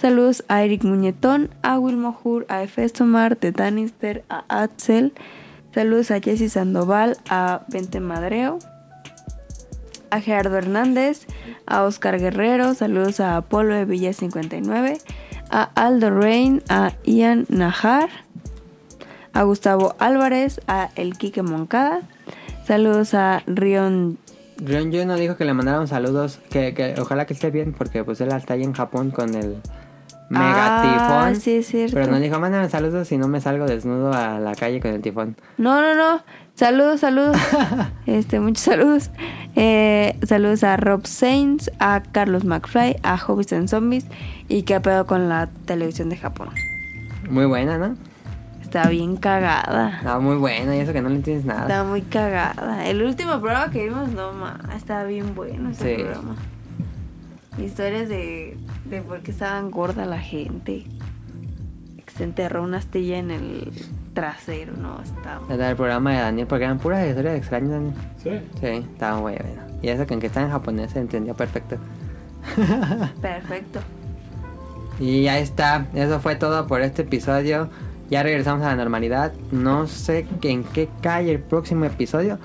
Speaker 2: Saludos a Eric Muñetón, a Wilmo Hur, a Efestomar, de Danister, a Axel. Saludos a Jesse Sandoval, a Vente Madreo a Gerardo Hernández, a Oscar Guerrero, saludos a Apolo de Villa 59, a Aldo Rain, a Ian Najar, a Gustavo Álvarez, a El Quique Moncada, saludos a Rion
Speaker 1: Rion Yu nos dijo que le mandaron saludos, que, que ojalá que esté bien, porque pues él está ahí en Japón con el mega
Speaker 2: Ah,
Speaker 1: tifón.
Speaker 2: sí, es cierto.
Speaker 1: Pero nos dijo, mándame saludos si no me salgo desnudo a la calle con el
Speaker 2: <laughs>
Speaker 1: tifón.
Speaker 2: No, no, no.
Speaker 1: <laughs>
Speaker 2: Saludos, saludos. este, muchos saludos. Eh, saludos a Rob Sainz, a Carlos McFly, a Hobbies and Zombies y que ha pegado con la televisión de Japón.
Speaker 1: Muy buena, ¿no?
Speaker 2: Está bien cagada.
Speaker 1: Ah, muy buena, y eso que no le entiendes nada.
Speaker 2: Está muy cagada. El último programa que vimos, no, ma, estaba bien bueno ese
Speaker 1: Sí.
Speaker 2: programa. Historias de, de por qué estaban gorda la gente. Que se enterró una astilla en el trasero, no, está...
Speaker 1: Era el programa de Daniel, porque eran puras historias extrañas, Daniel.
Speaker 3: Sí.
Speaker 1: Sí, estaba muy buena. Y eso que aunque está en japonés se entendió
Speaker 2: <laughs>
Speaker 1: perfecto.
Speaker 2: Perfecto.
Speaker 1: Y ya está, eso fue todo por este episodio. Ya regresamos a la normalidad. No sé que- en qué cae el próximo episodio,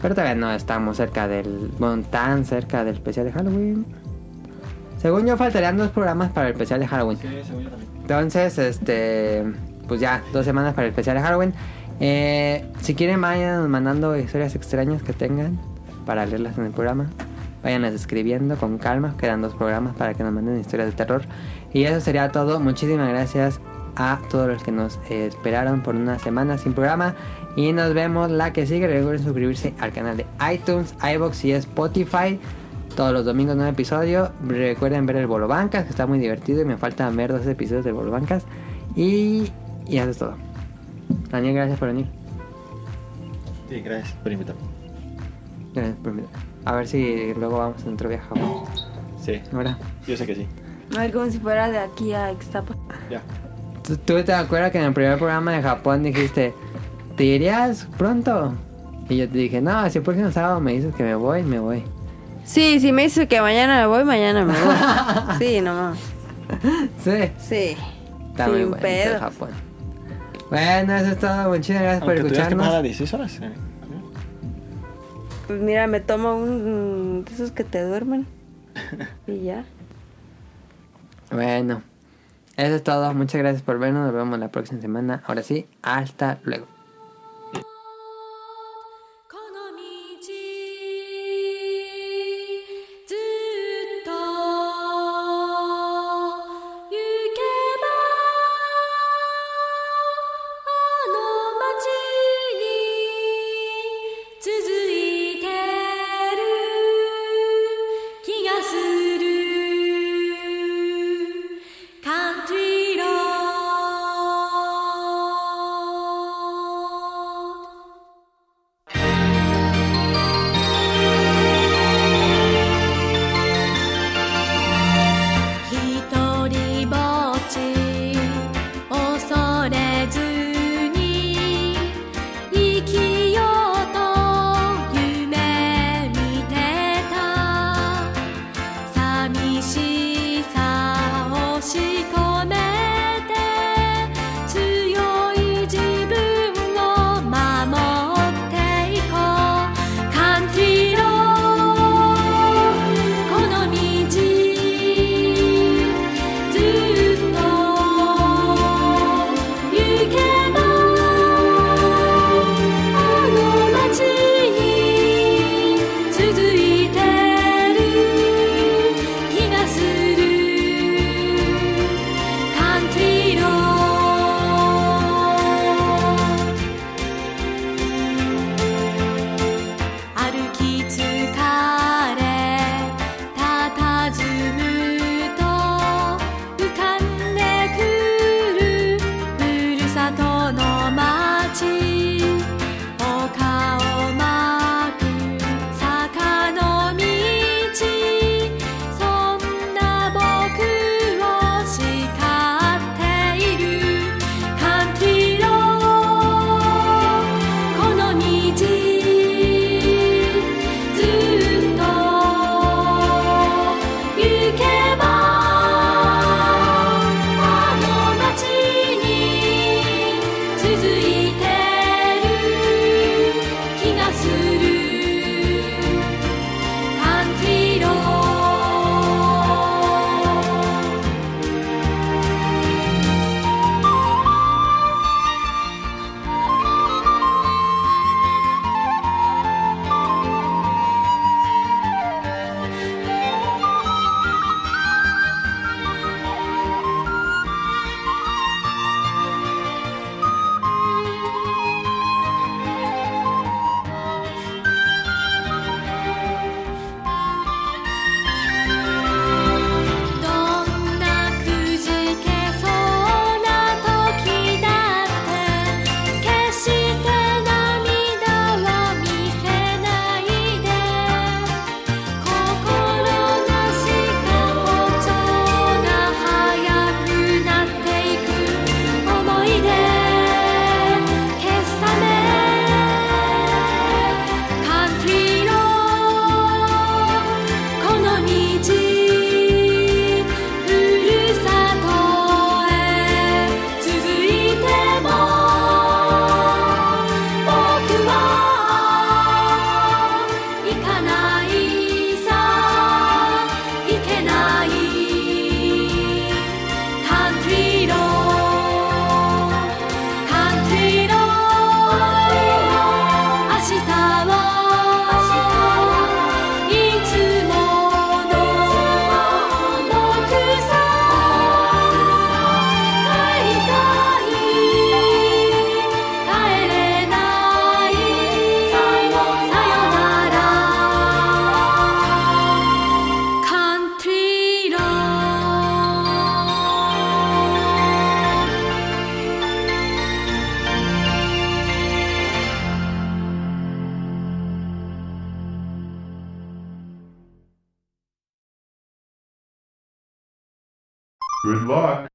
Speaker 1: pero todavía no estamos cerca del. Bueno, tan cerca del especial de Halloween. Según yo, faltarían dos programas para el especial de Halloween.
Speaker 3: Sí, según yo también.
Speaker 1: Entonces, este, pues ya, dos semanas para el especial de Halloween. Eh, si quieren, vayan mandando historias extrañas que tengan para leerlas en el programa. Váyanlas escribiendo con calma. Quedan dos programas para que nos manden historias de terror. Y eso sería todo. Muchísimas gracias a todos los que nos eh, esperaron por una semana sin programa. Y nos vemos la que sigue. Recuerden suscribirse al canal de iTunes, iBox y Spotify. Todos los domingos nuevo episodio. Recuerden ver el Bolo Bancas, que está muy divertido y me faltan ver dos episodios del Bolo Bancas. Y, y eso es todo. Daniel, gracias por venir.
Speaker 3: Sí, gracias por invitarme.
Speaker 1: Gracias por venir. A ver si luego vamos en otro viaje. a Japón.
Speaker 3: Sí,
Speaker 1: Ahora,
Speaker 3: yo sé que sí.
Speaker 2: Ay, como si fuera de aquí a Ixtapa.
Speaker 3: Ya.
Speaker 1: ¿tú, tú te acuerdas que en el primer programa de Japón dijiste, ¿te irías pronto? Y yo te dije, no, si el próximo sábado me dices que me voy, me voy. <laughs>
Speaker 6: Sí, si me dice que mañana me voy, mañana me voy.
Speaker 2: <laughs>
Speaker 6: sí, nomás.
Speaker 1: Sí,
Speaker 6: Sí.
Speaker 1: está
Speaker 6: Sin
Speaker 1: muy bueno
Speaker 6: pedos.
Speaker 1: Japón. Bueno, eso es todo. Muchísimas gracias
Speaker 3: Aunque
Speaker 1: por
Speaker 3: tuvieras que pagar a
Speaker 1: escucharnos.
Speaker 3: 16 horas. eh,
Speaker 6: Pues mira, me tomo un mm, de esos que te duermen.
Speaker 3: <laughs>
Speaker 6: Y ya.
Speaker 1: Bueno, eso es todo. Muchas gracias por vernos. Nos vemos la próxima semana. Ahora sí, hasta luego.
Speaker 7: この道ずっと行けばあの街に続いてる気がする Country Road
Speaker 8: Good luck.